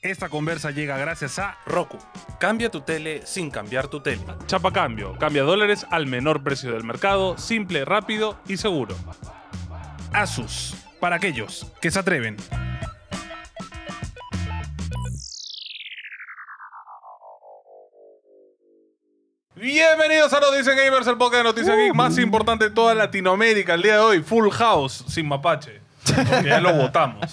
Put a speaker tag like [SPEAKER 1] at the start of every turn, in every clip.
[SPEAKER 1] Esta conversa llega gracias a
[SPEAKER 2] Roku, cambia tu tele sin cambiar tu tele.
[SPEAKER 1] Chapa Cambio. Cambia dólares al menor precio del mercado, simple, rápido y seguro. Asus, para aquellos que se atreven.
[SPEAKER 2] Bienvenidos a No Dicen Gamers, el podcast de noticias geek más
[SPEAKER 1] Uh.
[SPEAKER 2] importante de toda Latinoamérica. El día de hoy, Full House, sin Mapache. Porque ya lo votamos.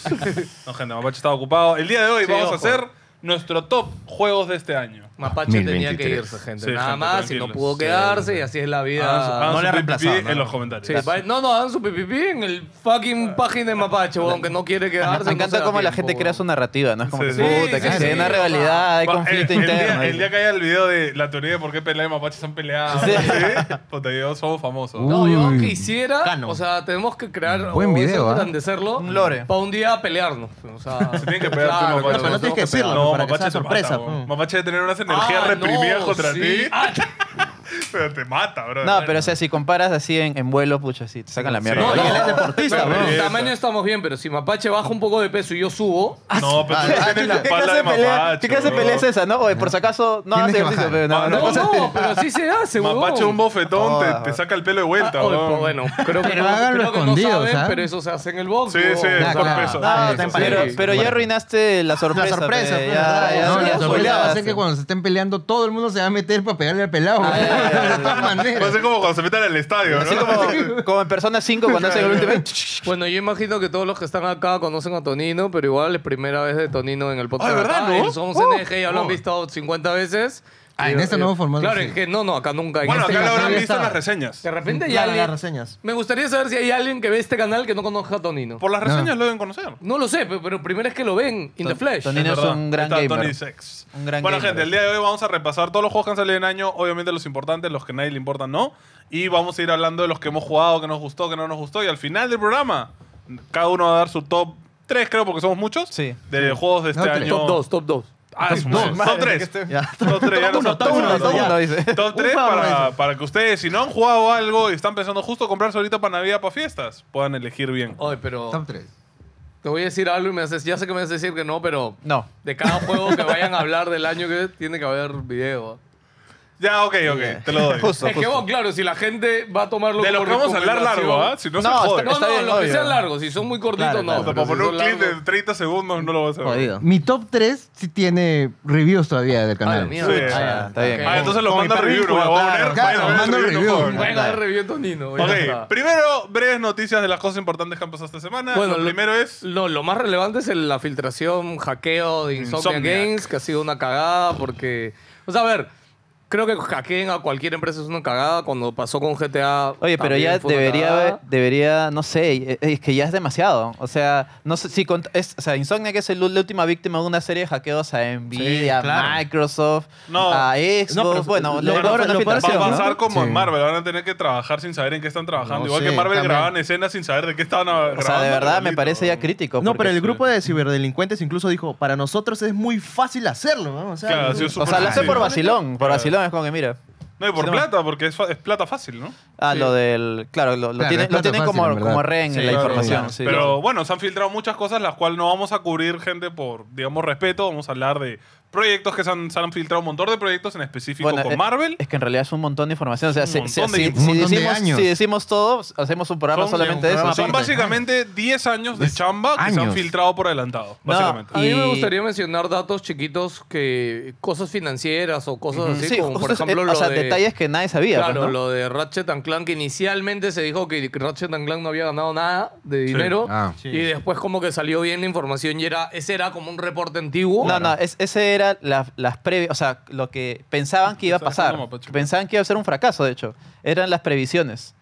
[SPEAKER 2] No, gente, Mapache estaba ocupado. El día de hoy
[SPEAKER 3] Sí,
[SPEAKER 2] vamos a
[SPEAKER 3] ojo.
[SPEAKER 2] hacer nuestro top juegos de este año.
[SPEAKER 3] Mapache tenía que
[SPEAKER 4] 1023.
[SPEAKER 3] irse, gente.
[SPEAKER 2] Sí,
[SPEAKER 3] Nada
[SPEAKER 2] gente,
[SPEAKER 3] más, y
[SPEAKER 2] tranquilos.
[SPEAKER 3] no pudo quedarse, y así es la
[SPEAKER 2] Hagan su- hagan
[SPEAKER 3] vida.
[SPEAKER 4] Ah, no
[SPEAKER 2] su
[SPEAKER 4] le ha
[SPEAKER 2] pipí
[SPEAKER 4] reemplazado, ¿no?
[SPEAKER 2] En los comentarios.
[SPEAKER 3] Sí, va- no, no, hagan su pipipí en el fucking página de Mapache, weón, que no quiere quedarse.
[SPEAKER 4] pues, Me encanta
[SPEAKER 3] no se da
[SPEAKER 4] cómo la
[SPEAKER 3] tiempo,
[SPEAKER 4] gente crea su
[SPEAKER 3] weón.
[SPEAKER 4] narrativa, ¿no? Es como
[SPEAKER 2] Sí,
[SPEAKER 4] que
[SPEAKER 2] sí,
[SPEAKER 4] puta, que
[SPEAKER 3] sí,
[SPEAKER 4] se
[SPEAKER 3] sí.
[SPEAKER 4] una rivalidad, hay
[SPEAKER 2] Va-
[SPEAKER 4] conflicto
[SPEAKER 2] el, el
[SPEAKER 4] interno.
[SPEAKER 2] Día, el día que haya el video de la teoría de por qué pelea y Mapache están peleados.
[SPEAKER 4] Sí.
[SPEAKER 2] ¿sí? Puta, yo somos famosos.
[SPEAKER 3] No, yo
[SPEAKER 4] Uy.
[SPEAKER 3] quisiera,
[SPEAKER 4] Cano.
[SPEAKER 3] o sea, tenemos que crear
[SPEAKER 4] Buen
[SPEAKER 3] o eso,
[SPEAKER 4] video, ¿ah?
[SPEAKER 3] engrandecerlo
[SPEAKER 4] Un lore.
[SPEAKER 3] para un día pelearnos. O sea,
[SPEAKER 2] Se tienen que pegar
[SPEAKER 3] claro,
[SPEAKER 2] tú, Mapache.
[SPEAKER 3] claro,
[SPEAKER 5] pero no tienes que decirlo,
[SPEAKER 2] No,
[SPEAKER 5] para que
[SPEAKER 2] Mapache
[SPEAKER 5] sea
[SPEAKER 2] te
[SPEAKER 5] sorpresa,
[SPEAKER 2] mata, weón.
[SPEAKER 5] mm.
[SPEAKER 2] Mapache debe tener unas energías
[SPEAKER 3] Ah,
[SPEAKER 2] reprimidas
[SPEAKER 3] no,
[SPEAKER 2] contra
[SPEAKER 3] sí.
[SPEAKER 2] ti.
[SPEAKER 3] Ah,
[SPEAKER 2] Pero te mata, bro.
[SPEAKER 4] No, pero o sea, si comparas así en, en vuelo, pucha, sí, te sacan la mierda.
[SPEAKER 2] No,
[SPEAKER 4] Oye,
[SPEAKER 2] no.
[SPEAKER 4] él es de-
[SPEAKER 5] deportista,
[SPEAKER 2] bro.
[SPEAKER 3] En tamaño estamos bien, pero si Mapache baja un poco de peso y yo subo,
[SPEAKER 2] No, pero tú
[SPEAKER 5] Ah,
[SPEAKER 2] tienes la
[SPEAKER 4] ¿Qué
[SPEAKER 2] espalda
[SPEAKER 4] clase
[SPEAKER 2] de
[SPEAKER 4] de pelea,
[SPEAKER 2] mapache.
[SPEAKER 4] ¿Qué clase de
[SPEAKER 2] bro.
[SPEAKER 4] pelea es esa, no? Oye, por si acaso no
[SPEAKER 5] Tienes
[SPEAKER 4] hace
[SPEAKER 5] que
[SPEAKER 4] ejercicio,
[SPEAKER 5] bajar.
[SPEAKER 4] pero no,
[SPEAKER 2] Ah,
[SPEAKER 4] una
[SPEAKER 3] no,
[SPEAKER 4] cosa-
[SPEAKER 3] no, pero sí se hace, weón.
[SPEAKER 2] Mapache un bofetón
[SPEAKER 4] Joda,
[SPEAKER 2] te- te,
[SPEAKER 4] joda.
[SPEAKER 2] saca el pelo de vuelta,
[SPEAKER 3] Ah, oye,
[SPEAKER 2] bro.
[SPEAKER 3] pues, bueno, creo que
[SPEAKER 5] Pero
[SPEAKER 3] no,
[SPEAKER 5] háganlo
[SPEAKER 3] creo que no
[SPEAKER 5] escondido,
[SPEAKER 3] saben,
[SPEAKER 5] ¿sabes?
[SPEAKER 3] pero eso se hace en el box.
[SPEAKER 2] Sí,
[SPEAKER 3] weón.
[SPEAKER 2] sí,
[SPEAKER 3] O sea,
[SPEAKER 5] por
[SPEAKER 2] claro.
[SPEAKER 5] peso.
[SPEAKER 4] Ah,
[SPEAKER 5] Sí, está en
[SPEAKER 4] pero,
[SPEAKER 5] paredes.
[SPEAKER 4] pero ya arruinaste la sorpresa.
[SPEAKER 5] La sorpresa,
[SPEAKER 4] pe,
[SPEAKER 5] fue
[SPEAKER 4] ya,
[SPEAKER 5] verdad,
[SPEAKER 4] ya,
[SPEAKER 5] no,
[SPEAKER 4] ya
[SPEAKER 5] la sorpresa va a
[SPEAKER 4] spoileaste.
[SPEAKER 5] ser que cuando se estén peleando todo el mundo se va a meter para pegarle al pelado.
[SPEAKER 6] Ah,
[SPEAKER 5] güey. De
[SPEAKER 2] Va
[SPEAKER 5] todas
[SPEAKER 2] a
[SPEAKER 6] Pues,
[SPEAKER 5] maneras.
[SPEAKER 2] ser como cuando se metan al estadio,
[SPEAKER 4] Así
[SPEAKER 2] ¿no?
[SPEAKER 4] como, como en Persona 5 cuando hacen el último...
[SPEAKER 3] Bueno, yo imagino que todos los que están acá conocen a Tonino, pero igual es primera vez de Tonino en el podcast.
[SPEAKER 2] Ah, ¿verdad,
[SPEAKER 3] acá.
[SPEAKER 2] no?
[SPEAKER 3] Y Somos
[SPEAKER 2] Oh,
[SPEAKER 3] NG, ya lo han
[SPEAKER 2] oh.
[SPEAKER 3] visto 50 veces.
[SPEAKER 5] Ah, en
[SPEAKER 3] Y-
[SPEAKER 5] este
[SPEAKER 3] y-
[SPEAKER 5] nuevo formato,
[SPEAKER 3] Claro,
[SPEAKER 5] sí.
[SPEAKER 3] en que no, no, acá nunca. En
[SPEAKER 2] Bueno,
[SPEAKER 3] este
[SPEAKER 2] acá lo
[SPEAKER 3] canal.
[SPEAKER 2] habrán
[SPEAKER 5] ya
[SPEAKER 2] visto en
[SPEAKER 5] estaba.
[SPEAKER 2] las reseñas.
[SPEAKER 3] De repente ya.
[SPEAKER 5] Claro,
[SPEAKER 3] alguien-
[SPEAKER 5] las reseñas.
[SPEAKER 3] Me gustaría saber si hay alguien que ve este canal que no conozja a Tonino.
[SPEAKER 2] Por las reseñas lo deben conocer.
[SPEAKER 3] No lo sé, pero, pero primero es que lo ven in the flesh.
[SPEAKER 4] Tonino- Tony es
[SPEAKER 2] verdad.
[SPEAKER 4] un gran
[SPEAKER 2] Está
[SPEAKER 4] gamer.
[SPEAKER 2] Tony Sex.
[SPEAKER 4] Un gran
[SPEAKER 2] bueno,
[SPEAKER 4] gamer.
[SPEAKER 2] gente, el día de hoy vamos a repasar todos los juegos que han salido en año. Obviamente los importantes, los que a nadie le importan, no. Y vamos a ir hablando de los que hemos jugado, que nos gustó, que no nos gustó. Y al final del programa, cada uno va a dar su top 3, creo, porque somos muchos.
[SPEAKER 4] Sí.
[SPEAKER 2] De juegos de este
[SPEAKER 5] No, tres.
[SPEAKER 2] año.
[SPEAKER 3] Top 2, top 2.
[SPEAKER 2] Ah, es
[SPEAKER 4] dos.
[SPEAKER 2] un-
[SPEAKER 4] Madre,
[SPEAKER 2] Top 3.
[SPEAKER 4] que
[SPEAKER 2] Top 3, ya no son
[SPEAKER 4] Todo
[SPEAKER 2] top
[SPEAKER 4] uno,
[SPEAKER 2] uno,
[SPEAKER 4] todo
[SPEAKER 2] ya.
[SPEAKER 4] uno, dice.
[SPEAKER 2] Top 3
[SPEAKER 5] favor,
[SPEAKER 2] para, para que ustedes, si no han jugado algo y están pensando justo comprarse ahorita para Navidad, para fiestas, puedan elegir bien.
[SPEAKER 3] Oye, pero.
[SPEAKER 5] Top 3.
[SPEAKER 3] Te voy a decir algo y me haces, ya sé que me vas a decir que no, pero
[SPEAKER 4] No.
[SPEAKER 3] de cada juego que vayan a hablar del año que tiene que haber video.
[SPEAKER 2] Ya, ok, ok, te lo doy.
[SPEAKER 4] Justo,
[SPEAKER 3] es que
[SPEAKER 4] justo.
[SPEAKER 3] vos, claro, si la gente va a tomarlo
[SPEAKER 2] De los
[SPEAKER 3] como
[SPEAKER 2] que vamos a hablar
[SPEAKER 3] recomendación-
[SPEAKER 2] largo, ¿ah? Si no, se
[SPEAKER 4] No, está-
[SPEAKER 2] jode.
[SPEAKER 3] No,
[SPEAKER 4] Está
[SPEAKER 3] no,
[SPEAKER 4] bien,
[SPEAKER 3] los que
[SPEAKER 4] obvio.
[SPEAKER 3] sean largos, si son muy cortitos,
[SPEAKER 4] Claro,
[SPEAKER 3] no.
[SPEAKER 4] claro.
[SPEAKER 2] Hasta
[SPEAKER 3] pero
[SPEAKER 2] para poner
[SPEAKER 3] si son
[SPEAKER 2] un clip de
[SPEAKER 3] largos-
[SPEAKER 2] 30 segundos no lo vas a ver. Ah,
[SPEAKER 4] Jodido.
[SPEAKER 5] Mi top 3 sí tiene reviews todavía del
[SPEAKER 3] Ah, la
[SPEAKER 5] canal.
[SPEAKER 3] mierda.
[SPEAKER 2] Sí.
[SPEAKER 4] Ah, ya, está bien.
[SPEAKER 3] Ok.
[SPEAKER 2] Ah, entonces lo
[SPEAKER 5] Con mi
[SPEAKER 2] mando a review, ¿no?
[SPEAKER 5] perrículo,
[SPEAKER 2] Voy a
[SPEAKER 5] claro,
[SPEAKER 2] poner-
[SPEAKER 5] claro,
[SPEAKER 2] voy a
[SPEAKER 5] mando
[SPEAKER 2] poner
[SPEAKER 5] review.
[SPEAKER 2] con-
[SPEAKER 3] Bueno, de review Tonino. ya está.
[SPEAKER 2] Ok, primero, breves noticias de las cosas importantes que han pasado esta semana.
[SPEAKER 3] Bueno,
[SPEAKER 2] lo primero es...
[SPEAKER 3] Lo, lo más relevante es el- la filtración, hackeo de Insomnia
[SPEAKER 2] Insomniac.
[SPEAKER 3] Games, que ha sido una cagada porque... O sea, a ver, creo que hackeen a cualquier empresa es una cagada. Cuando pasó con GTA...
[SPEAKER 4] Oye, pero
[SPEAKER 3] también
[SPEAKER 4] ya
[SPEAKER 3] fue una
[SPEAKER 4] debería,
[SPEAKER 3] cagada.
[SPEAKER 4] haber- debería, no sé, eh, es que ya es demasiado. O sea, no sé si cont- es, o sea, Insomniac es el- la última víctima de una serie de hackeos a Nvidia, a
[SPEAKER 5] claro.
[SPEAKER 4] Microsoft,
[SPEAKER 2] No.
[SPEAKER 4] a Xbox.
[SPEAKER 5] No, pero
[SPEAKER 4] bueno,
[SPEAKER 5] lo
[SPEAKER 4] lo
[SPEAKER 5] peor-
[SPEAKER 4] peor es la
[SPEAKER 5] lo peor es que
[SPEAKER 2] Va a
[SPEAKER 4] filtración,
[SPEAKER 2] pasar
[SPEAKER 4] ¿no?
[SPEAKER 2] como en
[SPEAKER 5] Sí.
[SPEAKER 2] Marvel, van a tener que trabajar sin saber en qué están trabajando.
[SPEAKER 5] No
[SPEAKER 2] Igual
[SPEAKER 5] sé,
[SPEAKER 2] que Marvel
[SPEAKER 5] también.
[SPEAKER 2] grababan escenas sin saber de qué estaban grabando.
[SPEAKER 4] O sea, de verdad me
[SPEAKER 2] Igualito,
[SPEAKER 4] parece ya
[SPEAKER 2] ¿no?
[SPEAKER 4] crítico.
[SPEAKER 6] No, pero
[SPEAKER 4] porque-
[SPEAKER 6] el grupo de ciberdelincuentes incluso dijo, para nosotros es muy fácil hacerlo, ¿no? O sea,
[SPEAKER 2] Claro, sí, es
[SPEAKER 4] O sea, lo hace
[SPEAKER 2] superfácil.
[SPEAKER 4] por vacilón. Por
[SPEAKER 2] Claro.
[SPEAKER 4] vacilón es como que, mira...
[SPEAKER 2] No, y por plata, porque es, fa- es plata fácil, ¿no?
[SPEAKER 4] Ah,
[SPEAKER 3] Sí.
[SPEAKER 4] lo del... Claro, lo, lo
[SPEAKER 5] Claro,
[SPEAKER 4] tienen,
[SPEAKER 5] es
[SPEAKER 4] lo
[SPEAKER 5] plata
[SPEAKER 4] tienen como,
[SPEAKER 5] fácil, en verdad.
[SPEAKER 4] como rehén en la
[SPEAKER 2] Claro,
[SPEAKER 4] información.
[SPEAKER 2] claro.
[SPEAKER 4] sí.
[SPEAKER 2] Pero bueno, se han filtrado muchas cosas, las cuales no vamos a cubrir, gente, por, digamos, respeto. Vamos a hablar de proyectos que se han, se han filtrado, un montón de proyectos en específico
[SPEAKER 4] Bueno,
[SPEAKER 2] con
[SPEAKER 4] eh,
[SPEAKER 2] Marvel.
[SPEAKER 4] Es que en realidad es un montón de información. O sea,
[SPEAKER 2] Un
[SPEAKER 4] si, si-
[SPEAKER 2] montón de-
[SPEAKER 4] si-
[SPEAKER 2] un
[SPEAKER 4] si
[SPEAKER 5] montón de
[SPEAKER 4] decimos,
[SPEAKER 5] años.
[SPEAKER 4] si decimos todo, hacemos un programa
[SPEAKER 2] Son-
[SPEAKER 4] solamente de
[SPEAKER 5] un
[SPEAKER 4] eso.
[SPEAKER 5] programa
[SPEAKER 4] sí.
[SPEAKER 2] Son básicamente 10 años de
[SPEAKER 5] Es
[SPEAKER 2] chamba que se han
[SPEAKER 5] años.
[SPEAKER 2] filtrado por adelantado,
[SPEAKER 4] No,
[SPEAKER 2] básicamente.
[SPEAKER 3] A mí me
[SPEAKER 4] Y-
[SPEAKER 3] gustaría mencionar datos chiquitos que... Cosas financieras o cosas así,
[SPEAKER 4] Sí,
[SPEAKER 3] como por
[SPEAKER 4] justo es-
[SPEAKER 3] ejemplo
[SPEAKER 4] eh,
[SPEAKER 3] lo
[SPEAKER 4] o sea,
[SPEAKER 3] de...
[SPEAKER 4] detalles que nadie sabía.
[SPEAKER 3] Claro,
[SPEAKER 4] pues, ¿no?
[SPEAKER 3] lo de Ratchet and Clank, que inicialmente se dijo que Ratchet and Clank no había ganado nada de dinero.
[SPEAKER 5] Ah.
[SPEAKER 6] Sí.
[SPEAKER 3] Y después como que salió bien la información y era, ese era como un reporte antiguo.
[SPEAKER 4] No, no, es- ese era la- las previas, o sea, lo que pensaban que iba a
[SPEAKER 2] Estaba
[SPEAKER 4] pasar.
[SPEAKER 2] como Pachuca.
[SPEAKER 4] Pensaban que iba a ser un fracaso, de hecho. Eran las previsiones.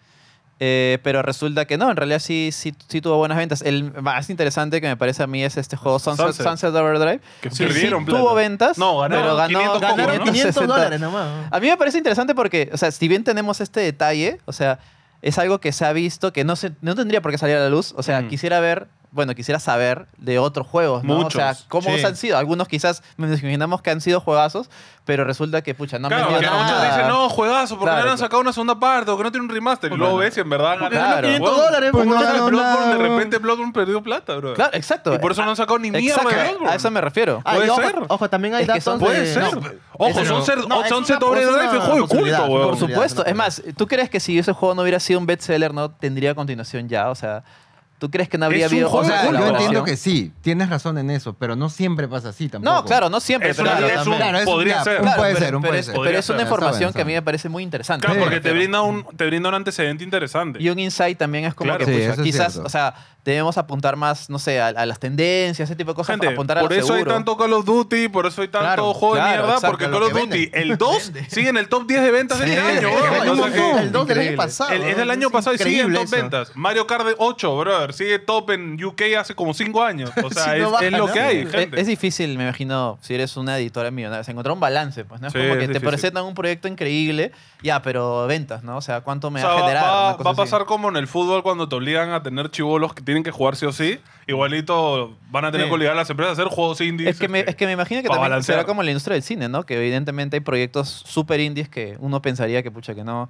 [SPEAKER 4] Eh, pero resulta que no, en realidad sí, sí, sí tuvo buenas ventas. El más interesante que me parece a mí es este juego Sunset,
[SPEAKER 2] Sunset.
[SPEAKER 4] Sunset. Overdrive.
[SPEAKER 2] Que
[SPEAKER 4] Que,
[SPEAKER 2] perdieron
[SPEAKER 4] sí
[SPEAKER 2] plata.
[SPEAKER 4] tuvo ventas,
[SPEAKER 2] No, ganaron
[SPEAKER 4] pero ganó
[SPEAKER 2] 500 como,
[SPEAKER 5] Ganaron
[SPEAKER 2] ¿no?
[SPEAKER 5] 500
[SPEAKER 4] 60.
[SPEAKER 5] dólares nomás.
[SPEAKER 4] A mí me parece interesante porque, o sea, si bien tenemos este detalle, o sea, es algo que se ha visto que no, se, no tendría por qué salir a la luz. O sea,
[SPEAKER 2] Ujú.
[SPEAKER 4] quisiera ver bueno, quisiera saber de otros juegos, ¿no? O sea,
[SPEAKER 2] Muchos,
[SPEAKER 4] ¿cómo
[SPEAKER 2] sí.
[SPEAKER 4] han sido? Algunos quizás nos imaginamos que han sido juegazos, pero resulta que, pucha, no han
[SPEAKER 2] claro, que
[SPEAKER 4] vendido
[SPEAKER 2] muchos
[SPEAKER 4] nada.
[SPEAKER 2] dicen, no, juegazo, porque
[SPEAKER 4] Claro,
[SPEAKER 2] no han
[SPEAKER 4] claro.
[SPEAKER 2] sacado una segunda parte o que no tiene un remaster. Y luego ves y en verdad han
[SPEAKER 4] Porque
[SPEAKER 2] ganado.
[SPEAKER 4] ganó
[SPEAKER 6] 500 dólares,
[SPEAKER 2] Pues
[SPEAKER 5] pues,
[SPEAKER 2] no
[SPEAKER 5] no ganó
[SPEAKER 2] Bloodborne, de
[SPEAKER 5] nada.
[SPEAKER 2] repente Bloodborne perdió plata, bro.
[SPEAKER 4] Claro, exacto.
[SPEAKER 2] Y por eso no han sacado ni mierda de
[SPEAKER 4] Exacto, eh,
[SPEAKER 2] Bloodborne.
[SPEAKER 4] a eso me refiero.
[SPEAKER 6] Ah, y
[SPEAKER 2] Puede
[SPEAKER 6] ojo,
[SPEAKER 2] ser.
[SPEAKER 6] Ojo, también hay
[SPEAKER 4] Es que
[SPEAKER 6] datos
[SPEAKER 4] son-
[SPEAKER 2] Puede
[SPEAKER 6] de-
[SPEAKER 2] ser.
[SPEAKER 6] no,
[SPEAKER 2] Ojo,
[SPEAKER 6] ese
[SPEAKER 2] son
[SPEAKER 6] no.
[SPEAKER 2] ser,
[SPEAKER 6] No, es
[SPEAKER 2] son
[SPEAKER 6] una-
[SPEAKER 2] ser doble
[SPEAKER 6] es una
[SPEAKER 2] drive en juego de
[SPEAKER 6] posibilidad,
[SPEAKER 2] culto,
[SPEAKER 6] una
[SPEAKER 2] weón.
[SPEAKER 4] Por supuesto.
[SPEAKER 6] una
[SPEAKER 4] Es más, ¿tú crees que si ese juego no hubiera sido un bestseller, no tendría continuación ya? O sea, ¿tú crees que no habría
[SPEAKER 2] Es un
[SPEAKER 4] habido
[SPEAKER 2] juego
[SPEAKER 5] O sea,
[SPEAKER 2] de culto.
[SPEAKER 5] yo entiendo
[SPEAKER 4] colaboración?
[SPEAKER 5] que sí, tienes razón en eso, pero no siempre pasa así tampoco.
[SPEAKER 4] No, claro, no siempre.
[SPEAKER 2] Es
[SPEAKER 4] pero-
[SPEAKER 2] una-
[SPEAKER 4] claro,
[SPEAKER 2] es un-
[SPEAKER 4] también.
[SPEAKER 5] es-
[SPEAKER 2] podría
[SPEAKER 5] ya,
[SPEAKER 2] ser.
[SPEAKER 5] un
[SPEAKER 4] Claro,
[SPEAKER 5] puede
[SPEAKER 4] pero-
[SPEAKER 5] ser, un
[SPEAKER 4] pero
[SPEAKER 5] puede
[SPEAKER 4] es-
[SPEAKER 5] ser.
[SPEAKER 4] Pero es
[SPEAKER 2] Podría
[SPEAKER 4] una
[SPEAKER 2] ser.
[SPEAKER 4] información
[SPEAKER 5] Saben,
[SPEAKER 4] que a mí
[SPEAKER 5] saben.
[SPEAKER 4] me parece muy interesante.
[SPEAKER 2] Claro,
[SPEAKER 5] Sí,
[SPEAKER 2] porque te
[SPEAKER 5] pero-
[SPEAKER 2] brinda un, te brinda un antecedente interesante.
[SPEAKER 4] Y un insight también es como
[SPEAKER 2] Claro.
[SPEAKER 4] que
[SPEAKER 5] Sí,
[SPEAKER 4] pucha,
[SPEAKER 5] eso es
[SPEAKER 4] quizás,
[SPEAKER 5] cierto.
[SPEAKER 4] o sea, debemos apuntar más, no sé, a, a las tendencias, ese tipo de cosas,
[SPEAKER 2] Gente,
[SPEAKER 4] apuntar a lo
[SPEAKER 2] por eso hay
[SPEAKER 4] seguro.
[SPEAKER 2] tanto Call of Duty, por eso hay tanto
[SPEAKER 4] Claro,
[SPEAKER 2] juego de
[SPEAKER 4] claro,
[SPEAKER 2] mierda,
[SPEAKER 4] exacto,
[SPEAKER 2] porque
[SPEAKER 6] lo
[SPEAKER 2] Call of
[SPEAKER 6] que
[SPEAKER 2] Duty,
[SPEAKER 6] vende.
[SPEAKER 2] el 2, sigue en el top 10 de ventas del
[SPEAKER 5] Sí,
[SPEAKER 2] año,
[SPEAKER 5] es
[SPEAKER 2] weón.
[SPEAKER 5] que hay un
[SPEAKER 2] Entonces,
[SPEAKER 5] montón.
[SPEAKER 6] El 2 del año
[SPEAKER 5] Increíble.
[SPEAKER 6] pasado.
[SPEAKER 2] El- es del
[SPEAKER 6] ¿no?
[SPEAKER 2] año pasado y sigue en
[SPEAKER 6] increíble
[SPEAKER 2] top
[SPEAKER 6] eso.
[SPEAKER 2] ventas. Mario Kart de 8, brother. Sigue top en UK hace como 5 años. O sea,
[SPEAKER 6] Sí, no
[SPEAKER 2] es,
[SPEAKER 6] baja
[SPEAKER 2] es lo
[SPEAKER 6] nada.
[SPEAKER 2] que hay,
[SPEAKER 4] Es-
[SPEAKER 2] gente.
[SPEAKER 4] Es difícil, me imagino, si eres una editora millonaria, o sea, encontrar un balance, pues, ¿no? Es
[SPEAKER 2] Sí,
[SPEAKER 4] como
[SPEAKER 2] es
[SPEAKER 4] que te
[SPEAKER 2] difícil.
[SPEAKER 4] presentan un proyecto increíble, ya, pero ventas, ¿no? O sea, ¿cuánto me
[SPEAKER 2] O sea,
[SPEAKER 4] va a
[SPEAKER 2] va,
[SPEAKER 4] generar?
[SPEAKER 2] va-
[SPEAKER 4] Una cosa
[SPEAKER 2] va a
[SPEAKER 4] así.
[SPEAKER 2] pasar como en el fútbol cuando te obligan a tener chivolos que tienen que jugar sí o sí. Igualito van a tener
[SPEAKER 4] Sí.
[SPEAKER 2] que obligar a las empresas a hacer juegos indies.
[SPEAKER 4] Es que, me,
[SPEAKER 2] este,
[SPEAKER 4] es que me imagino que
[SPEAKER 2] para
[SPEAKER 4] también
[SPEAKER 2] balancear.
[SPEAKER 4] será como la industria del cine, ¿no? Que evidentemente hay proyectos super indies que uno pensaría que, pucha, que no...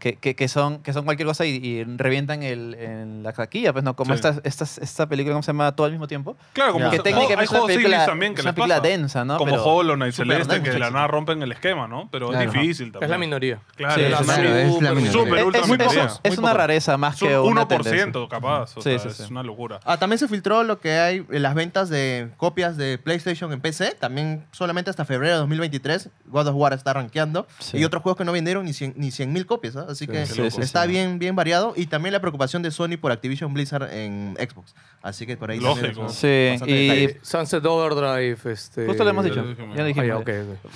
[SPEAKER 4] Que, que, que son, que son cualquier cosa y, y revientan el, en la taquilla, pues no,
[SPEAKER 2] Sí.
[SPEAKER 4] como estas, estas, esta película, ¿cómo se llama? Todo al mismo tiempo.
[SPEAKER 2] Claro, como
[SPEAKER 4] que
[SPEAKER 2] se-
[SPEAKER 4] técnicamente
[SPEAKER 2] hay
[SPEAKER 4] es una
[SPEAKER 2] juegos
[SPEAKER 4] película,
[SPEAKER 2] indies también que
[SPEAKER 4] es una
[SPEAKER 2] les
[SPEAKER 4] película
[SPEAKER 2] pasa.
[SPEAKER 4] densa, ¿no?
[SPEAKER 2] Como
[SPEAKER 4] Pero-
[SPEAKER 2] Hollow Knight
[SPEAKER 4] Super
[SPEAKER 2] Celeste,
[SPEAKER 4] densa,
[SPEAKER 2] que de la
[SPEAKER 4] exacto.
[SPEAKER 2] nada rompen el esquema, ¿no? Pero
[SPEAKER 5] Claro.
[SPEAKER 2] es difícil también.
[SPEAKER 3] Es la minoría.
[SPEAKER 2] Claro,
[SPEAKER 4] Sí,
[SPEAKER 2] es la
[SPEAKER 4] sí, sí.
[SPEAKER 2] mano
[SPEAKER 5] Es la
[SPEAKER 2] súper,
[SPEAKER 5] minoría.
[SPEAKER 2] súper,
[SPEAKER 5] Es-
[SPEAKER 2] ultra
[SPEAKER 4] es,
[SPEAKER 5] muy
[SPEAKER 4] es-
[SPEAKER 2] minoría.
[SPEAKER 5] pocos.
[SPEAKER 4] es
[SPEAKER 5] muy
[SPEAKER 4] una
[SPEAKER 5] pocos.
[SPEAKER 4] rareza más
[SPEAKER 2] Es un
[SPEAKER 4] que una
[SPEAKER 2] 1%
[SPEAKER 4] tendencia.
[SPEAKER 2] capaz. O
[SPEAKER 4] Sí,
[SPEAKER 2] sea,
[SPEAKER 4] sí, sí.
[SPEAKER 2] Es una locura.
[SPEAKER 6] Ah, también se filtró lo que hay, eh, las ventas de copias de PlayStation en PC. También solamente hasta febrero de 2023, God of War está rankeando.
[SPEAKER 4] Sí.
[SPEAKER 6] Y otros juegos que no vendieron ni 100 ni 100.000 copias. ¿ah? Así
[SPEAKER 4] Sí,
[SPEAKER 6] que
[SPEAKER 4] sí, sí,
[SPEAKER 6] está
[SPEAKER 4] sí.
[SPEAKER 6] bien bien variado. Y también la preocupación de Sony por Activision Blizzard en Xbox. Así que por ahí también
[SPEAKER 2] Lógico.
[SPEAKER 6] es
[SPEAKER 4] Sí,
[SPEAKER 6] bastante
[SPEAKER 4] y
[SPEAKER 6] detalle.
[SPEAKER 3] Sunset Overdrive, este...
[SPEAKER 4] justo lo hemos
[SPEAKER 2] ya
[SPEAKER 4] dicho.
[SPEAKER 2] lo dijimos.
[SPEAKER 4] Ya lo
[SPEAKER 3] Ah,
[SPEAKER 4] dijimos.
[SPEAKER 3] ya, ok,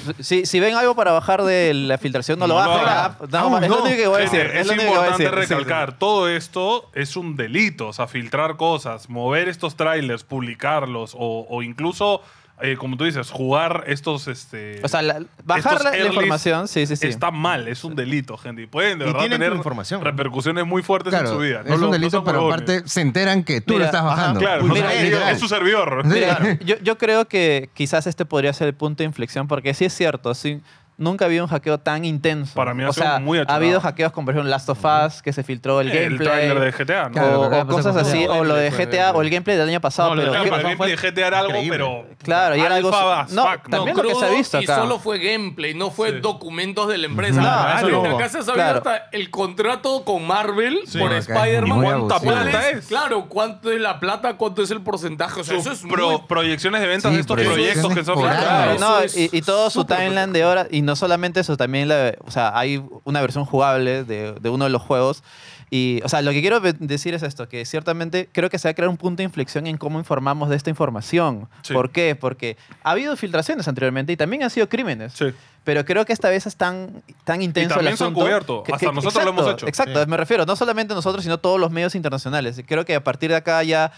[SPEAKER 3] ok.
[SPEAKER 4] Si, si ven algo para bajar de la filtración, no, lo
[SPEAKER 2] No lo
[SPEAKER 4] bajen. la
[SPEAKER 2] hagan.
[SPEAKER 4] app. ah, No, es lo único que voy a decir.
[SPEAKER 2] Gente,
[SPEAKER 4] Es,
[SPEAKER 2] Es
[SPEAKER 4] lo único que voy a
[SPEAKER 2] importante
[SPEAKER 4] decir.
[SPEAKER 2] recalcar, todo esto es un delito, o sea, filtrar cosas, mover estos trailers, publicarlos o, o incluso, eh, como tú dices, jugar estos... Este,
[SPEAKER 4] O sea, la- bajar
[SPEAKER 2] estos
[SPEAKER 4] la, la
[SPEAKER 2] earlys
[SPEAKER 4] información, sí, sí, sí.
[SPEAKER 2] Está mal, es un delito, gente. Y pueden de
[SPEAKER 6] Y
[SPEAKER 2] verdad
[SPEAKER 6] tienen tu
[SPEAKER 2] tener
[SPEAKER 6] información.
[SPEAKER 2] repercusiones muy fuertes
[SPEAKER 5] Claro,
[SPEAKER 2] en su vida. No
[SPEAKER 5] es
[SPEAKER 2] lo- no
[SPEAKER 5] un delito,
[SPEAKER 2] sean
[SPEAKER 5] pero
[SPEAKER 2] huevones.
[SPEAKER 5] aparte se enteran que tú
[SPEAKER 4] Mira,
[SPEAKER 5] lo estás
[SPEAKER 4] ajá,
[SPEAKER 5] bajando.
[SPEAKER 2] Claro,
[SPEAKER 5] O sea,
[SPEAKER 4] Mira, eh,
[SPEAKER 2] es-
[SPEAKER 5] literal.
[SPEAKER 2] es su servidor.
[SPEAKER 5] Sí.
[SPEAKER 4] Mira, yo, yo creo que quizás este podría ser el punto de inflexión, porque sí es cierto, sí, nunca había un hackeo tan intenso.
[SPEAKER 2] Para mí ha
[SPEAKER 4] o
[SPEAKER 2] sido
[SPEAKER 4] sea,
[SPEAKER 2] muy
[SPEAKER 4] ha
[SPEAKER 2] achorado.
[SPEAKER 4] habido hackeos como por ejemplo Last of Us, que se filtró el,
[SPEAKER 2] El
[SPEAKER 4] gameplay.
[SPEAKER 2] trailer de GTA, ¿no?
[SPEAKER 4] o-
[SPEAKER 5] Claro, lo que
[SPEAKER 4] o,
[SPEAKER 5] acaba de pasar
[SPEAKER 4] cosas
[SPEAKER 5] con
[SPEAKER 4] así,
[SPEAKER 3] Zelda.
[SPEAKER 4] o lo de
[SPEAKER 3] Fue-
[SPEAKER 4] GTA, o el gameplay del año pasado,
[SPEAKER 2] No,
[SPEAKER 4] pero
[SPEAKER 2] claro,
[SPEAKER 4] ¿qué
[SPEAKER 2] para
[SPEAKER 4] pasó?
[SPEAKER 2] mí el GTA era algo,
[SPEAKER 6] Increíble.
[SPEAKER 2] pero...
[SPEAKER 4] Claro, y era algo.
[SPEAKER 2] alpha as
[SPEAKER 4] No,
[SPEAKER 2] fuck, ¿no?
[SPEAKER 4] también lo que se ha
[SPEAKER 3] crudo
[SPEAKER 4] visto
[SPEAKER 3] y
[SPEAKER 4] acá.
[SPEAKER 3] solo fue gameplay, no fue
[SPEAKER 2] Sí.
[SPEAKER 3] documentos de la empresa.
[SPEAKER 5] No,
[SPEAKER 3] Ah,
[SPEAKER 2] eso
[SPEAKER 3] en
[SPEAKER 2] no
[SPEAKER 3] el
[SPEAKER 2] hubo.
[SPEAKER 3] caso se sabía
[SPEAKER 4] Claro.
[SPEAKER 3] hasta el contrato con Marvel
[SPEAKER 2] Sí.
[SPEAKER 3] por
[SPEAKER 2] No,
[SPEAKER 5] acá es
[SPEAKER 3] Spider-Man.
[SPEAKER 5] muy
[SPEAKER 3] ¿Cuánta
[SPEAKER 5] abusivo.
[SPEAKER 3] plata es?
[SPEAKER 2] Sí.
[SPEAKER 3] Claro, ¿cuánto es la plata? ¿Cuánto es el porcentaje? O sea, eso es
[SPEAKER 2] Sus
[SPEAKER 3] muy-
[SPEAKER 2] pro- proyecciones de ventas
[SPEAKER 5] Sí,
[SPEAKER 2] de estos
[SPEAKER 5] proyecciones
[SPEAKER 2] proyectos que son
[SPEAKER 5] por
[SPEAKER 2] filtrados.
[SPEAKER 5] año.
[SPEAKER 3] Eso
[SPEAKER 4] No,
[SPEAKER 3] es
[SPEAKER 4] y, y todo su
[SPEAKER 3] súper
[SPEAKER 4] timeline de horas. Y no solamente eso, también la- o sea, hay una versión jugable de, de uno de los juegos. Y, o sea, lo que quiero ve- decir es esto, que ciertamente creo que se va a crear un punto de inflexión en cómo informamos de esta información.
[SPEAKER 2] Sí.
[SPEAKER 4] ¿Por qué? Porque ha habido filtraciones anteriormente y también han sido crímenes.
[SPEAKER 2] Sí.
[SPEAKER 4] Pero creo que esta vez es tan, tan intenso el
[SPEAKER 2] también se han
[SPEAKER 4] asunto.
[SPEAKER 2] cubierto. Hasta nosotros lo hemos hecho.
[SPEAKER 4] Exacto, me refiero, no solamente nosotros, sino todos los medios internacionales. Y Creo que a partir de acá ya,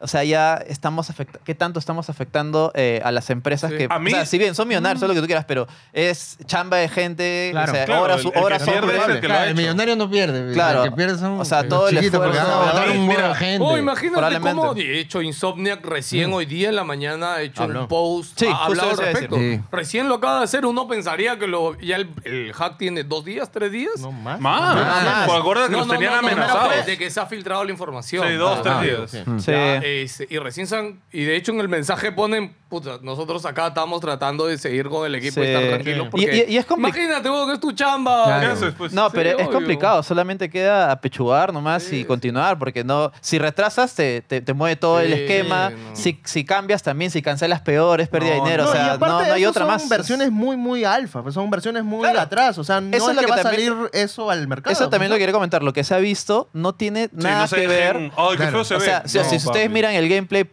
[SPEAKER 4] o sea, ya estamos afectando, ¿qué tanto estamos afectando eh, a las empresas
[SPEAKER 3] Sí.
[SPEAKER 4] que,
[SPEAKER 2] A
[SPEAKER 4] o
[SPEAKER 2] mí- Mm.
[SPEAKER 4] sea, si bien son millonarios, todo lo que tú quieras, pero es chamba de gente,
[SPEAKER 6] Claro,
[SPEAKER 4] o sea,
[SPEAKER 2] claro,
[SPEAKER 4] horas,
[SPEAKER 2] el- el que
[SPEAKER 4] horas son
[SPEAKER 2] pierde es el
[SPEAKER 4] culpables.
[SPEAKER 2] que lo ha
[SPEAKER 5] Claro, el
[SPEAKER 2] hecho.
[SPEAKER 5] millonario no pierde.
[SPEAKER 4] Claro.
[SPEAKER 5] El que pierde son
[SPEAKER 4] O sea, todo el
[SPEAKER 5] los chiquitos, porque van
[SPEAKER 4] esfuerzo-
[SPEAKER 5] a votar
[SPEAKER 2] Mira,
[SPEAKER 5] un huevo de
[SPEAKER 3] Oh,
[SPEAKER 5] gente.
[SPEAKER 3] imagínate
[SPEAKER 4] Probablemente. Mm.
[SPEAKER 3] cómo, de hecho, Insomniac recién hoy día en la mañana ha hecho un
[SPEAKER 6] Habló.
[SPEAKER 3] post,
[SPEAKER 4] Sí,
[SPEAKER 3] ha
[SPEAKER 4] justo
[SPEAKER 3] hablado al
[SPEAKER 4] eso iba a
[SPEAKER 3] respecto.
[SPEAKER 5] decir. Sí.
[SPEAKER 3] Recién lo acaba de hacer, uno pensaría que lo, ya el, el hack tiene dos días, tres días.
[SPEAKER 6] No más.
[SPEAKER 2] Más.
[SPEAKER 4] Ah, Más.
[SPEAKER 2] Pues acuérdate que
[SPEAKER 3] No,
[SPEAKER 2] los
[SPEAKER 3] no,
[SPEAKER 2] tenían
[SPEAKER 3] no, no,
[SPEAKER 2] amenazados.
[SPEAKER 3] no, desde que se ha filtrado la información.
[SPEAKER 2] Sí, dos,
[SPEAKER 3] Ah,
[SPEAKER 2] tres
[SPEAKER 3] ah,
[SPEAKER 2] días.
[SPEAKER 6] sí.
[SPEAKER 4] Sí.
[SPEAKER 3] ya, este, y recién se han- y de hecho en el mensaje ponen, puta, nosotros acá estamos tratando de seguir con el equipo y
[SPEAKER 4] Sí.
[SPEAKER 3] estar tranquilos
[SPEAKER 4] Y-
[SPEAKER 3] porque
[SPEAKER 4] y- y es compli-
[SPEAKER 3] imagínate vos que es tu chamba.
[SPEAKER 2] ¿Qué
[SPEAKER 5] Claro.
[SPEAKER 2] haces, pues?
[SPEAKER 4] No,
[SPEAKER 3] Sí,
[SPEAKER 4] pero es
[SPEAKER 3] obvio.
[SPEAKER 4] complicado, solamente queda apechugar nomás
[SPEAKER 3] Sí,
[SPEAKER 4] y
[SPEAKER 3] sí.
[SPEAKER 4] continuar, porque no, si retrasas te, te, te mueve todo el
[SPEAKER 3] Sí,
[SPEAKER 4] esquema,
[SPEAKER 3] no.
[SPEAKER 4] si, si cambias también, si cancelas peor, es pérdida de
[SPEAKER 2] No,
[SPEAKER 4] dinero,
[SPEAKER 2] no,
[SPEAKER 4] o
[SPEAKER 6] y
[SPEAKER 4] sea,
[SPEAKER 6] aparte
[SPEAKER 4] no, no
[SPEAKER 6] de
[SPEAKER 4] hay
[SPEAKER 6] eso
[SPEAKER 4] otra
[SPEAKER 6] son
[SPEAKER 4] más.
[SPEAKER 6] versiones muy, muy alfa, pues son versiones muy
[SPEAKER 4] Claro.
[SPEAKER 6] atrás. O sea, no
[SPEAKER 4] Eso
[SPEAKER 6] es,
[SPEAKER 4] es lo
[SPEAKER 6] que,
[SPEAKER 4] que
[SPEAKER 6] va
[SPEAKER 4] también-
[SPEAKER 6] a salir eso al mercado.
[SPEAKER 4] Eso también
[SPEAKER 6] ¿no?
[SPEAKER 4] lo quiero comentar, lo que se ha visto no tiene
[SPEAKER 2] Sí,
[SPEAKER 4] nada
[SPEAKER 2] no se
[SPEAKER 4] que ver.
[SPEAKER 2] dejen- Ay, qué
[SPEAKER 5] Claro.
[SPEAKER 2] feo se
[SPEAKER 4] O
[SPEAKER 2] ve.
[SPEAKER 4] sea, si,
[SPEAKER 2] No,
[SPEAKER 4] si ustedes
[SPEAKER 2] papi.
[SPEAKER 4] miran el gameplay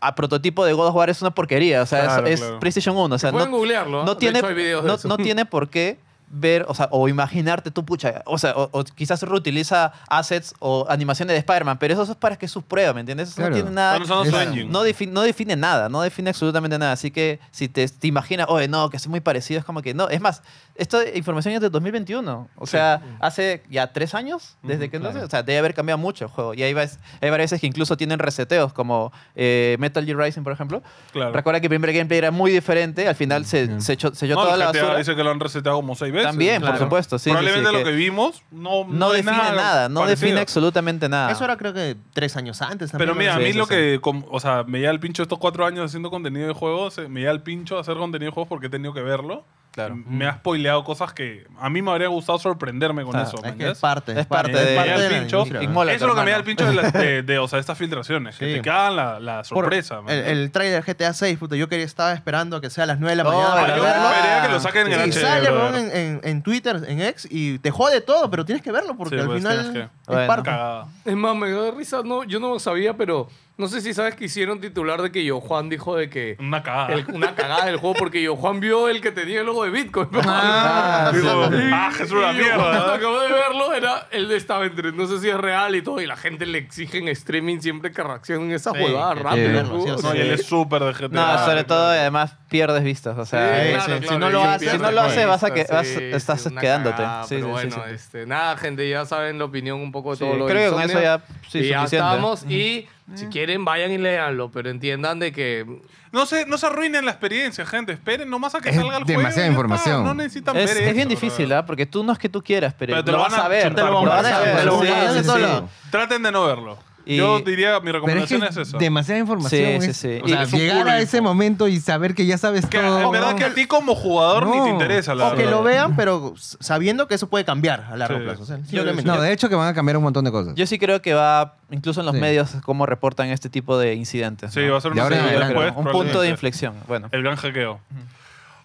[SPEAKER 4] a prototipo de God of War es una porquería. O sea, es-
[SPEAKER 2] Claro,
[SPEAKER 4] es,
[SPEAKER 2] claro.
[SPEAKER 4] PlayStation 1. O sea,
[SPEAKER 3] Pueden
[SPEAKER 4] no,
[SPEAKER 3] googlearlo. ¿ah?
[SPEAKER 4] no
[SPEAKER 3] De
[SPEAKER 4] tiene,
[SPEAKER 3] hecho, hay videos de
[SPEAKER 4] no,
[SPEAKER 3] eso.
[SPEAKER 4] no tiene por qué ver, o sea, o imaginarte tú, pucha, o sea, o, o quizás reutiliza assets o animaciones de Spider-Man, pero eso es para que sus pruebas, ¿me entiendes? Eso
[SPEAKER 5] Claro.
[SPEAKER 4] no tiene nada...
[SPEAKER 2] Están usando su
[SPEAKER 5] Claro.
[SPEAKER 2] engine.
[SPEAKER 4] No, defi- no define nada, no define absolutamente nada. Así que si te, te imaginas, oye, no, que soy muy parecido, es como que no. Es más, esta información es de 2021. O sea, hace ya tres años desde que entonces. O sea, debe haber cambiado mucho el juego. Y hay, vas- hay varias veces que incluso tienen reseteos, como eh, Metal Gear Rising, por ejemplo.
[SPEAKER 2] Claro.
[SPEAKER 4] Recuerda que el primer gameplay era muy diferente. Al final se, se, echó, se echó
[SPEAKER 2] No,
[SPEAKER 4] toda
[SPEAKER 2] el
[SPEAKER 4] la
[SPEAKER 2] GTA
[SPEAKER 4] basura.
[SPEAKER 2] dice que lo han reseteado como seis veces.
[SPEAKER 4] También,
[SPEAKER 6] Claro.
[SPEAKER 4] por supuesto. sí, sí, sí,
[SPEAKER 2] Probablemente
[SPEAKER 4] que
[SPEAKER 2] lo que vimos no,
[SPEAKER 4] no,
[SPEAKER 2] hay
[SPEAKER 4] define nada, no
[SPEAKER 2] parecido.
[SPEAKER 4] define absolutamente nada.
[SPEAKER 6] Eso era creo que tres años antes también.
[SPEAKER 2] Pero mira, a
[SPEAKER 6] Sí,
[SPEAKER 2] mí
[SPEAKER 6] sí,
[SPEAKER 2] lo
[SPEAKER 6] sí.
[SPEAKER 2] que, com- o sea, me llega el pincho estos cuatro años haciendo contenido de juegos, eh, me llega el pincho hacer contenido de juegos porque he tenido que verlo.
[SPEAKER 4] Claro.
[SPEAKER 2] M- Me ha spoileado cosas que a mí me habría gustado sorprenderme con
[SPEAKER 4] Ah,
[SPEAKER 2] eso. ¿me
[SPEAKER 6] Es que es
[SPEAKER 2] entiendes?
[SPEAKER 6] parte.
[SPEAKER 4] Es parte de-
[SPEAKER 2] Me llega el
[SPEAKER 6] la
[SPEAKER 2] pincho.
[SPEAKER 6] industria,
[SPEAKER 4] In-
[SPEAKER 6] ¿no?
[SPEAKER 4] Inmol- Hola,
[SPEAKER 2] Eso es lo que me da el
[SPEAKER 4] tu
[SPEAKER 2] pincho de, la- de- de, o sea, estas filtraciones, que
[SPEAKER 6] Sí.
[SPEAKER 2] te cagan la, la
[SPEAKER 6] Por-
[SPEAKER 2] sorpresa. man.
[SPEAKER 6] el, el trailer GTA 6, puta, yo quería, estaba esperando que sea a las 9 de la
[SPEAKER 4] Oh,
[SPEAKER 6] mañana
[SPEAKER 2] Ah,
[SPEAKER 6] para
[SPEAKER 2] yo
[SPEAKER 4] ¿verdad?
[SPEAKER 6] verlo.
[SPEAKER 2] esperaría que lo saquen en
[SPEAKER 6] Y
[SPEAKER 2] HD.
[SPEAKER 6] sale,
[SPEAKER 2] brother.
[SPEAKER 6] weón, en, en- en Twitter, en X, y te jode todo, pero tienes que verlo porque
[SPEAKER 2] Sí,
[SPEAKER 6] al
[SPEAKER 2] pues,
[SPEAKER 6] final
[SPEAKER 2] tienes que.
[SPEAKER 6] es
[SPEAKER 4] Bueno.
[SPEAKER 6] parte.
[SPEAKER 2] Cagada.
[SPEAKER 3] Es más, me dio risa, no, yo no sabía, pero no sé si sabes que hicieron titular de que yo Juan dijo de que
[SPEAKER 2] Una cagada.
[SPEAKER 3] el- una cagada del juego porque yo Juan vio el que tenía el logo de Bitcoin.
[SPEAKER 5] Ah,
[SPEAKER 2] Digo, ah,
[SPEAKER 3] Y
[SPEAKER 2] es una
[SPEAKER 3] yo cuando
[SPEAKER 2] mierda.
[SPEAKER 3] acabo de verlo, era él estaba entre no sé si es real y todo, y la gente le exige en streaming siempre que reaccionen esas
[SPEAKER 6] Sí,
[SPEAKER 3] huevadas
[SPEAKER 6] que
[SPEAKER 3] rápido.
[SPEAKER 5] tienen,
[SPEAKER 3] ¿no?
[SPEAKER 6] sí, o sea,
[SPEAKER 2] No, y él es súper de gente. Ah,
[SPEAKER 4] No, sobre todo, y además pierdes vistas. O sea,
[SPEAKER 3] Sí,
[SPEAKER 4] es-
[SPEAKER 3] claro,
[SPEAKER 6] sí,
[SPEAKER 3] claro,
[SPEAKER 6] si no lo
[SPEAKER 3] yo
[SPEAKER 6] haces,
[SPEAKER 3] pierdo
[SPEAKER 6] si no lo
[SPEAKER 3] la
[SPEAKER 6] haces,
[SPEAKER 4] vas a
[SPEAKER 3] vista,
[SPEAKER 4] que- vas-
[SPEAKER 3] sí,
[SPEAKER 4] estás
[SPEAKER 3] sí, una
[SPEAKER 4] quedándote.
[SPEAKER 3] cagada,
[SPEAKER 4] Sí,
[SPEAKER 3] pero
[SPEAKER 4] sí, sí,
[SPEAKER 3] bueno,
[SPEAKER 4] sí.
[SPEAKER 3] este, nada, gente, ya saben la opinión un poco de
[SPEAKER 4] Sí,
[SPEAKER 3] todo lo de
[SPEAKER 4] creo que con
[SPEAKER 3] Insomnio.
[SPEAKER 4] eso ya, sí,
[SPEAKER 3] y ya
[SPEAKER 4] suficiente. Mm.
[SPEAKER 3] estamos. Y si quieren, vayan y leanlo, pero entiendan de que
[SPEAKER 2] No se, no se arruinen la experiencia, gente. Esperen nomás a que
[SPEAKER 5] Es
[SPEAKER 2] salga el juego.
[SPEAKER 5] demasiada
[SPEAKER 2] y ya está.
[SPEAKER 5] información.
[SPEAKER 2] No necesitan
[SPEAKER 4] Es,
[SPEAKER 2] ver
[SPEAKER 4] es bien
[SPEAKER 2] eso,
[SPEAKER 4] difícil,
[SPEAKER 2] brother.
[SPEAKER 4] ¿ah? Porque tú no es que tú quieras, pero,
[SPEAKER 2] Pero te
[SPEAKER 4] lo
[SPEAKER 2] lo
[SPEAKER 4] vas
[SPEAKER 2] van a
[SPEAKER 4] a ver.
[SPEAKER 2] chutar por
[SPEAKER 4] lo vas a
[SPEAKER 2] abajo.
[SPEAKER 4] ver.
[SPEAKER 2] Te lo
[SPEAKER 4] sí,
[SPEAKER 6] van a-
[SPEAKER 4] sí,
[SPEAKER 6] de todo
[SPEAKER 4] sí.
[SPEAKER 6] lado.
[SPEAKER 2] Traten de no verlo.
[SPEAKER 4] Y-
[SPEAKER 2] Yo diría, mi
[SPEAKER 5] Pero es que
[SPEAKER 2] recomendación es, eso.
[SPEAKER 5] demasiada información.
[SPEAKER 4] Sí,
[SPEAKER 5] es-
[SPEAKER 4] sí, sí.
[SPEAKER 5] O
[SPEAKER 4] Y
[SPEAKER 5] sea,
[SPEAKER 2] es un
[SPEAKER 5] llegar
[SPEAKER 2] culo
[SPEAKER 5] a
[SPEAKER 2] de
[SPEAKER 5] ese
[SPEAKER 2] info.
[SPEAKER 5] momento y saber que ya sabes
[SPEAKER 2] Que,
[SPEAKER 5] todo.
[SPEAKER 2] en verdad que a ti como jugador ni
[SPEAKER 5] No.
[SPEAKER 2] te interesa, la
[SPEAKER 6] O que
[SPEAKER 2] verdad.
[SPEAKER 6] lo vean, pero s- sabiendo que eso puede cambiar a largo
[SPEAKER 2] Sí.
[SPEAKER 6] plazo. o sea,
[SPEAKER 2] Yo-
[SPEAKER 6] simplemente.
[SPEAKER 5] No, de hecho que van a cambiar un montón de cosas.
[SPEAKER 4] Yo sí creo que va, incluso en los
[SPEAKER 5] Sí.
[SPEAKER 4] medios, cómo reportan este tipo de incidentes.
[SPEAKER 2] Sí,
[SPEAKER 4] ¿no?
[SPEAKER 2] va a ser
[SPEAKER 5] Y
[SPEAKER 2] una
[SPEAKER 5] ahora
[SPEAKER 2] serie
[SPEAKER 5] en
[SPEAKER 2] de
[SPEAKER 5] adelante,
[SPEAKER 2] después,
[SPEAKER 4] un punto de
[SPEAKER 2] probablemente.
[SPEAKER 4] inflexión. Bueno,
[SPEAKER 2] El gran hackeo.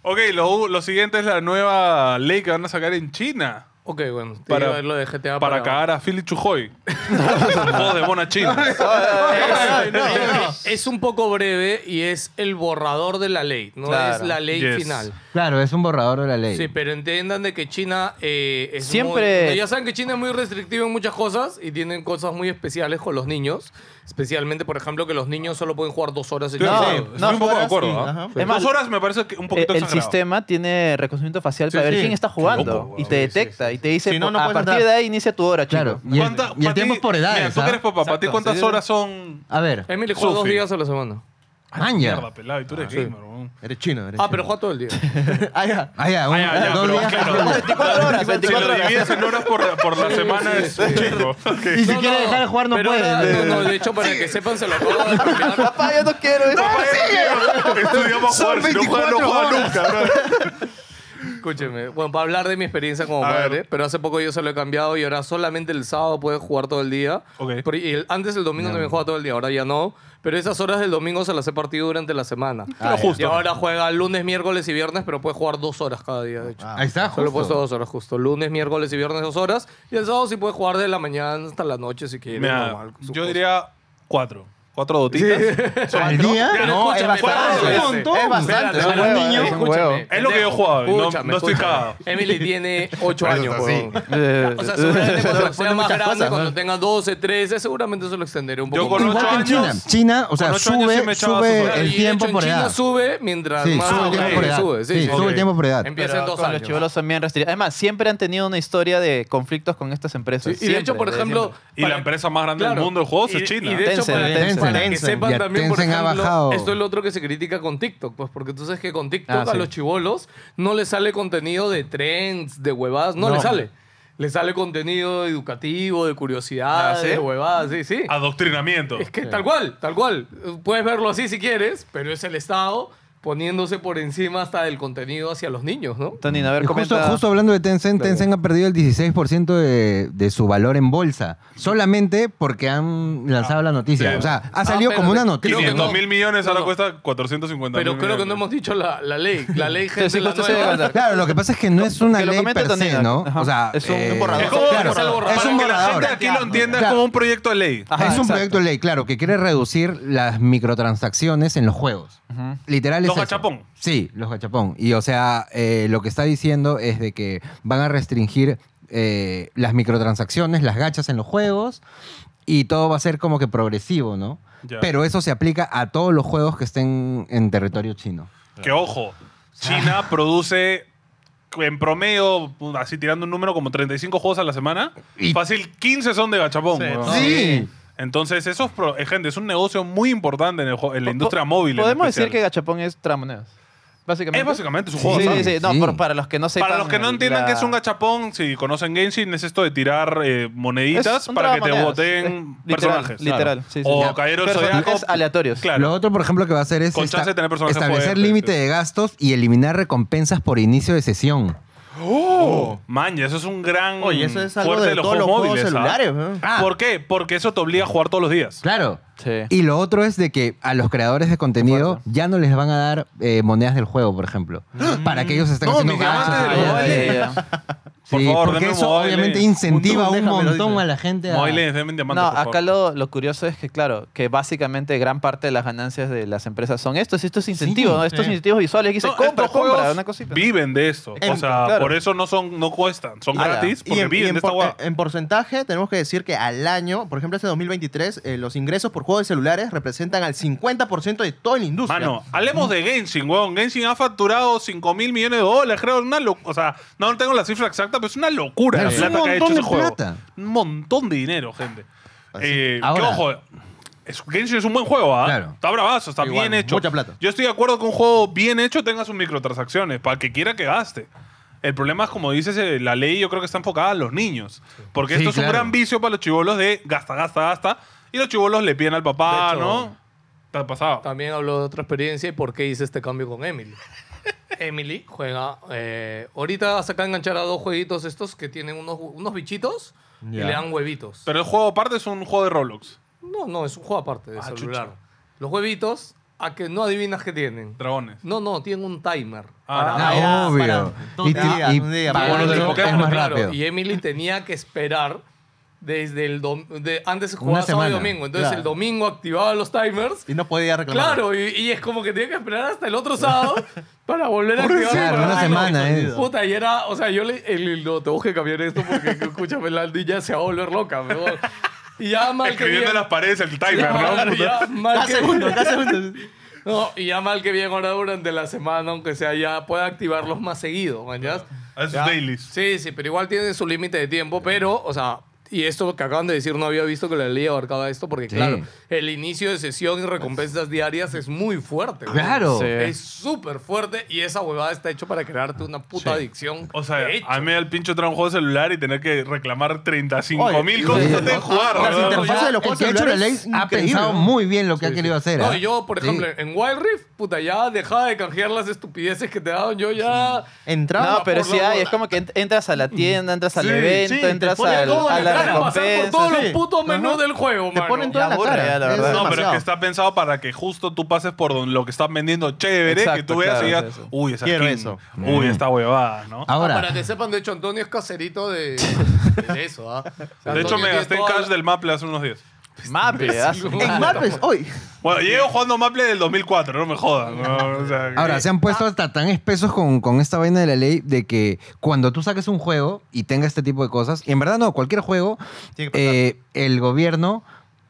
[SPEAKER 2] Ok, lo, lo siguiente es la nueva ley que van a sacar en China
[SPEAKER 3] Ok, bueno, te
[SPEAKER 2] Para-
[SPEAKER 3] iba a ver lo de GTA
[SPEAKER 2] para cagar a Philip Chujoy. Todos de Mona China.
[SPEAKER 3] Ay, no, no. Es un poco breve y es el borrador de la ley, no
[SPEAKER 4] Claro.
[SPEAKER 3] es la ley
[SPEAKER 2] Yes.
[SPEAKER 3] final.
[SPEAKER 5] Claro, es un borrador de la ley.
[SPEAKER 3] Sí, pero entiendan de que China eh, es
[SPEAKER 4] Siempre-
[SPEAKER 3] muy- ya saben que China es muy restrictiva en muchas cosas y tienen cosas muy especiales con los niños, especialmente por ejemplo que los niños solo pueden jugar dos horas. en
[SPEAKER 2] Estoy-
[SPEAKER 4] No,
[SPEAKER 2] sí,
[SPEAKER 3] China.
[SPEAKER 2] estoy
[SPEAKER 4] no,
[SPEAKER 2] un poco de
[SPEAKER 6] horas
[SPEAKER 2] acuerdo.
[SPEAKER 6] y-
[SPEAKER 2] ¿ah?
[SPEAKER 6] ajá.
[SPEAKER 4] Es más,
[SPEAKER 2] Dos horas me parece que un
[SPEAKER 4] eh,
[SPEAKER 2] poquito
[SPEAKER 4] el
[SPEAKER 2] exagerado.
[SPEAKER 4] sistema tiene reconocimiento facial
[SPEAKER 6] Sí,
[SPEAKER 4] para ver
[SPEAKER 6] sí.
[SPEAKER 4] quién está jugando
[SPEAKER 2] loco,
[SPEAKER 4] y
[SPEAKER 2] weón.
[SPEAKER 4] te detecta y te dice
[SPEAKER 6] Si no, no
[SPEAKER 4] a
[SPEAKER 6] puedes
[SPEAKER 4] partir
[SPEAKER 6] entrar".
[SPEAKER 4] de ahí inicia tu hora, chico.
[SPEAKER 5] claro. Y el,
[SPEAKER 2] ¿Cuánta-
[SPEAKER 5] y el
[SPEAKER 2] pa' ti-
[SPEAKER 5] tiempo es por
[SPEAKER 2] Mira,
[SPEAKER 5] edades.
[SPEAKER 2] tú
[SPEAKER 5] ¿ah?
[SPEAKER 2] que eres papá, ¿para ti
[SPEAKER 4] Exacto,
[SPEAKER 2] cuántas
[SPEAKER 4] sí.
[SPEAKER 2] horas son...?
[SPEAKER 5] A ver,
[SPEAKER 3] Emily juega dos
[SPEAKER 2] Sophie.
[SPEAKER 3] días a la semana.
[SPEAKER 5] maña.
[SPEAKER 2] Mierda, pelado, y tú eres gamer, weón.
[SPEAKER 5] Eh,
[SPEAKER 6] Eres chino, eres
[SPEAKER 3] Ah,
[SPEAKER 6] chino.
[SPEAKER 3] pero juega todo el día.
[SPEAKER 6] Ah, ya.
[SPEAKER 5] Ah, ya, un-
[SPEAKER 2] Ah, ya, ya,
[SPEAKER 5] dos
[SPEAKER 2] pero
[SPEAKER 5] días.
[SPEAKER 2] claro.
[SPEAKER 4] 24 horas,
[SPEAKER 2] Si lo
[SPEAKER 4] 24 horas.
[SPEAKER 2] divides en horas por, por la semana es un chingo. Ok.
[SPEAKER 5] Y si quiere dejar de jugar, no
[SPEAKER 3] pero
[SPEAKER 5] puede.
[SPEAKER 3] ahora- no, no, de hecho, para que sepan, se lo acabo de cambiar.
[SPEAKER 4] Papá, yo no quiero esto.
[SPEAKER 2] Estudiamos a
[SPEAKER 5] Son
[SPEAKER 2] jugar, si no juegas, no
[SPEAKER 5] 24
[SPEAKER 2] juegas nunca. bro.
[SPEAKER 3] Escúcheme, bueno, para hablar de mi experiencia como
[SPEAKER 2] A
[SPEAKER 3] padre,
[SPEAKER 2] ver.
[SPEAKER 3] pero hace poco yo se lo he cambiado y ahora solamente el sábado puedes jugar todo el día.
[SPEAKER 2] Ok.
[SPEAKER 3] Pero y el- antes el domingo también jugaba todo el día, ahora ya no. Pero esas horas del domingo se las he partido durante la semana.
[SPEAKER 2] Pero Ah, justo.
[SPEAKER 3] Y ahora juega lunes, miércoles y viernes, pero puede jugar dos horas cada día, de hecho.
[SPEAKER 5] Ahí está,
[SPEAKER 3] Solo he puesto
[SPEAKER 5] justo.
[SPEAKER 3] dos horas justo. Lunes, miércoles y viernes dos horas. Y el sábado sí puedes jugar de la mañana hasta la noche si quieres.
[SPEAKER 2] Mira,
[SPEAKER 3] normal, con sus
[SPEAKER 2] yo
[SPEAKER 3] cosas.
[SPEAKER 2] diría cuatro. Cuatro dotitas.
[SPEAKER 5] ¿Al día?
[SPEAKER 2] Ya,
[SPEAKER 5] No, es
[SPEAKER 3] escúchame,
[SPEAKER 5] bastante.
[SPEAKER 2] es
[SPEAKER 5] Es
[SPEAKER 2] un
[SPEAKER 5] montón.
[SPEAKER 4] Es bastante,
[SPEAKER 5] Para
[SPEAKER 4] es un
[SPEAKER 5] un
[SPEAKER 4] huevo,
[SPEAKER 6] ¿eh?
[SPEAKER 5] niño.
[SPEAKER 4] es un huevo.
[SPEAKER 3] Escúchame,
[SPEAKER 2] Es lo que yo
[SPEAKER 3] pendejo,
[SPEAKER 2] jugaba, no-
[SPEAKER 3] escúchame,
[SPEAKER 2] no estoy
[SPEAKER 3] escúchame.
[SPEAKER 2] cagado.
[SPEAKER 3] Emily tiene 8
[SPEAKER 5] Por eso
[SPEAKER 3] años,
[SPEAKER 5] es así.
[SPEAKER 3] huevón.
[SPEAKER 5] Eh,
[SPEAKER 3] O sea, seguramente cuando sea más
[SPEAKER 6] muchas
[SPEAKER 3] grande,
[SPEAKER 6] cosas,
[SPEAKER 3] cuando
[SPEAKER 6] ¿no?
[SPEAKER 3] tenga 12, 13, seguramente eso lo extenderé un
[SPEAKER 2] Yo
[SPEAKER 3] poco.
[SPEAKER 2] con
[SPEAKER 3] más.
[SPEAKER 5] Igual que en
[SPEAKER 2] ocho
[SPEAKER 5] China.
[SPEAKER 2] años-
[SPEAKER 5] China, o sea,
[SPEAKER 2] con ocho años sí me echaba
[SPEAKER 5] sube,
[SPEAKER 2] su
[SPEAKER 5] sube
[SPEAKER 2] madre.
[SPEAKER 3] Y de
[SPEAKER 5] el
[SPEAKER 3] hecho,
[SPEAKER 5] tiempo
[SPEAKER 3] en
[SPEAKER 5] por
[SPEAKER 3] China
[SPEAKER 5] edad.
[SPEAKER 3] sube mientras
[SPEAKER 5] Sí,
[SPEAKER 3] más
[SPEAKER 5] sube el
[SPEAKER 2] ok.
[SPEAKER 5] tiempo por edad.
[SPEAKER 3] sube, sí,
[SPEAKER 5] Sí,
[SPEAKER 3] sí,
[SPEAKER 5] sube
[SPEAKER 2] ok.
[SPEAKER 5] el tiempo por edad.
[SPEAKER 3] Empieza en
[SPEAKER 4] Pero
[SPEAKER 3] dos
[SPEAKER 4] con
[SPEAKER 3] años.
[SPEAKER 4] Los chivolos son bien restrictivos. Es más, siempre han tenido una historia de conflictos con estas
[SPEAKER 3] Sí,
[SPEAKER 4] empresas.
[SPEAKER 3] y de hecho,
[SPEAKER 4] Siempre,
[SPEAKER 3] por
[SPEAKER 4] desde
[SPEAKER 3] ejemplo.
[SPEAKER 4] siempre.
[SPEAKER 2] Y la empresa más grande del mundo de juegos es
[SPEAKER 3] Y-
[SPEAKER 2] China.
[SPEAKER 3] Y de hecho,
[SPEAKER 4] Tencent,
[SPEAKER 3] para, para
[SPEAKER 4] Tencent.
[SPEAKER 3] que
[SPEAKER 5] Tencent.
[SPEAKER 3] sepan
[SPEAKER 5] Ya
[SPEAKER 3] también, por
[SPEAKER 5] Tencent ha
[SPEAKER 3] ejemplo,
[SPEAKER 5] bajado.
[SPEAKER 3] esto es lo otro que se critica con TikTok, pues porque tú sabes que con TikTok
[SPEAKER 4] Ah,
[SPEAKER 3] a
[SPEAKER 4] sí.
[SPEAKER 3] los chivolos no les sale contenido de trends, de huevadas, no, les sale. Les sale contenido educativo, de curiosidad,
[SPEAKER 4] Ah, ¿sí?
[SPEAKER 3] de huevadas, sí, sí.
[SPEAKER 2] Ah, Adoctrinamiento.
[SPEAKER 3] Es que tal cual, tal cual. Puedes verlo así si quieres, pero es el Estado poniéndose por encima hasta del contenido hacia los niños, ¿no?
[SPEAKER 4] Tonino, a ver,
[SPEAKER 5] Y justo,
[SPEAKER 4] comenta.
[SPEAKER 5] justo hablando de Tencent, Tencent ha perdido el 16% de, de su valor en bolsa. Solamente porque han lanzado
[SPEAKER 2] Ah,
[SPEAKER 5] la noticia.
[SPEAKER 2] sí.
[SPEAKER 5] O sea, ha salido como una
[SPEAKER 3] espérate,
[SPEAKER 5] noticia.
[SPEAKER 3] creo que
[SPEAKER 2] 500
[SPEAKER 3] no.
[SPEAKER 2] mil millones ahora
[SPEAKER 3] No, no.
[SPEAKER 2] cuesta 450
[SPEAKER 3] Pero
[SPEAKER 2] mil
[SPEAKER 3] creo que no
[SPEAKER 2] millones.
[SPEAKER 3] hemos dicho la, la ley. La ley, gente,
[SPEAKER 4] sí,
[SPEAKER 3] la
[SPEAKER 4] justo se iba a
[SPEAKER 3] nueva.
[SPEAKER 4] contar.
[SPEAKER 5] Claro, lo que pasa es que no es una
[SPEAKER 4] que lo
[SPEAKER 5] ley
[SPEAKER 4] comente
[SPEAKER 5] per se,
[SPEAKER 4] Tonino,
[SPEAKER 5] ¿no?
[SPEAKER 4] ajá.
[SPEAKER 5] O sea,
[SPEAKER 4] Es un- un borrador.
[SPEAKER 2] Es como,
[SPEAKER 5] claro,
[SPEAKER 2] es algo-
[SPEAKER 5] es
[SPEAKER 2] para
[SPEAKER 5] un
[SPEAKER 2] que la gente
[SPEAKER 5] borrador.
[SPEAKER 2] aquí lo entienda, es
[SPEAKER 5] Claro.
[SPEAKER 2] como un proyecto de ley.
[SPEAKER 4] Ajá,
[SPEAKER 5] es un
[SPEAKER 4] exacto.
[SPEAKER 5] proyecto de ley, claro, que quiere reducir las microtransacciones en los juegos. Literal, es
[SPEAKER 2] Los
[SPEAKER 5] eso.
[SPEAKER 2] gachapón.
[SPEAKER 5] Sí, los gachapón. Y o sea, eh, lo que está diciendo es de que van a restringir eh, las microtransacciones, las gachas en los juegos y todo va a ser como que progresivo, ¿no?
[SPEAKER 2] Ya.
[SPEAKER 5] Pero eso se aplica a todos los juegos que estén en territorio chino.
[SPEAKER 2] Que ojo,
[SPEAKER 5] Ah.
[SPEAKER 2] China produce en promedio, así tirando un número, como 35 juegos a la semana.
[SPEAKER 5] Y-
[SPEAKER 2] Fácil, 15 son de gachapón.
[SPEAKER 6] Sí,
[SPEAKER 2] weón.
[SPEAKER 6] ¿no? Sí.
[SPEAKER 2] Entonces, eso es, pro- eh, gente, es un negocio muy importante en, el jo- en la
[SPEAKER 4] Po-
[SPEAKER 2] industria
[SPEAKER 4] po-
[SPEAKER 2] móvil. en
[SPEAKER 4] Podemos decir
[SPEAKER 2] especial.
[SPEAKER 4] que Gachapón es tragamonedas. Básicamente.
[SPEAKER 2] Es básicamente su
[SPEAKER 4] Sí,
[SPEAKER 2] juego.
[SPEAKER 4] sí,
[SPEAKER 2] ¿sabes?
[SPEAKER 4] sí, No,
[SPEAKER 5] Sí.
[SPEAKER 4] por- para los que no sepan.
[SPEAKER 2] Para los que no entiendan
[SPEAKER 4] la-
[SPEAKER 2] qué es un gachapón, si conocen Genshin, es esto de tirar eh, moneditas
[SPEAKER 4] Es un
[SPEAKER 2] para que te
[SPEAKER 4] tragamonedas,
[SPEAKER 2] voten
[SPEAKER 4] es- literal,
[SPEAKER 2] personajes.
[SPEAKER 4] literal, sí, sí,
[SPEAKER 2] o
[SPEAKER 4] ya.
[SPEAKER 2] Caballero del
[SPEAKER 4] Personajes
[SPEAKER 2] Zodiaco.
[SPEAKER 4] aleatorios.
[SPEAKER 2] Claro.
[SPEAKER 5] Lo otro, por ejemplo, que va a hacer es
[SPEAKER 2] Con chance de tener personajes
[SPEAKER 5] establecer
[SPEAKER 2] fuertes,
[SPEAKER 5] límite
[SPEAKER 2] sí.
[SPEAKER 5] de gastos y eliminar recompensas por inicio de sesión.
[SPEAKER 2] Man, ya eso es un gran
[SPEAKER 6] Oye, eso es algo
[SPEAKER 2] fuerte
[SPEAKER 6] de todos los juegos
[SPEAKER 2] móviles, ¿ah?
[SPEAKER 6] celulares. ¿no?
[SPEAKER 5] Ah.
[SPEAKER 2] ¿Por qué? Porque eso te obliga a jugar todos los días.
[SPEAKER 5] Claro.
[SPEAKER 4] Sí.
[SPEAKER 5] Y lo otro es de que a los creadores de contenido ya no les van a dar eh, monedas del juego, por ejemplo. Para que ellos estén
[SPEAKER 2] No,
[SPEAKER 5] haciendo
[SPEAKER 2] mis diamantes
[SPEAKER 5] gastos.
[SPEAKER 2] del
[SPEAKER 5] ya,
[SPEAKER 2] móvil.
[SPEAKER 5] ya, ya.
[SPEAKER 2] Por
[SPEAKER 5] Sí,
[SPEAKER 2] favor,
[SPEAKER 5] porque
[SPEAKER 2] denme
[SPEAKER 5] eso
[SPEAKER 2] móviles.
[SPEAKER 5] obviamente incentiva
[SPEAKER 6] Un montón,
[SPEAKER 5] un,
[SPEAKER 6] déjamelo,
[SPEAKER 5] montón
[SPEAKER 6] dice.
[SPEAKER 5] a la gente a...
[SPEAKER 2] Móviles, denme diamantes,
[SPEAKER 4] No,
[SPEAKER 2] por favor.
[SPEAKER 4] acá lo, lo curioso es que, claro, que básicamente gran parte de las ganancias de las empresas son estos, estos incentivos, ¿no? estos
[SPEAKER 6] sí.
[SPEAKER 4] incentivos visuales que dice,
[SPEAKER 2] No,
[SPEAKER 4] compra,
[SPEAKER 2] estos juegos
[SPEAKER 4] compra, una cosita.
[SPEAKER 2] Viven de esto. o
[SPEAKER 6] En-
[SPEAKER 2] sea,
[SPEAKER 4] claro.
[SPEAKER 2] por eso no son, no cuestan. Son
[SPEAKER 4] Y- ah,
[SPEAKER 2] gratis
[SPEAKER 6] Y
[SPEAKER 2] porque
[SPEAKER 6] en, y
[SPEAKER 2] viven
[SPEAKER 6] en
[SPEAKER 2] de esta
[SPEAKER 6] por-
[SPEAKER 2] guada.
[SPEAKER 6] en porcentaje tenemos que decir que al año, por ejemplo este 2023, eh, los ingresos por juegos de celulares representan al 50% de toda la industria.
[SPEAKER 2] Mano, hablemos de Genshin, weón. Genshin ha facturado 5 mil millones de dólares, creo. Una lo- o sea, no tengo la cifra exacta, pero es una locura
[SPEAKER 5] Claro,
[SPEAKER 2] la
[SPEAKER 5] es un
[SPEAKER 2] plata que ha hecho
[SPEAKER 5] montón
[SPEAKER 2] ese
[SPEAKER 5] de
[SPEAKER 2] juego.
[SPEAKER 5] plata.
[SPEAKER 2] Un montón de dinero, gente. Eh, que
[SPEAKER 5] Ahora-
[SPEAKER 2] ojo, es- Genshin es un buen juego, ¿ah?
[SPEAKER 5] Claro.
[SPEAKER 2] Está bravazo, está
[SPEAKER 6] Igual,
[SPEAKER 2] bien hecho.
[SPEAKER 6] mucha plata.
[SPEAKER 2] Yo estoy de acuerdo que un juego bien hecho tenga sus microtransacciones, para el que quiera que gaste. El problema es, como dices, eh, la ley yo creo que está enfocada a los niños. Porque
[SPEAKER 5] Sí,
[SPEAKER 2] esto es un
[SPEAKER 5] claro.
[SPEAKER 2] gran vicio para los chivolos de gasta, gasta, gasta. Y los chivolos le piden al papá,
[SPEAKER 3] De hecho,
[SPEAKER 2] ¿no? Está pasado.
[SPEAKER 3] También habló de otra experiencia y por qué hice este cambio con Emily. Emily juega. eh, ahorita vas acá a enganchar a dos jueguitos estos que tienen unos, unos bichitos y
[SPEAKER 6] Ya.
[SPEAKER 3] le dan huevitos.
[SPEAKER 2] Pero el juego aparte es un juego de Roblox.
[SPEAKER 3] no, no, es un juego aparte de
[SPEAKER 2] Ah,
[SPEAKER 3] celular. Los huevitos, a que no adivinas qué tienen.
[SPEAKER 2] Dragones.
[SPEAKER 3] No, no, tienen un timer.
[SPEAKER 2] Ah,
[SPEAKER 5] Ah,
[SPEAKER 6] Ah, para-
[SPEAKER 5] obvio.
[SPEAKER 6] dos
[SPEAKER 5] Y-
[SPEAKER 6] días,
[SPEAKER 5] y-
[SPEAKER 6] un día,
[SPEAKER 5] y-
[SPEAKER 6] para
[SPEAKER 5] bueno,
[SPEAKER 2] los de
[SPEAKER 5] es
[SPEAKER 2] Pokémon,
[SPEAKER 5] más
[SPEAKER 3] Claro,
[SPEAKER 5] rápido.
[SPEAKER 3] Y Emily tenía que esperar desde el dom- de- antes jugaba sábado y
[SPEAKER 5] semana,
[SPEAKER 3] domingo. Entonces
[SPEAKER 6] claro.
[SPEAKER 3] el domingo activaba los timers.
[SPEAKER 6] Y no podía reclamar.
[SPEAKER 3] Claro, y, y es como que tenía que esperar hasta el otro sábado para volver a activar.
[SPEAKER 5] Claro,
[SPEAKER 3] el
[SPEAKER 5] una
[SPEAKER 3] programa.
[SPEAKER 5] semana, ¿eh?
[SPEAKER 3] Puta, y era, o sea, yo le, el- no, tengo que cambiar esto porque, escúchame, la niña se va a volver loca, weón. Y ya mal que
[SPEAKER 2] Escribiendo
[SPEAKER 3] bien.
[SPEAKER 2] en las paredes el timer,
[SPEAKER 3] Claro,
[SPEAKER 2] ¿no?
[SPEAKER 3] ya mal
[SPEAKER 6] Cada
[SPEAKER 3] que
[SPEAKER 6] segundo, cada segundo.
[SPEAKER 3] No, y ya mal que bien ahora durante la semana, aunque sea ya pueda activarlos más seguido, ¿mañas?
[SPEAKER 2] A esos
[SPEAKER 3] Ya.
[SPEAKER 2] dailies.
[SPEAKER 3] Sí, sí, pero igual tiene su límite de tiempo, pero, o sea, y esto que acaban de decir, no había visto que la ley abarcaba esto, porque
[SPEAKER 5] Sí.
[SPEAKER 3] claro, el inicio de sesión y recompensas diarias es muy fuerte. güey.
[SPEAKER 5] Claro.
[SPEAKER 4] Sí.
[SPEAKER 3] Es súper fuerte y esa huevada está hecho para crearte una puta adicción.
[SPEAKER 2] O sea,
[SPEAKER 3] De hecho.
[SPEAKER 2] a mí me da el pincho traer un juego de celular y tener que reclamar 35
[SPEAKER 6] Oye,
[SPEAKER 2] mil cosas
[SPEAKER 5] sí.
[SPEAKER 2] antes de jugar.
[SPEAKER 6] Las
[SPEAKER 2] ¿verdad?
[SPEAKER 6] interfaces de los
[SPEAKER 5] El
[SPEAKER 6] juegos
[SPEAKER 5] que ha hecho la ley
[SPEAKER 6] celulares
[SPEAKER 5] ha
[SPEAKER 6] increíble,
[SPEAKER 5] pensado
[SPEAKER 6] ¿no?
[SPEAKER 5] muy bien lo que ha querido hacer.
[SPEAKER 3] No,
[SPEAKER 5] ¿ah?
[SPEAKER 3] yo, por
[SPEAKER 5] Sí.
[SPEAKER 3] ejemplo, en Wild Rift, puta, ya dejaba de canjear las estupideces que te daban. Yo ya.
[SPEAKER 6] Entraba
[SPEAKER 4] No,
[SPEAKER 6] por
[SPEAKER 4] pero
[SPEAKER 6] la
[SPEAKER 4] sí hay,
[SPEAKER 6] bola.
[SPEAKER 4] es como que ent- entras a la tienda, entras al
[SPEAKER 6] Sí,
[SPEAKER 4] evento,
[SPEAKER 6] sí, te
[SPEAKER 4] entras
[SPEAKER 6] ponen
[SPEAKER 4] al-
[SPEAKER 6] todo
[SPEAKER 4] a
[SPEAKER 6] en
[SPEAKER 4] la
[SPEAKER 6] cara,
[SPEAKER 3] pasar por todos
[SPEAKER 4] recompensa.
[SPEAKER 6] sí.
[SPEAKER 3] los putos menús
[SPEAKER 6] Ajá.
[SPEAKER 3] del juego,
[SPEAKER 6] Te
[SPEAKER 3] mano.
[SPEAKER 6] ponen
[SPEAKER 4] Ya
[SPEAKER 6] toda la
[SPEAKER 4] aburre, ya,
[SPEAKER 6] cara.
[SPEAKER 4] la verdad.
[SPEAKER 6] Es
[SPEAKER 2] No, pero es
[SPEAKER 6] demasiado.
[SPEAKER 2] que está pensado para que justo tú pases por don- lo que están vendiendo chévere, que
[SPEAKER 4] Exacto,
[SPEAKER 2] tú veas y
[SPEAKER 4] claro,
[SPEAKER 2] digas,
[SPEAKER 4] sí, sí.
[SPEAKER 2] uy, esa
[SPEAKER 6] Quiero
[SPEAKER 2] skin,
[SPEAKER 6] eso.
[SPEAKER 2] uy, esta huevada, ¿no?
[SPEAKER 3] Ah,
[SPEAKER 5] Ahora,
[SPEAKER 3] para que sepan, de hecho, Antonio es caserito de, de eso, ¿ah? O sea,
[SPEAKER 2] de hecho,
[SPEAKER 3] Antonio
[SPEAKER 2] me
[SPEAKER 3] tiene
[SPEAKER 2] gasté en
[SPEAKER 3] toda
[SPEAKER 2] cash
[SPEAKER 3] la-
[SPEAKER 2] del Maple hace unos días.
[SPEAKER 4] Mape, ah, su-
[SPEAKER 3] güey.
[SPEAKER 6] En Marpes, hoy.
[SPEAKER 2] Bueno, llevo jugando Maple del 2004, no me jodan. ¿no? O sea,
[SPEAKER 5] Ahora,
[SPEAKER 2] que-
[SPEAKER 5] se han puesto hasta tan espesos con, con esta vaina de la ley de que cuando tú saques un juego y tenga este tipo de cosas, y en verdad no, cualquier juego,
[SPEAKER 6] Tiene que pasar.
[SPEAKER 5] eh, el gobierno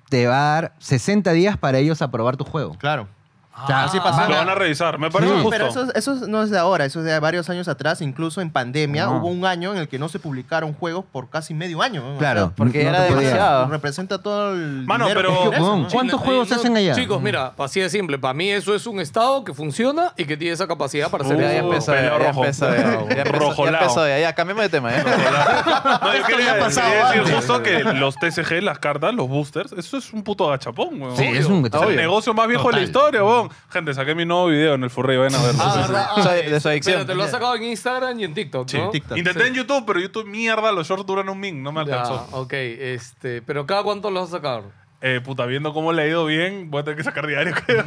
[SPEAKER 5] te va a dar 60 días para ellos aprobar tu juego. Ah,
[SPEAKER 6] Claro.
[SPEAKER 5] O sea,
[SPEAKER 6] así pasó.
[SPEAKER 5] van
[SPEAKER 2] lo
[SPEAKER 5] a-
[SPEAKER 2] van a revisar, me parece
[SPEAKER 5] Sí.
[SPEAKER 2] justo.
[SPEAKER 6] Pero eso, eso no es de ahora, eso es de varios años atrás. Incluso en pandemia
[SPEAKER 5] No.
[SPEAKER 6] hubo un año en el que no se publicaron juegos por casi medio año. ¿no? O
[SPEAKER 5] Claro,
[SPEAKER 6] sea,
[SPEAKER 4] porque
[SPEAKER 5] no
[SPEAKER 4] era
[SPEAKER 5] te podía.
[SPEAKER 4] demasiado.
[SPEAKER 6] representa todo el.
[SPEAKER 2] Mano, pero-
[SPEAKER 6] dinero que
[SPEAKER 5] Es que,
[SPEAKER 6] ingresa,
[SPEAKER 5] huevón,
[SPEAKER 6] ¿no?
[SPEAKER 5] ¿Cuántos
[SPEAKER 3] China,
[SPEAKER 5] juegos
[SPEAKER 3] no,
[SPEAKER 5] se hacen allá?
[SPEAKER 3] Chicos, mira, así de simple. Para mí eso es un estado que funciona y que tiene esa capacidad para hacer
[SPEAKER 2] Uh,
[SPEAKER 4] Oh. Ya
[SPEAKER 3] eso.
[SPEAKER 4] empezó, ya
[SPEAKER 2] pelado rojo.
[SPEAKER 4] empezó, ya, ya empezó, ya
[SPEAKER 2] Rojolao.
[SPEAKER 4] empezó, ya, ya, cambiemos de tema. ¿eh?
[SPEAKER 2] No, yo quería,
[SPEAKER 6] ya ha pasado
[SPEAKER 2] quería decir
[SPEAKER 6] antes.
[SPEAKER 2] justo que los TCG, las cartas, los boosters, eso es un puto agachapón, weón.
[SPEAKER 5] Sí, es un
[SPEAKER 2] Es el negocio más viejo de la
[SPEAKER 5] Total.
[SPEAKER 2] historia, weón. Gente, saqué mi nuevo video en el Furry, vayan a verlo.
[SPEAKER 3] Ah, ¿verdad? Ah,
[SPEAKER 4] Soy- de su adicción.
[SPEAKER 3] Pero te lo has sacado en Instagram y en TikTok, ¿no?
[SPEAKER 6] TikTok.
[SPEAKER 2] Intenté en YouTube, pero YouTube, mierda, los shorts duran un min, no me
[SPEAKER 3] Ya,
[SPEAKER 2] alcanzó.
[SPEAKER 3] ok, este, pero ¿cada cuánto lo has sacado?
[SPEAKER 2] Eh, puta, viendo cómo le ha ido bien, voy a tener que sacar diario. creo.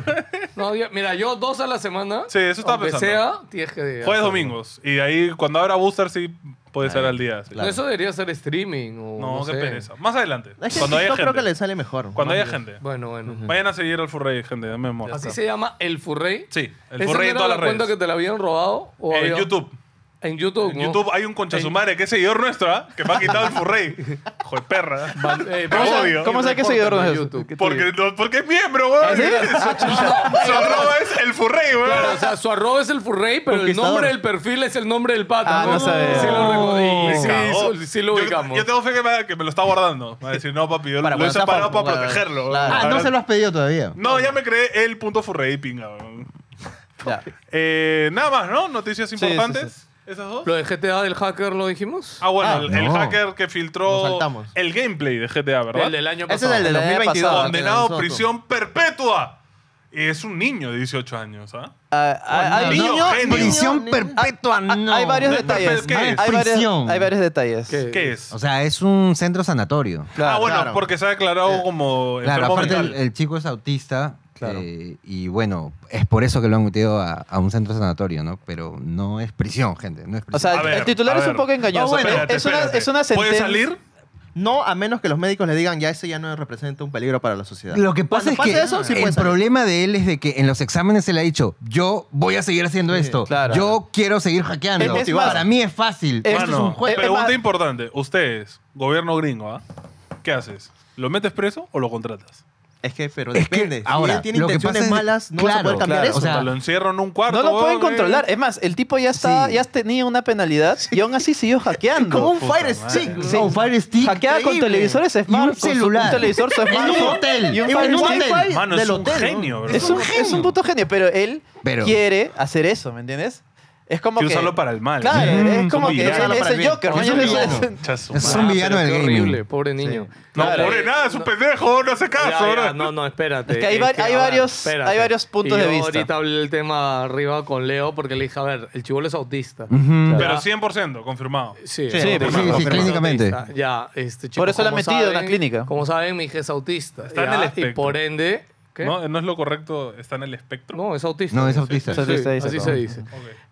[SPEAKER 3] No, yo- mira, yo dos a la semana.
[SPEAKER 2] Sí, eso estaba
[SPEAKER 3] aunque
[SPEAKER 2] pensando.
[SPEAKER 3] sea, tienes que...
[SPEAKER 2] Jueves, domingos. Y de ahí, cuando abra Booster, sí puede estar al día. sí.
[SPEAKER 3] No, Eso debería ser streaming o
[SPEAKER 2] No,
[SPEAKER 3] no
[SPEAKER 2] qué
[SPEAKER 3] sé.
[SPEAKER 2] pereza. Más adelante.
[SPEAKER 6] Es que
[SPEAKER 2] Cuando haya
[SPEAKER 6] TikTok
[SPEAKER 2] gente.
[SPEAKER 6] creo que le sale mejor.
[SPEAKER 2] Cuando haya gente.
[SPEAKER 3] Bueno, bueno.
[SPEAKER 2] Vayan a seguir al Furrey, gente. Dame amor.
[SPEAKER 3] Así se llama El Furrey.
[SPEAKER 2] Sí, el
[SPEAKER 3] ¿Esa
[SPEAKER 2] Furrey en
[SPEAKER 3] no era
[SPEAKER 2] todas
[SPEAKER 3] la
[SPEAKER 2] las
[SPEAKER 3] cuenta
[SPEAKER 2] redes.
[SPEAKER 3] que te la habían robado? o
[SPEAKER 2] En
[SPEAKER 3] había-
[SPEAKER 2] YouTube.
[SPEAKER 3] En YouTube.
[SPEAKER 2] En
[SPEAKER 3] ¿no?
[SPEAKER 2] YouTube hay un concha su madre que es seguidor nuestro, ¿ah? que me ha quitado el Furrey. Joder, perra.
[SPEAKER 3] Va-
[SPEAKER 2] Te
[SPEAKER 3] eh, vamos a-
[SPEAKER 2] odio.
[SPEAKER 4] ¿Cómo sabes qué seguidor
[SPEAKER 3] Repórtalo
[SPEAKER 4] no es?
[SPEAKER 3] en
[SPEAKER 4] eso?
[SPEAKER 3] YouTube.
[SPEAKER 4] ¿Qué te
[SPEAKER 2] Porque,
[SPEAKER 4] digo?
[SPEAKER 2] porque es miembro,
[SPEAKER 3] Ah,
[SPEAKER 2] weón. Su arroba es el Furrey, weón.
[SPEAKER 3] Claro, o sea, su arroba es el Furrey, pero el
[SPEAKER 6] Conquistador.
[SPEAKER 3] nombre del perfil es el nombre del pata.
[SPEAKER 4] Ah, no sabía.
[SPEAKER 3] Sí lo reco- y
[SPEAKER 2] Me
[SPEAKER 3] sí,
[SPEAKER 2] cagó.
[SPEAKER 3] sí, sí lo
[SPEAKER 2] Yo-
[SPEAKER 3] ubicamos.
[SPEAKER 2] Yo, tengo fe que me, que me lo está guardando. Va a decir, no, papi, yo
[SPEAKER 6] Para
[SPEAKER 2] lo he
[SPEAKER 6] cuando sea
[SPEAKER 2] separado
[SPEAKER 6] fam-
[SPEAKER 2] para
[SPEAKER 6] para-
[SPEAKER 2] protegerlo.
[SPEAKER 6] claro.
[SPEAKER 2] weón.
[SPEAKER 6] Ah,
[SPEAKER 2] Ahora-
[SPEAKER 6] lo
[SPEAKER 7] has pedido todavía?
[SPEAKER 2] No, ya me creé el punto Furrey, pinga, weón.
[SPEAKER 4] Ya.
[SPEAKER 2] Eh, nada más, ¿no? Noticias
[SPEAKER 4] sí,
[SPEAKER 2] importantes. Esas dos.
[SPEAKER 3] ¿Lo de GTA del hacker lo dijimos?
[SPEAKER 2] Ah, bueno,
[SPEAKER 6] Ah,
[SPEAKER 2] el, el
[SPEAKER 5] no.
[SPEAKER 2] hacker que
[SPEAKER 6] Nos
[SPEAKER 2] filtró
[SPEAKER 6] saltamos.
[SPEAKER 2] el gameplay de GTA, ¿verdad?
[SPEAKER 3] El del año
[SPEAKER 6] Ese
[SPEAKER 3] pasado.
[SPEAKER 6] es el de
[SPEAKER 4] El año
[SPEAKER 6] 2022.
[SPEAKER 4] pasado.
[SPEAKER 2] Condenado a
[SPEAKER 6] Alonso.
[SPEAKER 2] prisión perpetua. Es un niño de 18 años, ¿ah?
[SPEAKER 4] Ah, ah, hay-
[SPEAKER 2] Niño,
[SPEAKER 5] Niño,
[SPEAKER 2] genio.
[SPEAKER 5] prisión
[SPEAKER 6] Niño,
[SPEAKER 5] perpetua,
[SPEAKER 4] Ah,
[SPEAKER 5] no.
[SPEAKER 4] Hay varios
[SPEAKER 2] No,
[SPEAKER 4] detalles.
[SPEAKER 2] pero ¿qué es?
[SPEAKER 4] Hay, varios,
[SPEAKER 5] Prisión.
[SPEAKER 4] hay varios detalles.
[SPEAKER 3] ¿Qué?
[SPEAKER 2] ¿Qué es?
[SPEAKER 5] O sea, es un centro sanatorio.
[SPEAKER 2] ah,
[SPEAKER 4] Claro.
[SPEAKER 2] bueno,
[SPEAKER 6] claro.
[SPEAKER 2] porque se ha declarado como
[SPEAKER 5] Claro,
[SPEAKER 2] enfermo
[SPEAKER 5] aparte el,
[SPEAKER 2] mental.
[SPEAKER 5] el chico es autista.
[SPEAKER 4] Claro.
[SPEAKER 5] eh, y bueno, es por eso que lo han metido a, a un centro sanatorio, ¿no? Pero no es prisión, gente. No es prisión.
[SPEAKER 4] O sea,
[SPEAKER 2] A
[SPEAKER 4] el-
[SPEAKER 2] ver,
[SPEAKER 4] el titular
[SPEAKER 2] a
[SPEAKER 4] es un
[SPEAKER 2] ver.
[SPEAKER 4] poco engañoso.
[SPEAKER 6] Ah, bueno.
[SPEAKER 4] pero
[SPEAKER 2] Espérate,
[SPEAKER 4] es, una,
[SPEAKER 2] espérate.
[SPEAKER 4] es una
[SPEAKER 2] ¿Puede
[SPEAKER 4] sentencia.
[SPEAKER 2] salir?
[SPEAKER 6] No, a menos que los médicos le digan, ya ese ya no representa un peligro para la sociedad.
[SPEAKER 5] Lo que pasa
[SPEAKER 6] Cuando
[SPEAKER 5] es que
[SPEAKER 6] pase eso, sí puede
[SPEAKER 5] el
[SPEAKER 6] salir.
[SPEAKER 5] problema de él es de que en los exámenes se le ha dicho, yo voy a seguir haciendo esto,
[SPEAKER 4] claro.
[SPEAKER 5] yo quiero seguir hackeando.
[SPEAKER 4] Es- es más-
[SPEAKER 5] Para mí es fácil.
[SPEAKER 4] este Es-
[SPEAKER 5] Esto es un juego.
[SPEAKER 4] es-
[SPEAKER 2] Pregunta
[SPEAKER 4] más-
[SPEAKER 2] importante. Ustedes, gobierno gringo, ¿ah? ¿Qué haces? ¿Lo metes preso o lo contratas?
[SPEAKER 6] Es que, pero
[SPEAKER 5] Es que
[SPEAKER 6] depende.
[SPEAKER 5] ahora,
[SPEAKER 6] si él tiene
[SPEAKER 5] lo que
[SPEAKER 6] intenciones
[SPEAKER 5] pasa es-
[SPEAKER 6] malas, no vas a
[SPEAKER 5] claro,
[SPEAKER 6] poder cambiar
[SPEAKER 4] claro,
[SPEAKER 6] eso.
[SPEAKER 5] o sea,
[SPEAKER 2] lo encierro en un cuarto.
[SPEAKER 4] No lo
[SPEAKER 2] weón,
[SPEAKER 4] pueden
[SPEAKER 2] eh.
[SPEAKER 4] controlar. Es más, el tipo ya está,
[SPEAKER 5] Sí.
[SPEAKER 4] ya tenía una penalidad y aún así siguió hackeando.
[SPEAKER 6] como un
[SPEAKER 2] puta
[SPEAKER 6] Fire
[SPEAKER 2] madre.
[SPEAKER 6] Stick.
[SPEAKER 5] Sí. Un Fire Stick.
[SPEAKER 4] Hackeaba con
[SPEAKER 6] increíble.
[SPEAKER 4] televisores
[SPEAKER 5] Y
[SPEAKER 4] smart,
[SPEAKER 5] un
[SPEAKER 4] con su-
[SPEAKER 5] celular.
[SPEAKER 4] un televisor su
[SPEAKER 5] En un
[SPEAKER 4] smartphone
[SPEAKER 5] hotel.
[SPEAKER 4] y un
[SPEAKER 6] En
[SPEAKER 4] Fire
[SPEAKER 6] un
[SPEAKER 4] Stick.
[SPEAKER 6] hotel.
[SPEAKER 2] Mano,
[SPEAKER 6] del
[SPEAKER 2] es un
[SPEAKER 6] hotel, ¿no?
[SPEAKER 2] genio, bro.
[SPEAKER 4] Es un, es un puto genio, pero él
[SPEAKER 5] Pero-
[SPEAKER 4] quiere hacer eso, ¿me entiendes? Es como
[SPEAKER 2] Quiere
[SPEAKER 4] que...
[SPEAKER 2] usarlo para el mal.
[SPEAKER 4] Claro,
[SPEAKER 2] Mm,
[SPEAKER 4] es como
[SPEAKER 2] un
[SPEAKER 4] que es,
[SPEAKER 2] villano.
[SPEAKER 6] para el
[SPEAKER 4] el
[SPEAKER 6] bien.
[SPEAKER 4] Joker.
[SPEAKER 6] Es un
[SPEAKER 4] ¿no?
[SPEAKER 6] villano.
[SPEAKER 2] Chazo,
[SPEAKER 5] Es
[SPEAKER 2] madre.
[SPEAKER 5] un villano
[SPEAKER 3] Ah, Pero
[SPEAKER 5] del
[SPEAKER 3] qué
[SPEAKER 5] gaming.
[SPEAKER 3] horrible, pobre niño.
[SPEAKER 2] No,
[SPEAKER 4] Claro.
[SPEAKER 2] pobre nada, es un pendejo, no hace caso.
[SPEAKER 3] Ya, ya,
[SPEAKER 2] bro.
[SPEAKER 3] no, no, espérate.
[SPEAKER 4] Es que hay va- hay varios- hay varios puntos
[SPEAKER 3] Y yo
[SPEAKER 4] de vista.
[SPEAKER 3] ahorita hablé del tema arriba con Leo porque le dije, a ver, el chivolo es autista.
[SPEAKER 5] Ujú.
[SPEAKER 2] Pero 100% confirmado.
[SPEAKER 3] Sí,
[SPEAKER 4] Sí, sí, sí,
[SPEAKER 5] clínicamente.
[SPEAKER 3] autista. Ya, este chico,
[SPEAKER 4] Por eso la
[SPEAKER 3] como
[SPEAKER 4] han metido en
[SPEAKER 3] saben-
[SPEAKER 4] la clínica.
[SPEAKER 3] Como saben, mi hija es autista.
[SPEAKER 2] Está en
[SPEAKER 3] ya,
[SPEAKER 2] el
[SPEAKER 3] Y
[SPEAKER 2] espectro.
[SPEAKER 3] por ende... ¿qué? No,
[SPEAKER 2] No, no es lo correcto, está en el espectro.
[SPEAKER 3] es autista.
[SPEAKER 5] No, es autista.
[SPEAKER 4] sí, sí.
[SPEAKER 3] Sí,
[SPEAKER 4] se dice
[SPEAKER 3] así
[SPEAKER 4] todo.
[SPEAKER 3] se dice.
[SPEAKER 2] Ok.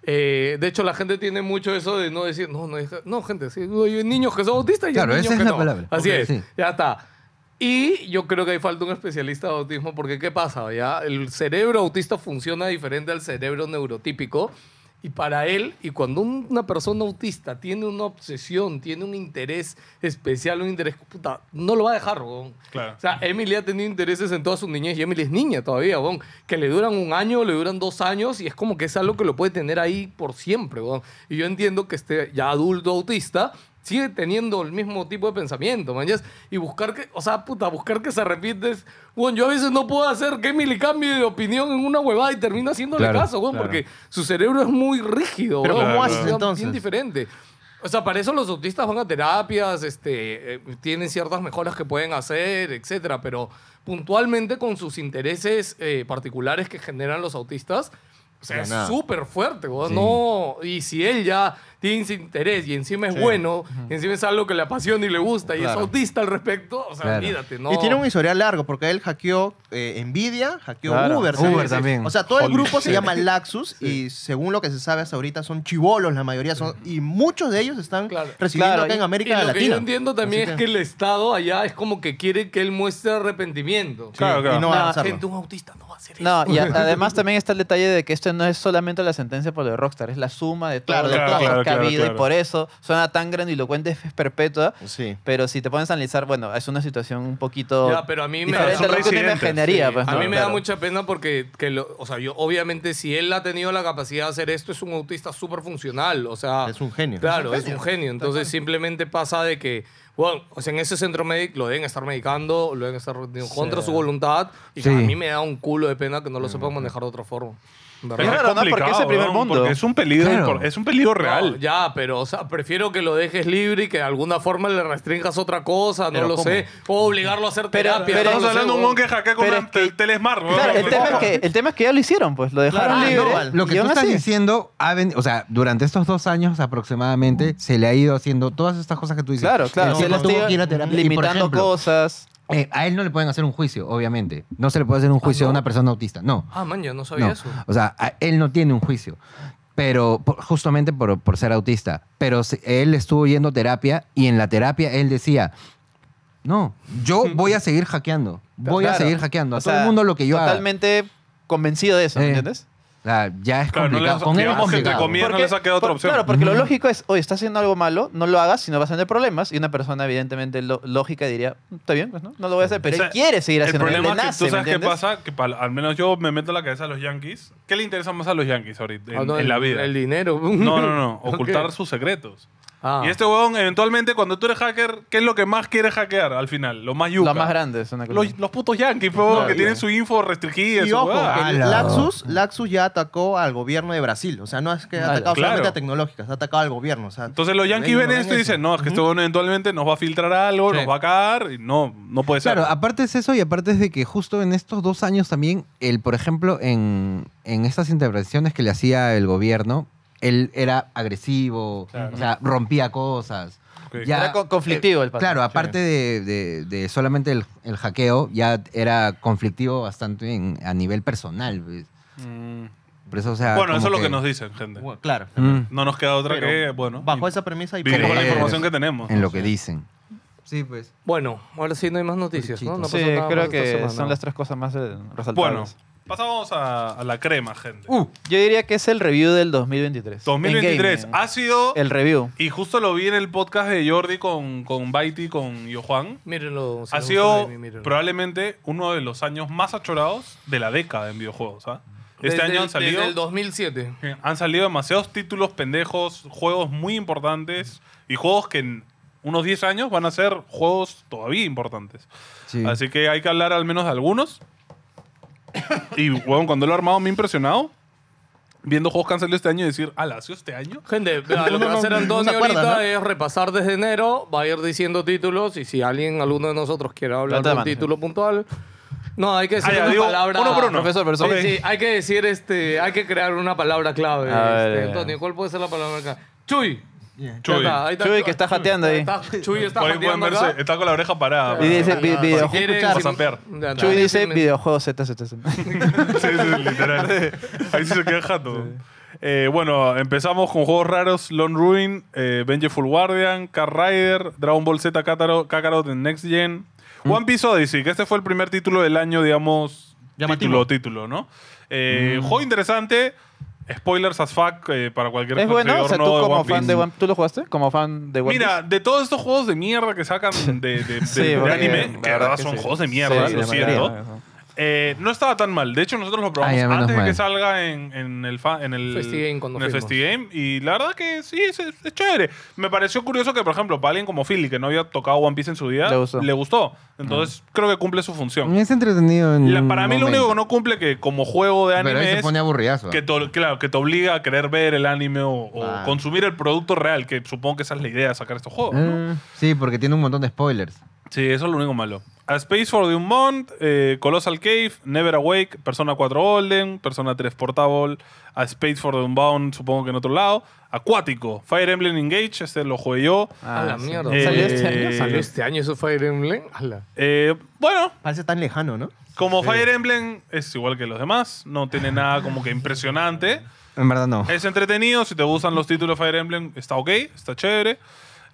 [SPEAKER 3] Eh, de hecho, la gente tiene mucho eso de no decir, no, no, hija- no gente, sí, no, hay niños que son autistas y hay
[SPEAKER 5] Claro,
[SPEAKER 3] niños
[SPEAKER 5] esa es
[SPEAKER 3] que
[SPEAKER 5] la
[SPEAKER 3] no.
[SPEAKER 5] palabra.
[SPEAKER 3] Así
[SPEAKER 5] Ok,
[SPEAKER 3] es,
[SPEAKER 5] sí.
[SPEAKER 3] ya está. Y yo creo que ahí falta un especialista de autismo porque ¿qué pasa? Ya? El cerebro autista funciona diferente al cerebro neurotípico y para él, y cuando un- una persona autista tiene una obsesión, tiene un interés especial, un interés, puta, no lo va a dejar, weón.
[SPEAKER 2] Claro.
[SPEAKER 3] O sea, Emily ha tenido intereses en toda su niñez y Emily es niña todavía, weón. Que le duran un año, le duran dos años y es como que es algo que lo puede tener ahí por siempre, weón. Y yo entiendo que esté ya adulto autista sigue teniendo el mismo tipo de pensamiento, manches. Y buscar que, o sea, puta, buscar que se repites. Bueno, yo a veces no puedo hacer que Emily cambie de opinión en una huevada y termina haciéndole
[SPEAKER 5] Claro,
[SPEAKER 3] caso, weón, porque su cerebro es muy rígido,
[SPEAKER 6] Pero
[SPEAKER 3] weón.
[SPEAKER 2] ¿cómo
[SPEAKER 3] Es
[SPEAKER 2] haces
[SPEAKER 3] bien- Bien
[SPEAKER 6] entonces?
[SPEAKER 3] diferente. O sea, para eso los autistas van a terapias, este, eh, tienen ciertas mejoras que pueden hacer, etcétera, pero puntualmente con sus intereses eh, particulares que generan los autistas, o sea,
[SPEAKER 6] De
[SPEAKER 3] es
[SPEAKER 6] nada.
[SPEAKER 3] súper fuerte, weón.
[SPEAKER 5] Sí.
[SPEAKER 3] No, y si él ya tiene ese interés y encima es bueno, y encima es algo que le apasiona y le gusta y es
[SPEAKER 6] Claro.
[SPEAKER 3] autista al respecto, o sea,
[SPEAKER 5] Claro.
[SPEAKER 3] olvídate, no.
[SPEAKER 6] Y tiene un historial largo, porque él hackeó eh, Nvidia, hackeó
[SPEAKER 4] Claro.
[SPEAKER 6] Uber.
[SPEAKER 5] Uber también.
[SPEAKER 6] O sea, todo el
[SPEAKER 2] Holy
[SPEAKER 6] grupo se
[SPEAKER 2] shit.
[SPEAKER 6] llama Laxus y según lo que se sabe hasta ahorita son chivolos, la mayoría son. Y muchos de ellos están
[SPEAKER 3] Claro.
[SPEAKER 6] recibiendo
[SPEAKER 4] Claro,
[SPEAKER 6] acá en
[SPEAKER 4] y-
[SPEAKER 3] Y
[SPEAKER 6] América
[SPEAKER 3] lo que yo
[SPEAKER 6] Latina.
[SPEAKER 3] entiendo también
[SPEAKER 6] Así
[SPEAKER 3] es que
[SPEAKER 6] que-
[SPEAKER 3] el Estado allá es como que quiere que él muestre arrepentimiento.
[SPEAKER 2] Claro, claro.
[SPEAKER 6] Y no va a
[SPEAKER 4] No,
[SPEAKER 6] avanzarlo.
[SPEAKER 3] Gente, un autista no va a hacer eso.
[SPEAKER 4] No, y a- además también está el detalle de que esto no es solamente la sentencia por lo de Rockstar, es la suma de todos
[SPEAKER 6] Claro,
[SPEAKER 4] los
[SPEAKER 6] claro,
[SPEAKER 4] casos
[SPEAKER 2] claro,
[SPEAKER 4] que ha
[SPEAKER 2] claro,
[SPEAKER 4] habido
[SPEAKER 2] claro.
[SPEAKER 4] y por eso suena tan grandilocuente, es perpetua,
[SPEAKER 6] Sí.
[SPEAKER 4] pero si te pones a analizar, bueno, es una situación un poquito
[SPEAKER 3] Ya, pero a mí me-
[SPEAKER 4] diferente
[SPEAKER 2] Son
[SPEAKER 4] a lo que uno
[SPEAKER 2] residentes,
[SPEAKER 4] imaginaría.
[SPEAKER 3] Sí,
[SPEAKER 4] pues,
[SPEAKER 3] a
[SPEAKER 4] ¿no?
[SPEAKER 3] mí me da
[SPEAKER 4] Claro.
[SPEAKER 3] mucha pena porque, que lo- o sea, yo obviamente si él ha tenido la capacidad de hacer esto, es un autista súper funcional, o sea...
[SPEAKER 6] Es un genio.
[SPEAKER 3] Claro, es un genio. Entonces simplemente pasa de que, bueno, o sea, en ese centro médico lo deben estar medicando, lo deben estar teniendo contra su voluntad y
[SPEAKER 5] Sí.
[SPEAKER 3] a mí me da un culo de pena que no lo sepan manejar de otra forma. ¿verdad?
[SPEAKER 4] Claro, ¿no? Porque es el
[SPEAKER 2] complicado,
[SPEAKER 4] primer
[SPEAKER 2] weón,
[SPEAKER 4] mundo.
[SPEAKER 2] porque es un peligro,
[SPEAKER 5] Claro.
[SPEAKER 2] impor- es un peligro real.
[SPEAKER 3] No, ya, pero, o sea, prefiero que lo dejes libre y que de alguna forma le restringas otra cosa, no
[SPEAKER 4] Pero
[SPEAKER 3] lo
[SPEAKER 4] ¿cómo?
[SPEAKER 3] sé. O obligarlo a hacer
[SPEAKER 4] Pero-
[SPEAKER 3] terapia.
[SPEAKER 4] pero-
[SPEAKER 3] no
[SPEAKER 2] Estamos
[SPEAKER 3] lo sé,
[SPEAKER 2] hablando de un
[SPEAKER 3] weón.
[SPEAKER 2] mon que hackea con
[SPEAKER 4] pero
[SPEAKER 2] una-
[SPEAKER 4] es que-
[SPEAKER 2] el telesmart. weón.
[SPEAKER 4] Claro, el
[SPEAKER 2] No,
[SPEAKER 4] tema,
[SPEAKER 2] no.
[SPEAKER 4] es que, el tema es que ya lo hicieron, pues lo dejaron
[SPEAKER 6] Claro,
[SPEAKER 4] libre.
[SPEAKER 6] no,
[SPEAKER 5] Lo que
[SPEAKER 4] y
[SPEAKER 5] tú
[SPEAKER 4] aún
[SPEAKER 5] estás
[SPEAKER 4] así-
[SPEAKER 5] diciendo, ha veni- o sea, durante estos dos años aproximadamente, se le ha ido haciendo todas estas cosas que tú dices. Eh,
[SPEAKER 4] Claro, claro,
[SPEAKER 5] El
[SPEAKER 4] se
[SPEAKER 5] tipo
[SPEAKER 4] las
[SPEAKER 5] tuvo
[SPEAKER 4] tira
[SPEAKER 5] que ir a terapia. Y, por
[SPEAKER 4] limitando
[SPEAKER 5] ejemplo,
[SPEAKER 4] cosas.
[SPEAKER 5] eh, a él no le pueden hacer un juicio, obviamente.
[SPEAKER 4] Ah,
[SPEAKER 5] No se le puede hacer un juicio
[SPEAKER 3] ¿no?
[SPEAKER 5] a una persona autista, no.
[SPEAKER 3] Ah, man, yo no sabía
[SPEAKER 5] no.
[SPEAKER 3] eso.
[SPEAKER 5] O sea, a- él no tiene un juicio. pero por- justamente por, por ser autista. Pero se- él estuvo yendo a terapia y en la terapia él decía, no, yo voy a seguir hackeando, voy a
[SPEAKER 4] Claro.
[SPEAKER 5] seguir hackeando a
[SPEAKER 4] O
[SPEAKER 5] todo
[SPEAKER 4] sea,
[SPEAKER 5] el mundo lo que yo haga".
[SPEAKER 4] Totalmente convencido de eso, ¿me
[SPEAKER 5] Eh.
[SPEAKER 4] entiendes?
[SPEAKER 5] Ah, ya es
[SPEAKER 2] Claro, no le
[SPEAKER 5] complicado.
[SPEAKER 2] has-
[SPEAKER 5] Con él es
[SPEAKER 2] digamos que entre
[SPEAKER 5] complicado.
[SPEAKER 2] comillas, no les ha quedado otra opción.
[SPEAKER 4] Claro, porque lo
[SPEAKER 5] Ujú.
[SPEAKER 4] lógico es, oye, estás haciendo algo malo, no lo hagas, si no vas a tener problemas. Y una persona, evidentemente, lo- lógica diría, está bien, pues no, no lo voy a hacer. Pero
[SPEAKER 2] O sea,
[SPEAKER 4] él quiere seguir
[SPEAKER 2] El
[SPEAKER 4] haciendo
[SPEAKER 2] problema
[SPEAKER 4] le
[SPEAKER 2] es que
[SPEAKER 4] nace,
[SPEAKER 2] tú
[SPEAKER 4] ¿me
[SPEAKER 2] sabes qué
[SPEAKER 4] entiendes?
[SPEAKER 2] pasa, que pa- al menos yo me meto en la cabeza de los yankees. ¿Qué le interesa más a los yankees ahorita en,
[SPEAKER 3] Ah, no,
[SPEAKER 2] en
[SPEAKER 3] el-
[SPEAKER 2] la vida?
[SPEAKER 3] El dinero.
[SPEAKER 2] No, no, no.
[SPEAKER 3] Ok.
[SPEAKER 2] Ocultar sus secretos.
[SPEAKER 3] Ah.
[SPEAKER 2] Y este huevón, eventualmente, cuando tú eres hacker, ¿qué es lo que más quieres hackear al final? Lo más yuca.
[SPEAKER 4] Lo más grande es una cosa.
[SPEAKER 2] Los, los putos yankees, pe, huevón,
[SPEAKER 4] Claro.
[SPEAKER 2] que tienen su info restringida.
[SPEAKER 6] Y
[SPEAKER 2] su
[SPEAKER 6] ojo,
[SPEAKER 2] huevada.
[SPEAKER 4] Ah,
[SPEAKER 6] que
[SPEAKER 5] Ala.
[SPEAKER 6] Laxus, Laxus ya atacó al gobierno de Brasil. O sea, no es que ha
[SPEAKER 4] Ala.
[SPEAKER 6] atacado solamente
[SPEAKER 2] Claro.
[SPEAKER 6] a tecnológicas, ha atacado al gobierno. O sea,
[SPEAKER 2] Entonces los yankees
[SPEAKER 6] ellos
[SPEAKER 2] ven esto y dicen,
[SPEAKER 6] eso.
[SPEAKER 2] no, es que este huevón eventualmente nos va a filtrar algo,
[SPEAKER 6] Sí.
[SPEAKER 2] nos va a cagar, y no, no puede ser.
[SPEAKER 5] Claro, aparte es eso y aparte es de que justo en estos dos años también, él, por ejemplo, en, en estas intervenciones que le hacía el gobierno, él era agresivo, o sea, rompía cosas.
[SPEAKER 2] Ok.
[SPEAKER 4] Era co- conflictivo el pata.
[SPEAKER 5] eh, Claro, aparte de, de- de solamente el, el hackeo, ya era conflictivo bastante en- a nivel personal. pues.
[SPEAKER 2] Mm.
[SPEAKER 5] Por eso, o sea,
[SPEAKER 2] bueno,
[SPEAKER 5] como
[SPEAKER 2] eso es lo que nos dicen, gente.
[SPEAKER 6] Bueno, claro.
[SPEAKER 5] Mm,
[SPEAKER 2] No nos queda otra
[SPEAKER 6] Pero
[SPEAKER 2] que, bueno,
[SPEAKER 6] Bajo esa premisa y
[SPEAKER 2] vivir con la
[SPEAKER 3] eh,
[SPEAKER 5] Creer
[SPEAKER 2] información que tenemos.
[SPEAKER 5] en lo que dicen.
[SPEAKER 6] Sí, pues.
[SPEAKER 3] Bueno, ahora sí no hay más noticias, ¿no? No
[SPEAKER 4] Sí,
[SPEAKER 3] pasó nada
[SPEAKER 4] creo
[SPEAKER 3] más esta
[SPEAKER 4] que
[SPEAKER 3] semana.
[SPEAKER 4] son las tres cosas más eh, resaltables.
[SPEAKER 2] Bueno, pasamos a, a la crema, gente.
[SPEAKER 4] Yo diría que es el review del 2023.
[SPEAKER 2] 2023
[SPEAKER 4] En gaming.
[SPEAKER 2] ha sido...
[SPEAKER 4] El review.
[SPEAKER 2] Y justo lo vi en el podcast de Jordi con, con Baiti, con Yo Juan.
[SPEAKER 3] Mírenlo. si
[SPEAKER 2] ha
[SPEAKER 3] les gusta
[SPEAKER 2] sido
[SPEAKER 3] Baby, mírenlo.
[SPEAKER 2] probablemente uno de los años más achorados de la década en videojuegos. ¿ah? Este
[SPEAKER 3] Desde
[SPEAKER 2] año
[SPEAKER 3] el-
[SPEAKER 2] han salido,
[SPEAKER 3] Desde el 2007.
[SPEAKER 2] han salido demasiados títulos pendejos, juegos muy importantes y juegos que en unos 10 años van a ser juegos todavía importantes.
[SPEAKER 5] Sí.
[SPEAKER 2] Así que hay que hablar al menos de algunos. y bueno, cuando lo he armado me he impresionado viendo juegos que han salido este año y decir, ala, ¿ha sido este año?
[SPEAKER 3] Gente, vea, lo que va a hacer
[SPEAKER 6] No se
[SPEAKER 3] Antonio
[SPEAKER 6] acuerda,
[SPEAKER 3] ahorita
[SPEAKER 6] ¿no?
[SPEAKER 3] es repasar desde enero, va a ir diciendo títulos y si alguien, alguno de nosotros quiere hablar
[SPEAKER 4] Levanta
[SPEAKER 3] de
[SPEAKER 4] la
[SPEAKER 3] un
[SPEAKER 4] mano.
[SPEAKER 3] título puntual, no, hay que decir
[SPEAKER 2] Ah, ya,
[SPEAKER 3] una
[SPEAKER 2] digo,
[SPEAKER 3] palabra.
[SPEAKER 2] uno por uno.
[SPEAKER 4] Profesor,
[SPEAKER 3] Sí,
[SPEAKER 4] profesor.
[SPEAKER 3] sí, hay que decir, este, hay que crear una palabra clave.
[SPEAKER 4] A ver,
[SPEAKER 3] este,
[SPEAKER 4] a ver.
[SPEAKER 3] Antonio, ¿cuál puede ser la palabra acá? Chuy. Ya
[SPEAKER 2] Chuy.
[SPEAKER 3] está, ahí está
[SPEAKER 4] Chuy, que está jateando ahí.
[SPEAKER 3] está- Chuy está
[SPEAKER 2] Por ahí pueden
[SPEAKER 3] jateando
[SPEAKER 2] verse, eh,
[SPEAKER 3] acá.
[SPEAKER 2] está con la oreja parada.
[SPEAKER 4] Y dice
[SPEAKER 3] Ah,
[SPEAKER 4] vi-
[SPEAKER 3] ah,
[SPEAKER 4] video-
[SPEAKER 3] si quieren,
[SPEAKER 2] Para
[SPEAKER 3] si-
[SPEAKER 2] sapear.
[SPEAKER 3] Ya está.
[SPEAKER 4] Chuy dice
[SPEAKER 3] Dicen-
[SPEAKER 4] videojuegos Z, Z, Z.
[SPEAKER 2] Sí, sí, literal. Ahí sí se queda jato. Eh, bueno, empezamos con juegos raros: Lone Ruin, eh, Vengeful Guardian, Car Rider, Dragon Ball Z Kakarot, Kakarot en Next Gen. One Piece Odyssey, que este fue el primer título del año, digamos,
[SPEAKER 6] Llamativo.
[SPEAKER 2] título, título, ¿no? Eh, Juego interesante. Spoilers as fuck eh, para cualquier
[SPEAKER 4] Es bueno, o
[SPEAKER 2] consumidor
[SPEAKER 4] sea, tú
[SPEAKER 2] no de
[SPEAKER 4] como
[SPEAKER 2] One
[SPEAKER 4] fan
[SPEAKER 2] Piece.
[SPEAKER 4] de One ¿tú lo jugaste? Como fan de One
[SPEAKER 2] Mira, de todos estos juegos de mierda que sacan de, de- de-
[SPEAKER 4] Piece?
[SPEAKER 2] de
[SPEAKER 4] porque la
[SPEAKER 2] anime, que de
[SPEAKER 4] verdad
[SPEAKER 2] verdad
[SPEAKER 4] que
[SPEAKER 2] son
[SPEAKER 4] sí.
[SPEAKER 2] juegos de mierda,
[SPEAKER 4] Sí,
[SPEAKER 2] lo
[SPEAKER 4] la
[SPEAKER 2] siento.
[SPEAKER 4] mayoría, ¿no?
[SPEAKER 2] Eh, no estaba tan mal. De hecho, nosotros lo probamos
[SPEAKER 5] Ah, ya, menos
[SPEAKER 2] antes de que
[SPEAKER 5] mal.
[SPEAKER 2] salga en, en el, fa- en el
[SPEAKER 3] Festigame cuando
[SPEAKER 2] en el
[SPEAKER 3] fuimos.
[SPEAKER 2] Festigame. Y la verdad que sí, es, es- es chévere. Me pareció curioso que, por ejemplo, para alguien como Philly, que no había tocado One Piece en su vida,
[SPEAKER 4] Le gustó.
[SPEAKER 2] Entonces,
[SPEAKER 5] Mm.
[SPEAKER 2] creo que cumple su función.
[SPEAKER 5] Es entretenido. En
[SPEAKER 2] La- para
[SPEAKER 5] un
[SPEAKER 2] mí, lo único que
[SPEAKER 5] momento.
[SPEAKER 2] no cumple que como juego de
[SPEAKER 5] Mm, Pero ahí
[SPEAKER 2] anime
[SPEAKER 5] se pone
[SPEAKER 2] es
[SPEAKER 5] aburridazo. ¿ah?
[SPEAKER 2] que, te- claro, que te obliga a querer ver el anime o, o
[SPEAKER 6] Ah.
[SPEAKER 2] consumir el producto real, que supongo que esa es la idea de sacar estos juegos. ¿no?
[SPEAKER 5] Ah, sí, porque tiene un montón de spoilers.
[SPEAKER 2] Sí, eso es lo único malo. A Space for the Unbound, eh, Colossal Cave, Never Awake, Persona 4 Golden, Persona 3 Portable, A Space for the Unbound, supongo que en otro lado. Acuático, Fire Emblem Engage, este lo jugué yo.
[SPEAKER 3] A la
[SPEAKER 4] Ah, sí.
[SPEAKER 3] mierda.
[SPEAKER 2] Eh,
[SPEAKER 4] ¿Salió este año?
[SPEAKER 3] ¿Salió este año eso Fire Emblem? Ala.
[SPEAKER 2] Eh, bueno,
[SPEAKER 6] Parece tan lejano, ¿no?
[SPEAKER 2] como Fire Emblem es igual que los demás, no tiene nada como que impresionante.
[SPEAKER 5] En verdad no.
[SPEAKER 2] Es entretenido, si te gustan los títulos de Fire Emblem, está ok, está chévere.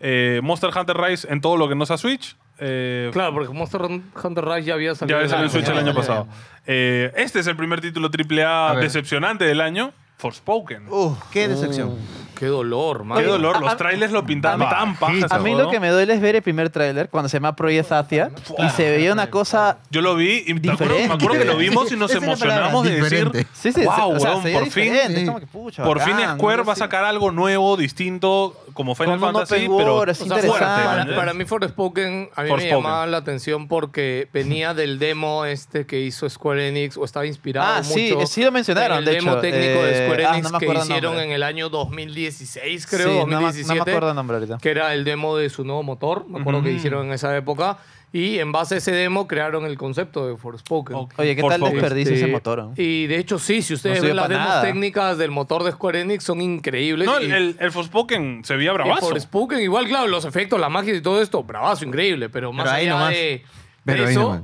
[SPEAKER 2] Eh, Monster Hunter Rise en todo lo que no sea Switch. Eh,
[SPEAKER 3] Claro, porque Monster Hunter Rise ya había
[SPEAKER 2] Ya
[SPEAKER 3] salido.
[SPEAKER 2] había
[SPEAKER 3] el
[SPEAKER 2] salido en
[SPEAKER 3] año,
[SPEAKER 2] Switch el
[SPEAKER 3] ¿no?
[SPEAKER 2] año pasado. Eh, este es el primer título AAA
[SPEAKER 5] A ver.
[SPEAKER 2] decepcionante del año. Forspoken.
[SPEAKER 6] Qué decepción.
[SPEAKER 4] Mm.
[SPEAKER 3] Qué dolor, man.
[SPEAKER 2] Qué dolor.
[SPEAKER 4] Uh, a-
[SPEAKER 2] Los
[SPEAKER 4] a-
[SPEAKER 2] trailers lo pintaban
[SPEAKER 4] a mí-
[SPEAKER 2] tan paja. ese
[SPEAKER 4] A mí
[SPEAKER 2] juego.
[SPEAKER 4] lo que me duele es ver el primer tráiler cuando se llama Project Asia y se veía una cosa...
[SPEAKER 2] Yo lo vi y me acuerdo, me
[SPEAKER 4] Diferente.
[SPEAKER 2] acuerdo que lo vimos y nos
[SPEAKER 6] Esa es la
[SPEAKER 2] emocionamos de
[SPEAKER 5] palabra,
[SPEAKER 2] decir...
[SPEAKER 5] diferente.
[SPEAKER 4] Sí, sí,
[SPEAKER 2] wow,
[SPEAKER 4] se- o sea,
[SPEAKER 2] weón,
[SPEAKER 4] se veía
[SPEAKER 2] por fin...
[SPEAKER 4] diferente,
[SPEAKER 5] sí.
[SPEAKER 4] es como que, pucha,
[SPEAKER 2] Por fin
[SPEAKER 4] bacán,
[SPEAKER 2] Square
[SPEAKER 4] ¿no?
[SPEAKER 2] va a
[SPEAKER 4] Sí.
[SPEAKER 2] sacar algo nuevo, distinto, como Final
[SPEAKER 4] Con un
[SPEAKER 2] Fantasy,
[SPEAKER 4] open
[SPEAKER 2] pero
[SPEAKER 4] world, así
[SPEAKER 2] o sea,
[SPEAKER 4] interesante.
[SPEAKER 2] fuerte.
[SPEAKER 3] Para,
[SPEAKER 2] ¿no?
[SPEAKER 3] para mí Forspoken a mí me
[SPEAKER 2] Forspoken.
[SPEAKER 3] llamaba la atención porque venía del demo este que hizo Square Enix o estaba inspirado
[SPEAKER 4] Ah,
[SPEAKER 3] mucho.
[SPEAKER 4] sí, eh, sí lo mencionaron,
[SPEAKER 3] en El
[SPEAKER 4] de
[SPEAKER 3] demo
[SPEAKER 4] hecho.
[SPEAKER 3] técnico de
[SPEAKER 4] Eh,
[SPEAKER 3] Square
[SPEAKER 4] ah,
[SPEAKER 3] Enix
[SPEAKER 4] no me
[SPEAKER 3] que
[SPEAKER 4] acuerdo el
[SPEAKER 3] hicieron
[SPEAKER 4] nombre.
[SPEAKER 3] en el año 2016,
[SPEAKER 4] Sí,
[SPEAKER 3] creo,
[SPEAKER 4] no me- No
[SPEAKER 3] 2017.
[SPEAKER 4] me acuerdo el nombre ahorita.
[SPEAKER 3] que era el demo de su nuevo motor, me acuerdo que hicieron en esa época, y en base a ese demo crearon el concepto de Forspoken.
[SPEAKER 2] Ok.
[SPEAKER 4] Oye, ¿qué tal
[SPEAKER 2] Forspoken.
[SPEAKER 4] desperdicio ese
[SPEAKER 3] Este,
[SPEAKER 4] motor? eh? ¿no?
[SPEAKER 3] Y de hecho, sí, si ustedes
[SPEAKER 4] No sirve
[SPEAKER 3] ven las
[SPEAKER 4] para
[SPEAKER 3] demos
[SPEAKER 4] nada.
[SPEAKER 3] técnicas del motor de Square Enix, son increíbles.
[SPEAKER 2] No,
[SPEAKER 3] y-
[SPEAKER 2] el, el, el Forspoken se veía
[SPEAKER 3] y
[SPEAKER 2] bravazo.
[SPEAKER 3] Forspoken, igual, claro, los efectos, la magia y todo esto, bravazo, increíble, pero más
[SPEAKER 6] Pero ahí
[SPEAKER 3] allá
[SPEAKER 6] nomás.
[SPEAKER 3] de, de
[SPEAKER 5] Pero ahí
[SPEAKER 3] eso,
[SPEAKER 5] nomás.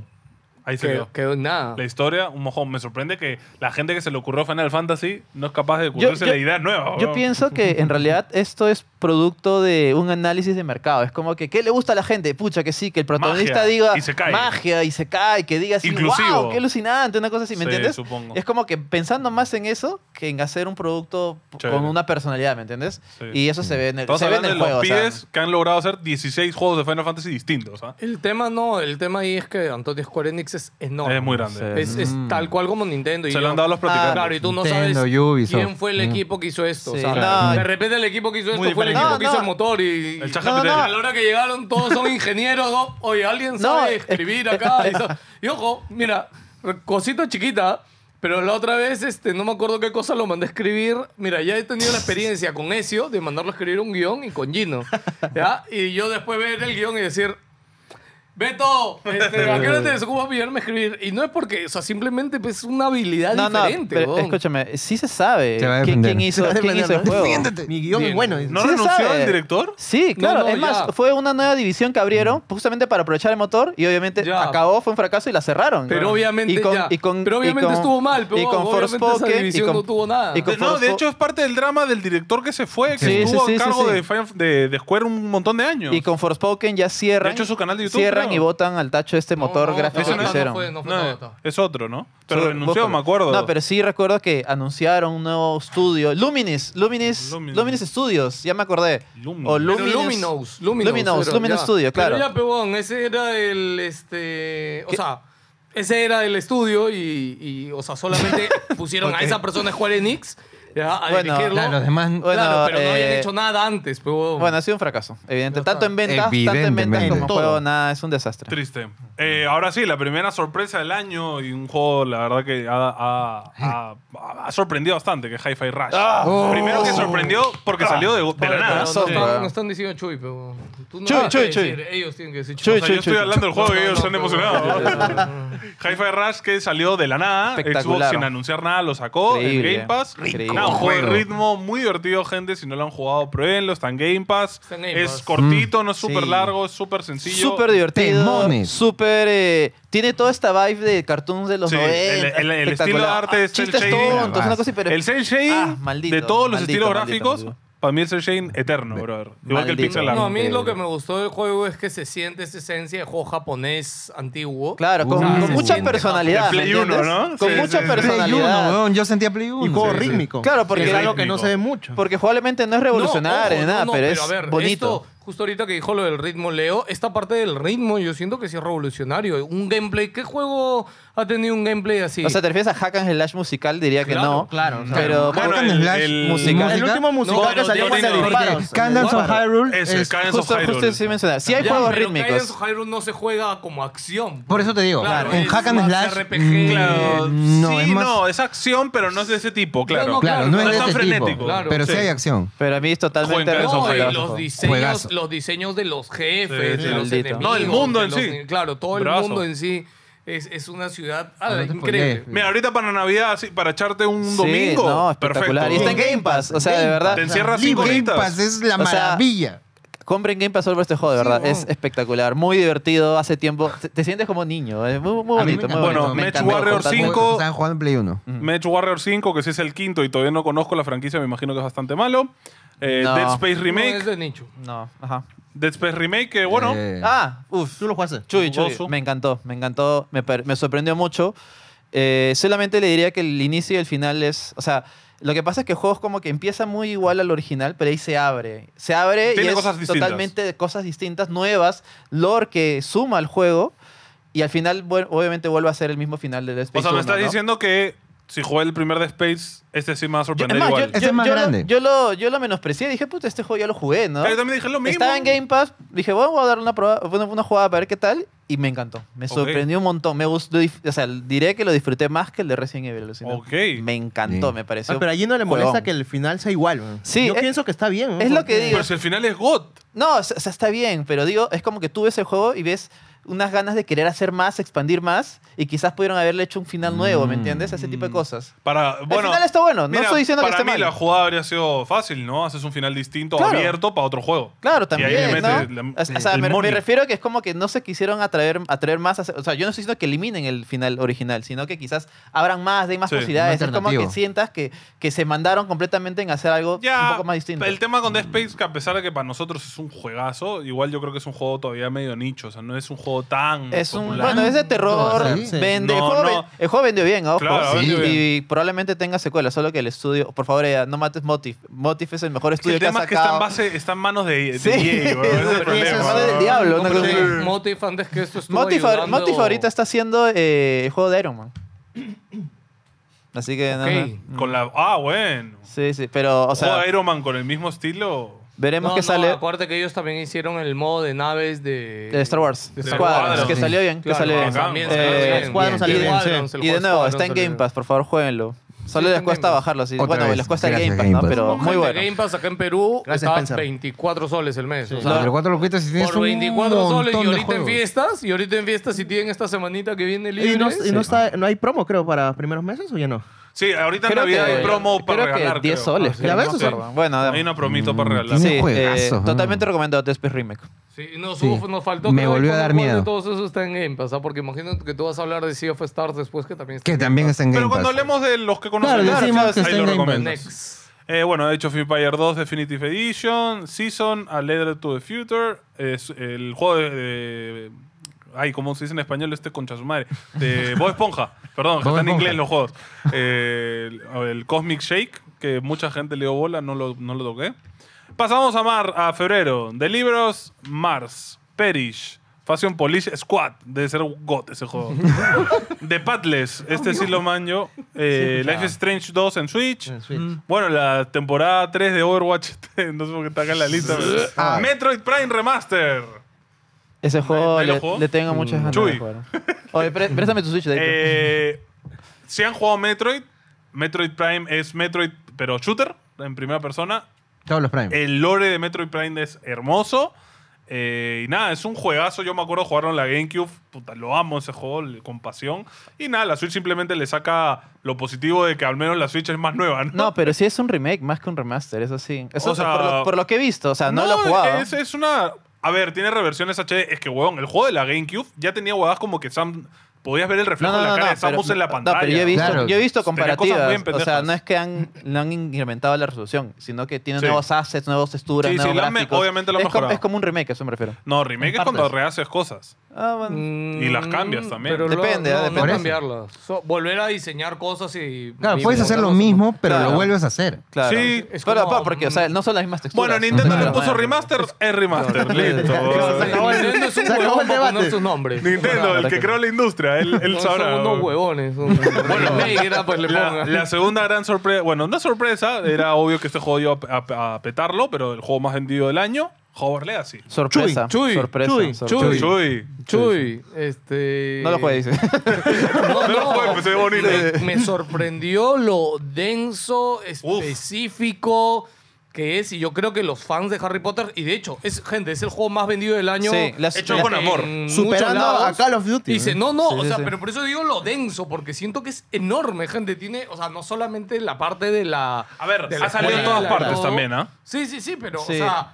[SPEAKER 2] Ahí se
[SPEAKER 3] quedó,
[SPEAKER 2] quedó.
[SPEAKER 3] quedó en nada.
[SPEAKER 2] La historia, un mojón. Me sorprende que la gente que se le ocurrió Final Fantasy no es capaz de ocurrirse
[SPEAKER 4] yo-
[SPEAKER 2] la idea nueva.
[SPEAKER 4] Yo
[SPEAKER 2] weón.
[SPEAKER 4] pienso que en realidad esto es producto de un análisis de mercado. Es como que, ¿qué le gusta a la gente? Pucha, que sí, que el protagonista
[SPEAKER 2] Magia,
[SPEAKER 4] diga
[SPEAKER 2] y se cae.
[SPEAKER 4] magia y se cae, que diga así,
[SPEAKER 2] Inclusivo.
[SPEAKER 4] wow, qué alucinante, una cosa así, ¿me
[SPEAKER 2] Sí,
[SPEAKER 4] entiendes?
[SPEAKER 2] supongo.
[SPEAKER 4] Es como que pensando más en eso que en hacer un producto p-
[SPEAKER 2] Chévere.
[SPEAKER 4] con una personalidad, ¿me entiendes?
[SPEAKER 2] Sí.
[SPEAKER 4] Y eso se ve en el,
[SPEAKER 2] Estamos
[SPEAKER 4] se ve en
[SPEAKER 2] hablando
[SPEAKER 4] el
[SPEAKER 2] de
[SPEAKER 4] juego.
[SPEAKER 2] los
[SPEAKER 4] o sea,
[SPEAKER 2] pies que han logrado hacer 16 juegos de Final Fantasy distintos. ¿ah?
[SPEAKER 3] El tema no, el tema ahí es que Antonio Square Enix es enorme.
[SPEAKER 2] Es muy grande.
[SPEAKER 3] Es, es
[SPEAKER 5] Mm.
[SPEAKER 3] tal cual como Nintendo. y
[SPEAKER 2] Se
[SPEAKER 3] yo-
[SPEAKER 2] lo han dado a los practicantes.
[SPEAKER 3] Claro, y tú no
[SPEAKER 5] Nintendo,
[SPEAKER 3] sabes
[SPEAKER 5] Ubisoft.
[SPEAKER 3] quién fue el
[SPEAKER 5] Mm.
[SPEAKER 3] equipo que hizo esto.
[SPEAKER 4] Sí,
[SPEAKER 3] o sea,
[SPEAKER 4] claro.
[SPEAKER 3] De repente el equipo que hizo
[SPEAKER 6] Muy
[SPEAKER 3] esto fue el
[SPEAKER 6] diferente.
[SPEAKER 3] equipo
[SPEAKER 4] No,
[SPEAKER 3] que hizo
[SPEAKER 4] no.
[SPEAKER 3] el motor y...
[SPEAKER 2] El
[SPEAKER 4] No, no,
[SPEAKER 2] Chajapitel.
[SPEAKER 3] A la hora que llegaron todos son ingenieros. ¿no? Oye, alguien sabe
[SPEAKER 4] No, eh,
[SPEAKER 3] escribir acá. Y, so- y ojo, mira, cosita chiquita. Pero la otra vez, este, no me acuerdo qué cosa lo mandé a escribir. Mira, ya he tenido la experiencia con Ezio de mandarlo a escribir un guión y con Gino. ¿ya? Y yo después ver el guión y decir, Beto, este, ¿a qué hora te desocupas pillarme a escribir? Y no es porque, o sea, simplemente pues, es una habilidad
[SPEAKER 4] No, no,
[SPEAKER 3] diferente.
[SPEAKER 4] pero
[SPEAKER 3] huevón.
[SPEAKER 4] escúchame, sí se sabe
[SPEAKER 5] Se va a
[SPEAKER 4] quién,
[SPEAKER 5] defender.
[SPEAKER 4] quién hizo, quién hizo el juego.
[SPEAKER 6] Mi guión es
[SPEAKER 3] Bien.
[SPEAKER 6] bueno.
[SPEAKER 2] ¿No
[SPEAKER 4] Sí se
[SPEAKER 2] renunció
[SPEAKER 4] sabe.
[SPEAKER 2] el director?
[SPEAKER 4] Sí, claro.
[SPEAKER 3] no,
[SPEAKER 4] es más,
[SPEAKER 3] ya. Mm.
[SPEAKER 4] fue una nueva división que abrieron justamente para aprovechar el motor y obviamente
[SPEAKER 3] Ya.
[SPEAKER 4] acabó, fue un fracaso y la cerraron.
[SPEAKER 3] Pero obviamente
[SPEAKER 4] y con,
[SPEAKER 3] ya.
[SPEAKER 4] y con-
[SPEAKER 3] Pero
[SPEAKER 4] y
[SPEAKER 3] obviamente
[SPEAKER 4] con-
[SPEAKER 3] estuvo mal, pero
[SPEAKER 4] y con
[SPEAKER 3] obviamente esa
[SPEAKER 4] Forspoken, y
[SPEAKER 3] división
[SPEAKER 4] con-
[SPEAKER 3] no tuvo nada.
[SPEAKER 4] y con
[SPEAKER 2] no, de
[SPEAKER 4] Forspo-
[SPEAKER 2] hecho es parte del drama del director que se fue, que
[SPEAKER 4] Sí, sí,
[SPEAKER 2] estuvo
[SPEAKER 4] sí, sí,
[SPEAKER 2] a cargo
[SPEAKER 4] sí.
[SPEAKER 2] De, Final- de, de Square un montón de años.
[SPEAKER 4] Y con Forspoken ya cierran.
[SPEAKER 2] De hecho, su canal de YouTube,
[SPEAKER 4] Cierran
[SPEAKER 2] creo.
[SPEAKER 4] y botan al tacho este motor
[SPEAKER 3] no,
[SPEAKER 4] gráfico
[SPEAKER 2] no, no,
[SPEAKER 4] que
[SPEAKER 2] no
[SPEAKER 4] hicieron.
[SPEAKER 3] fue, no.
[SPEAKER 2] No,
[SPEAKER 3] Nota.
[SPEAKER 2] es otro, ¿no? Pero
[SPEAKER 4] Sí,
[SPEAKER 2] renunció,
[SPEAKER 4] búscalo.
[SPEAKER 2] me acuerdo.
[SPEAKER 4] No, pero sí recuerdo que anunciaron un nuevo estudio. Luminis, Luminis,
[SPEAKER 2] Luminis.
[SPEAKER 4] Luminis, Studios, ya me acordé.
[SPEAKER 2] Luminis.
[SPEAKER 4] O
[SPEAKER 3] Pero
[SPEAKER 4] Luminis.
[SPEAKER 3] Luminous, Luminous,
[SPEAKER 4] Luminous,
[SPEAKER 3] pero
[SPEAKER 4] Luminous
[SPEAKER 3] ya.
[SPEAKER 4] Studio, claro.
[SPEAKER 3] Pero ya, pebón, ese era el, este, o
[SPEAKER 4] ¿Qué?
[SPEAKER 3] sea, ese era el estudio y, y, o sea, solamente pusieron a esa persona de Square Enix ya, a
[SPEAKER 4] Bueno,
[SPEAKER 3] dirigirlo.
[SPEAKER 5] Claro, los demás.
[SPEAKER 4] Bueno,
[SPEAKER 3] Claro, pero no habían
[SPEAKER 4] eh,
[SPEAKER 3] hecho nada antes, pebón.
[SPEAKER 4] Bueno, ha sido un fracaso, evidente.
[SPEAKER 3] Ya está.
[SPEAKER 4] Tanto en ventas, tanto en ventas
[SPEAKER 5] Evidentemente.
[SPEAKER 4] como en
[SPEAKER 5] Todo.
[SPEAKER 4] juego, nada, es un desastre.
[SPEAKER 2] Triste. Eh, ahora sí, la primera sorpresa del año y un juego, la verdad, que ha, ha- ha- ha- ha sorprendido bastante, que es Hi-Fi Rush. Primero que sorprendió porque salió de, de la
[SPEAKER 3] Pero
[SPEAKER 2] nada.
[SPEAKER 3] no,
[SPEAKER 2] O sea,
[SPEAKER 3] están, no están diciendo Chuy, pebón. Tú no
[SPEAKER 4] Chuy,
[SPEAKER 3] tienes que
[SPEAKER 4] Chuy, Chuy.
[SPEAKER 3] decir, Ellos tienen que decir
[SPEAKER 4] Chuy,
[SPEAKER 2] yo estoy hablando del juego
[SPEAKER 3] No,
[SPEAKER 2] y ellos
[SPEAKER 3] no,
[SPEAKER 2] están
[SPEAKER 3] no,
[SPEAKER 2] emocionados.
[SPEAKER 3] no, no, no, no.
[SPEAKER 2] Hi-Fi Rush que salió de la nada, Xbox
[SPEAKER 4] Espectacular.
[SPEAKER 2] sin anunciar nada lo sacó,
[SPEAKER 4] Increíble.
[SPEAKER 2] el Game Pass.
[SPEAKER 4] Rico.
[SPEAKER 2] Nada, un juego de
[SPEAKER 5] Juego.
[SPEAKER 2] ritmo muy divertido, gente. Si no lo han jugado, pruébenlo, está en Game Pass.
[SPEAKER 3] Está en Game
[SPEAKER 2] es
[SPEAKER 3] Pass.
[SPEAKER 2] cortito, no es súper
[SPEAKER 6] Sí.
[SPEAKER 2] largo, es súper sencillo.
[SPEAKER 4] Mm. Súper divertido.
[SPEAKER 5] Temones.
[SPEAKER 4] Súper. eh, tiene toda esta vibe de cartoons de los
[SPEAKER 2] Sí,
[SPEAKER 4] 90.
[SPEAKER 2] el- el- el estilo de arte
[SPEAKER 4] Ah,
[SPEAKER 2] es cel
[SPEAKER 4] Chistes
[SPEAKER 2] shading.
[SPEAKER 4] tontos, una cosa así, pero.
[SPEAKER 2] el cel shading
[SPEAKER 4] Ah, maldito,
[SPEAKER 2] de todos los
[SPEAKER 4] maldito,
[SPEAKER 2] estilos
[SPEAKER 4] maldito,
[SPEAKER 2] gráficos,
[SPEAKER 4] maldito.
[SPEAKER 2] para mí el cel shading eterno, brother. Igual que el
[SPEAKER 4] Maldito.
[SPEAKER 2] pixel art.
[SPEAKER 3] No, a mí lo que me gustó del juego es que se siente esa esencia de juego japonés antiguo.
[SPEAKER 4] Claro, con,
[SPEAKER 5] Uh,
[SPEAKER 4] con
[SPEAKER 5] se
[SPEAKER 4] mucha
[SPEAKER 3] siente.
[SPEAKER 4] personalidad.
[SPEAKER 2] De Play
[SPEAKER 4] ¿me
[SPEAKER 2] uno,
[SPEAKER 4] entiendes?
[SPEAKER 2] ¿no?
[SPEAKER 4] Con
[SPEAKER 2] Sí,
[SPEAKER 4] mucha
[SPEAKER 2] sí, sí.
[SPEAKER 5] Play uno,
[SPEAKER 4] personalidad.
[SPEAKER 5] weón, Yo sentía Play 1.
[SPEAKER 6] Y juego rítmico.
[SPEAKER 4] Claro, porque-
[SPEAKER 6] Es algo que no
[SPEAKER 2] Rítmico.
[SPEAKER 6] se ve mucho.
[SPEAKER 4] Porque jugablemente no es revolucionario
[SPEAKER 3] No,
[SPEAKER 4] ni
[SPEAKER 3] ojo,
[SPEAKER 4] nada,
[SPEAKER 3] no, no,
[SPEAKER 4] pero,
[SPEAKER 3] a
[SPEAKER 4] es
[SPEAKER 3] ver,
[SPEAKER 4] bonito.
[SPEAKER 3] esto, justo ahorita que dijo lo del ritmo, Leo, esta parte del ritmo yo siento que sí es revolucionario. Un gameplay, ¿qué juego ha tenido un gameplay así?
[SPEAKER 4] O sea, ¿te refieres a Hack and Slash musical? Diría que
[SPEAKER 3] Claro,
[SPEAKER 4] no.
[SPEAKER 6] claro, o sea,
[SPEAKER 4] Pero.
[SPEAKER 5] Hack
[SPEAKER 2] Bueno,
[SPEAKER 5] and
[SPEAKER 2] el-
[SPEAKER 5] Slash,
[SPEAKER 2] el-
[SPEAKER 5] música.
[SPEAKER 6] El último musical
[SPEAKER 3] No,
[SPEAKER 6] que
[SPEAKER 3] no,
[SPEAKER 6] salió
[SPEAKER 3] no,
[SPEAKER 6] fue el de
[SPEAKER 3] no, no.
[SPEAKER 6] disparos.
[SPEAKER 5] Candles on Hyrule.
[SPEAKER 2] Ese,
[SPEAKER 5] es-
[SPEAKER 2] Cadence
[SPEAKER 4] Justo,
[SPEAKER 2] of Hyrule.
[SPEAKER 4] justo sí mencionar. Sí hay
[SPEAKER 3] Ya,
[SPEAKER 4] juegos
[SPEAKER 3] pero
[SPEAKER 4] rítmicos.
[SPEAKER 3] Cadence of Hyrule no se juega como acción. pues.
[SPEAKER 5] Por eso te digo,
[SPEAKER 3] Claro,
[SPEAKER 5] un
[SPEAKER 3] es
[SPEAKER 5] hack and
[SPEAKER 3] más
[SPEAKER 5] slash.
[SPEAKER 3] RPG.
[SPEAKER 5] mm,
[SPEAKER 2] Claro,
[SPEAKER 5] no,
[SPEAKER 2] sí,
[SPEAKER 5] es más-
[SPEAKER 2] no, es acción, pero no es de ese tipo, claro.
[SPEAKER 3] no,
[SPEAKER 5] Claro, no
[SPEAKER 3] claro,
[SPEAKER 5] es de
[SPEAKER 2] no tan
[SPEAKER 5] ese
[SPEAKER 2] frenético.
[SPEAKER 5] tipo.
[SPEAKER 3] Claro.
[SPEAKER 5] Pero
[SPEAKER 2] Sí.
[SPEAKER 5] sí hay acción.
[SPEAKER 4] Pero a mí es totalmente.
[SPEAKER 2] Juegan Cadence of
[SPEAKER 3] No, y
[SPEAKER 4] revolucionario.
[SPEAKER 2] Hyrule.
[SPEAKER 3] los diseños,
[SPEAKER 5] Juegazo.
[SPEAKER 3] los diseños de los jefes,
[SPEAKER 2] Sí,
[SPEAKER 3] de
[SPEAKER 2] sí.
[SPEAKER 3] los
[SPEAKER 4] Maldito.
[SPEAKER 3] enemigos.
[SPEAKER 2] No, el mundo
[SPEAKER 3] de
[SPEAKER 2] en
[SPEAKER 3] los-
[SPEAKER 2] sí.
[SPEAKER 3] Claro, todo
[SPEAKER 2] Brazo.
[SPEAKER 3] el mundo en sí. Es, es una ciudad ah,
[SPEAKER 5] No te
[SPEAKER 3] increíble.
[SPEAKER 5] spoilees.
[SPEAKER 2] Mira, ahorita para Navidad, así, para echarte un
[SPEAKER 4] Sí,
[SPEAKER 2] domingo.
[SPEAKER 4] no, espectacular. Y
[SPEAKER 2] Perfecto.
[SPEAKER 4] está en Game Pass. O sea, de
[SPEAKER 5] Game
[SPEAKER 4] verdad.
[SPEAKER 2] Te encierras cinco
[SPEAKER 5] Game
[SPEAKER 2] horitas.
[SPEAKER 5] Pass es la
[SPEAKER 4] O sea,
[SPEAKER 5] maravilla.
[SPEAKER 4] Compren Game Pass solo por este juego, de
[SPEAKER 3] Sí,
[SPEAKER 4] verdad.
[SPEAKER 3] weón.
[SPEAKER 4] Es espectacular, muy divertido, hace tiempo. Te, te sientes como niño, es muy, muy
[SPEAKER 5] A mí
[SPEAKER 4] bonito. muy
[SPEAKER 5] me encantó.
[SPEAKER 4] bonito.
[SPEAKER 2] Bueno,
[SPEAKER 4] Me
[SPEAKER 2] Match
[SPEAKER 4] encantó
[SPEAKER 2] Warrior
[SPEAKER 4] totalmente.
[SPEAKER 2] cinco.
[SPEAKER 5] Estaban jugando en Play 1.
[SPEAKER 2] Match Warrior 5, que sí es el quinto y todavía no conozco la franquicia, me imagino que es bastante malo. Eh,
[SPEAKER 4] No.
[SPEAKER 2] Dead Space
[SPEAKER 3] No,
[SPEAKER 2] Remake.
[SPEAKER 3] es de nicho.
[SPEAKER 4] No, ajá.
[SPEAKER 2] Dead Space Remake, que bueno.
[SPEAKER 5] Eh,
[SPEAKER 4] Ah, uff.
[SPEAKER 6] Tú lo jugaste.
[SPEAKER 4] Chuy, Chuy,
[SPEAKER 2] jugoso.
[SPEAKER 4] Me encantó, me encantó, me, per- me sorprendió mucho. Eh, solamente le diría que el inicio y el final es. O sea, lo que pasa es que el juego es como que empieza muy igual al original, pero ahí se abre. Se abre
[SPEAKER 2] Tiene
[SPEAKER 4] y
[SPEAKER 2] cosas
[SPEAKER 4] es
[SPEAKER 2] distintas.
[SPEAKER 4] totalmente de cosas distintas, nuevas, lore que suma al juego. Y al final, bueno, obviamente, vuelve a ser el mismo final del Space
[SPEAKER 2] o sea, me
[SPEAKER 4] 1,
[SPEAKER 2] estás
[SPEAKER 4] ¿no?
[SPEAKER 2] diciendo que si jugué el primer Dead Space, este sí me va a
[SPEAKER 4] Yo,
[SPEAKER 2] sorprender
[SPEAKER 4] además, yo,
[SPEAKER 2] igual.
[SPEAKER 5] Ese
[SPEAKER 4] yo-
[SPEAKER 5] es más
[SPEAKER 4] yo
[SPEAKER 5] grande.
[SPEAKER 4] Lo, yo, lo, yo lo menosprecié. Dije, puta, este juego ya lo jugué, ¿no?
[SPEAKER 2] Pero yo también dije lo mismo.
[SPEAKER 4] Estaba en Game Pass. Dije, bueno, voy a dar una, prueba, una, una jugada para ver qué tal. Y me encantó. Me
[SPEAKER 2] Ok.
[SPEAKER 4] sorprendió un montón. Me gustó. O sea, diré que lo disfruté más que el de Resident Evil. alucinó.
[SPEAKER 2] Ok.
[SPEAKER 4] Me encantó,
[SPEAKER 5] Sí.
[SPEAKER 4] me
[SPEAKER 6] Ah,
[SPEAKER 4] pareció.
[SPEAKER 6] pero allí no le molesta
[SPEAKER 4] huevón.
[SPEAKER 6] que el final sea igual. weón.
[SPEAKER 4] Sí,
[SPEAKER 6] Yo
[SPEAKER 4] es-
[SPEAKER 6] pienso que está bien. weón,
[SPEAKER 4] es lo que
[SPEAKER 6] porque-
[SPEAKER 4] digo.
[SPEAKER 2] Pero si el final es God.
[SPEAKER 4] No, o sea, está bien, pero digo, es como que tú ves el juego y ves unas ganas de querer hacer más, expandir más, y quizás pudieron haberle hecho un final nuevo, ¿me entiendes? Ese tipo de cosas.
[SPEAKER 2] Para, Mm. bueno,
[SPEAKER 4] final está bueno, no
[SPEAKER 2] mira,
[SPEAKER 4] estoy diciendo que
[SPEAKER 2] para
[SPEAKER 4] esté
[SPEAKER 2] mí
[SPEAKER 4] mal.
[SPEAKER 2] la jugada habría sido fácil, ¿no? Haces un final distinto,
[SPEAKER 4] Claro.
[SPEAKER 2] abierto para otro juego.
[SPEAKER 4] Claro,
[SPEAKER 2] Y ahí le
[SPEAKER 4] también,
[SPEAKER 2] metes
[SPEAKER 4] ¿no?
[SPEAKER 2] la- eh,
[SPEAKER 4] O sea,
[SPEAKER 2] el
[SPEAKER 4] me, me
[SPEAKER 2] money.
[SPEAKER 4] refiero a que es como que no se quisieron atraer, atraer más. a- o sea, yo no estoy diciendo que eliminen el final original, sino que quizás abran más, den más
[SPEAKER 2] Sí, un
[SPEAKER 4] posibilidades. Es como que
[SPEAKER 5] alternativo.
[SPEAKER 4] sientas que, que se mandaron completamente en hacer algo
[SPEAKER 2] Ya,
[SPEAKER 4] un poco más distinto.
[SPEAKER 2] El tema con Dead Space, que a pesar de que para nosotros es un juegazo, igual yo creo que es un juego todavía medio nicho. O sea, no es un juego tan.
[SPEAKER 4] Es un,
[SPEAKER 2] popular.
[SPEAKER 4] bueno, es de terror,
[SPEAKER 5] Sí.
[SPEAKER 4] vende, el,
[SPEAKER 2] No,
[SPEAKER 4] juego
[SPEAKER 2] no.
[SPEAKER 4] ven- el juego vendió bien, ojo.
[SPEAKER 2] Claro,
[SPEAKER 5] Sí. vendió
[SPEAKER 4] y,
[SPEAKER 2] bien.
[SPEAKER 4] y probablemente tenga secuela, solo que el estudio, por favor, Eda, no mates Motif. Motif es el mejor
[SPEAKER 2] Es que el
[SPEAKER 4] estudio que ha
[SPEAKER 2] tema es que está en,
[SPEAKER 4] sacado.
[SPEAKER 2] base, está en manos de, de
[SPEAKER 4] Sí.
[SPEAKER 2] EA, weón, ese es el
[SPEAKER 4] Pero
[SPEAKER 2] problema,
[SPEAKER 4] eso es
[SPEAKER 2] weón.
[SPEAKER 4] del diablo, una
[SPEAKER 3] No, pero
[SPEAKER 4] cosa así.
[SPEAKER 3] Motif antes que esto estuvo
[SPEAKER 4] Motif, ahor-
[SPEAKER 3] ayudando-
[SPEAKER 4] Motif ahorita está haciendo eh, el juego de Iron Man. Así que no,
[SPEAKER 3] Ok.
[SPEAKER 4] no.
[SPEAKER 2] Con la, ah, bueno.
[SPEAKER 4] Sí, sí, pero, o sea,
[SPEAKER 2] Juega Iron Man con el mismo estilo.
[SPEAKER 4] veremos
[SPEAKER 3] No,
[SPEAKER 4] que
[SPEAKER 3] no,
[SPEAKER 4] sale
[SPEAKER 3] Acuérdate que ellos también hicieron el modo de naves de.
[SPEAKER 4] de Star Wars.
[SPEAKER 3] de
[SPEAKER 2] Star
[SPEAKER 4] Squadrons,
[SPEAKER 2] Wars,
[SPEAKER 4] que
[SPEAKER 2] sí.
[SPEAKER 4] salió bien,
[SPEAKER 3] Claro, ah,
[SPEAKER 4] que salió bien.
[SPEAKER 2] Squadrons
[SPEAKER 4] Eh,
[SPEAKER 2] salió bien.
[SPEAKER 6] Squadrons salió bien,
[SPEAKER 3] Squadrons, el
[SPEAKER 4] Y de
[SPEAKER 3] juego
[SPEAKER 4] nuevo, está
[SPEAKER 3] Squadrons
[SPEAKER 4] en
[SPEAKER 3] salió
[SPEAKER 4] Game
[SPEAKER 3] bien.
[SPEAKER 4] Pass, por favor, jueguenlo. Solo
[SPEAKER 3] está
[SPEAKER 4] les
[SPEAKER 3] en
[SPEAKER 4] cuesta
[SPEAKER 3] Game Pass.
[SPEAKER 4] bajarlo, sí.
[SPEAKER 5] Otra
[SPEAKER 4] Bueno,
[SPEAKER 5] vez,
[SPEAKER 4] les cuesta el
[SPEAKER 5] gracias,
[SPEAKER 4] Game Pass,
[SPEAKER 5] Game
[SPEAKER 4] ¿no?
[SPEAKER 5] Pass.
[SPEAKER 4] Pero
[SPEAKER 3] Como
[SPEAKER 4] muy
[SPEAKER 3] gente,
[SPEAKER 4] bueno.
[SPEAKER 3] Game Pass acá en Perú
[SPEAKER 6] Gracias,
[SPEAKER 3] estaba
[SPEAKER 6] Spencer.
[SPEAKER 3] 24 soles el mes. o sea,
[SPEAKER 5] No, pero cuatro loquitas y tienes
[SPEAKER 3] por 24
[SPEAKER 5] un
[SPEAKER 3] soles y
[SPEAKER 5] montón de
[SPEAKER 3] ahorita en
[SPEAKER 5] juegos.
[SPEAKER 3] fiestas. Y ahorita en fiestas, si tienen esta semanita que viene libre.
[SPEAKER 6] Y no, y no está, no hay promo, creo, para primeros meses o ya no.
[SPEAKER 2] Sí, ahorita en Navidad hay promo para
[SPEAKER 4] creo
[SPEAKER 2] regalar.
[SPEAKER 4] que 10
[SPEAKER 2] creo.
[SPEAKER 4] soles.
[SPEAKER 2] Ah, sí.
[SPEAKER 4] creo,
[SPEAKER 6] ¿Ya
[SPEAKER 4] no
[SPEAKER 6] ves?
[SPEAKER 4] me
[SPEAKER 6] O sea,
[SPEAKER 4] acuerdo. Bueno, Mm,
[SPEAKER 2] Hay una promito para regalar.
[SPEAKER 5] Tiene
[SPEAKER 4] sí, eh,
[SPEAKER 5] juegazos, ¿no?
[SPEAKER 4] totalmente recomendado Dead Space Remake.
[SPEAKER 3] Sí, no, su-
[SPEAKER 5] Sí.
[SPEAKER 3] nos faltó.
[SPEAKER 5] Me
[SPEAKER 3] creo,
[SPEAKER 5] volvió a
[SPEAKER 3] como
[SPEAKER 5] dar
[SPEAKER 3] cuál de
[SPEAKER 5] miedo.
[SPEAKER 3] Todos esos están en Game Pass, ¿ah? porque imagino que tú vas a hablar de Sea of Stars después que también está
[SPEAKER 5] Que
[SPEAKER 3] en Game
[SPEAKER 5] también
[SPEAKER 3] Pass.
[SPEAKER 5] está en
[SPEAKER 2] Pero
[SPEAKER 5] Game
[SPEAKER 2] cuando
[SPEAKER 5] Pass.
[SPEAKER 2] hablemos de los que conocen,
[SPEAKER 5] Claro, decimos que
[SPEAKER 2] ahí lo
[SPEAKER 5] está en Game Pass.
[SPEAKER 2] recomiendas.
[SPEAKER 3] Next.
[SPEAKER 2] Eh, bueno, de hecho, Free Fire 2 Definitive Edition, Season, A Letter to the Future, es el juego de... de- ay, ¿cómo se dice en español este concha su madre? De Bob Esponja. Perdón, que
[SPEAKER 5] Bob
[SPEAKER 2] está en
[SPEAKER 5] Esponja.
[SPEAKER 2] inglés los juegos. Eh, el, el Cosmic Shake, que mucha gente le dio bola, no lo, no lo toqué. Pasamos a, mar, a febrero. De libros, Mars, Perish, Fashion Police Squad. Debe ser un got ese juego. The Pathless, este sí lo manjo. Eh, Life is Strange 2 en Switch. Mm. Bueno, la temporada 3 de Overwatch, este, no sé por qué está acá en la lista. pero-
[SPEAKER 5] Ah.
[SPEAKER 2] Metroid Prime Remaster.
[SPEAKER 4] Ese juego
[SPEAKER 2] nadie lo
[SPEAKER 4] le,
[SPEAKER 2] jugó?
[SPEAKER 4] le tengo muchas ganas
[SPEAKER 2] Chuy.
[SPEAKER 4] de jugar. Oye, pré- préstame tu Switch, Dave.
[SPEAKER 2] Eh, si han jugado Metroid, Metroid Prime es Metroid, pero shooter, en primera persona.
[SPEAKER 5] Chao, los Prime.
[SPEAKER 2] El lore de Metroid Prime es hermoso. Eh, y nada, es un juegazo. Yo me acuerdo jugarlo en la GameCube. Puta, lo amo ese juego le- con pasión. Y nada, la Switch simplemente le saca lo positivo de que al menos la Switch es más nueva, ¿no?
[SPEAKER 4] No, pero sí es un remake más que un remaster, eso sí. Eso
[SPEAKER 2] O sea-
[SPEAKER 4] por, lo, por lo que he visto, o sea, no, lo he jugado.
[SPEAKER 2] Es, es una. A ver, tiene reversiones HD. Es que, weón, el juego de la GamCube ya tenía huevadas como que Sam. Podías ver el reflejo de la cara de Samus en la
[SPEAKER 4] no,
[SPEAKER 2] pantalla.
[SPEAKER 4] pero yo he visto,
[SPEAKER 5] Claro.
[SPEAKER 4] yo he visto
[SPEAKER 2] Tenía cosas muy
[SPEAKER 4] comparativas. O sea,
[SPEAKER 2] pendejas.
[SPEAKER 4] no es que han, no han incrementado la resolución, sino que tienen
[SPEAKER 2] Sí.
[SPEAKER 4] nuevos assets, nuevas texturas,
[SPEAKER 2] Sí, sí,
[SPEAKER 4] nuevos
[SPEAKER 2] la han me-
[SPEAKER 4] gráficos.
[SPEAKER 2] obviamente lo han
[SPEAKER 4] es, como,
[SPEAKER 2] mejorado.
[SPEAKER 4] es como un remake, a eso me refiero.
[SPEAKER 2] No, remake es cuando
[SPEAKER 4] partes.
[SPEAKER 2] rehaces cosas.
[SPEAKER 4] Ah, bueno.
[SPEAKER 2] Y las cambias también.
[SPEAKER 3] Mm, Pero luego-
[SPEAKER 4] Depende,
[SPEAKER 5] ¿eh?
[SPEAKER 3] no,
[SPEAKER 4] ah,
[SPEAKER 3] no
[SPEAKER 4] depende.
[SPEAKER 3] cambiarlas. So- volver a diseñar cosas y.
[SPEAKER 5] Claro,
[SPEAKER 3] y
[SPEAKER 5] puedes hacer lo
[SPEAKER 3] volverlas a-
[SPEAKER 5] mismo, pero
[SPEAKER 4] Claro.
[SPEAKER 5] lo vuelves a hacer.
[SPEAKER 4] Claro.
[SPEAKER 2] Sí.
[SPEAKER 4] Pero,
[SPEAKER 3] Es como-
[SPEAKER 4] pa, porque, o sea, no son las mismas texturas.
[SPEAKER 2] Bueno, Nintendo le
[SPEAKER 4] Claro.
[SPEAKER 2] puso remaster, es remaster. Listo.
[SPEAKER 3] Claro,
[SPEAKER 2] weón.
[SPEAKER 3] sí, Nintendo es un
[SPEAKER 6] Se acabó el
[SPEAKER 3] huevón para
[SPEAKER 6] debate.
[SPEAKER 3] poner sus nombres.
[SPEAKER 2] Nintendo, el que creó la industria, él, él
[SPEAKER 3] No,
[SPEAKER 2] sabrá.
[SPEAKER 3] Son unos
[SPEAKER 2] weón.
[SPEAKER 3] huevones. son-
[SPEAKER 2] Bueno,
[SPEAKER 3] Negra, pues le
[SPEAKER 2] la,
[SPEAKER 3] pongan.
[SPEAKER 2] la segunda gran sorpresa, bueno, no sorpresa, era obvio que este juego iba a, a- a petarlo, pero el juego más vendido del año, Hogwarts Legacy.
[SPEAKER 4] Sorpresa.
[SPEAKER 3] Chuy, Chuy,
[SPEAKER 4] sorpresa.
[SPEAKER 6] Chuy,
[SPEAKER 4] sorpresa.
[SPEAKER 3] Chuy.
[SPEAKER 2] Chuy.
[SPEAKER 3] Chuy, este.
[SPEAKER 4] No lo juegues, dice.
[SPEAKER 3] No,
[SPEAKER 2] No lo juegues, pero se ve bonito.
[SPEAKER 3] Me, me sorprendió lo denso, específico que es. Y yo creo que los fans de Harry Potter. Y de hecho, es, gente, es el juego más vendido del año.
[SPEAKER 4] Sí, las-
[SPEAKER 2] Hecho
[SPEAKER 4] las-
[SPEAKER 2] con amor.
[SPEAKER 3] en
[SPEAKER 6] Superando
[SPEAKER 3] muchos lados.
[SPEAKER 6] a Call of Duty. ¿eh?
[SPEAKER 3] Dice, no, no,
[SPEAKER 4] Sí,
[SPEAKER 3] o
[SPEAKER 4] sí,
[SPEAKER 3] sea,
[SPEAKER 4] sí.
[SPEAKER 3] pero por eso digo lo denso, porque siento que es enorme, gente. Tiene, o sea, no solamente la parte de la.
[SPEAKER 2] A ver,
[SPEAKER 3] de la
[SPEAKER 2] ha salido en
[SPEAKER 3] escuela,
[SPEAKER 2] todas partes
[SPEAKER 3] todo.
[SPEAKER 2] también, ¿ah?
[SPEAKER 3] Sí, sí, sí, pero,
[SPEAKER 4] Sí.
[SPEAKER 3] o sea,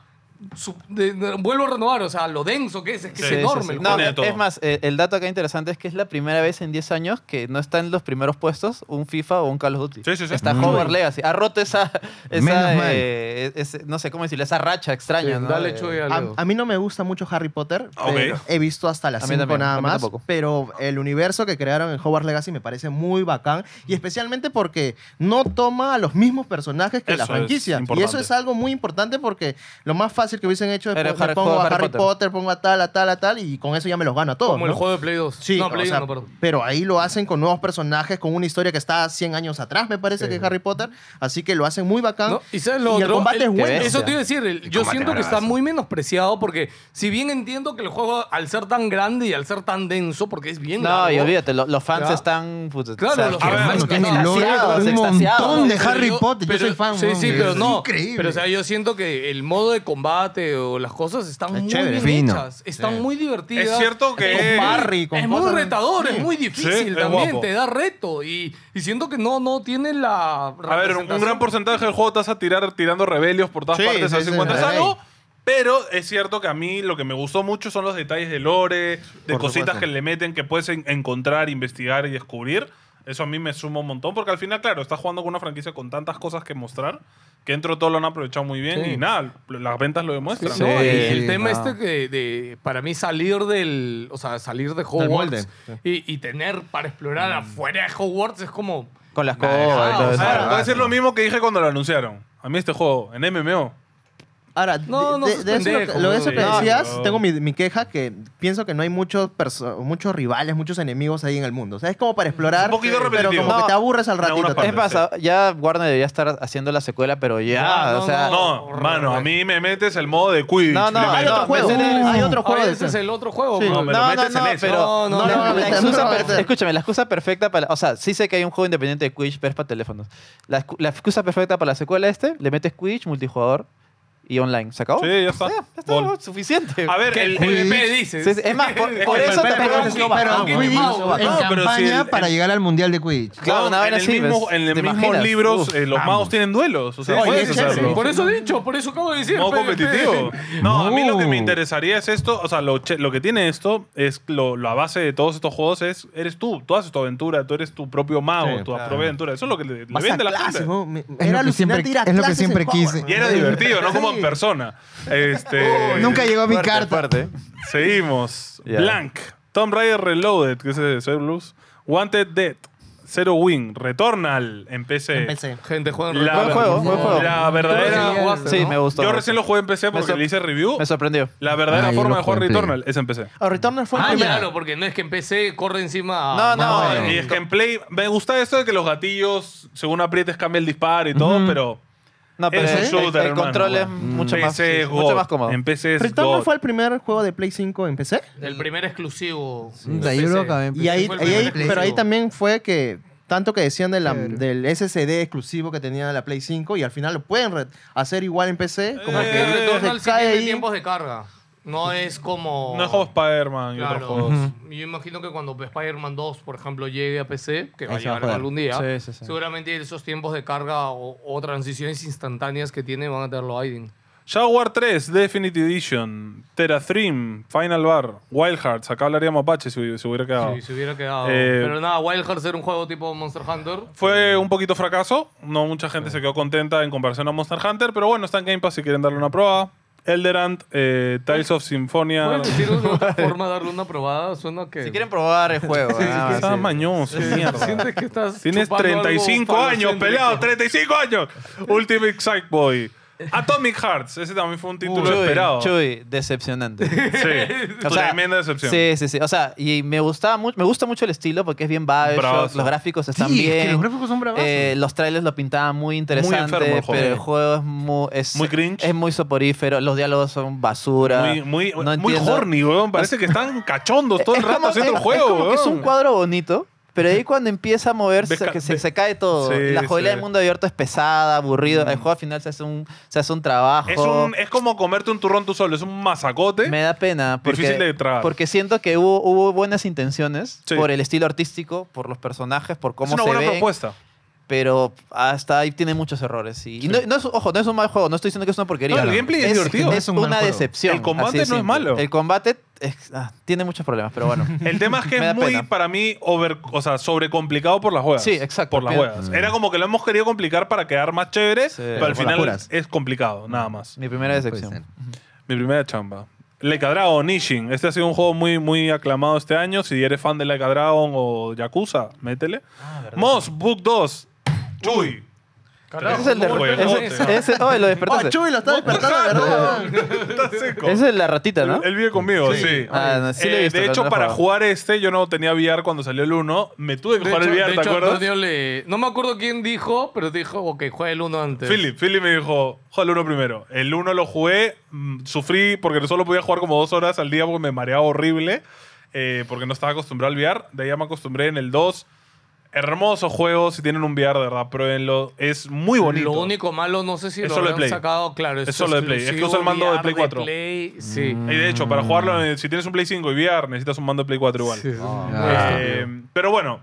[SPEAKER 3] su- de- de- vuelvo a renovar, o sea, lo denso que es, es que
[SPEAKER 2] Sí,
[SPEAKER 3] es
[SPEAKER 4] Sí, sí,
[SPEAKER 3] enorme.
[SPEAKER 4] sí.
[SPEAKER 3] el
[SPEAKER 4] No,
[SPEAKER 3] juego.
[SPEAKER 2] Tiene
[SPEAKER 4] es-
[SPEAKER 2] todo.
[SPEAKER 4] es más, eh, el dato acá interesante es que es la primera vez en 10 años que no está en los primeros puestos un FIFA o un Call of Duty.
[SPEAKER 2] Sí, sí, sí.
[SPEAKER 4] Está
[SPEAKER 2] Mm.
[SPEAKER 4] Hogwarts Legacy. Ha roto esa,
[SPEAKER 5] Menos
[SPEAKER 4] esa
[SPEAKER 5] mal.
[SPEAKER 4] eh, ese- no sé cómo decirlo, esa racha
[SPEAKER 3] Sí,
[SPEAKER 4] extraña. ¿no?
[SPEAKER 3] Dale,
[SPEAKER 4] De- Ah,
[SPEAKER 3] Chuy, a
[SPEAKER 6] A,
[SPEAKER 3] Leo.
[SPEAKER 6] a mí no me gusta mucho Harry Potter.
[SPEAKER 2] Ok.
[SPEAKER 6] pero He visto hasta las
[SPEAKER 4] A mí
[SPEAKER 6] 5
[SPEAKER 4] también, a
[SPEAKER 6] nada
[SPEAKER 4] mí
[SPEAKER 6] más.
[SPEAKER 4] tampoco.
[SPEAKER 6] Pero el universo que crearon en Hogwarts Legacy me parece muy bacán. Y especialmente porque no toma a los mismos personajes que la
[SPEAKER 2] Eso es
[SPEAKER 6] franquicia. y
[SPEAKER 2] importante.
[SPEAKER 6] eso es algo muy importante porque lo más fácil que hubiesen hecho es
[SPEAKER 4] Era
[SPEAKER 6] po-
[SPEAKER 4] Harry-
[SPEAKER 6] le pongo a
[SPEAKER 4] Harry
[SPEAKER 6] Harry,
[SPEAKER 4] Potter.
[SPEAKER 6] Potter. pongo a tal, a tal, a tal. Y con eso ya me los gano a todos.
[SPEAKER 3] Como el
[SPEAKER 6] ¿no?
[SPEAKER 3] juego de Play 2.
[SPEAKER 6] Sí,
[SPEAKER 3] no,
[SPEAKER 6] o
[SPEAKER 3] Play
[SPEAKER 6] sea,
[SPEAKER 3] 1, perdón.
[SPEAKER 6] pero ahí lo hacen con nuevos personajes, con una historia que está 100 años atrás, me parece, que es Harry Potter. Así que lo hacen muy bacán.
[SPEAKER 3] ¿No? Y sabes lo
[SPEAKER 6] Y el
[SPEAKER 3] otro,
[SPEAKER 6] combate es
[SPEAKER 3] El-
[SPEAKER 6] bueno.
[SPEAKER 3] Eso te iba a decir, el- yo siento que está muy menospreciado porque si bien entiendo que el juego al ser tan grande y al ser tan denso, porque es bien
[SPEAKER 4] No,
[SPEAKER 3] largo,
[SPEAKER 4] y olvídate, lo- los fans
[SPEAKER 3] Ya.
[SPEAKER 4] están. pues, puta,
[SPEAKER 3] Claro,
[SPEAKER 4] o sea,
[SPEAKER 3] los
[SPEAKER 4] que-
[SPEAKER 2] fans
[SPEAKER 5] Hermano,
[SPEAKER 3] están
[SPEAKER 5] tiene lore
[SPEAKER 4] extasiados,
[SPEAKER 5] un
[SPEAKER 4] extasiados.
[SPEAKER 5] montón de
[SPEAKER 3] Pero
[SPEAKER 5] Harry
[SPEAKER 3] yo-
[SPEAKER 5] Potter. Yo
[SPEAKER 3] pero-
[SPEAKER 5] soy fan.
[SPEAKER 3] Sí, sí,
[SPEAKER 5] weón.
[SPEAKER 3] pero
[SPEAKER 5] Es
[SPEAKER 3] no.
[SPEAKER 5] Increíble.
[SPEAKER 3] Pero o sea, yo siento que el modo de combate o las cosas están
[SPEAKER 6] Es
[SPEAKER 3] muy
[SPEAKER 6] chévere.
[SPEAKER 3] bien
[SPEAKER 5] Fino.
[SPEAKER 3] hechas, están
[SPEAKER 6] Sí.
[SPEAKER 3] muy divertidas.
[SPEAKER 2] Es cierto que-
[SPEAKER 6] Con Barry, con
[SPEAKER 3] es muy
[SPEAKER 6] cosas-
[SPEAKER 3] retador,
[SPEAKER 6] Sí.
[SPEAKER 3] es muy
[SPEAKER 2] Sí,
[SPEAKER 3] difícil
[SPEAKER 2] es
[SPEAKER 3] también,
[SPEAKER 2] guapo.
[SPEAKER 3] te da reto y, y siento que no, no tiene la...
[SPEAKER 2] A ver, un- un gran
[SPEAKER 3] representación.
[SPEAKER 2] porcentaje del juego estás a tirar tirando rebelios por todas
[SPEAKER 6] Sí,
[SPEAKER 2] partes,
[SPEAKER 6] sí,
[SPEAKER 2] a ver si
[SPEAKER 6] sí,
[SPEAKER 2] encuentras
[SPEAKER 6] sí.
[SPEAKER 2] algo. Pero es cierto que a mí lo que me gustó mucho son los detalles de lore, de
[SPEAKER 6] Por
[SPEAKER 2] cositas
[SPEAKER 6] supuesto.
[SPEAKER 2] que le meten que puedes en- encontrar, investigar y descubrir. Eso a mí me suma un montón, porque al final, claro, estás jugando con una franquicia con tantas cosas que mostrar, que dentro de todo lo han aprovechado muy bien
[SPEAKER 3] Sí.
[SPEAKER 2] y nada, las ventas lo demuestran.
[SPEAKER 3] No,
[SPEAKER 2] ¿no?
[SPEAKER 3] y
[SPEAKER 4] Sí,
[SPEAKER 3] el tema
[SPEAKER 4] no.
[SPEAKER 3] este que de, para mí salir del, o sea, salir de
[SPEAKER 6] molde,
[SPEAKER 3] Hogwarts
[SPEAKER 6] sí.
[SPEAKER 3] y, y tener para explorar afuera de Hogwarts es como...
[SPEAKER 4] Con las
[SPEAKER 3] Nada,
[SPEAKER 4] cosas y todo
[SPEAKER 3] o
[SPEAKER 4] eso.
[SPEAKER 3] sea,
[SPEAKER 2] Ahora, voy Ah, a decir lo mismo que dije cuando lo anunciaron. A mí este juego, en MMO,
[SPEAKER 6] Ahora,
[SPEAKER 3] No,
[SPEAKER 6] de,
[SPEAKER 3] no
[SPEAKER 6] de-
[SPEAKER 3] seas
[SPEAKER 6] de eso,
[SPEAKER 3] pendejo,
[SPEAKER 6] que- lo de eso que
[SPEAKER 2] bro.
[SPEAKER 6] decías,
[SPEAKER 2] Claro.
[SPEAKER 6] tengo mi, mi queja que pienso que no hay muchos perso- muchos rivales, muchos enemigos ahí en el mundo. O sea, es como para explorar,
[SPEAKER 2] Un poquito
[SPEAKER 6] pero
[SPEAKER 2] repetitivo.
[SPEAKER 6] como que
[SPEAKER 4] No,
[SPEAKER 6] te aburres al
[SPEAKER 2] en algunas
[SPEAKER 6] ratito.
[SPEAKER 4] Es
[SPEAKER 2] partes.
[SPEAKER 6] también.
[SPEAKER 4] pasa, ya Warner debería estar haciendo la secuela, pero ya,
[SPEAKER 3] Ya, no,
[SPEAKER 4] o sea...
[SPEAKER 2] No,
[SPEAKER 3] Oh,
[SPEAKER 2] mano, a
[SPEAKER 3] right.
[SPEAKER 2] mí me metes el modo de Quidditch.
[SPEAKER 4] No, no,
[SPEAKER 2] le
[SPEAKER 6] Hay
[SPEAKER 2] meto.
[SPEAKER 6] otro
[SPEAKER 4] no,
[SPEAKER 6] juego,
[SPEAKER 4] mencioné-
[SPEAKER 6] hay otro juego.
[SPEAKER 3] Ah,
[SPEAKER 6] de
[SPEAKER 3] ese es
[SPEAKER 6] ese.
[SPEAKER 3] el otro juego.
[SPEAKER 6] Sí.
[SPEAKER 3] bro.
[SPEAKER 2] me lo
[SPEAKER 4] No, no,
[SPEAKER 2] metes en
[SPEAKER 4] no,
[SPEAKER 2] eso.
[SPEAKER 4] pero
[SPEAKER 3] No, no,
[SPEAKER 4] no,
[SPEAKER 3] no,
[SPEAKER 4] la-
[SPEAKER 3] no,
[SPEAKER 4] la
[SPEAKER 3] no,
[SPEAKER 4] excusa
[SPEAKER 6] no,
[SPEAKER 4] per-
[SPEAKER 6] no, no.
[SPEAKER 4] escúchame, la excusa perfecta para, o sea, sí sé que hay un juego independiente de Quidditch, pero es para teléfonos. La, excu- la excusa perfecta para la secuela este, le metes Quidditch multijugador y online, ¿se acabó? Ah,
[SPEAKER 2] Sí, ya está.
[SPEAKER 4] ya está,
[SPEAKER 2] Gol.
[SPEAKER 4] suficiente.
[SPEAKER 2] A ver,
[SPEAKER 3] Que
[SPEAKER 2] el,
[SPEAKER 3] el
[SPEAKER 2] el-
[SPEAKER 3] PvP dices.
[SPEAKER 4] Sí, sí, es más, por,
[SPEAKER 3] Es
[SPEAKER 4] por
[SPEAKER 2] que
[SPEAKER 4] eso
[SPEAKER 2] el
[SPEAKER 4] te
[SPEAKER 2] PvP
[SPEAKER 4] pregunto-
[SPEAKER 2] es lo
[SPEAKER 4] Pero-
[SPEAKER 5] Pero
[SPEAKER 3] Aunque
[SPEAKER 5] Quidditch
[SPEAKER 3] Mau,
[SPEAKER 5] en
[SPEAKER 2] no, pero
[SPEAKER 5] campaña
[SPEAKER 2] si el-
[SPEAKER 5] para
[SPEAKER 2] el-
[SPEAKER 5] llegar al Mundial de Quidditch.
[SPEAKER 4] Claro, una
[SPEAKER 2] en
[SPEAKER 4] vaina
[SPEAKER 2] el
[SPEAKER 4] así,
[SPEAKER 2] mismo,
[SPEAKER 4] ves,
[SPEAKER 2] en los
[SPEAKER 4] ¿te
[SPEAKER 2] mismos
[SPEAKER 4] imaginas?
[SPEAKER 2] libros,
[SPEAKER 4] Uf,
[SPEAKER 2] eh, los magos tienen duelos. O sea,
[SPEAKER 6] Oye,
[SPEAKER 2] puedes
[SPEAKER 6] es chévere.
[SPEAKER 2] hacerlo.
[SPEAKER 3] Por eso he dicho, por eso acabo de decir.
[SPEAKER 2] Modo
[SPEAKER 3] PvP.
[SPEAKER 2] competitivo. No, a mí lo que me
[SPEAKER 5] No.
[SPEAKER 2] interesaría es esto. O sea, lo, che- lo que tiene esto es lo, la base de todos estos juegos es eres tú. Tú haces tu aventura, tú eres tu propio mago,
[SPEAKER 6] Sí,
[SPEAKER 2] tu
[SPEAKER 6] claro.
[SPEAKER 2] propia aventura. Eso es lo que le, le
[SPEAKER 6] Vas a
[SPEAKER 2] vende la
[SPEAKER 6] clases,
[SPEAKER 2] gente.
[SPEAKER 6] ¿no? Me- era
[SPEAKER 5] que
[SPEAKER 6] alucinante
[SPEAKER 5] siempre-
[SPEAKER 6] ir a
[SPEAKER 5] es lo que
[SPEAKER 6] clases en
[SPEAKER 5] siempre quise.
[SPEAKER 6] Hogwarts.
[SPEAKER 2] Y era divertido, no como
[SPEAKER 6] Sí.
[SPEAKER 2] en persona. Este,
[SPEAKER 5] Nunca llegó mi
[SPEAKER 4] fuerte,
[SPEAKER 5] carta.
[SPEAKER 4] fuerte.
[SPEAKER 2] Seguimos.
[SPEAKER 4] Ya.
[SPEAKER 2] Blank. Tom Raider Reloaded, que es de Soy Blues. Wanted Dead. Zero Win. Returnal en PC.
[SPEAKER 6] Empecé.
[SPEAKER 3] Gente, juegan
[SPEAKER 2] La,
[SPEAKER 4] Buen juego, buen juego.
[SPEAKER 2] la
[SPEAKER 3] Tú recién
[SPEAKER 2] verdadera.
[SPEAKER 3] lo jugaste,
[SPEAKER 4] Sí,
[SPEAKER 3] ¿no?
[SPEAKER 4] me gustó.
[SPEAKER 2] Yo recién lo jugué en PC porque
[SPEAKER 4] sor-
[SPEAKER 2] le hice review.
[SPEAKER 4] Me sorprendió.
[SPEAKER 2] La verdadera
[SPEAKER 5] Ah, yo
[SPEAKER 2] forma
[SPEAKER 5] lo
[SPEAKER 2] de jugar
[SPEAKER 5] jugué en
[SPEAKER 2] Returnal es en PC.
[SPEAKER 6] Ah, Returnal fue el
[SPEAKER 3] Ah,
[SPEAKER 6] primero.
[SPEAKER 3] claro, porque no es que empecé, corre encima.
[SPEAKER 4] No, no,
[SPEAKER 5] Ah,
[SPEAKER 2] Y
[SPEAKER 5] bueno.
[SPEAKER 2] es que en Play me gusta esto de que los gatillos, según aprietes, cambia el disparo y todo, pero
[SPEAKER 4] No, pero
[SPEAKER 2] Es un
[SPEAKER 4] el, el-
[SPEAKER 2] shooter,
[SPEAKER 4] el
[SPEAKER 2] hermano.
[SPEAKER 4] control es
[SPEAKER 2] Mm.
[SPEAKER 4] mucho más,
[SPEAKER 2] PC es
[SPEAKER 4] mucho
[SPEAKER 2] God.
[SPEAKER 4] más cómodo.
[SPEAKER 2] En PC es
[SPEAKER 6] Returnal
[SPEAKER 2] God.
[SPEAKER 6] fue el primer juego de Play 5 en PC.
[SPEAKER 3] El primer exclusivo.
[SPEAKER 5] Puta,
[SPEAKER 3] de
[SPEAKER 5] yo
[SPEAKER 3] PC.
[SPEAKER 5] lo acabé en
[SPEAKER 6] Y ahí,
[SPEAKER 3] fue el
[SPEAKER 6] ahí-
[SPEAKER 3] primer
[SPEAKER 6] ahí-
[SPEAKER 3] Play
[SPEAKER 6] pero ahí
[SPEAKER 3] cinco.
[SPEAKER 6] también fue que tanto que decían de la-
[SPEAKER 5] Chévere.
[SPEAKER 6] del SSD exclusivo que tenía la Play 5 y al final lo pueden re- hacer igual en PC, como
[SPEAKER 2] Eh,
[SPEAKER 6] que
[SPEAKER 3] Porque el Returnal
[SPEAKER 6] se
[SPEAKER 3] sí
[SPEAKER 6] cae
[SPEAKER 3] tiene
[SPEAKER 6] ahí.
[SPEAKER 3] tiempos de carga. No es como.
[SPEAKER 2] No es como Spider-Man y otros
[SPEAKER 3] Claro.
[SPEAKER 2] juegos.
[SPEAKER 3] Yo imagino que cuando Spider-Man 2, por ejemplo, llegue a PC, que va a
[SPEAKER 6] Ahí se va a
[SPEAKER 3] llegar
[SPEAKER 6] joder.
[SPEAKER 3] algún día,
[SPEAKER 4] Sí, sí, sí.
[SPEAKER 3] seguramente esos tiempos de carga o, o transiciones instantáneas que tiene van a tenerlo ahí.
[SPEAKER 2] Shadow War 3, Definite Edition, Terathrim, Final Bar, Wild Hearts. Acá hablaríamos Apache si, si hubiera quedado.
[SPEAKER 3] Si se hubiera quedado.
[SPEAKER 2] Eh,
[SPEAKER 3] Pero nada, Wild Hearts era un juego tipo Monster Hunter.
[SPEAKER 2] Fue un poquito fracaso. No mucha gente se quedó contenta en comparación a Monster Hunter, pero bueno, está en Game Pass si quieren darle una prueba. Elderant, eh, Tales of Symphonia.
[SPEAKER 3] ¿Puedes decir una otra forma de darle una probada? Suena que.
[SPEAKER 4] Si quieren probar el juego. nada más,
[SPEAKER 2] Ah, Está
[SPEAKER 4] sí.
[SPEAKER 2] mañoso, mierda.
[SPEAKER 3] Sientes que estás.
[SPEAKER 2] Tienes
[SPEAKER 3] chupando algo
[SPEAKER 2] 35 años,
[SPEAKER 3] falocéntrico.
[SPEAKER 2] pelado, 35 años. Ultimate Psych Boy. Atomic Hearts, ese también fue un título
[SPEAKER 4] Chuy,
[SPEAKER 2] esperado.
[SPEAKER 4] Chuy, decepcionante.
[SPEAKER 2] Sí,
[SPEAKER 4] O sea,
[SPEAKER 2] tremenda decepción.
[SPEAKER 4] Sí, sí, sí. O sea, y me gustaba mucho, me gusta mucho el estilo porque es bien Bioshock,
[SPEAKER 2] Bravazo.
[SPEAKER 4] los gráficos están
[SPEAKER 5] Sí,
[SPEAKER 4] bien.
[SPEAKER 5] es que los gráficos son bravazos.
[SPEAKER 4] eh, los trailers lo pintaban muy interesante,
[SPEAKER 2] enfermo el juego.
[SPEAKER 4] pero el juego es muy, es,
[SPEAKER 2] Muy cringe.
[SPEAKER 4] es muy soporífero, los diálogos son basura.
[SPEAKER 2] Muy, muy,
[SPEAKER 4] no
[SPEAKER 2] muy
[SPEAKER 4] entiendo.
[SPEAKER 2] horny, weón. Parece que están cachondos todo el
[SPEAKER 4] Es
[SPEAKER 2] rato
[SPEAKER 4] como-
[SPEAKER 2] haciendo
[SPEAKER 4] es-
[SPEAKER 2] el juego,
[SPEAKER 4] es como que es un
[SPEAKER 2] weón.
[SPEAKER 4] cuadro bonito, pero ahí cuando empieza a moverse,
[SPEAKER 2] Desca-
[SPEAKER 4] que se,
[SPEAKER 2] de-
[SPEAKER 4] se cae todo.
[SPEAKER 2] Sí,
[SPEAKER 4] la jodida
[SPEAKER 2] sí.
[SPEAKER 4] del mundo abierto es pesada, aburrido. El juego al final se hace un, se hace un trabajo.
[SPEAKER 2] Es, un- es como comerte un turrón tú solo, es un masacote.
[SPEAKER 4] Me da pena porque,
[SPEAKER 2] Difícil de tragar.
[SPEAKER 4] porque siento que hubo, hubo buenas intenciones
[SPEAKER 2] Sí.
[SPEAKER 4] por el estilo artístico, por los personajes, por
[SPEAKER 2] es
[SPEAKER 4] cómo
[SPEAKER 2] una
[SPEAKER 4] se
[SPEAKER 2] buena
[SPEAKER 4] ven,
[SPEAKER 2] propuesta.
[SPEAKER 4] pero hasta ahí tiene muchos errores. Y, y no, no es, ojo, no es un mal juego, no estoy diciendo que es una porquería.
[SPEAKER 2] No, el gameplay es divertido.
[SPEAKER 4] Es,
[SPEAKER 5] Es un mal
[SPEAKER 4] una
[SPEAKER 5] juego.
[SPEAKER 4] decepción.
[SPEAKER 2] El combate
[SPEAKER 4] así de
[SPEAKER 2] no es
[SPEAKER 4] simple.
[SPEAKER 2] malo.
[SPEAKER 4] El combate es- ah, tiene muchos problemas, pero bueno.
[SPEAKER 2] El tema es que
[SPEAKER 4] Me
[SPEAKER 2] es
[SPEAKER 4] da
[SPEAKER 2] muy,
[SPEAKER 4] pena.
[SPEAKER 2] para mí, over, o sea, sobrecomplicado por las juegas.
[SPEAKER 4] Sí, exacto.
[SPEAKER 2] Por las
[SPEAKER 4] Bien.
[SPEAKER 2] juegas. Era como que lo hemos querido complicar para quedar más chévere,
[SPEAKER 4] Sí.
[SPEAKER 2] pero
[SPEAKER 4] Por
[SPEAKER 2] al
[SPEAKER 6] las
[SPEAKER 2] final
[SPEAKER 6] juras.
[SPEAKER 2] es complicado, nada más.
[SPEAKER 4] Mi primera
[SPEAKER 5] Puede
[SPEAKER 4] decepción.
[SPEAKER 5] ser.
[SPEAKER 2] Mi primera chamba. Like a Dragon, Nishin. Este ha sido un juego muy, muy aclamado este año. Si eres fan de Like a Dragon o Yakuza, métele.
[SPEAKER 4] Ah,
[SPEAKER 2] Moss, Book 2. Chuy.
[SPEAKER 3] Carajo,
[SPEAKER 4] Ese es el de
[SPEAKER 2] Uy,
[SPEAKER 3] ¿cómo
[SPEAKER 2] juegote.
[SPEAKER 4] ese-
[SPEAKER 3] es
[SPEAKER 4] ese- ese- oh, lo
[SPEAKER 6] Oh,
[SPEAKER 2] Ah,
[SPEAKER 4] despertaste.
[SPEAKER 6] Chuy lo está despertando, ¿verdad?
[SPEAKER 2] Está seco.
[SPEAKER 4] Ese es la ratita, ¿no?
[SPEAKER 2] Él vive conmigo, sí.
[SPEAKER 4] Ah, no, sí lo he
[SPEAKER 2] Eh,
[SPEAKER 4] visto,
[SPEAKER 2] de
[SPEAKER 4] pero
[SPEAKER 2] hecho,
[SPEAKER 4] no lo he
[SPEAKER 2] para
[SPEAKER 4] jugado.
[SPEAKER 2] jugar este, yo no tenía VR cuando salió el 1. Me tuve que
[SPEAKER 3] De
[SPEAKER 2] jugar
[SPEAKER 3] hecho-
[SPEAKER 2] el VR,
[SPEAKER 3] de
[SPEAKER 2] ¿te
[SPEAKER 3] hecho,
[SPEAKER 2] acuerdas?
[SPEAKER 3] Antonio le- no me acuerdo quién dijo, pero dijo, ok, juega el uno antes.
[SPEAKER 2] Philip, Philip me dijo, juega el 1 primero. El 1 lo jugué, mm, sufrí porque solo podía jugar como dos horas al día porque me mareaba horrible, eh, porque no estaba acostumbrado al VR. De ahí ya me acostumbré en el 2. Hermoso juego. Si tienen un VR, de verdad, pruébenlo. Es muy bonito.
[SPEAKER 3] Lo único malo, no sé si
[SPEAKER 2] Es
[SPEAKER 3] lo
[SPEAKER 2] solo de
[SPEAKER 3] habrán
[SPEAKER 2] Play.
[SPEAKER 3] sacado, claro.
[SPEAKER 2] Es solo de Play. Es que usa el mando de Play 4.
[SPEAKER 3] sí.
[SPEAKER 4] Mm.
[SPEAKER 2] Y de hecho,
[SPEAKER 3] Mm.
[SPEAKER 2] para jugarlo, eh, si tienes un Play 5 y VR, necesitas un mando de Play 4 igual.
[SPEAKER 3] Sí, Este, es muy
[SPEAKER 5] Ah.
[SPEAKER 2] Eh, pero bueno,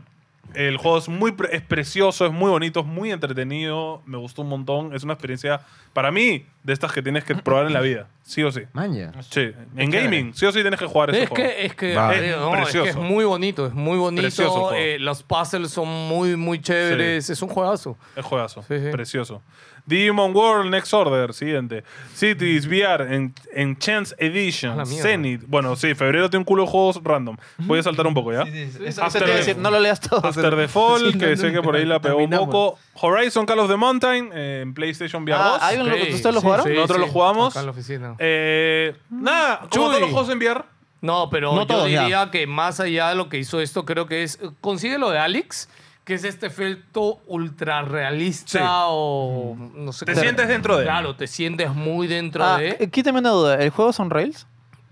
[SPEAKER 2] el juego es muy pre- es precioso, es muy bonito, es muy entretenido, me gustó un montón, es una experiencia para mí de estas que tienes que probar en la vida, sí o sí.
[SPEAKER 5] Maña.
[SPEAKER 3] Eh,
[SPEAKER 2] Sí, en gaming, sí o sí tienes que jugar ese
[SPEAKER 3] Es
[SPEAKER 2] juego.
[SPEAKER 3] que, es, que,
[SPEAKER 5] Va.
[SPEAKER 3] eh,
[SPEAKER 2] Es
[SPEAKER 3] no, es que es
[SPEAKER 2] precioso.
[SPEAKER 3] muy bonito, es muy
[SPEAKER 2] Precioso el
[SPEAKER 3] bonito.
[SPEAKER 2] juego.
[SPEAKER 3] eh, los puzzles son muy, muy chéveres. Es un juegazo.
[SPEAKER 2] Es juegazo,
[SPEAKER 3] Sí, sí.
[SPEAKER 2] precioso. Digimon World Next Order, siguiente. Cities VR en, en Chance
[SPEAKER 3] A la
[SPEAKER 2] Edition,
[SPEAKER 3] mierda.
[SPEAKER 2] Zenith. Bueno, sí, febrero tiene un culo de juegos random. Voy a saltar un poco, ¿ya?
[SPEAKER 4] Eso, eso
[SPEAKER 2] After
[SPEAKER 4] te iba a
[SPEAKER 2] the-
[SPEAKER 4] decir, no lo leas todo.
[SPEAKER 2] After the Fall,
[SPEAKER 5] Sí,
[SPEAKER 2] que
[SPEAKER 5] no,
[SPEAKER 2] sé
[SPEAKER 5] no,
[SPEAKER 2] que por ahí la pegó un
[SPEAKER 5] terminamos.
[SPEAKER 2] poco. Horizon Call of the Mountain eh, en PlayStation VR
[SPEAKER 4] Ah,
[SPEAKER 2] 2.
[SPEAKER 4] hay un-
[SPEAKER 3] Ok,
[SPEAKER 4] ¿Ustedes lo
[SPEAKER 3] sí,
[SPEAKER 4] jugaron?
[SPEAKER 3] sí,
[SPEAKER 2] Nosotros
[SPEAKER 3] sí.
[SPEAKER 2] lo jugamos.
[SPEAKER 3] Acá en la oficina.
[SPEAKER 2] Eh,
[SPEAKER 4] Mm.
[SPEAKER 2] nada, como
[SPEAKER 3] Chuy.
[SPEAKER 2] todos los juegos en VR.
[SPEAKER 3] No, pero
[SPEAKER 6] No
[SPEAKER 3] yo
[SPEAKER 6] todo, ya.
[SPEAKER 3] diría que más allá de lo que hizo esto, creo que es. Consigue lo de Alex, que es este efecto ultra realista
[SPEAKER 2] Sí.
[SPEAKER 3] o. No sé
[SPEAKER 2] Te
[SPEAKER 3] cómo-
[SPEAKER 2] sientes dentro de él.
[SPEAKER 3] Claro, te sientes muy dentro
[SPEAKER 4] Ah,
[SPEAKER 3] de.
[SPEAKER 4] eh, quíteme una duda, ¿el juego son Rails?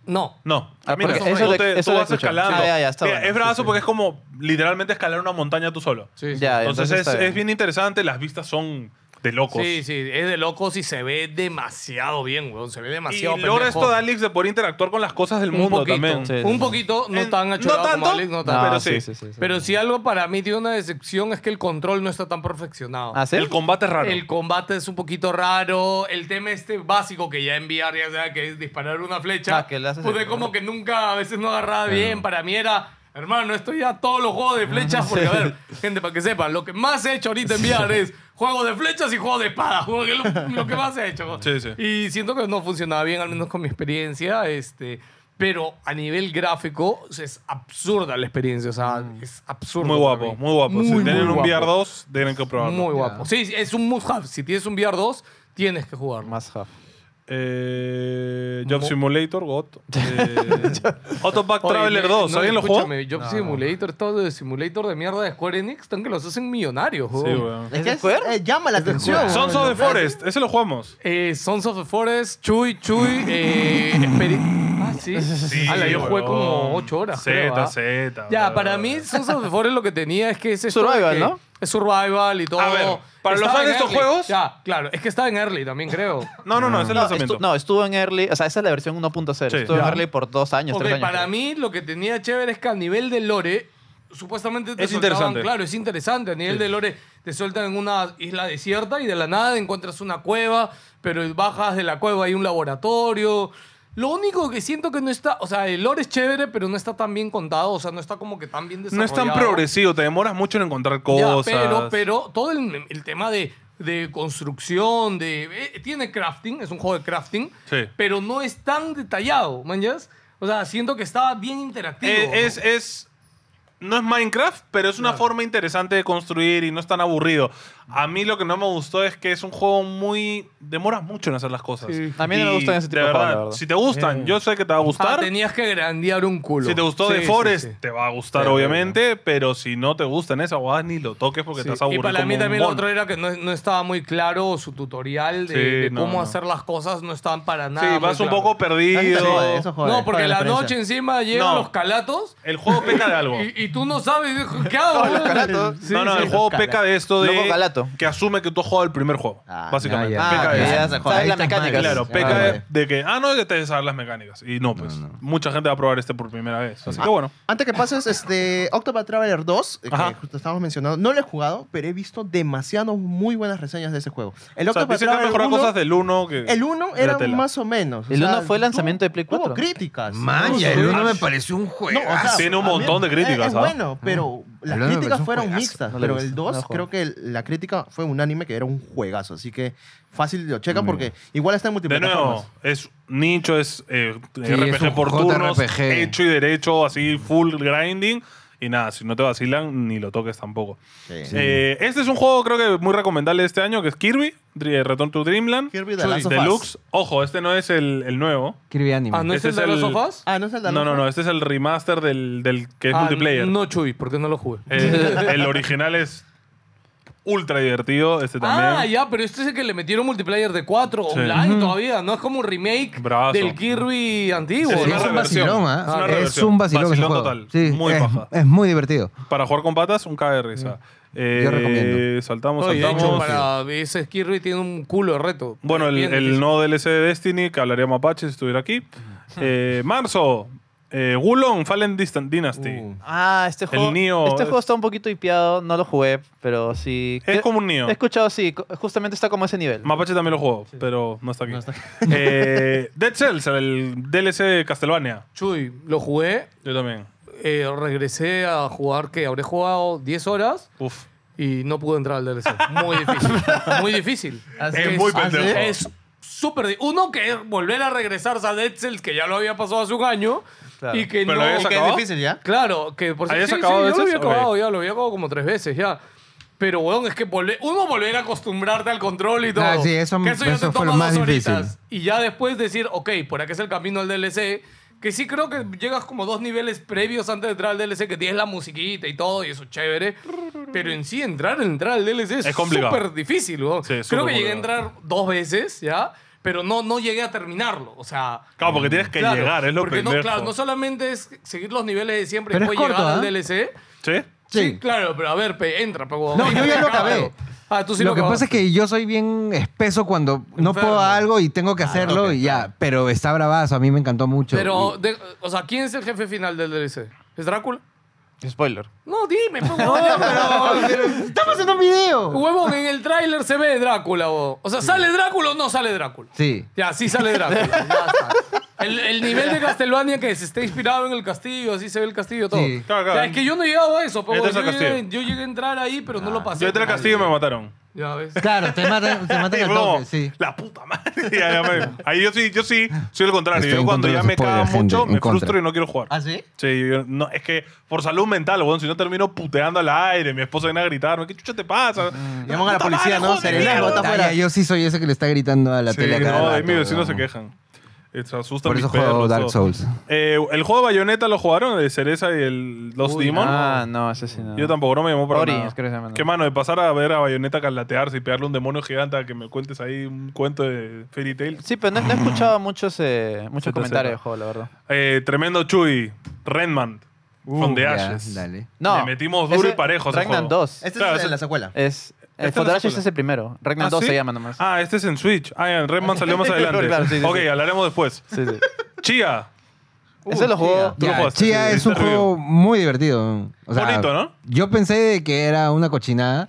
[SPEAKER 3] No.
[SPEAKER 2] No,
[SPEAKER 4] Ah,
[SPEAKER 2] mira,
[SPEAKER 4] porque
[SPEAKER 2] tú
[SPEAKER 4] eso le-
[SPEAKER 2] te- tú
[SPEAKER 4] eso le
[SPEAKER 2] vas
[SPEAKER 4] escucho.
[SPEAKER 2] escalando.
[SPEAKER 4] Ah, ya, ya, está
[SPEAKER 2] Mira,
[SPEAKER 4] bueno.
[SPEAKER 2] es bravazo porque es como literalmente escalar una montaña tú solo.
[SPEAKER 3] Sí, sí.
[SPEAKER 2] Entonces,
[SPEAKER 4] Ya, Ah, entonces
[SPEAKER 2] es,
[SPEAKER 4] está bien.
[SPEAKER 2] es bien interesante, las vistas son de locos.
[SPEAKER 3] Sí, sí, es de locos y se ve demasiado bien, weón. Se ve
[SPEAKER 2] Y
[SPEAKER 3] demasiado
[SPEAKER 2] logra
[SPEAKER 3] pendejo.
[SPEAKER 2] esto de Alex de poder interactuar con las cosas del
[SPEAKER 3] Un
[SPEAKER 2] mundo
[SPEAKER 3] poquito,
[SPEAKER 2] también.
[SPEAKER 4] Sí.
[SPEAKER 3] Un poquito, no
[SPEAKER 2] En-
[SPEAKER 3] tan
[SPEAKER 2] no
[SPEAKER 3] achorado
[SPEAKER 2] tanto,
[SPEAKER 3] como Alex, no
[SPEAKER 2] no,
[SPEAKER 3] tanto.
[SPEAKER 2] Ah, pero sí.
[SPEAKER 3] Pero si algo para mí tiene una decepción es que el control no está tan perfeccionado.
[SPEAKER 4] ¿Ah, sí?
[SPEAKER 2] El combate es raro.
[SPEAKER 3] El combate es un poquito raro. El tema este básico que ya enviar, ya sea que es disparar una flecha.
[SPEAKER 4] Ah, que le haces
[SPEAKER 3] pude
[SPEAKER 4] el-
[SPEAKER 3] como que nunca, a veces no agarraba bien. Para mí era, hermano, estoy ya todos los juegos
[SPEAKER 4] Ah,
[SPEAKER 3] de flechas. Porque, a ver, gente, para que sepan, lo que más he hecho ahorita enviar es juego de flechas y juego de espada. Juego que lo, lo que más he hecho.
[SPEAKER 2] Sí, sí.
[SPEAKER 3] Y siento que no funcionaba bien, al menos con mi experiencia. Este. Pero a nivel gráfico o sea, es absurda la experiencia, o sea,
[SPEAKER 4] Mm.
[SPEAKER 3] es absurdo.
[SPEAKER 2] muy
[SPEAKER 3] para
[SPEAKER 2] guapo,
[SPEAKER 3] mí.
[SPEAKER 2] muy guapo. si
[SPEAKER 3] Muy,
[SPEAKER 2] tienen
[SPEAKER 3] muy
[SPEAKER 2] un VR
[SPEAKER 3] guapo.
[SPEAKER 2] 2, tienen que probarlo.
[SPEAKER 3] Muy guapo. Sí, sí, es un must have. Si tienes un VR 2, tienes que jugarlo.
[SPEAKER 4] Más half.
[SPEAKER 2] Eh, Job
[SPEAKER 3] Mo-
[SPEAKER 2] Simulator, God. Eh, Autopack
[SPEAKER 3] Oye,
[SPEAKER 2] Traveler
[SPEAKER 3] me-
[SPEAKER 2] 2,
[SPEAKER 3] no,
[SPEAKER 2] ¿alguien lo jugó?
[SPEAKER 3] escúchame, Job Simulator, todo de simulator de mierda de Square Enix, están que los hacen millonarios,
[SPEAKER 2] Sí,
[SPEAKER 3] weón.
[SPEAKER 2] weón.
[SPEAKER 6] Es
[SPEAKER 4] ¿Es
[SPEAKER 6] que
[SPEAKER 4] de
[SPEAKER 6] es-
[SPEAKER 4] Square?
[SPEAKER 6] eh, llama la atención.
[SPEAKER 2] Sons of the
[SPEAKER 6] Bueno,
[SPEAKER 2] Forest, ese lo jugamos.
[SPEAKER 3] Eh, Sons of the Forest, Chuy, Chuy, eh, Experi- Ah, sí. Ala, yo jugué
[SPEAKER 2] weón.
[SPEAKER 3] como 8 horas.
[SPEAKER 2] Z,
[SPEAKER 3] creo, ¿ah?
[SPEAKER 2] Z.
[SPEAKER 3] Ya,
[SPEAKER 2] bla,
[SPEAKER 3] para
[SPEAKER 2] bla,
[SPEAKER 3] mí,
[SPEAKER 2] bla.
[SPEAKER 3] Sons of the Forest lo que tenía es que es esto
[SPEAKER 4] Survival,
[SPEAKER 3] de que
[SPEAKER 4] ¿no?
[SPEAKER 3] Es survival y todo.
[SPEAKER 2] A ver, para los
[SPEAKER 3] Estaba
[SPEAKER 2] fans
[SPEAKER 3] en
[SPEAKER 2] de estos
[SPEAKER 3] early.
[SPEAKER 2] juegos-
[SPEAKER 3] Ya, claro. Es que estaba en early también, creo.
[SPEAKER 2] No, no, no, es el
[SPEAKER 4] No,
[SPEAKER 2] lanzamiento.
[SPEAKER 4] estu- no, estuvo en early, o sea, esa es la versión 1.0.
[SPEAKER 2] Sí.
[SPEAKER 4] Estuvo
[SPEAKER 3] Ya.
[SPEAKER 4] en early por dos años,
[SPEAKER 3] Ok,
[SPEAKER 4] tres años.
[SPEAKER 3] para mí lo que tenía chévere es que a nivel de lore, supuestamente te
[SPEAKER 2] Es
[SPEAKER 3] soltaban-
[SPEAKER 2] interesante.
[SPEAKER 3] Claro, es interesante. A nivel de lore, te sueltan en una isla desierta y de la nada encuentras una cueva, pero bajas de la cueva hay un laboratorio. Lo único que siento que no está, o sea, el lore es chévere, pero no está tan bien contado, o sea, no está como que tan bien
[SPEAKER 2] No es
[SPEAKER 3] desarrollado.
[SPEAKER 2] tan progresivo, te demoras mucho en encontrar
[SPEAKER 3] Ya,
[SPEAKER 2] cosas.
[SPEAKER 3] pero, pero todo el, el tema de, de construcción, de eh, tiene crafting, es un juego de crafting,
[SPEAKER 2] Sí.
[SPEAKER 3] pero no es tan detallado, manjas. O sea, siento que estaba bien interactivo.
[SPEAKER 2] Eh, es, es- No es Minecraft, pero es una forma interesante de construir y no es tan aburrido. A mí lo que no me gustó es que es un juego muy. Demoras mucho en hacer las cosas.
[SPEAKER 3] Sí.
[SPEAKER 4] A mí no me
[SPEAKER 2] Y,
[SPEAKER 4] gustan ese tipo de juegos, la verdad.
[SPEAKER 2] Si te gustan, yo sé que te va a
[SPEAKER 3] Ah,
[SPEAKER 2] gustar.
[SPEAKER 3] tenías que grandear un culo.
[SPEAKER 2] Si te gustó
[SPEAKER 3] Sí,
[SPEAKER 2] The
[SPEAKER 3] sí,
[SPEAKER 2] Forest,
[SPEAKER 3] sí.
[SPEAKER 2] te va a gustar, obviamente, pero si no te gustan esas guadas, ni lo toques porque
[SPEAKER 3] Sí.
[SPEAKER 2] te vas a
[SPEAKER 3] Y
[SPEAKER 2] aburrir.
[SPEAKER 3] para
[SPEAKER 2] como
[SPEAKER 3] mí
[SPEAKER 2] un
[SPEAKER 3] también lo
[SPEAKER 2] mono.
[SPEAKER 3] otro era que no, no estaba muy claro su tutorial de,
[SPEAKER 2] Sí,
[SPEAKER 3] de
[SPEAKER 2] no,
[SPEAKER 3] cómo
[SPEAKER 2] no.
[SPEAKER 3] hacer las cosas, no estaban para
[SPEAKER 2] Sí,
[SPEAKER 3] nada. muy
[SPEAKER 2] vas un
[SPEAKER 3] claro.
[SPEAKER 2] poco perdido.
[SPEAKER 6] Eso jode, eso jode.
[SPEAKER 3] No, porque
[SPEAKER 6] Para
[SPEAKER 3] la
[SPEAKER 6] experiencia.
[SPEAKER 3] noche encima llegan
[SPEAKER 2] No.
[SPEAKER 3] los calatos
[SPEAKER 2] El juego peca de algo.
[SPEAKER 3] y, y tú no sabes qué hago.
[SPEAKER 4] los calatos.
[SPEAKER 3] Sí,
[SPEAKER 2] no, no,
[SPEAKER 3] sí.
[SPEAKER 2] el juego
[SPEAKER 6] Calato.
[SPEAKER 2] peca de esto de
[SPEAKER 4] Loco Calato.
[SPEAKER 2] que asume que tú has jugado el primer juego,
[SPEAKER 6] Ah,
[SPEAKER 2] básicamente.
[SPEAKER 5] ya, ya.
[SPEAKER 2] Peca
[SPEAKER 4] Ah,
[SPEAKER 2] de
[SPEAKER 4] que
[SPEAKER 2] eso.
[SPEAKER 4] ya
[SPEAKER 6] Esas
[SPEAKER 4] sabes las
[SPEAKER 6] jodiditas
[SPEAKER 4] mecánicas.
[SPEAKER 6] madres.
[SPEAKER 2] Claro,
[SPEAKER 6] Ah,
[SPEAKER 2] peca
[SPEAKER 6] vale.
[SPEAKER 2] de, de que, ah, no, que te saber las mecánicas. Y no, pues, mucha gente va a probar este por primera vez. Así que bueno.
[SPEAKER 6] Antes que pases, este, Octopath Traveler 2, eh,
[SPEAKER 2] Ajá.
[SPEAKER 6] que justo estábamos mencionando, no lo he jugado, pero he visto demasiadas muy buenas reseñas de ese juego. El
[SPEAKER 2] O sea,
[SPEAKER 6] Octopath
[SPEAKER 2] dicen que han
[SPEAKER 6] Traveler
[SPEAKER 2] mejorado
[SPEAKER 6] 1,
[SPEAKER 2] cosas del 1 que.
[SPEAKER 6] el 1
[SPEAKER 2] de la
[SPEAKER 6] era
[SPEAKER 2] tela.
[SPEAKER 6] más o menos. o
[SPEAKER 4] El
[SPEAKER 6] sea,
[SPEAKER 4] 1 fue el lanzamiento de Play
[SPEAKER 6] tuvo
[SPEAKER 4] 4.
[SPEAKER 6] críticas.
[SPEAKER 5] Maña, el
[SPEAKER 6] Tuvo-
[SPEAKER 5] uno me pareció un
[SPEAKER 6] No,
[SPEAKER 5] juego.
[SPEAKER 6] o sea,
[SPEAKER 2] Tiene un
[SPEAKER 6] a mí-
[SPEAKER 2] montón de críticas,
[SPEAKER 6] Es, es
[SPEAKER 2] ¿ah?
[SPEAKER 6] bueno, pero las
[SPEAKER 5] El uno me
[SPEAKER 6] críticas
[SPEAKER 5] pareció un
[SPEAKER 6] fueron
[SPEAKER 5] juegazo.
[SPEAKER 6] mixtas.
[SPEAKER 4] No lo he
[SPEAKER 6] pero
[SPEAKER 4] visto,
[SPEAKER 6] el
[SPEAKER 4] no
[SPEAKER 6] 2
[SPEAKER 4] lo he
[SPEAKER 6] creo que la crítica fue unánime que era un juegazo. Así que fácil lo checan porque igual está en
[SPEAKER 2] De nuevo,
[SPEAKER 6] multiplataformas.
[SPEAKER 2] es nicho, es eh,
[SPEAKER 5] es
[SPEAKER 2] RPG
[SPEAKER 5] un
[SPEAKER 2] por turnos,
[SPEAKER 5] JRPG.
[SPEAKER 2] hecho y derecho, así full grinding. Y nada, si no te vacilan, ni lo toques tampoco.
[SPEAKER 6] Sí.
[SPEAKER 2] Eh, este es un juego, creo que muy recomendable este año, que es Kirby, Dr- Return to Dreamland.
[SPEAKER 6] Kirby The
[SPEAKER 2] Chuy,
[SPEAKER 6] Last of Us.
[SPEAKER 2] Deluxe. Ojo, este no es el, el nuevo.
[SPEAKER 5] Kirby Anime.
[SPEAKER 3] Ah, ¿no es
[SPEAKER 2] Ese
[SPEAKER 3] el de
[SPEAKER 2] es
[SPEAKER 3] los
[SPEAKER 2] el-
[SPEAKER 3] sofás?
[SPEAKER 6] Ah, no es el de
[SPEAKER 2] No, no, no, este es el remaster del, del que es
[SPEAKER 3] Ah,
[SPEAKER 2] multiplayer.
[SPEAKER 3] No, Chuy, porque no lo jugué.
[SPEAKER 2] Eh, el original es ultra divertido. Este también.
[SPEAKER 3] Ah, ya, pero este es el que le metieron multiplayer de 4
[SPEAKER 2] Sí.
[SPEAKER 3] online todavía. No es como un remake
[SPEAKER 2] Brazo.
[SPEAKER 3] del Kirby antiguo.
[SPEAKER 2] Sí,
[SPEAKER 3] ¿no?
[SPEAKER 5] es
[SPEAKER 2] una
[SPEAKER 5] un
[SPEAKER 2] reversión.
[SPEAKER 5] vacilón,
[SPEAKER 2] Es una
[SPEAKER 5] ¿ah? Es
[SPEAKER 2] reversión.
[SPEAKER 5] un vacilón. ese
[SPEAKER 2] Vacilón
[SPEAKER 5] juego.
[SPEAKER 2] total.
[SPEAKER 5] Sí,
[SPEAKER 2] Muy
[SPEAKER 5] es,
[SPEAKER 2] paja.
[SPEAKER 5] es muy divertido.
[SPEAKER 2] Para jugar con patas, un cae de risa. Eh,
[SPEAKER 5] Yo recomiendo.
[SPEAKER 2] Saltamos,
[SPEAKER 3] No, y de
[SPEAKER 2] saltamos.
[SPEAKER 3] hecho, para ese Kirby tiene un culo de reto.
[SPEAKER 2] Bueno, el,
[SPEAKER 3] Bien
[SPEAKER 2] el
[SPEAKER 3] difícil.
[SPEAKER 2] no DLC de Destiny, que hablaría Mapache si estuviera aquí. Eh, marzo, eh, Wulong Fallen Distant Dynasty.
[SPEAKER 6] Uh.
[SPEAKER 4] Ah, este juego.
[SPEAKER 2] Nioh
[SPEAKER 4] este
[SPEAKER 2] es-
[SPEAKER 4] juego está un poquito hipeado, no lo jugué, pero sí.
[SPEAKER 2] Es
[SPEAKER 4] Cre-
[SPEAKER 2] como un Nioh.
[SPEAKER 4] He escuchado, sí, co- justamente está como a ese nivel.
[SPEAKER 2] Mapache también lo jugó, pero no está aquí. Eh, Dead Cells, el DLC de Castlevania.
[SPEAKER 3] Chuy, lo jugué,
[SPEAKER 2] Yo también.
[SPEAKER 3] eh, regresé a jugar, que habré jugado 10 horas
[SPEAKER 2] Uf.
[SPEAKER 3] y no pude entrar al DLC. Muy difícil. muy difícil.
[SPEAKER 6] Así
[SPEAKER 2] Es muy
[SPEAKER 6] ¿Ah, sí?
[SPEAKER 2] pendejo.
[SPEAKER 3] Es súper. di- Uno que es volver a regresarse a Dead Cells, que ya lo había pasado hace un año.
[SPEAKER 4] Claro.
[SPEAKER 3] Y que
[SPEAKER 2] Pero
[SPEAKER 3] no.
[SPEAKER 2] es-
[SPEAKER 6] Y que es
[SPEAKER 2] acabado?
[SPEAKER 6] difícil, ¿ya?
[SPEAKER 3] Claro, que por
[SPEAKER 2] ¿Habías
[SPEAKER 3] sí, sí,
[SPEAKER 2] acabado
[SPEAKER 3] sí,
[SPEAKER 2] Dead
[SPEAKER 3] yo lo había
[SPEAKER 2] Cells?
[SPEAKER 3] acabado,
[SPEAKER 2] Ok.
[SPEAKER 3] ya lo había acabado como tres veces ya. Pero, weón, es que volver, uno volver a acostumbrarse al control y todo.
[SPEAKER 5] Ah, sí, eso-
[SPEAKER 3] que eso, ya
[SPEAKER 5] eso
[SPEAKER 3] te
[SPEAKER 5] fue lo
[SPEAKER 3] toma
[SPEAKER 5] más
[SPEAKER 3] dos
[SPEAKER 5] difícil.
[SPEAKER 3] horitas. Y ya después decir, ok, por aquí es el camino al DLC. Que sí creo que llegas como dos niveles previos antes de entrar al DLC, que tienes la musiquita y todo, y eso es chévere. Pero en sí, entrar, entrar al DLC es,
[SPEAKER 2] Es complicado.
[SPEAKER 3] súper difícil, weón.
[SPEAKER 2] Sí, es
[SPEAKER 3] creo
[SPEAKER 2] súper
[SPEAKER 3] que llegué a
[SPEAKER 2] complicado.
[SPEAKER 3] entrar dos veces, ¿ya? Pero no, no llegué a terminarlo. O sea,
[SPEAKER 2] Claro, porque tienes que
[SPEAKER 3] Mm. Claro,
[SPEAKER 2] llegar, es lo
[SPEAKER 3] porque
[SPEAKER 2] pendejo.
[SPEAKER 3] No, claro, no solamente es seguir los niveles de siempre y
[SPEAKER 5] Pero es
[SPEAKER 3] después
[SPEAKER 5] corto,
[SPEAKER 3] llegar al
[SPEAKER 5] ¿ah?
[SPEAKER 3] DLC.
[SPEAKER 2] ¿Sí?
[SPEAKER 3] Sí.
[SPEAKER 5] Sí.
[SPEAKER 3] claro, pero a ver, pe, entra. Pe,
[SPEAKER 5] No, yo ya
[SPEAKER 3] Acábalo.
[SPEAKER 5] lo acabé.
[SPEAKER 3] Ah, tú sí
[SPEAKER 5] lo que
[SPEAKER 3] acabaste.
[SPEAKER 5] pasa es que yo soy bien espeso cuando no
[SPEAKER 3] Enfermo.
[SPEAKER 5] puedo algo y tengo que
[SPEAKER 2] Ah,
[SPEAKER 5] hacerlo
[SPEAKER 6] ok,
[SPEAKER 5] y ya. Pero está bravazo, a mí me encantó mucho.
[SPEAKER 3] Pero, de- o sea, ¿quién es el jefe final del DLC? ¿Es Drácula?
[SPEAKER 4] Spoiler.
[SPEAKER 3] No, dime, pe, huevón.
[SPEAKER 5] Y- ¡Estamos en un video!
[SPEAKER 3] Huevón, en el tráiler se ve Drácula, huevón. O sea, ¿sale Drácula o no sale Drácula?
[SPEAKER 5] Sí.
[SPEAKER 3] Ya, sí sale Drácula. Ya está. El, el nivel de Castlevania que se está inspirado en el castillo, así se ve el castillo todo.
[SPEAKER 5] Sí.
[SPEAKER 2] Claro,
[SPEAKER 3] O sea,
[SPEAKER 2] claro.
[SPEAKER 3] es que yo no he llegado a eso, pe,
[SPEAKER 2] Yo
[SPEAKER 3] huevón.
[SPEAKER 2] entré
[SPEAKER 3] yo,
[SPEAKER 2] al
[SPEAKER 3] llegué,
[SPEAKER 2] castillo.
[SPEAKER 3] yo llegué a entrar ahí, pero
[SPEAKER 4] Ah.
[SPEAKER 3] no lo pasé.
[SPEAKER 2] Yo entré al castillo y me mataron.
[SPEAKER 3] Ya ves.
[SPEAKER 5] Claro, te matan, te matan
[SPEAKER 2] Sí,
[SPEAKER 5] a
[SPEAKER 2] como,
[SPEAKER 5] toque, sí.
[SPEAKER 2] La puta madre. Ya, ya me- ahí yo sí, yo sí, soy el contrario.
[SPEAKER 5] Estoy
[SPEAKER 2] yo
[SPEAKER 5] en
[SPEAKER 2] cuando
[SPEAKER 5] contra de
[SPEAKER 2] ya
[SPEAKER 5] los
[SPEAKER 2] me caga
[SPEAKER 5] spoilers, gente,
[SPEAKER 2] mucho,
[SPEAKER 5] en
[SPEAKER 2] me frustro
[SPEAKER 5] contra.
[SPEAKER 2] y no quiero jugar.
[SPEAKER 6] ¿Ah, sí?
[SPEAKER 2] Sí, yo- no, es que por salud mental, weón, si no termino puteando al aire, mi esposa viene a gritarme, ¿qué chucha te pasa?
[SPEAKER 6] Llamamos a la
[SPEAKER 2] Puta madre,
[SPEAKER 6] policía, ¿no?
[SPEAKER 2] joder,
[SPEAKER 6] Serenazgo,
[SPEAKER 2] mierda.
[SPEAKER 6] está
[SPEAKER 5] Ah,
[SPEAKER 6] afuera.
[SPEAKER 5] ya, yo sí soy ese que le está gritando a la
[SPEAKER 2] Sí,
[SPEAKER 5] tele a cada
[SPEAKER 2] no, ahí
[SPEAKER 5] rato,
[SPEAKER 2] mis vecinos se
[SPEAKER 5] weón.
[SPEAKER 2] quejan. Eh, Se asustan
[SPEAKER 5] Por
[SPEAKER 2] mis
[SPEAKER 5] eso juego
[SPEAKER 2] perros,
[SPEAKER 5] Dark
[SPEAKER 2] todo.
[SPEAKER 5] Souls.
[SPEAKER 2] Eh, el juego de Bayonetta lo jugaron, de Cereza y el Los
[SPEAKER 3] Uy,
[SPEAKER 2] Demon.
[SPEAKER 4] Ah, no, ese sí no.
[SPEAKER 2] Yo tampoco, no me llamó para
[SPEAKER 4] Ori,
[SPEAKER 2] nada.
[SPEAKER 4] es que se llama, ¿no?
[SPEAKER 2] Qué mano, de pasar a ver a Bayonetta calatearse y pegarle un demonio gigante a que me cuentes ahí un cuento de Fairy Tail.
[SPEAKER 4] Sí, pero no, no he escuchado muchos, eh,
[SPEAKER 2] Zeta,
[SPEAKER 4] muchos comentarios
[SPEAKER 2] zeta.
[SPEAKER 4] de juego, la verdad.
[SPEAKER 2] Eh, tremendo Chuy, Renman, From the
[SPEAKER 5] Uh, Ya,
[SPEAKER 2] Ashes.
[SPEAKER 5] Dale.
[SPEAKER 4] No.
[SPEAKER 2] Le metimos duro
[SPEAKER 4] ese-
[SPEAKER 2] y parejo a ese
[SPEAKER 4] Ragnar
[SPEAKER 2] juego.
[SPEAKER 4] 2.
[SPEAKER 6] Este
[SPEAKER 2] Claro,
[SPEAKER 6] es
[SPEAKER 2] ese-
[SPEAKER 6] de la secuela.
[SPEAKER 4] Es,
[SPEAKER 2] Esta
[SPEAKER 4] el
[SPEAKER 2] es la
[SPEAKER 4] Foderash
[SPEAKER 2] secuela.
[SPEAKER 4] es el primero. Ragnar
[SPEAKER 2] ¿Ah,
[SPEAKER 4] 2
[SPEAKER 2] sí?
[SPEAKER 4] se llama nomás.
[SPEAKER 2] Ah, este es en Switch. Ah, en Redman salió más adelante.
[SPEAKER 4] Claro, sí, sí,
[SPEAKER 2] ok,
[SPEAKER 4] sí.
[SPEAKER 2] hablaremos después.
[SPEAKER 4] Sí, sí.
[SPEAKER 2] Chia.
[SPEAKER 4] Ese lo jugó.
[SPEAKER 2] Tú lo
[SPEAKER 5] Ya,
[SPEAKER 2] jugaste,
[SPEAKER 5] Chia
[SPEAKER 2] sí,
[SPEAKER 5] es un
[SPEAKER 2] hiciste review.
[SPEAKER 5] juego muy divertido. O sea,
[SPEAKER 2] Bonito, ¿no?
[SPEAKER 5] Yo pensé de que era una cochinada,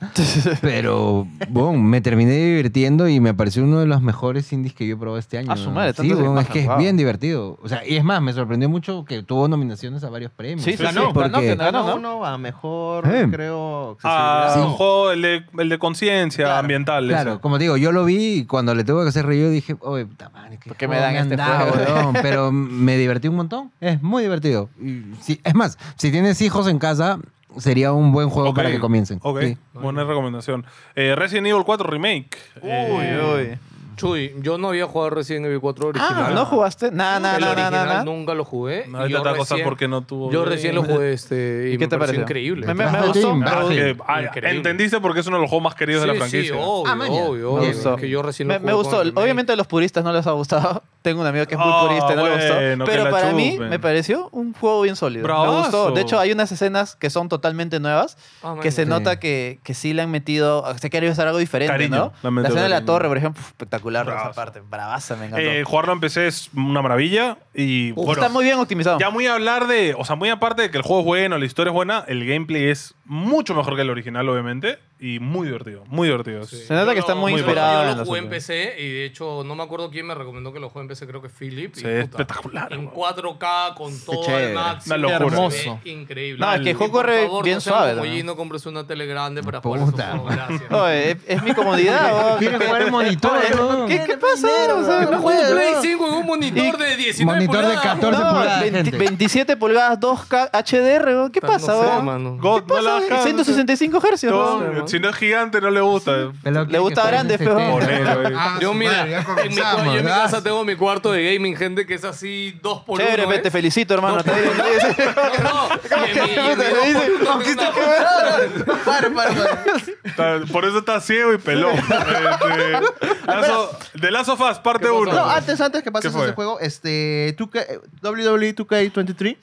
[SPEAKER 5] pero bueno, me terminé divirtiendo y me pareció uno de los mejores indies que yo he probado este año.
[SPEAKER 4] Ah, su
[SPEAKER 5] ¿no?
[SPEAKER 4] madre,
[SPEAKER 5] Sí,
[SPEAKER 4] tantas
[SPEAKER 5] bueno, es
[SPEAKER 4] imágenes,
[SPEAKER 5] que es
[SPEAKER 4] wow.
[SPEAKER 5] bien divertido. O sea, y es más, me sorprendió mucho que tuvo nominaciones a varios premios.
[SPEAKER 4] Sí, sí,
[SPEAKER 2] Ganó,
[SPEAKER 4] sí.
[SPEAKER 5] porque-
[SPEAKER 4] Ganó, que ganó,
[SPEAKER 6] Ganó
[SPEAKER 4] ¿no?
[SPEAKER 6] uno a mejor,
[SPEAKER 5] Eh.
[SPEAKER 6] creo.
[SPEAKER 2] Ah,
[SPEAKER 6] accesibilidad.
[SPEAKER 2] un juego, el de, el de conciencia
[SPEAKER 6] Claro.
[SPEAKER 2] ambiental.
[SPEAKER 5] Claro,
[SPEAKER 2] ese.
[SPEAKER 5] como digo, yo lo vi y cuando le tuve que hacer review dije, oye, puta madre,
[SPEAKER 4] ¿Por qué
[SPEAKER 5] juego
[SPEAKER 4] me dan este
[SPEAKER 5] han dado,
[SPEAKER 4] juego?"
[SPEAKER 5] weón? Pero me divertí un montón. Es muy divertido. Y sí, es más, si tienes hijos en casa, sería un buen juego
[SPEAKER 2] Ok,
[SPEAKER 5] para que comiencen.
[SPEAKER 2] Ok,
[SPEAKER 5] Sí.
[SPEAKER 2] buena recomendación. Eh, Resident Evil 4 Remake. Eh,
[SPEAKER 4] Uy, uy.
[SPEAKER 3] Chuy, yo no había jugado Resident Evil 4 original.
[SPEAKER 4] Ah, ¿no jugaste? Nada, nada,
[SPEAKER 3] El
[SPEAKER 4] nada,
[SPEAKER 3] original
[SPEAKER 4] nada.
[SPEAKER 3] nunca lo jugué.
[SPEAKER 2] no,
[SPEAKER 3] y
[SPEAKER 2] ahorita
[SPEAKER 3] yo
[SPEAKER 2] otra cosa
[SPEAKER 3] recién-
[SPEAKER 2] porque no tuvo.
[SPEAKER 3] Yo recién lo jugué este. ¿Y,
[SPEAKER 4] ¿Y
[SPEAKER 3] qué
[SPEAKER 4] qué te pareció?
[SPEAKER 3] Increíble.
[SPEAKER 4] Me, me-
[SPEAKER 5] Detrás
[SPEAKER 4] me
[SPEAKER 5] de
[SPEAKER 4] gustó.
[SPEAKER 5] Jim
[SPEAKER 4] me
[SPEAKER 2] Ah,
[SPEAKER 5] Barry.
[SPEAKER 4] gustó.
[SPEAKER 2] que- ah,
[SPEAKER 3] Increíble.
[SPEAKER 2] entendiste porque es uno de los juegos más queridos de la
[SPEAKER 3] sí, sí,
[SPEAKER 2] franquicia.
[SPEAKER 3] obvio,
[SPEAKER 5] Ah, maña.
[SPEAKER 3] obvio,
[SPEAKER 4] Me
[SPEAKER 3] obvio.
[SPEAKER 4] gustó.
[SPEAKER 3] Que yo recién lo
[SPEAKER 4] Me,
[SPEAKER 3] jugué
[SPEAKER 4] me gustó.
[SPEAKER 3] con remake.
[SPEAKER 4] Obviamente a los puristas no les ha gustado. Tengo un amigo que es muy
[SPEAKER 2] Ah,
[SPEAKER 4] purista y no le
[SPEAKER 2] bueno,
[SPEAKER 4] gustó.
[SPEAKER 2] que la
[SPEAKER 4] Pero para mí
[SPEAKER 2] chupen.
[SPEAKER 4] me pareció un juego bien sólido.
[SPEAKER 2] Bravazo.
[SPEAKER 4] Me gustó. De hecho, hay unas escenas que son totalmente nuevas
[SPEAKER 3] Ah, maña.
[SPEAKER 4] que se
[SPEAKER 5] Sí.
[SPEAKER 4] nota que, que sí le han metido. Se ha querido hacer algo diferente,
[SPEAKER 2] Cariño,
[SPEAKER 4] ¿no?
[SPEAKER 2] le han metido
[SPEAKER 4] La escena de la
[SPEAKER 2] cariño.
[SPEAKER 4] torre, por ejemplo, espectacular
[SPEAKER 2] Bravazo.
[SPEAKER 4] esa parte. Bravaza, me encantó.
[SPEAKER 2] Eh, jugarlo en PC es una maravilla. Y
[SPEAKER 4] Uf,
[SPEAKER 2] bueno,
[SPEAKER 4] está muy bien optimizado.
[SPEAKER 2] Ya muy a hablar de, o sea, muy aparte de que el juego es bueno, la historia es buena, el gameplay es mucho mejor que el original, obviamente, y muy divertido, muy divertido.
[SPEAKER 4] Se nota
[SPEAKER 3] Yo
[SPEAKER 4] que está
[SPEAKER 3] lo-
[SPEAKER 4] muy
[SPEAKER 3] yo
[SPEAKER 4] inspirado
[SPEAKER 3] Yo
[SPEAKER 4] en
[SPEAKER 3] lo
[SPEAKER 4] los
[SPEAKER 3] jugué en
[SPEAKER 4] otros.
[SPEAKER 3] PC y de hecho no me acuerdo quién me recomendó que lo juegue en PC, creo que Philip. y
[SPEAKER 2] Se ve
[SPEAKER 3] puta,
[SPEAKER 2] espectacular,
[SPEAKER 3] En
[SPEAKER 2] weón.
[SPEAKER 3] 4K con todo el
[SPEAKER 4] chévere.
[SPEAKER 3] máximo.
[SPEAKER 2] Una locura.
[SPEAKER 3] Se
[SPEAKER 6] Hermoso.
[SPEAKER 3] ve Increíble.
[SPEAKER 4] No, es que el
[SPEAKER 3] Y
[SPEAKER 4] juego
[SPEAKER 3] por
[SPEAKER 4] corre
[SPEAKER 3] favor,
[SPEAKER 4] bien
[SPEAKER 3] no sean
[SPEAKER 4] suave
[SPEAKER 3] Como
[SPEAKER 4] también.
[SPEAKER 3] Gino, no compres una tele grande para jugar esos
[SPEAKER 5] Puta.
[SPEAKER 3] juegos, gracias.
[SPEAKER 4] No, eh, es, es mi comodidad. ¿no?
[SPEAKER 5] Quiere jugar en monitor, ¿no?
[SPEAKER 4] ¿Qué, qué pasa? O sea,
[SPEAKER 3] No
[SPEAKER 4] no
[SPEAKER 3] juego
[SPEAKER 4] puedo.
[SPEAKER 3] Play 5 en un monitor de 19
[SPEAKER 5] Monitor de
[SPEAKER 3] pulgadas.
[SPEAKER 5] 14
[SPEAKER 4] No,
[SPEAKER 5] pulgadas,
[SPEAKER 4] 20
[SPEAKER 5] gente.
[SPEAKER 4] 27 pulgadas 2K HDR, weón. ¿qué
[SPEAKER 3] Puta,
[SPEAKER 4] pasa?
[SPEAKER 3] no sé,
[SPEAKER 4] weón?
[SPEAKER 3] mano.
[SPEAKER 2] God,
[SPEAKER 4] ¿Qué pasa?
[SPEAKER 2] no le hagas caso.
[SPEAKER 4] 165 Hz.
[SPEAKER 2] No,
[SPEAKER 4] weón.
[SPEAKER 2] yo Si no es gigante, no le gusta.
[SPEAKER 5] Pelado
[SPEAKER 4] Le
[SPEAKER 5] quiere que
[SPEAKER 4] gusta
[SPEAKER 5] juegues
[SPEAKER 4] grande,
[SPEAKER 5] ese
[SPEAKER 4] pe,
[SPEAKER 5] tema.
[SPEAKER 4] huevón.
[SPEAKER 2] Ponelo, eh.
[SPEAKER 7] Ah,
[SPEAKER 3] Yo,
[SPEAKER 7] su
[SPEAKER 3] mira,
[SPEAKER 7] madre, ya
[SPEAKER 3] en mi, cua-
[SPEAKER 7] comenzamos,
[SPEAKER 3] yo en mi
[SPEAKER 7] ah.
[SPEAKER 3] casa tengo mi cuarto de gaming, gente que es así dos por
[SPEAKER 4] Chévere,
[SPEAKER 3] uno.
[SPEAKER 4] pe,
[SPEAKER 3] ¿eh?
[SPEAKER 4] te felicito, hermano. Está bien, está bien.
[SPEAKER 3] No, no, y en mi- y en mi dos por uno tengo una-
[SPEAKER 6] Para, para, para.
[SPEAKER 2] Está- Por eso está ciego y pelón. Este, Lazo- de Lazo Fast, parte
[SPEAKER 3] ¿Qué pasó?
[SPEAKER 2] 1.
[SPEAKER 6] No, antes, antes que pases
[SPEAKER 2] ¿Qué fue?
[SPEAKER 6] ese juego, este, 2K, WWE 2K23,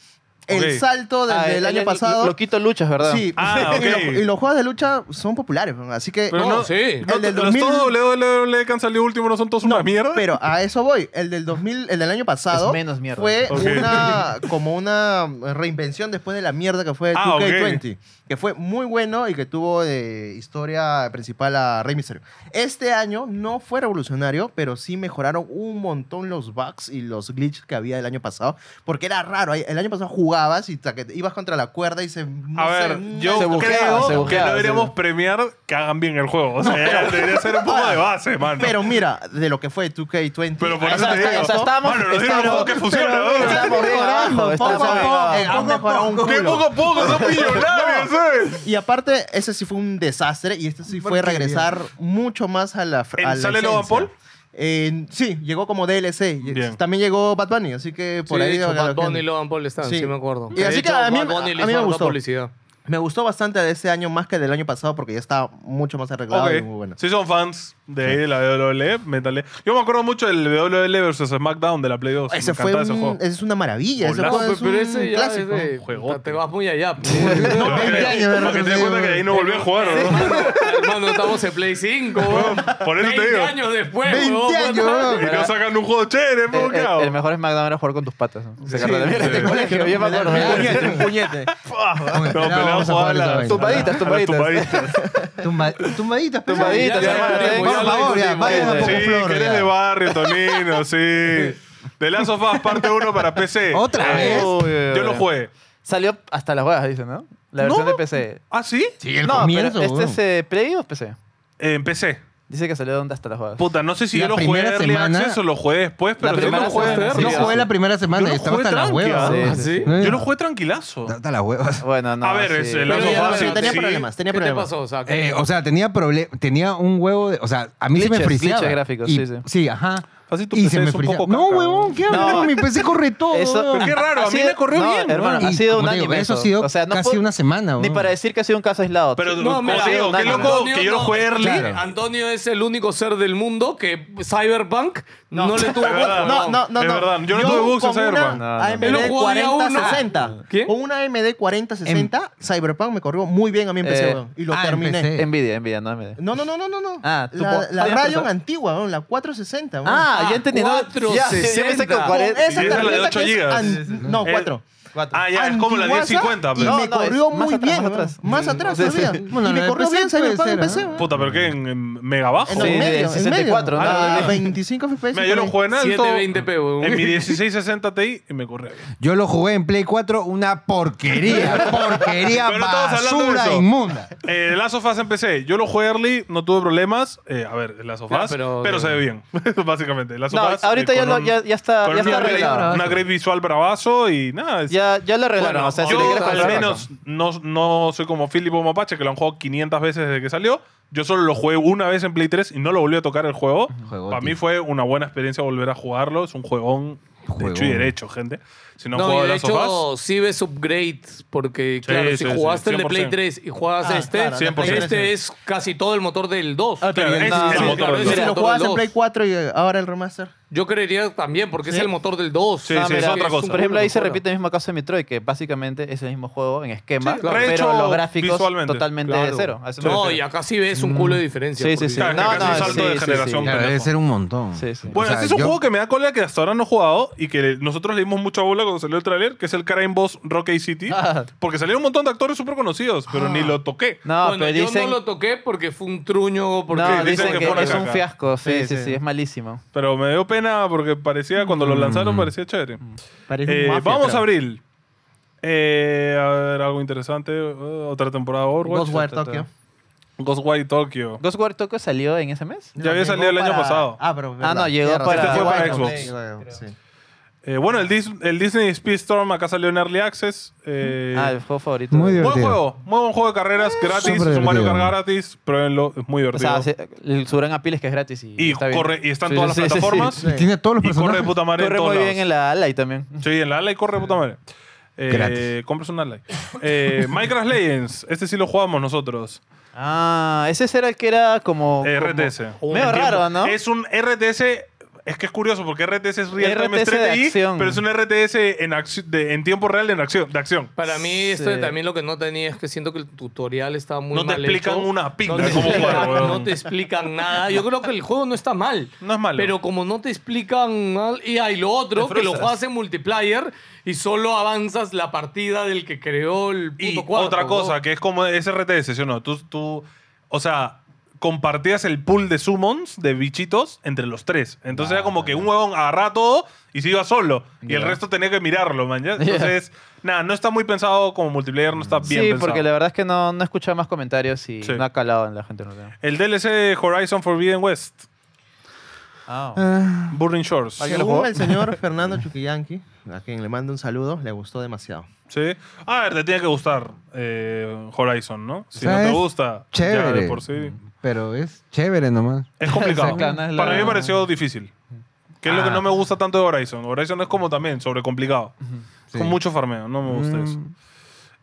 [SPEAKER 6] el
[SPEAKER 2] Ok.
[SPEAKER 6] salto del,
[SPEAKER 4] Ah,
[SPEAKER 6] del
[SPEAKER 4] el-
[SPEAKER 6] año
[SPEAKER 4] el-
[SPEAKER 6] pasado.
[SPEAKER 4] Lo quito luchas, ¿verdad? Eh,
[SPEAKER 6] Sí,
[SPEAKER 2] Ah,
[SPEAKER 6] y,
[SPEAKER 2] ok.
[SPEAKER 6] lo- y los juegos de lucha son populares, weón, así que.
[SPEAKER 2] Pero
[SPEAKER 3] No,
[SPEAKER 2] no,
[SPEAKER 3] sí.
[SPEAKER 2] no,
[SPEAKER 6] El del
[SPEAKER 2] los
[SPEAKER 6] 2000.
[SPEAKER 2] todos WWE que han salido último no son todos una mierda.
[SPEAKER 6] Pero a eso voy. El del 2000, el del año pasado
[SPEAKER 4] Es menos mierda.
[SPEAKER 6] fue
[SPEAKER 2] Ok.
[SPEAKER 6] una como una reinvención después de la mierda que fue
[SPEAKER 2] Ah,
[SPEAKER 6] 2K20, que fue muy bueno y que tuvo de historia principal a Rey Mysterio. Este año no fue revolucionario, pero sí mejoraron un montón los bugs y los glitches que había del año pasado, porque era raro. El año pasado jugabas y ta- que ibas contra la cuerda y se no
[SPEAKER 2] a
[SPEAKER 6] sé,
[SPEAKER 2] ver,
[SPEAKER 6] no
[SPEAKER 2] yo
[SPEAKER 4] se
[SPEAKER 6] sé,
[SPEAKER 4] buguea,
[SPEAKER 2] creo
[SPEAKER 4] se buguea,
[SPEAKER 2] que no
[SPEAKER 4] se
[SPEAKER 2] deberíamos
[SPEAKER 4] buguea.
[SPEAKER 2] premiar que hagan bien el juego. O sea, ya debería ser un poco de base, mano.
[SPEAKER 6] Pero mira, de lo que fue 2K20.
[SPEAKER 2] Pero por
[SPEAKER 6] a
[SPEAKER 2] eso
[SPEAKER 6] esa-
[SPEAKER 2] te digo.
[SPEAKER 4] o sea, estábamos-
[SPEAKER 2] mano, nos dieron un juego que funciona.
[SPEAKER 6] Pero
[SPEAKER 2] ¿no?
[SPEAKER 6] está mejorando,
[SPEAKER 4] Está
[SPEAKER 6] poco a
[SPEAKER 4] mejorando.
[SPEAKER 6] poco, han mejorado un
[SPEAKER 2] ¡Qué
[SPEAKER 6] culo.
[SPEAKER 2] poco a poco! ¡Son millonarios! ¿eh?
[SPEAKER 6] Y aparte, ese sí fue un desastre y este sí fue
[SPEAKER 7] Porquería.
[SPEAKER 6] regresar mucho más a la fr-
[SPEAKER 2] ¿En-
[SPEAKER 6] a la
[SPEAKER 2] sale Logan
[SPEAKER 6] esencia.
[SPEAKER 2] Paul?
[SPEAKER 6] Eh, sí, llegó como DLC. Y
[SPEAKER 2] Bien.
[SPEAKER 6] También llegó Bad Bunny, así que por
[SPEAKER 3] Sí, de
[SPEAKER 6] ahí...
[SPEAKER 3] hecho,
[SPEAKER 6] a la
[SPEAKER 3] Bad Bunny
[SPEAKER 6] gente.
[SPEAKER 3] y Logan Paul están, sí,
[SPEAKER 6] Sí.
[SPEAKER 3] me acuerdo.
[SPEAKER 6] Y así
[SPEAKER 3] De
[SPEAKER 6] que a mí-
[SPEAKER 3] Bad Bunny le
[SPEAKER 6] a mí me
[SPEAKER 3] hizo harta
[SPEAKER 6] gustó.
[SPEAKER 3] publicidad.
[SPEAKER 6] Me gustó bastante de este año más que del año pasado porque ya está mucho más arreglado y muy
[SPEAKER 2] Ok.
[SPEAKER 6] bueno.
[SPEAKER 2] Si son fans de ahí de la WWE, métale. Yo me acuerdo mucho del WWE versus SmackDown de la Play 2.
[SPEAKER 6] Ese
[SPEAKER 2] me
[SPEAKER 6] fue
[SPEAKER 2] encantaba ese
[SPEAKER 6] un-
[SPEAKER 2] juego.
[SPEAKER 6] ese es una maravilla. Ese
[SPEAKER 2] Golazo.
[SPEAKER 6] juego
[SPEAKER 3] No,
[SPEAKER 6] es
[SPEAKER 3] pero
[SPEAKER 6] un
[SPEAKER 3] ese ya
[SPEAKER 6] clásico.
[SPEAKER 3] es de-
[SPEAKER 2] Juegote.
[SPEAKER 3] Te vas muy allá.
[SPEAKER 2] Para que-
[SPEAKER 6] 20 años,
[SPEAKER 2] Para que te
[SPEAKER 6] ¿verdad?
[SPEAKER 2] des cuenta que ahí no volví a jugar, ¿no?
[SPEAKER 3] Hermano, hermano, estamos en Play 5,
[SPEAKER 2] Weón, por eso te
[SPEAKER 3] 20
[SPEAKER 2] digo.
[SPEAKER 3] años después,
[SPEAKER 6] 20
[SPEAKER 3] weón.
[SPEAKER 6] años, weón.
[SPEAKER 2] Y no sacan un juego chévere,
[SPEAKER 4] El,
[SPEAKER 2] ¿no? ¿Qué
[SPEAKER 4] el-
[SPEAKER 2] hago?
[SPEAKER 4] eh, el mejor SmackDown era jugar con tus patas. ¿no? Sacarla de
[SPEAKER 2] sí.
[SPEAKER 4] mierda de colegio, yo me acuerdo.
[SPEAKER 6] Puñete, puñete.
[SPEAKER 7] Con el
[SPEAKER 2] No,
[SPEAKER 7] pelado
[SPEAKER 2] pelado
[SPEAKER 7] vamos a jugar
[SPEAKER 2] jugaba
[SPEAKER 7] esa
[SPEAKER 2] la-
[SPEAKER 7] vaina.
[SPEAKER 4] Tumbaditas,
[SPEAKER 2] a las
[SPEAKER 4] tumbaditas.
[SPEAKER 5] Tumba- tumbaditas, pe.
[SPEAKER 3] Ya,
[SPEAKER 4] Tumbaditas,
[SPEAKER 3] ya,
[SPEAKER 4] hermano,
[SPEAKER 3] ya,
[SPEAKER 4] ¿eh?
[SPEAKER 3] ya,
[SPEAKER 5] Por favor, ya,
[SPEAKER 3] Sí,
[SPEAKER 5] vayan a
[SPEAKER 2] Sí,
[SPEAKER 5] poco flor.
[SPEAKER 2] que eres de
[SPEAKER 5] ya.
[SPEAKER 2] barrio, Tonino, sí. De Last of Us, parte 1 para PC.
[SPEAKER 5] ¿Otra vez?
[SPEAKER 4] Uy, uy, uy.
[SPEAKER 2] Yo lo jugué.
[SPEAKER 4] Salió hasta las huevas, dicen, ¿no? La versión
[SPEAKER 2] No.
[SPEAKER 4] de PC.
[SPEAKER 2] ¿Ah, sí?
[SPEAKER 5] Sí, el
[SPEAKER 4] no,
[SPEAKER 5] comienzo,
[SPEAKER 4] pero ¿este
[SPEAKER 5] weón.
[SPEAKER 4] es eh, Play o PC?
[SPEAKER 2] En PC.
[SPEAKER 4] Dice que salió de hasta las huevas.
[SPEAKER 2] Puta, no sé si
[SPEAKER 5] La
[SPEAKER 2] yo lo jugué en
[SPEAKER 5] primera
[SPEAKER 2] Early
[SPEAKER 5] semana-
[SPEAKER 2] Access o lo jugué después, pero yo
[SPEAKER 4] primera
[SPEAKER 2] lo jugué en
[SPEAKER 4] semana,
[SPEAKER 2] Early
[SPEAKER 5] No
[SPEAKER 4] sí,
[SPEAKER 5] jugué
[SPEAKER 4] sí.
[SPEAKER 5] la primera semana
[SPEAKER 2] Yo
[SPEAKER 5] y
[SPEAKER 2] no
[SPEAKER 5] estaba
[SPEAKER 2] jugué
[SPEAKER 5] hasta las
[SPEAKER 2] tranqui,
[SPEAKER 5] huevas.
[SPEAKER 4] ¿ah?
[SPEAKER 5] weón.
[SPEAKER 4] Sí,
[SPEAKER 3] sí.
[SPEAKER 5] No,
[SPEAKER 2] Yo lo jugué tranquilazo.
[SPEAKER 5] Hasta las huevas.
[SPEAKER 4] Bueno, no.
[SPEAKER 2] A ver, es
[SPEAKER 4] sí.
[SPEAKER 2] el
[SPEAKER 3] Pero
[SPEAKER 2] Last
[SPEAKER 3] ya,
[SPEAKER 2] of Us.
[SPEAKER 3] pero
[SPEAKER 2] sí,
[SPEAKER 6] tenía
[SPEAKER 2] sí.
[SPEAKER 6] problemas, tenía
[SPEAKER 3] ¿Qué te
[SPEAKER 6] problemas.
[SPEAKER 3] pasó? O sea, ¿qué-
[SPEAKER 5] Eh, o sea, tenía proble tenía un huevo de, o sea, a mí se me
[SPEAKER 4] Glitches,
[SPEAKER 5] friseaba.
[SPEAKER 4] glitches gráficos,
[SPEAKER 5] Y-
[SPEAKER 4] sí, sí.
[SPEAKER 5] ajá.
[SPEAKER 2] Así tu
[SPEAKER 5] y
[SPEAKER 2] PC
[SPEAKER 5] se me
[SPEAKER 2] es un
[SPEAKER 5] friseaba.
[SPEAKER 2] poco
[SPEAKER 5] No,
[SPEAKER 2] caca,
[SPEAKER 5] huevón, ¿qué
[SPEAKER 4] No.
[SPEAKER 5] hablas? Mi PC corre todo.
[SPEAKER 4] Eso-
[SPEAKER 5] huevón.
[SPEAKER 2] Pero qué raro,
[SPEAKER 4] Ha
[SPEAKER 2] a mí
[SPEAKER 4] sido-
[SPEAKER 2] me corrió
[SPEAKER 4] no,
[SPEAKER 2] bien.
[SPEAKER 4] hermano,
[SPEAKER 5] Y,
[SPEAKER 4] ha sido
[SPEAKER 5] como
[SPEAKER 4] un
[SPEAKER 5] te digo,
[SPEAKER 4] anime.
[SPEAKER 5] eso ha sido casi
[SPEAKER 4] puedo-
[SPEAKER 5] una semana,
[SPEAKER 4] Ni
[SPEAKER 5] weón.
[SPEAKER 4] para decir que ha sido un caso aislado.
[SPEAKER 2] Pero,
[SPEAKER 3] No,
[SPEAKER 2] como
[SPEAKER 3] mira,
[SPEAKER 2] te digo, qué
[SPEAKER 4] Antonio,
[SPEAKER 2] loco que yo lo
[SPEAKER 3] no,
[SPEAKER 2] jugué Early.
[SPEAKER 5] Claro.
[SPEAKER 3] Antonio es el único ser del mundo que Cyberpunk no, le tuvo
[SPEAKER 2] Es verdad.
[SPEAKER 3] culpa,
[SPEAKER 6] No, no, no.
[SPEAKER 2] Es
[SPEAKER 6] no.
[SPEAKER 2] verdad, yo no tuve bugs en
[SPEAKER 6] con una
[SPEAKER 2] Cyberpunk.
[SPEAKER 4] No, no,
[SPEAKER 6] AMD
[SPEAKER 3] no. Él lo jugó día uno.
[SPEAKER 6] 4060.
[SPEAKER 3] ¿Quién?
[SPEAKER 6] Con una AMD 4060, Cyberpunk me corrió muy bien a mí en PC,
[SPEAKER 4] Eh,
[SPEAKER 6] weón, Y lo
[SPEAKER 5] ah, en
[SPEAKER 6] terminé.
[SPEAKER 5] PC.
[SPEAKER 4] Envidia, envidia, no me...
[SPEAKER 6] No, no, no, no, no. no.
[SPEAKER 4] Ah, tú
[SPEAKER 6] la
[SPEAKER 4] po-
[SPEAKER 6] la
[SPEAKER 4] ah, ya,
[SPEAKER 6] Rayon
[SPEAKER 4] pero-
[SPEAKER 6] antigua, weón, la 460. weón.
[SPEAKER 4] Ah, ya entendí. no, ya, sí, yo pensé
[SPEAKER 3] 460.
[SPEAKER 4] que con
[SPEAKER 6] Con
[SPEAKER 4] 40.
[SPEAKER 6] esa
[SPEAKER 2] Y esa es la de
[SPEAKER 6] tarjeta
[SPEAKER 2] ocho
[SPEAKER 6] que es
[SPEAKER 2] gigas.
[SPEAKER 6] an-
[SPEAKER 2] Sí, sí, sí.
[SPEAKER 6] No,
[SPEAKER 2] Eh,
[SPEAKER 6] 4.
[SPEAKER 2] Ah, ya, es como la 1050.
[SPEAKER 6] Y
[SPEAKER 2] pero-
[SPEAKER 4] No,
[SPEAKER 6] me
[SPEAKER 4] no, es
[SPEAKER 6] corrió
[SPEAKER 4] más
[SPEAKER 6] muy
[SPEAKER 4] atrás,
[SPEAKER 6] bien.
[SPEAKER 4] más
[SPEAKER 6] weón.
[SPEAKER 4] atrás.
[SPEAKER 6] Más atrás,
[SPEAKER 4] Sí, sí.
[SPEAKER 6] todavía.
[SPEAKER 5] Bueno,
[SPEAKER 6] y
[SPEAKER 5] la
[SPEAKER 6] me
[SPEAKER 5] de
[SPEAKER 6] corrió
[SPEAKER 5] PC
[SPEAKER 6] bien Cyberpunk en
[SPEAKER 5] puede
[SPEAKER 6] PC.
[SPEAKER 5] ser, ¿no?
[SPEAKER 6] weón.
[SPEAKER 2] Puta, pero ¿qué? ¿En, en mega bajo?
[SPEAKER 6] En
[SPEAKER 4] Sí,
[SPEAKER 6] el
[SPEAKER 4] de
[SPEAKER 6] medio, en el
[SPEAKER 4] 64,
[SPEAKER 6] medio.
[SPEAKER 4] ¿no?
[SPEAKER 6] Ah,
[SPEAKER 4] Sí.
[SPEAKER 6] 25 FPS.
[SPEAKER 2] Mira, yo lo
[SPEAKER 6] por ahí.
[SPEAKER 2] jugué en alto.
[SPEAKER 3] 720p, weón.
[SPEAKER 2] En mi 1660 Ti y me corrió bien.
[SPEAKER 5] Yo lo jugué en Play 4, una porquería, porquería
[SPEAKER 2] Pero no estamos hablando de
[SPEAKER 5] basura
[SPEAKER 2] eso.
[SPEAKER 5] inmunda.
[SPEAKER 2] Eh, Last of Us empecé. Yo lo jugué early, no tuve problemas. Eh, a ver, Last of
[SPEAKER 3] Ya,
[SPEAKER 2] Us,
[SPEAKER 3] pero-
[SPEAKER 2] pero, se ve bien, básicamente. Last of
[SPEAKER 4] No,
[SPEAKER 2] Us, eh,
[SPEAKER 4] ahorita ya,
[SPEAKER 2] con
[SPEAKER 4] lo,
[SPEAKER 2] un-
[SPEAKER 4] ya, ya está,
[SPEAKER 2] con
[SPEAKER 4] ya está
[SPEAKER 2] una, great,
[SPEAKER 4] arreglado.
[SPEAKER 2] una great visual bravazo y nada. es-
[SPEAKER 4] Ya, ya lo arreglaron.
[SPEAKER 3] Bueno,
[SPEAKER 4] o sea, si
[SPEAKER 2] yo
[SPEAKER 4] le quieres
[SPEAKER 2] al
[SPEAKER 4] pasar,
[SPEAKER 2] menos no, no soy como Filippo Mapache, que lo han jugado 500 veces desde que salió. Yo solo lo jugué una vez en Play 3 y no lo volví a tocar el juego.
[SPEAKER 5] Juego,
[SPEAKER 2] Para
[SPEAKER 5] tío.
[SPEAKER 2] mí fue una buena experiencia volver a jugarlo. Es un juegón, de
[SPEAKER 5] Juegón.
[SPEAKER 2] hecho y derecho, gente. Si no,
[SPEAKER 3] No,
[SPEAKER 2] juego
[SPEAKER 3] y de
[SPEAKER 2] Last of Us.
[SPEAKER 3] hecho, sí ves upgrades, porque claro,
[SPEAKER 2] sí,
[SPEAKER 3] si
[SPEAKER 2] sí,
[SPEAKER 3] jugaste el de
[SPEAKER 2] 100%.
[SPEAKER 3] Play 3 y juegas
[SPEAKER 6] Ah,
[SPEAKER 3] este,
[SPEAKER 6] claro,
[SPEAKER 2] la Play
[SPEAKER 3] este
[SPEAKER 6] 3.
[SPEAKER 3] es casi todo el motor del 2.
[SPEAKER 6] Ah,
[SPEAKER 2] Claro,
[SPEAKER 6] Pero
[SPEAKER 2] es
[SPEAKER 4] nada,
[SPEAKER 2] el
[SPEAKER 4] sí,
[SPEAKER 2] motor
[SPEAKER 3] claro,
[SPEAKER 2] del
[SPEAKER 3] ese
[SPEAKER 6] Si
[SPEAKER 2] dos.
[SPEAKER 3] era
[SPEAKER 6] lo
[SPEAKER 3] todo
[SPEAKER 6] jugabas
[SPEAKER 3] el
[SPEAKER 6] en Play
[SPEAKER 3] dos.
[SPEAKER 6] 4 y eh, ahora el remaster.
[SPEAKER 3] Yo creería también, porque
[SPEAKER 6] Sí.
[SPEAKER 3] es el motor del Ah, 2.
[SPEAKER 2] Sí, sí, es
[SPEAKER 3] que
[SPEAKER 2] otra cosa.
[SPEAKER 3] una
[SPEAKER 4] Por ejemplo, ahí se
[SPEAKER 3] locura.
[SPEAKER 4] repite el mismo caso de Metroid, que básicamente es el mismo juego en esquema,
[SPEAKER 2] Sí, rehecho
[SPEAKER 4] pero los gráficos
[SPEAKER 2] visualmente.
[SPEAKER 4] totalmente de
[SPEAKER 3] Claro.
[SPEAKER 4] cero. A eso me
[SPEAKER 3] No,
[SPEAKER 4] refiero.
[SPEAKER 3] y acá sí ves un culo de diferencia.
[SPEAKER 4] Sí, sí,
[SPEAKER 3] porque-
[SPEAKER 4] sí.
[SPEAKER 2] Claro,
[SPEAKER 4] No,
[SPEAKER 2] que acá es
[SPEAKER 4] no,
[SPEAKER 2] un salto
[SPEAKER 4] sí,
[SPEAKER 2] de
[SPEAKER 4] sí,
[SPEAKER 2] generación.
[SPEAKER 4] sí.
[SPEAKER 5] Claro, debe
[SPEAKER 2] pendejo.
[SPEAKER 5] ser un montón.
[SPEAKER 4] Sí, sí.
[SPEAKER 2] Bueno,
[SPEAKER 5] O
[SPEAKER 2] ese
[SPEAKER 5] sea,
[SPEAKER 2] es un
[SPEAKER 5] yo-
[SPEAKER 2] juego que me da cola que hasta ahora no he jugado y que nosotros le dimos mucha bola cuando salió el tráiler, que es el Crime Boss Rocky City.
[SPEAKER 4] Ah.
[SPEAKER 2] Porque salieron un montón de actores súper conocidos, pero ni lo toqué.
[SPEAKER 4] No,
[SPEAKER 3] bueno,
[SPEAKER 4] pero
[SPEAKER 3] yo
[SPEAKER 4] dicen,
[SPEAKER 3] no lo toqué porque fue un truño. Porque
[SPEAKER 4] no,
[SPEAKER 2] dicen
[SPEAKER 4] dicen
[SPEAKER 2] que
[SPEAKER 4] que,
[SPEAKER 2] fue una
[SPEAKER 4] es un
[SPEAKER 2] caca.
[SPEAKER 4] fiasco. Sí, sí,
[SPEAKER 6] Sí,
[SPEAKER 4] sí,
[SPEAKER 6] sí.
[SPEAKER 4] es malísimo.
[SPEAKER 2] Pero me dio pena porque parecía, cuando lo lanzaron, parecía chévere.
[SPEAKER 6] Parece un
[SPEAKER 2] Eh,
[SPEAKER 6] mafia,
[SPEAKER 2] vamos
[SPEAKER 6] creo.
[SPEAKER 2] a abril. Eh, a ver, algo interesante. eh, otra temporada de Overwatch.
[SPEAKER 6] Ghostwire
[SPEAKER 2] Ta, ta, ta.
[SPEAKER 6] Tokyo.
[SPEAKER 2] Ghostwire Tokyo.
[SPEAKER 4] ¿Ghostware Tokyo salió en ese mes?
[SPEAKER 2] Ya había salido el año pasado.
[SPEAKER 6] Ah, pero.
[SPEAKER 4] no, llegó
[SPEAKER 6] Tierra,
[SPEAKER 4] para-
[SPEAKER 2] Este fue
[SPEAKER 6] Tierra,
[SPEAKER 2] para
[SPEAKER 6] Tierra,
[SPEAKER 2] Xbox.
[SPEAKER 6] Tierra, sí.
[SPEAKER 2] Eh, bueno, el, Dis- el Disney Speedstorm acá salió en Early Access. eh,
[SPEAKER 4] Ah, el juego favorito.
[SPEAKER 5] Muy
[SPEAKER 4] de-
[SPEAKER 5] divertido.
[SPEAKER 2] buen juego, muy buen juego de carreras, gratis,
[SPEAKER 5] súper
[SPEAKER 2] su Mario
[SPEAKER 5] divertido.
[SPEAKER 2] Kart gratis, pruébenlo, es muy
[SPEAKER 4] O
[SPEAKER 2] divertido.
[SPEAKER 4] sea, se- el- su gran apil es que es gratis y,
[SPEAKER 2] y,
[SPEAKER 4] está bien.
[SPEAKER 2] corre, y está en
[SPEAKER 4] Sí,
[SPEAKER 2] todas
[SPEAKER 4] sí,
[SPEAKER 2] las
[SPEAKER 4] sí, sí.
[SPEAKER 2] plataformas.
[SPEAKER 5] Y tiene a todos los
[SPEAKER 2] Y corre de
[SPEAKER 5] personajes.
[SPEAKER 2] puta madre en
[SPEAKER 4] Corre
[SPEAKER 2] todos
[SPEAKER 4] muy bien
[SPEAKER 2] lados.
[SPEAKER 4] en la Ally también.
[SPEAKER 2] Sí, en la ala y corre de puta madre. Eh,
[SPEAKER 5] Gratis.
[SPEAKER 2] Compras una ala. Eh, Minecraft Legends, este sí lo jugamos nosotros.
[SPEAKER 4] Ah, ese era el que era como...
[SPEAKER 2] Eh,
[SPEAKER 4] como-
[SPEAKER 2] RTS.
[SPEAKER 4] Oh, Medio raro, ¿no?
[SPEAKER 2] Es un RTS. Es que es curioso porque RTS es real time
[SPEAKER 4] RTS de
[SPEAKER 2] strategy,
[SPEAKER 4] acción.
[SPEAKER 2] pero es un RTS en, acci- de- en tiempo real en acción, de acción.
[SPEAKER 3] Para mí, esto
[SPEAKER 4] Sí.
[SPEAKER 3] también lo que no tenía es que siento que el tutorial estaba muy
[SPEAKER 2] No te
[SPEAKER 3] mal
[SPEAKER 2] explican
[SPEAKER 3] hecho.
[SPEAKER 2] una pinga
[SPEAKER 3] no te,
[SPEAKER 2] cómo jugar,
[SPEAKER 3] explican-
[SPEAKER 2] weón.
[SPEAKER 3] no te explican nada. Yo creo que el juego no está mal.
[SPEAKER 2] No es malo.
[SPEAKER 3] Pero como no te explican mal. Y hay lo otro,
[SPEAKER 4] Te
[SPEAKER 3] que lo
[SPEAKER 4] frustras.
[SPEAKER 3] juegas en multiplayer y solo avanzas la partida del que creó el puto
[SPEAKER 2] Y
[SPEAKER 3] cuarto,
[SPEAKER 2] otra cosa,
[SPEAKER 3] weón.
[SPEAKER 2] que es como ese RTS, ¿sí o no? Tú, tú, o sea, compartías el pool de summons, de bichitos, entre los tres. Entonces era como que un huevón agarraba todo y se iba solo. Y el resto tenía que mirarlo, man. ¿ya? Entonces, nada, no está muy pensado como multiplayer, no está bien
[SPEAKER 4] sí,
[SPEAKER 2] pensado.
[SPEAKER 4] porque la verdad es que no, no he escuchado más comentarios y
[SPEAKER 2] Sí.
[SPEAKER 4] no ha calado en la gente. No creo.
[SPEAKER 2] El DLC de Horizon Forbidden West,
[SPEAKER 4] Ah,
[SPEAKER 2] Burning Shores.
[SPEAKER 4] ¿Alguien lo jugó?
[SPEAKER 6] Según el señor Fernando Chuquillanqui, a quien le mando un saludo, le gustó demasiado.
[SPEAKER 2] Sí. Ah, A ver, te tiene que gustar eh, Horizon, ¿no? Si no
[SPEAKER 5] ¿Sabes?
[SPEAKER 2] te gusta, ya
[SPEAKER 5] Chévere.
[SPEAKER 2] de por sí.
[SPEAKER 5] Pero es chévere nomás.
[SPEAKER 2] Es Ah. complicado.
[SPEAKER 4] Esa cana es la-
[SPEAKER 2] Para mí me pareció difícil. Que es lo que no me gusta tanto de Horizon. Horizon es como también sobrecomplicado.
[SPEAKER 5] Sí.
[SPEAKER 2] Con mucho farmeo. No me gusta eso.
[SPEAKER 5] Mm.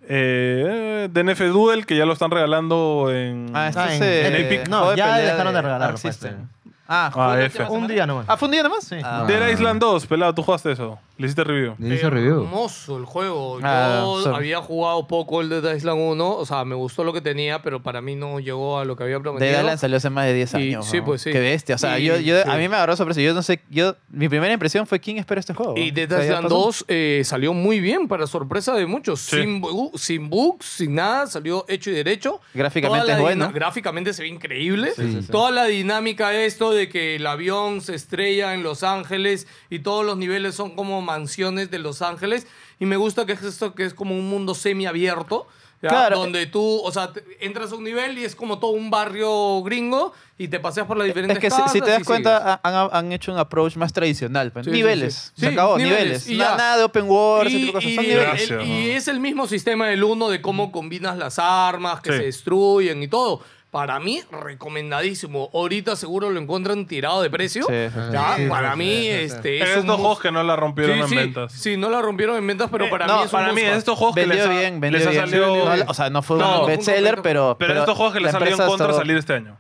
[SPEAKER 2] Eh, DNF Duel, que ya lo están regalando en...
[SPEAKER 4] ah este
[SPEAKER 6] Ah,
[SPEAKER 4] es
[SPEAKER 6] en-
[SPEAKER 4] eh,
[SPEAKER 2] en Epic.
[SPEAKER 4] juego
[SPEAKER 6] No,
[SPEAKER 4] de
[SPEAKER 6] ya
[SPEAKER 4] pelea
[SPEAKER 6] dejaron de regalarlo,
[SPEAKER 4] Arc
[SPEAKER 6] pues,
[SPEAKER 4] System.
[SPEAKER 6] eh.
[SPEAKER 4] Ah, ¿fue
[SPEAKER 2] Ah, F.
[SPEAKER 4] la última
[SPEAKER 6] Un
[SPEAKER 4] semana?
[SPEAKER 6] día nomás.
[SPEAKER 4] Ah, ¿fue un día nomás?
[SPEAKER 6] Sí.
[SPEAKER 4] Ah,
[SPEAKER 2] Dead Island 2, pelado, tú jugaste eso. Le hiciste review.
[SPEAKER 5] Le hizo review.
[SPEAKER 3] Hermoso el juego. Yo
[SPEAKER 4] Ah, sorry.
[SPEAKER 3] había jugado poco el Dead Island 1. O sea, me gustó lo que tenía, pero para mí no llegó a lo que había prometido.
[SPEAKER 4] Dead Island salió hace más de 10
[SPEAKER 3] Y-
[SPEAKER 4] años.
[SPEAKER 3] sí,
[SPEAKER 4] ¿no?
[SPEAKER 3] pues, sí.
[SPEAKER 4] Qué bestia. O sea,
[SPEAKER 3] Y-
[SPEAKER 4] yo, yo-
[SPEAKER 3] sí.
[SPEAKER 4] a mí me agarró sorpresa. Yo no sé, yo, mi primera impresión fue quién espera este juego.
[SPEAKER 3] Y Dead
[SPEAKER 4] O sea, ya
[SPEAKER 3] Island
[SPEAKER 4] pasó.
[SPEAKER 3] 2 eh, salió muy bien, para sorpresa de muchos.
[SPEAKER 2] Sí.
[SPEAKER 3] Sin, bu- sin bugs, sin nada, salió hecho y derecho.
[SPEAKER 4] Gráficamente
[SPEAKER 3] Toda la
[SPEAKER 4] es
[SPEAKER 3] dina-
[SPEAKER 4] bueno.
[SPEAKER 3] Gráficamente se ve increíble.
[SPEAKER 5] Sí, sí, sí.
[SPEAKER 3] Toda la dinámica de esto de que el avión se estrella en Los Ángeles y todos los niveles son como mansiones de Los Ángeles. Y me gusta que es esto que es como un mundo semiabierto. ¿ya?
[SPEAKER 4] Claro.
[SPEAKER 3] Donde tú, o sea, te- entras a un nivel y es como todo un barrio gringo y te paseas por las diferentes
[SPEAKER 4] Es que si, si
[SPEAKER 3] casas
[SPEAKER 4] te
[SPEAKER 3] y
[SPEAKER 4] das
[SPEAKER 3] sigues.
[SPEAKER 4] cuenta, han, han- han hecho un approach más tradicional. pues.
[SPEAKER 3] Sí, sí,
[SPEAKER 4] niveles.
[SPEAKER 3] sí.
[SPEAKER 4] Se
[SPEAKER 3] Sí,
[SPEAKER 4] acabó,
[SPEAKER 3] niveles,
[SPEAKER 4] niveles.
[SPEAKER 3] y
[SPEAKER 4] Na-
[SPEAKER 3] ya.
[SPEAKER 4] Nada, de open world, ese
[SPEAKER 3] Y,
[SPEAKER 4] tipo de cosas.
[SPEAKER 3] y-
[SPEAKER 4] Son
[SPEAKER 3] y-
[SPEAKER 4] niveles.
[SPEAKER 2] Gracias,
[SPEAKER 3] el-
[SPEAKER 2] ¿no?
[SPEAKER 3] y es el mismo sistema del 1 de cómo combinas las armas, que
[SPEAKER 2] Sí.
[SPEAKER 3] se destruyen y todo. Para mí, recomendadísimo. Ahorita seguro lo encuentran tirado de precio.
[SPEAKER 4] Sí, sí,
[SPEAKER 3] Ya,
[SPEAKER 5] sí, sí,
[SPEAKER 3] Para
[SPEAKER 5] sí,
[SPEAKER 3] mí,
[SPEAKER 5] sí, sí.
[SPEAKER 3] este.
[SPEAKER 2] Es
[SPEAKER 3] Es
[SPEAKER 2] estos
[SPEAKER 3] un
[SPEAKER 2] juegos
[SPEAKER 3] must-
[SPEAKER 2] que no la rompieron
[SPEAKER 3] Sí,
[SPEAKER 2] en
[SPEAKER 3] sí,
[SPEAKER 2] ventas.
[SPEAKER 3] Sí, no la rompieron en ventas, pero para
[SPEAKER 2] Eh, no,
[SPEAKER 3] mí es un
[SPEAKER 2] para mí
[SPEAKER 3] must-
[SPEAKER 2] estos juegos que les
[SPEAKER 4] Vendió
[SPEAKER 2] ha,
[SPEAKER 4] bien, vendió
[SPEAKER 2] les ha
[SPEAKER 4] bien.
[SPEAKER 2] salido...
[SPEAKER 4] No, la- o sea, no fue
[SPEAKER 2] No.
[SPEAKER 4] un bestseller, pero.
[SPEAKER 2] pero, estos juegos que les
[SPEAKER 4] la
[SPEAKER 2] ha salido en
[SPEAKER 4] empresa
[SPEAKER 2] contra
[SPEAKER 4] estuvo-
[SPEAKER 2] salieron este año.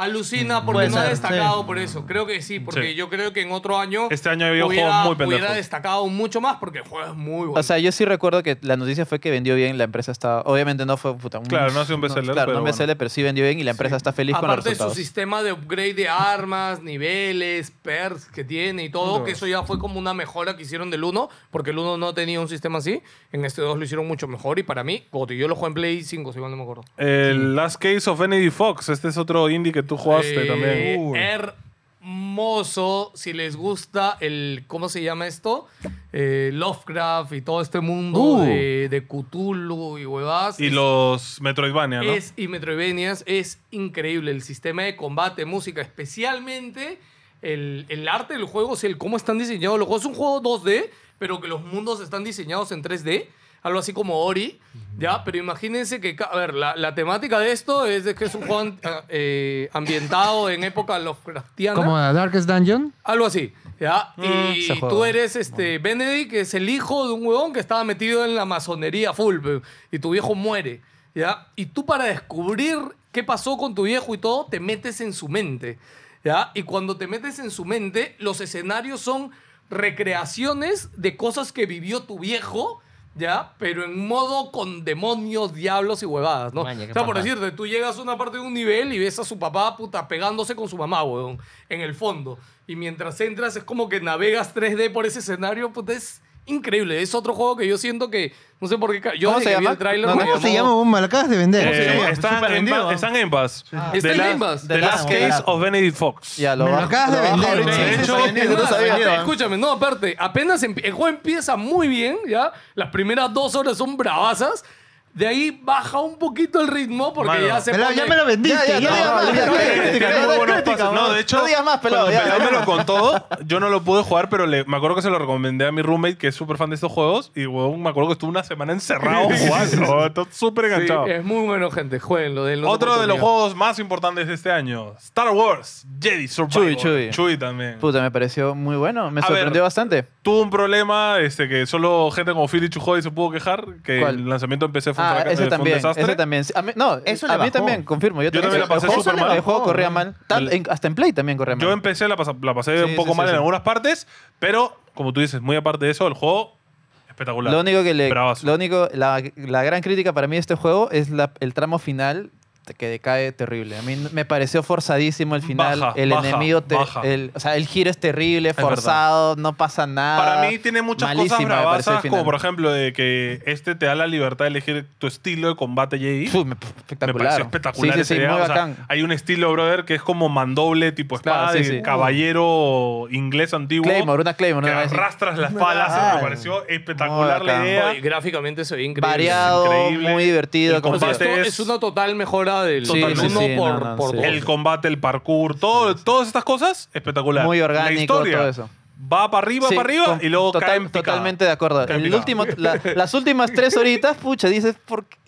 [SPEAKER 3] Alucina porque
[SPEAKER 6] Puede
[SPEAKER 3] no ha
[SPEAKER 6] ser,
[SPEAKER 3] destacado por eso. Creo que sí, porque
[SPEAKER 2] Sí.
[SPEAKER 3] yo creo que en otro año.
[SPEAKER 2] Este año había
[SPEAKER 3] hubiera,
[SPEAKER 2] juegos muy pendejos.
[SPEAKER 3] Hubiera destacado mucho más porque el juego es muy bueno.
[SPEAKER 4] O sea, yo sí recuerdo que la noticia fue que vendió bien, la empresa está... Obviamente no fue puta, un-
[SPEAKER 2] Claro, no ha sido un bestseller,
[SPEAKER 4] claro,
[SPEAKER 2] pero
[SPEAKER 4] no un
[SPEAKER 2] bueno.
[SPEAKER 4] bestseller, pero sí vendió bien y la empresa está feliz con los
[SPEAKER 3] Aparte de su
[SPEAKER 4] resultados.
[SPEAKER 3] sistema de upgrade de armas, niveles, perks que tiene y todo, que eso ya fue como una mejora que hicieron del 1, porque el 1 no tenía un sistema así. En este 2 lo hicieron mucho mejor y para mí, Gotti, yo lo jugué en Play 5, si mal no me acuerdo.
[SPEAKER 2] El Last Case of Kennedy Fox. Este es otro indie que tú jugaste
[SPEAKER 3] Eh,
[SPEAKER 2] también.
[SPEAKER 3] Hermoso, si les gusta el, ¿cómo se llama esto? Eh, Lovecraft y todo este mundo
[SPEAKER 5] Uh.
[SPEAKER 3] de, de Cthulhu y huevas.
[SPEAKER 2] Y
[SPEAKER 3] Es-
[SPEAKER 2] los Metroidvania, ¿no?
[SPEAKER 3] Es, y Metroidvanias es increíble. El sistema de combate, música, especialmente el, el arte del juego, o sea, el cómo están diseñados los juegos. Es un juego 2D, pero que los mundos están diseñados en 3D. Algo así como Ori, ¿ya? Pero imagínense que, ca- a ver, la, la temática de esto es de que es un juego an- ah, eh, ambientado en época Lovecraftiana.
[SPEAKER 5] Como a Darkest Dungeon.
[SPEAKER 3] Algo así. ¿ya?
[SPEAKER 4] se
[SPEAKER 3] y
[SPEAKER 4] juega.
[SPEAKER 3] tú eres este Benedict, que es el hijo de un huevón que estaba metido en la masonería full, pe, y tu viejo muere. ¿ya? Y tú para descubrir qué pasó con tu viejo y todo, te metes en su mente. ¿ya? Y cuando te metes en su mente, los escenarios son recreaciones de cosas que vivió tu viejo. ¿Ya? Pero en modo con demonios, diablos y huevadas, ¿no?
[SPEAKER 6] Maña, qué
[SPEAKER 3] o sea, por
[SPEAKER 6] paja.
[SPEAKER 3] decir, decirte, tú llegas a una parte de un nivel y ves a su papá puta pegándose con su mamá, weón, en el fondo. Y mientras entras es como que navegas 3D por ese escenario, puta, es increíble. Es otro juego que yo siento que, no sé por qué, ca- yo
[SPEAKER 4] ¿Cómo
[SPEAKER 3] desde
[SPEAKER 4] se
[SPEAKER 3] que vi
[SPEAKER 4] llama?
[SPEAKER 3] el tráiler
[SPEAKER 4] No,
[SPEAKER 3] me
[SPEAKER 4] no,
[SPEAKER 5] ¿Cómo se llama? Bomba? la acabas de vender.
[SPEAKER 2] Eh,
[SPEAKER 5] Me
[SPEAKER 2] están,
[SPEAKER 6] Súper
[SPEAKER 2] en
[SPEAKER 6] vendido,
[SPEAKER 2] pa-
[SPEAKER 6] ¿no?
[SPEAKER 2] están en paz.
[SPEAKER 3] Está
[SPEAKER 2] The
[SPEAKER 3] en
[SPEAKER 2] la-
[SPEAKER 3] Inbas.
[SPEAKER 2] The
[SPEAKER 4] The
[SPEAKER 2] Last
[SPEAKER 6] Last
[SPEAKER 2] Case
[SPEAKER 6] Case.
[SPEAKER 2] of Benedict Fox.
[SPEAKER 4] Ya lo
[SPEAKER 5] lo
[SPEAKER 4] bajo.
[SPEAKER 5] acabas de
[SPEAKER 4] Lo bajo
[SPEAKER 5] vender.
[SPEAKER 4] ahorita.
[SPEAKER 2] De
[SPEAKER 5] weón.
[SPEAKER 2] hecho,
[SPEAKER 3] Es
[SPEAKER 4] no
[SPEAKER 3] más,
[SPEAKER 4] sabía.
[SPEAKER 3] aparte, escúchame, no, aparte, apenas empie- el juego empieza muy bien, ¿ya? Las primeras dos horas son bravasas. De ahí baja un poquito el ritmo porque
[SPEAKER 2] Mano,
[SPEAKER 3] ya se
[SPEAKER 6] Me la-
[SPEAKER 3] pone...
[SPEAKER 6] ya me lo vendiste.
[SPEAKER 4] Ya, ya,
[SPEAKER 6] ya,
[SPEAKER 4] no,
[SPEAKER 6] ya,
[SPEAKER 4] no,
[SPEAKER 6] ya,
[SPEAKER 4] no,
[SPEAKER 6] ya,
[SPEAKER 4] no,
[SPEAKER 6] ya,
[SPEAKER 4] no,
[SPEAKER 6] ya,
[SPEAKER 4] no,
[SPEAKER 6] ya,
[SPEAKER 2] Tiene
[SPEAKER 4] no,
[SPEAKER 6] ya,
[SPEAKER 2] buenos
[SPEAKER 6] ya,
[SPEAKER 2] pases.
[SPEAKER 6] ya,
[SPEAKER 2] No,
[SPEAKER 6] ya,
[SPEAKER 2] de hecho.
[SPEAKER 4] No digas más, pelado,
[SPEAKER 2] cuando
[SPEAKER 4] ya.
[SPEAKER 2] Pelado me lo contó. Yo no lo pude jugar, pero le, me acuerdo que se lo recomendé a mi roommate, que es súper fan de estos juegos. Y, weón, me acuerdo que estuvo una semana encerrado jugando. Está súper
[SPEAKER 3] Sí,
[SPEAKER 2] enganchado.
[SPEAKER 3] es muy bueno, gente. Jueguenlo. denle una
[SPEAKER 2] Otro de los
[SPEAKER 3] oportunidad.
[SPEAKER 2] juegos más importantes de este año: Star Wars Jedi Survivor.
[SPEAKER 4] Chuy, Chuy.
[SPEAKER 2] también.
[SPEAKER 4] Puta, me pareció muy bueno. Me
[SPEAKER 2] A ver.
[SPEAKER 4] sorprendió bastante.
[SPEAKER 2] Tuvo un problema este, que solo gente como Philly Chujoy se pudo quejar. Que
[SPEAKER 4] ¿Cuál?
[SPEAKER 2] el lanzamiento en PC fue, un,
[SPEAKER 4] Ah,
[SPEAKER 2] fracaso- fue
[SPEAKER 4] ese
[SPEAKER 2] un
[SPEAKER 4] también,
[SPEAKER 2] desastre.
[SPEAKER 4] ese también. Sí, A mí, no,
[SPEAKER 6] Eso le
[SPEAKER 4] a mí
[SPEAKER 6] bajó.
[SPEAKER 4] también, confirmo. Yo,
[SPEAKER 2] Yo también la pasé
[SPEAKER 4] el juego-
[SPEAKER 2] súper mal.
[SPEAKER 4] El juego corría mal. Tan-
[SPEAKER 2] El-
[SPEAKER 4] en- hasta en Play también corría mal.
[SPEAKER 2] Yo en PC la, pas- la pasé
[SPEAKER 4] Sí,
[SPEAKER 2] un poco
[SPEAKER 4] sí,
[SPEAKER 2] mal
[SPEAKER 4] sí,
[SPEAKER 2] en
[SPEAKER 4] sí.
[SPEAKER 2] algunas partes, pero como tú dices, muy aparte de eso, el juego espectacular.
[SPEAKER 4] Lo único que le.
[SPEAKER 2] Bravazo.
[SPEAKER 4] Lo único, la, la gran crítica para mí de este juego es la- el tramo final que decae terrible. A mí me pareció forzadísimo el final.
[SPEAKER 2] Baja,
[SPEAKER 4] el
[SPEAKER 2] baja,
[SPEAKER 4] enemigo. te-
[SPEAKER 2] baja.
[SPEAKER 4] el- o sea, el giro es terrible,
[SPEAKER 2] verdad.
[SPEAKER 4] forzado, no pasa nada.
[SPEAKER 2] Para mí tiene muchas
[SPEAKER 4] Malísimo
[SPEAKER 2] cosas
[SPEAKER 4] me pareció el
[SPEAKER 2] bravasas, como
[SPEAKER 4] final.
[SPEAKER 2] por ejemplo de que este te da la libertad de elegir tu estilo de combate Jedi.
[SPEAKER 4] Fu, me-
[SPEAKER 2] Me
[SPEAKER 4] espectacular.
[SPEAKER 2] pareció espectacular
[SPEAKER 4] Sí, sí,
[SPEAKER 2] esa
[SPEAKER 4] sí,
[SPEAKER 2] idea.
[SPEAKER 4] muy
[SPEAKER 2] O sea,
[SPEAKER 4] bacán.
[SPEAKER 2] hay un estilo, brother, que es como mandoble, tipo
[SPEAKER 4] Claro,
[SPEAKER 2] espada,
[SPEAKER 4] sí,
[SPEAKER 2] de
[SPEAKER 4] sí.
[SPEAKER 2] caballero inglés antiguo.
[SPEAKER 4] Claymore, una Claymore.
[SPEAKER 2] que
[SPEAKER 4] una vez así.
[SPEAKER 2] arrastras las palas. Me
[SPEAKER 6] bacán.
[SPEAKER 2] pareció espectacular
[SPEAKER 4] Muy
[SPEAKER 2] la
[SPEAKER 4] bacán.
[SPEAKER 2] idea.
[SPEAKER 3] Oye, gráficamente se ve increíble.
[SPEAKER 4] Variado,
[SPEAKER 2] increíble.
[SPEAKER 4] muy
[SPEAKER 2] El
[SPEAKER 4] divertido. como
[SPEAKER 3] O sea,
[SPEAKER 4] que-
[SPEAKER 3] esto
[SPEAKER 2] combate
[SPEAKER 3] es,
[SPEAKER 2] es-
[SPEAKER 3] una total mejora del
[SPEAKER 4] Sí,
[SPEAKER 3] del
[SPEAKER 2] sí,
[SPEAKER 3] uno
[SPEAKER 4] sí,
[SPEAKER 3] por,
[SPEAKER 4] no, no,
[SPEAKER 3] por
[SPEAKER 4] sí.
[SPEAKER 3] dos.
[SPEAKER 2] El combate, el parkour, todo, todas estas cosas, espectacular.
[SPEAKER 4] Muy orgánico,
[SPEAKER 2] La historia
[SPEAKER 4] todo eso.
[SPEAKER 2] Va para arriba,
[SPEAKER 4] Sí,
[SPEAKER 2] para arriba
[SPEAKER 4] con-
[SPEAKER 2] y luego
[SPEAKER 4] total-
[SPEAKER 2] cae en picada.
[SPEAKER 4] Totalmente de acuerdo.
[SPEAKER 2] Cae en
[SPEAKER 4] El
[SPEAKER 2] picada.
[SPEAKER 4] último, la- las últimas tres horitas, pucha, dices, ¿por qué?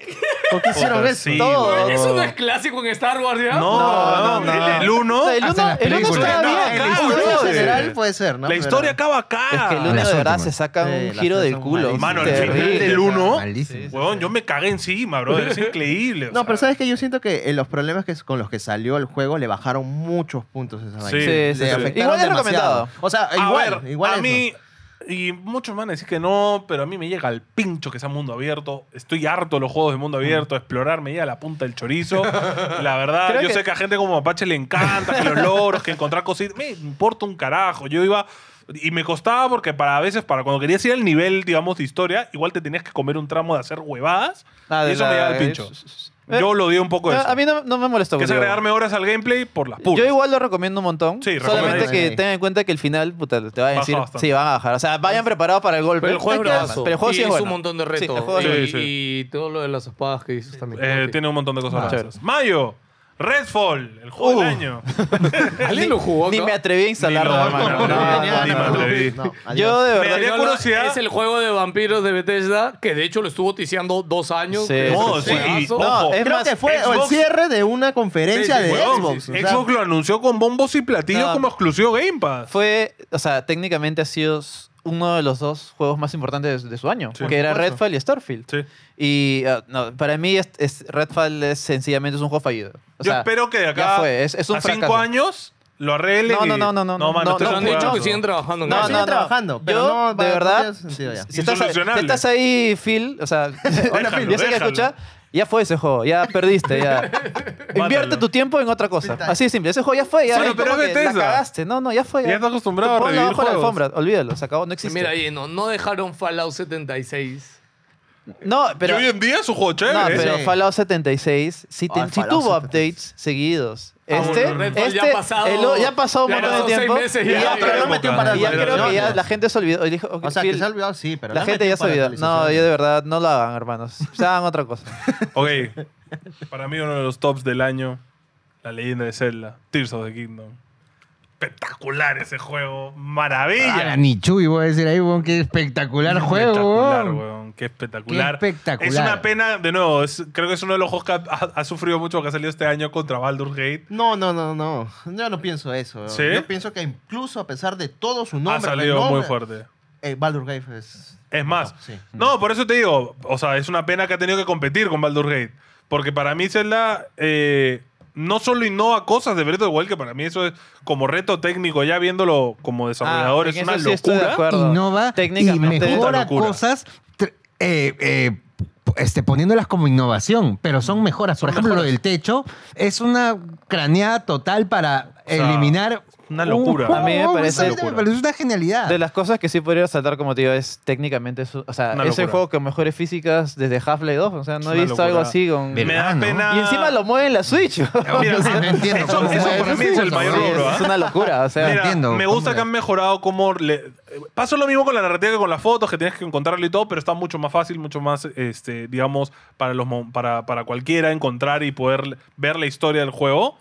[SPEAKER 4] ¿Por qué hicieron
[SPEAKER 2] Puta,
[SPEAKER 4] eso?
[SPEAKER 2] sí,
[SPEAKER 4] todo.
[SPEAKER 2] güey.
[SPEAKER 3] Eso no es clásico en Star Wars, ¿ya?
[SPEAKER 2] No, no,
[SPEAKER 4] No, no,
[SPEAKER 2] el-
[SPEAKER 4] no.
[SPEAKER 2] El
[SPEAKER 4] O sea,
[SPEAKER 2] 1.
[SPEAKER 4] el
[SPEAKER 5] Hasta en
[SPEAKER 4] uno,
[SPEAKER 5] las
[SPEAKER 4] el uno
[SPEAKER 5] películas.
[SPEAKER 4] está
[SPEAKER 5] No,
[SPEAKER 4] bien,
[SPEAKER 2] el
[SPEAKER 4] claro.
[SPEAKER 2] uno
[SPEAKER 6] ya,
[SPEAKER 2] brother.
[SPEAKER 6] en general puede ser, ¿no?
[SPEAKER 2] La historia acaba acá.
[SPEAKER 4] Es que el uno
[SPEAKER 5] Las
[SPEAKER 4] de verdad
[SPEAKER 5] últimas.
[SPEAKER 4] se saca
[SPEAKER 6] Sí,
[SPEAKER 4] un
[SPEAKER 6] las
[SPEAKER 4] giro
[SPEAKER 6] tres
[SPEAKER 4] del
[SPEAKER 6] son
[SPEAKER 4] culo.
[SPEAKER 6] malísimas.
[SPEAKER 2] Mano, el
[SPEAKER 4] Terrible.
[SPEAKER 2] final del uno.
[SPEAKER 5] Malísimo.
[SPEAKER 2] Weón, yo me cagué encima, bro. Es increíble. o
[SPEAKER 6] No,
[SPEAKER 2] sea.
[SPEAKER 6] pero sabes que yo siento que eh, los problemas que, con los que salió el juego le bajaron muchos puntos a esa vaina.
[SPEAKER 2] Sí,
[SPEAKER 6] Le
[SPEAKER 4] sí, sí.
[SPEAKER 6] afectaron
[SPEAKER 4] Igual es recomendado.
[SPEAKER 6] demasiado. O sea,
[SPEAKER 2] A
[SPEAKER 6] igual,
[SPEAKER 2] ver,
[SPEAKER 6] igual
[SPEAKER 2] a
[SPEAKER 6] eso.
[SPEAKER 2] mí. Y muchos van a decir que no, pero a mí me llega el pincho que sea mundo abierto. Estoy harto de los juegos de mundo
[SPEAKER 4] Mm.
[SPEAKER 2] abierto. Explorar me llega la punta del chorizo. La verdad,
[SPEAKER 4] Creo
[SPEAKER 2] yo
[SPEAKER 4] que-
[SPEAKER 2] sé que a gente como Apache le encanta, que los logros, que encontrar cositas. Me importa un carajo. Yo iba. Y me costaba porque para a veces, para cuando querías ir al nivel, digamos, de historia, igual te tenías que comer un tramo de hacer huevadas.
[SPEAKER 4] Ah,
[SPEAKER 2] y
[SPEAKER 4] de
[SPEAKER 2] eso me
[SPEAKER 4] la-
[SPEAKER 2] llega el pincho.
[SPEAKER 4] Eh,
[SPEAKER 2] Yo lo di un poco de
[SPEAKER 4] no,
[SPEAKER 2] eso.
[SPEAKER 4] A mí no, no me molestó.
[SPEAKER 2] pues. que es
[SPEAKER 4] digo.
[SPEAKER 2] agregarme horas al gameplay por las puras.
[SPEAKER 4] Yo igual lo recomiendo un montón.
[SPEAKER 2] Sí,
[SPEAKER 4] Solamente
[SPEAKER 6] recomendadísimo.
[SPEAKER 4] que
[SPEAKER 6] Sí.
[SPEAKER 4] tengan en cuenta que el final, puta, te va a
[SPEAKER 2] Baja
[SPEAKER 4] decir.
[SPEAKER 2] bastante.
[SPEAKER 4] Sí, van a bajar. O sea, vayan preparados para el golpe.
[SPEAKER 3] Pero el juego es
[SPEAKER 4] Hay que-
[SPEAKER 3] bravazo.
[SPEAKER 4] Pero el juego
[SPEAKER 3] y
[SPEAKER 4] sí es
[SPEAKER 3] es
[SPEAKER 4] bueno.
[SPEAKER 3] un montón de
[SPEAKER 4] Sí, el
[SPEAKER 3] retos.
[SPEAKER 4] juego es
[SPEAKER 3] y,
[SPEAKER 2] bueno. Sí,
[SPEAKER 4] bueno.
[SPEAKER 2] sí.
[SPEAKER 3] y todo lo de las espadas que dices también.
[SPEAKER 2] Eh,
[SPEAKER 3] Ok.
[SPEAKER 2] Tiene un montón de cosas.
[SPEAKER 4] Ah,
[SPEAKER 2] raras. Mayo, Redfall, el juego
[SPEAKER 4] Uh.
[SPEAKER 2] del año.
[SPEAKER 3] ¿Alguien lo jugó?
[SPEAKER 4] Ni
[SPEAKER 3] acá?
[SPEAKER 4] me atreví a instalarlo,
[SPEAKER 2] Ni lo-
[SPEAKER 4] hermano.
[SPEAKER 2] no,
[SPEAKER 4] No,
[SPEAKER 2] no,
[SPEAKER 4] no,
[SPEAKER 2] ni
[SPEAKER 4] no.
[SPEAKER 2] me atreví.
[SPEAKER 6] no, adiós.
[SPEAKER 4] Yo de verdad.
[SPEAKER 2] Tenía
[SPEAKER 3] Pero no,
[SPEAKER 2] curiosidad.
[SPEAKER 3] Es el juego de vampiros de Bethesda que de hecho lo estuvo tiseando dos años.
[SPEAKER 4] Sí.
[SPEAKER 3] que
[SPEAKER 2] No,
[SPEAKER 3] es
[SPEAKER 2] sí,
[SPEAKER 3] un
[SPEAKER 2] y-
[SPEAKER 3] juegazo.
[SPEAKER 2] ojo,
[SPEAKER 4] No, es
[SPEAKER 6] Creo
[SPEAKER 4] más,
[SPEAKER 6] que fue o el
[SPEAKER 2] Xbox-
[SPEAKER 6] cierre de una conferencia
[SPEAKER 2] Sí, sí,
[SPEAKER 6] de
[SPEAKER 2] huevón.
[SPEAKER 6] Xbox. o sea,
[SPEAKER 2] Xbox lo anunció con bombos y platillos
[SPEAKER 4] No.
[SPEAKER 2] como exclusivo Game Pass.
[SPEAKER 4] fue, o sea, técnicamente ha sido s- uno de los dos juegos más importantes de, de su año,
[SPEAKER 2] Sí.
[SPEAKER 4] que era
[SPEAKER 6] supuesto.
[SPEAKER 4] Redfall y Starfield.
[SPEAKER 2] Sí.
[SPEAKER 4] Y ah, no, para mí es, es- Redfall es sencillamente es un juego fallido. O
[SPEAKER 2] Yo
[SPEAKER 4] sea,
[SPEAKER 2] espero que de acá
[SPEAKER 4] ya fue, es- es un
[SPEAKER 2] a cinco
[SPEAKER 4] fracaso.
[SPEAKER 2] años lo arreglen.
[SPEAKER 4] No,
[SPEAKER 2] y-
[SPEAKER 4] no, no, no, no,
[SPEAKER 2] No, mano,
[SPEAKER 4] no,
[SPEAKER 2] esto es
[SPEAKER 3] Pero
[SPEAKER 4] no,
[SPEAKER 2] un
[SPEAKER 3] han dicho
[SPEAKER 2] juegazo.
[SPEAKER 3] que siguen trabajando. en
[SPEAKER 4] No,
[SPEAKER 6] no,
[SPEAKER 3] eso.
[SPEAKER 4] no, no.
[SPEAKER 6] trabajando, pero
[SPEAKER 4] Yo,
[SPEAKER 6] no,
[SPEAKER 4] de
[SPEAKER 6] va- no
[SPEAKER 4] verdad,
[SPEAKER 6] tiene sentido ya.
[SPEAKER 4] si estás,
[SPEAKER 2] Insolucionable.
[SPEAKER 4] si estás ahí, Phil, o sea,
[SPEAKER 2] Déjalo,
[SPEAKER 4] yo sé que
[SPEAKER 2] déjalo.
[SPEAKER 4] escucha, ya fue ese juego, ya perdiste, ya. Invierte tu tiempo en otra cosa. Así de simple, ese juego ya fue, ya
[SPEAKER 2] Bueno,
[SPEAKER 4] es
[SPEAKER 2] pero
[SPEAKER 4] como
[SPEAKER 2] es
[SPEAKER 4] que la
[SPEAKER 2] Bethesda.
[SPEAKER 4] cagaste, no, no, ya fue.
[SPEAKER 2] Ya está acostumbrado a
[SPEAKER 4] Ponlo
[SPEAKER 2] revivir
[SPEAKER 4] bajo la
[SPEAKER 2] juegos.
[SPEAKER 4] alfombra, olvídelo, se acabó, no existe.
[SPEAKER 3] Mira, oye, no, no dejaron Fallout 76.
[SPEAKER 4] no, pero
[SPEAKER 2] y hoy en día es un juego
[SPEAKER 4] No,
[SPEAKER 2] chévere.
[SPEAKER 4] pero
[SPEAKER 6] Sí.
[SPEAKER 4] Fallout 76 sí, te-
[SPEAKER 6] Ah,
[SPEAKER 4] sí
[SPEAKER 6] Fallout
[SPEAKER 4] tuvo
[SPEAKER 6] 76.
[SPEAKER 4] updates seguidos.
[SPEAKER 3] Ah,
[SPEAKER 4] Este,
[SPEAKER 3] bueno, Redfall
[SPEAKER 4] este
[SPEAKER 3] ya ha pasado-
[SPEAKER 4] el o- ya ha pasado un
[SPEAKER 3] ya
[SPEAKER 4] montón de
[SPEAKER 3] pasaron seis
[SPEAKER 4] tiempo.
[SPEAKER 3] meses
[SPEAKER 4] y
[SPEAKER 3] ya,
[SPEAKER 4] ya,
[SPEAKER 3] ya,
[SPEAKER 4] pero
[SPEAKER 3] ya,
[SPEAKER 4] no
[SPEAKER 3] ya.
[SPEAKER 4] metió
[SPEAKER 6] un par de
[SPEAKER 4] y ya creo que ya
[SPEAKER 6] actualizaciones.
[SPEAKER 4] la gente se olvidó. y dijo, ok,
[SPEAKER 6] O sea,
[SPEAKER 4] Phil,
[SPEAKER 6] que se ha olvidado, sí, pero...
[SPEAKER 4] la
[SPEAKER 6] le han
[SPEAKER 4] gente
[SPEAKER 6] metido
[SPEAKER 4] ya
[SPEAKER 6] un
[SPEAKER 4] se
[SPEAKER 6] par de
[SPEAKER 4] olvidó. No, yo de verdad no lo hagan, hermanos. Se hagan otra cosa.
[SPEAKER 2] Ok. Para mí uno de los tops del año, la leyenda de Zelda, Tears of the Kingdom. Espectacular ese juego. Maravilla.
[SPEAKER 5] Ah, ni Chuy, voy a decir ahí, weón, qué espectacular juego.
[SPEAKER 2] Espectacular,
[SPEAKER 5] weón.
[SPEAKER 2] weón. Qué espectacular.
[SPEAKER 5] Qué espectacular.
[SPEAKER 2] Es una pena, de nuevo, es- creo que es uno de los juegos que ha, ha- ha sufrido mucho que ha salido este año contra Baldur's Gate.
[SPEAKER 6] No, no, no, no. Yo no pienso eso.
[SPEAKER 2] ¿Sí?
[SPEAKER 6] Yo pienso que incluso a pesar de todo su
[SPEAKER 2] ha
[SPEAKER 6] nombre...
[SPEAKER 2] salido
[SPEAKER 6] renombre-
[SPEAKER 2] muy fuerte.
[SPEAKER 6] Eh, Baldur's Gate es...
[SPEAKER 2] Es más,
[SPEAKER 6] Sí.
[SPEAKER 2] no, por eso te digo, o sea, es una pena que ha tenido que competir con Baldur's Gate. Porque para mí Zelda eh, no solo innova cosas de Breath of the Wild, que para mí eso es como reto técnico, ya viéndolo como desarrollador,
[SPEAKER 4] Ah,
[SPEAKER 2] es
[SPEAKER 4] en
[SPEAKER 2] una
[SPEAKER 4] eso sí estoy de
[SPEAKER 2] locura.
[SPEAKER 4] acuerdo.
[SPEAKER 5] innova y
[SPEAKER 4] Técnicamente-
[SPEAKER 5] mejora
[SPEAKER 2] Puta locura.
[SPEAKER 5] cosas tr- eh, eh, p- este, poniéndolas como innovación, pero son mejoras. Por ejemplo, lo del techo es una craneada total para
[SPEAKER 2] sea,
[SPEAKER 5] eliminar
[SPEAKER 2] Una locura.
[SPEAKER 4] A mí me
[SPEAKER 5] Oh,
[SPEAKER 4] parece-
[SPEAKER 5] esa me parece una genialidad.
[SPEAKER 4] De las cosas que sí podría saltar, como te digo, es técnicamente. su- o sea,
[SPEAKER 2] Una
[SPEAKER 4] es el
[SPEAKER 2] locura.
[SPEAKER 4] juego con mejores físicas desde Half-Life 2. O sea, no
[SPEAKER 2] Es
[SPEAKER 4] he
[SPEAKER 2] una
[SPEAKER 4] visto algo
[SPEAKER 2] locura.
[SPEAKER 4] así con.
[SPEAKER 5] Bien.
[SPEAKER 2] Me da
[SPEAKER 5] Ah, ¿no?
[SPEAKER 2] pena.
[SPEAKER 4] Y encima lo mueven la Switch.
[SPEAKER 2] Mira,
[SPEAKER 5] No sé, no entiendo
[SPEAKER 2] eso,
[SPEAKER 5] cómo
[SPEAKER 2] eso
[SPEAKER 5] mueve
[SPEAKER 2] para
[SPEAKER 5] esas
[SPEAKER 2] mí es el
[SPEAKER 5] cosas,
[SPEAKER 2] mayor
[SPEAKER 5] bro.
[SPEAKER 2] logro. ¿ah?
[SPEAKER 4] es una locura. O sea,
[SPEAKER 2] Mira,
[SPEAKER 5] entiendo,
[SPEAKER 2] me gusta
[SPEAKER 5] ¿cómo
[SPEAKER 2] que
[SPEAKER 5] le-
[SPEAKER 2] han mejorado cómo le... Pasó lo mismo con la narrativa que con las fotos, que tienes que encontrarlo y todo, pero está mucho más fácil, mucho más, este, digamos, para, los, mo- para, para cualquiera encontrar y poder ver la historia del juego.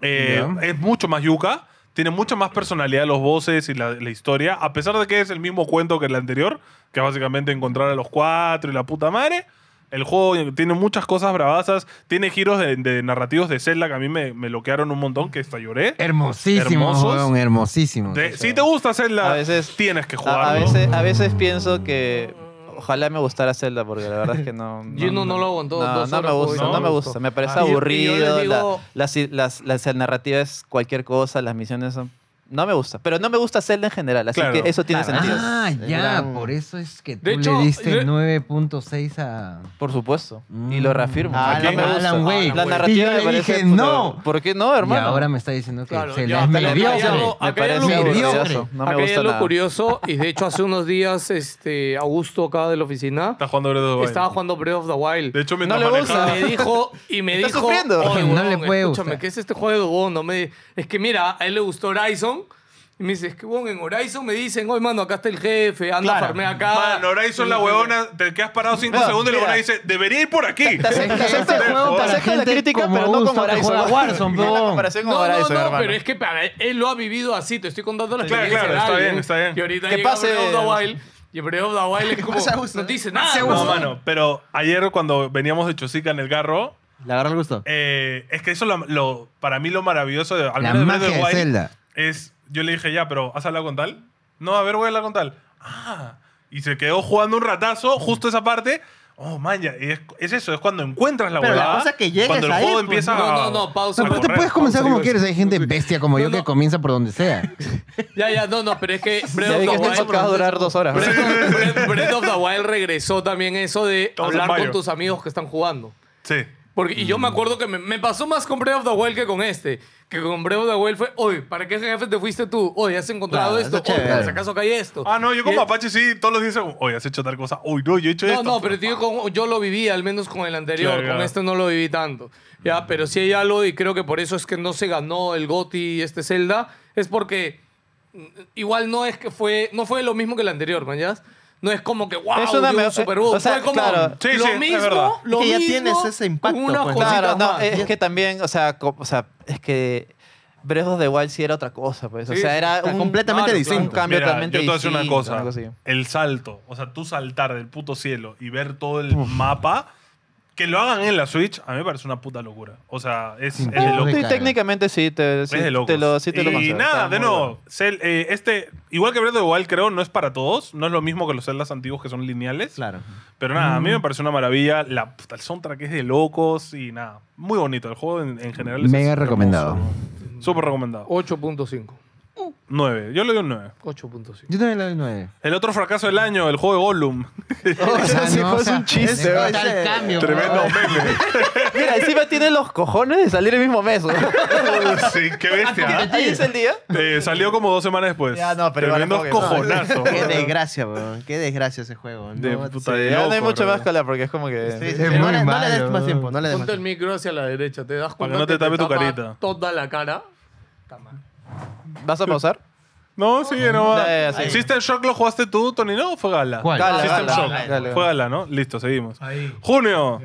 [SPEAKER 2] Eh,
[SPEAKER 5] Ya.
[SPEAKER 2] Es mucho más yuca, tiene mucha más personalidad los voces y la, la historia, a pesar de que es el mismo cuento que el anterior, que es básicamente encontrar a los cuatro y la puta madre. El juego tiene muchas cosas bravasas, tiene giros de, de narrativos de Zelda que a mí me, me loquearon un montón, que hasta lloré.
[SPEAKER 5] Hermosísimo,
[SPEAKER 2] Hermosos.
[SPEAKER 5] huevón, hermosísimo.
[SPEAKER 2] De- si te gusta Zelda,
[SPEAKER 4] A veces-
[SPEAKER 2] tienes que jugarlo.
[SPEAKER 4] a, a veces, a veces pienso que. Ojalá me gustara Zelda, porque la verdad es que no.
[SPEAKER 3] Yo no- no lo aguanto,
[SPEAKER 4] No,
[SPEAKER 3] dos
[SPEAKER 4] no me
[SPEAKER 3] horas
[SPEAKER 4] gusta,
[SPEAKER 2] juego
[SPEAKER 4] no,
[SPEAKER 2] y
[SPEAKER 4] me
[SPEAKER 3] no me
[SPEAKER 4] gusta.
[SPEAKER 3] gustó.
[SPEAKER 4] Me parece
[SPEAKER 3] Ah. Y- y yo
[SPEAKER 4] aburrido.
[SPEAKER 3] les
[SPEAKER 4] la-
[SPEAKER 3] digo-
[SPEAKER 4] las, las, las narrativas, cualquier cosa, las misiones son. No me gusta. Pero no me gusta Zelda en general, así
[SPEAKER 2] Claro.
[SPEAKER 4] que eso tiene
[SPEAKER 6] Claro.
[SPEAKER 4] sentido.
[SPEAKER 5] Ah,
[SPEAKER 6] Dios.
[SPEAKER 5] ya,
[SPEAKER 6] Gran-
[SPEAKER 5] por eso es que tú
[SPEAKER 3] De hecho,
[SPEAKER 5] le diste
[SPEAKER 3] yo-
[SPEAKER 5] 9.6 a...
[SPEAKER 4] Por supuesto. Y lo reafirmo.
[SPEAKER 6] Ah,
[SPEAKER 4] No me
[SPEAKER 5] Alan,
[SPEAKER 4] gusta.
[SPEAKER 5] Alan Wake.
[SPEAKER 4] La
[SPEAKER 3] Y
[SPEAKER 4] narrativa
[SPEAKER 5] yo
[SPEAKER 4] me
[SPEAKER 5] le
[SPEAKER 4] parece
[SPEAKER 5] dije,
[SPEAKER 4] puta-
[SPEAKER 5] no.
[SPEAKER 4] ¿Por qué no, hermano?
[SPEAKER 5] Y ahora me está diciendo que
[SPEAKER 3] Claro,
[SPEAKER 5] se
[SPEAKER 3] ya,
[SPEAKER 5] la es
[SPEAKER 3] pero
[SPEAKER 4] Acá hay
[SPEAKER 5] mediocre.
[SPEAKER 3] algo-
[SPEAKER 4] me
[SPEAKER 3] acá hay
[SPEAKER 4] parece
[SPEAKER 3] algo
[SPEAKER 4] aburrido.
[SPEAKER 5] curioso.
[SPEAKER 4] No
[SPEAKER 3] Acá
[SPEAKER 4] me
[SPEAKER 3] hay
[SPEAKER 4] gusta
[SPEAKER 3] algo
[SPEAKER 4] nada.
[SPEAKER 3] curioso, y de hecho hace unos días este, Augusto acá de la oficina
[SPEAKER 2] Estás jugando Breath of the Wild.
[SPEAKER 3] estaba jugando Breath of the Wild.
[SPEAKER 2] De hecho, mientras
[SPEAKER 4] No le gusta.
[SPEAKER 2] manejaba-
[SPEAKER 3] Y me dijo, y me
[SPEAKER 4] Está
[SPEAKER 3] dijo,
[SPEAKER 4] sufriendo.
[SPEAKER 3] "Oye,
[SPEAKER 5] No
[SPEAKER 3] huevón,
[SPEAKER 5] le puede
[SPEAKER 3] escúchame,
[SPEAKER 5] gustar.
[SPEAKER 3] ¿qué es este juego de huevón? No me... Es que mira, a él le gustó Horizon. Y me dice, es que huevón, en Horizon me dicen, oye, mano, acá está el jefe, anda,
[SPEAKER 4] Claro.
[SPEAKER 3] farmea acá.
[SPEAKER 2] Mano, ahora hizo
[SPEAKER 3] Y
[SPEAKER 2] la
[SPEAKER 3] no sé qué.
[SPEAKER 2] huevona, te quedas parado 5
[SPEAKER 4] No,
[SPEAKER 2] segundos y la
[SPEAKER 4] mira.
[SPEAKER 2] huevona dice, debería ir por aquí.
[SPEAKER 4] Te acepta- te acepta
[SPEAKER 5] Ese
[SPEAKER 4] el
[SPEAKER 5] juego
[SPEAKER 4] juego,
[SPEAKER 5] para
[SPEAKER 4] te acepta la
[SPEAKER 5] gente
[SPEAKER 4] crítica,
[SPEAKER 5] como
[SPEAKER 4] pero no como
[SPEAKER 5] Gusto que
[SPEAKER 4] Horizon.
[SPEAKER 5] juega Warzone,
[SPEAKER 4] No la
[SPEAKER 5] huevón.
[SPEAKER 4] comparación con
[SPEAKER 3] No, no,
[SPEAKER 4] Horizon,
[SPEAKER 3] no,
[SPEAKER 4] hermano.
[SPEAKER 3] pero es que para él, él lo ha vivido así. Te estoy contando la
[SPEAKER 2] Claro,
[SPEAKER 3] experiencia.
[SPEAKER 2] claro,
[SPEAKER 3] de
[SPEAKER 2] está
[SPEAKER 3] alguien.
[SPEAKER 2] bien, está bien.
[SPEAKER 3] Y ahorita
[SPEAKER 4] Que
[SPEAKER 3] llega
[SPEAKER 4] pase-
[SPEAKER 3] Breath of the Wild. Y Breath of the Wild es como.
[SPEAKER 6] pasa, Augusto?
[SPEAKER 3] no te dice nada.
[SPEAKER 2] No,
[SPEAKER 3] huevón.
[SPEAKER 2] mano, pero ayer cuando veníamos de Chosica en el garro,
[SPEAKER 5] Le agarra el gusto.
[SPEAKER 2] eh, es que eso lo, lo- para mí lo maravilloso de al
[SPEAKER 5] La
[SPEAKER 2] menos de Breath of
[SPEAKER 5] magia
[SPEAKER 2] the
[SPEAKER 5] de
[SPEAKER 2] Wild
[SPEAKER 5] Zelda.
[SPEAKER 2] es, yo le dije, ya, pero ¿has hablado con tal? No, a ver, voy a hablar con tal. Ah, y se quedó jugando un ratazo, justo esa parte. Oh, man, ya, y es, es eso, es cuando encuentras la
[SPEAKER 6] Pero la
[SPEAKER 2] huevada,
[SPEAKER 6] cosa es que llegues
[SPEAKER 2] Cuando el
[SPEAKER 6] ahí,
[SPEAKER 2] juego
[SPEAKER 6] pues,
[SPEAKER 2] empieza
[SPEAKER 3] no,
[SPEAKER 2] a-
[SPEAKER 3] no, no, pausa.
[SPEAKER 5] No,
[SPEAKER 2] a
[SPEAKER 5] pero te
[SPEAKER 2] correr.
[SPEAKER 5] puedes comenzar como
[SPEAKER 3] sí,
[SPEAKER 5] quieres. Hay gente bestia como yo
[SPEAKER 3] No, no.
[SPEAKER 5] que comienza por donde sea.
[SPEAKER 3] Ya, ya, no, no, pero es que Breath
[SPEAKER 4] Ya
[SPEAKER 3] of
[SPEAKER 4] vi que
[SPEAKER 3] the
[SPEAKER 4] este
[SPEAKER 3] Wild.
[SPEAKER 4] podcast va a durar dos horas.
[SPEAKER 3] Breath of, Breath- Breath of the Wild regresó también eso de
[SPEAKER 2] Estamos en
[SPEAKER 3] hablar
[SPEAKER 2] mayo.
[SPEAKER 3] con tus amigos que están jugando.
[SPEAKER 2] Sí.
[SPEAKER 3] Porque, y
[SPEAKER 4] Mm.
[SPEAKER 3] yo me acuerdo que me, me pasó más con Breath of the Wild que con este. Que con Breath of the Wild fue, oye, ¿para qué jefe te fuiste tú? Oye, ¿has encontrado
[SPEAKER 6] Claro,
[SPEAKER 3] esto?
[SPEAKER 6] eso es
[SPEAKER 3] Oye,
[SPEAKER 6] chévere.
[SPEAKER 3] ¿por si acaso que hay esto?
[SPEAKER 2] Ah, no, yo como
[SPEAKER 3] Y-
[SPEAKER 2] Apache sí, todos los días digo, oye, has hecho tal cosa. Uy, no, yo he hecho
[SPEAKER 3] No,
[SPEAKER 2] esto.
[SPEAKER 3] no, pero te digo, con- yo lo viví, al menos con el anterior.
[SPEAKER 2] Claro,
[SPEAKER 3] con
[SPEAKER 2] claro.
[SPEAKER 3] este no lo viví tanto. Ya, pero sí hay algo, y creo que por eso es que no se ganó el GOTI este Zelda. Es porque mm, igual no es que fue, no fue lo mismo que el anterior, ¿mañas? No es como que, wow,
[SPEAKER 4] Es una
[SPEAKER 3] dio
[SPEAKER 4] me-
[SPEAKER 3] un Super Bowl.
[SPEAKER 4] o sea,
[SPEAKER 3] fue como
[SPEAKER 4] claro.
[SPEAKER 2] Sí,
[SPEAKER 3] lo
[SPEAKER 2] sí, es verdad.
[SPEAKER 3] mismo, lo
[SPEAKER 6] Es que ya
[SPEAKER 3] mismo,
[SPEAKER 6] tienes ese impacto,
[SPEAKER 3] con unas
[SPEAKER 6] pues.
[SPEAKER 3] cositas
[SPEAKER 4] Claro, no,
[SPEAKER 3] más.
[SPEAKER 4] es que también, o sea, co- o sea es que Breath of the Wild sí era otra cosa, pues. O
[SPEAKER 3] Sí,
[SPEAKER 4] sea, era
[SPEAKER 6] Está
[SPEAKER 4] un,
[SPEAKER 6] completamente
[SPEAKER 3] claro,
[SPEAKER 4] un
[SPEAKER 6] distinto.
[SPEAKER 4] cambio
[SPEAKER 2] Mira,
[SPEAKER 4] totalmente
[SPEAKER 2] yo te voy a decir una
[SPEAKER 4] distinto,
[SPEAKER 2] cosa.
[SPEAKER 4] algo así.
[SPEAKER 2] El salto, o sea, tú saltar del puto cielo y ver todo el mapa, que lo hagan en la Switch, a mí me parece una puta locura. O sea, es, es
[SPEAKER 5] Sin
[SPEAKER 2] de
[SPEAKER 5] duda.
[SPEAKER 4] Eh,
[SPEAKER 2] loco.
[SPEAKER 4] sí,
[SPEAKER 5] Ricardo.
[SPEAKER 4] técnicamente sí, te, sí,
[SPEAKER 2] Es de locos.
[SPEAKER 4] te lo, sí te lo
[SPEAKER 2] y
[SPEAKER 4] concedo, está
[SPEAKER 2] nada, de
[SPEAKER 4] muy
[SPEAKER 2] nuevo,
[SPEAKER 4] bueno.
[SPEAKER 2] Cel- eh, este, igual que Breath of the Wild, creo, no es para todos. No es lo mismo que los celdas antiguos que son lineales.
[SPEAKER 6] Claro.
[SPEAKER 2] Pero nada, a mí me pareció una maravilla. La, puta, el soundtrack es de locos y nada. Muy bonito. El juego en, en general es
[SPEAKER 5] Mega
[SPEAKER 2] hermoso.
[SPEAKER 5] recomendado.
[SPEAKER 2] Súper recomendado.
[SPEAKER 3] 8.5.
[SPEAKER 2] 9. Yo le doy un 9.
[SPEAKER 3] 8.5.
[SPEAKER 5] Yo también le doy 9.
[SPEAKER 2] El otro fracaso del año, el juego de Gollum.
[SPEAKER 4] sí fue un chiste,
[SPEAKER 5] es
[SPEAKER 4] ¿verdad?
[SPEAKER 5] tal cambio,
[SPEAKER 2] Tremendo
[SPEAKER 5] huevón.
[SPEAKER 2] meme.
[SPEAKER 4] Mira, encima tiene los cojones de salir el mismo mes. ¿no?
[SPEAKER 2] sí, qué bestia. ¿eh?
[SPEAKER 4] Ahí es el día.
[SPEAKER 2] Eh, salió como dos semanas después.
[SPEAKER 4] Ya, no, pero igual
[SPEAKER 2] Tremendo
[SPEAKER 4] es como que-
[SPEAKER 2] cojonazo.
[SPEAKER 6] Qué desgracia, weón. Qué desgracia ese juego.
[SPEAKER 2] De
[SPEAKER 6] no,
[SPEAKER 2] puta
[SPEAKER 6] sí.
[SPEAKER 2] de
[SPEAKER 4] Ya no hay
[SPEAKER 2] loco,
[SPEAKER 4] mucho
[SPEAKER 2] bro.
[SPEAKER 4] más que hablar porque es como que.
[SPEAKER 6] Sí, sí,
[SPEAKER 5] Es
[SPEAKER 6] sí.
[SPEAKER 5] muy
[SPEAKER 6] no, le- no le
[SPEAKER 5] malo.
[SPEAKER 6] des más tiempo, no le des más
[SPEAKER 3] Ponte el
[SPEAKER 6] tiempo.
[SPEAKER 3] micro hacia la derecha, te das
[SPEAKER 2] Para
[SPEAKER 3] cuenta
[SPEAKER 2] que no te tape tu
[SPEAKER 3] tapa
[SPEAKER 2] carita.
[SPEAKER 3] toda la cara. Está mal.
[SPEAKER 4] ¿Vas a pausar?
[SPEAKER 2] No, sí, no va.
[SPEAKER 4] Ya, ya, sí.
[SPEAKER 2] System Shock lo jugaste tú, Tony, ¿no? ¿O fue Gala?
[SPEAKER 5] ¿Cuál?
[SPEAKER 4] Gala,
[SPEAKER 2] System
[SPEAKER 4] Gala,
[SPEAKER 2] Shock.
[SPEAKER 4] Gala.
[SPEAKER 2] Fue Gala, ¿no? Listo, seguimos. Junio.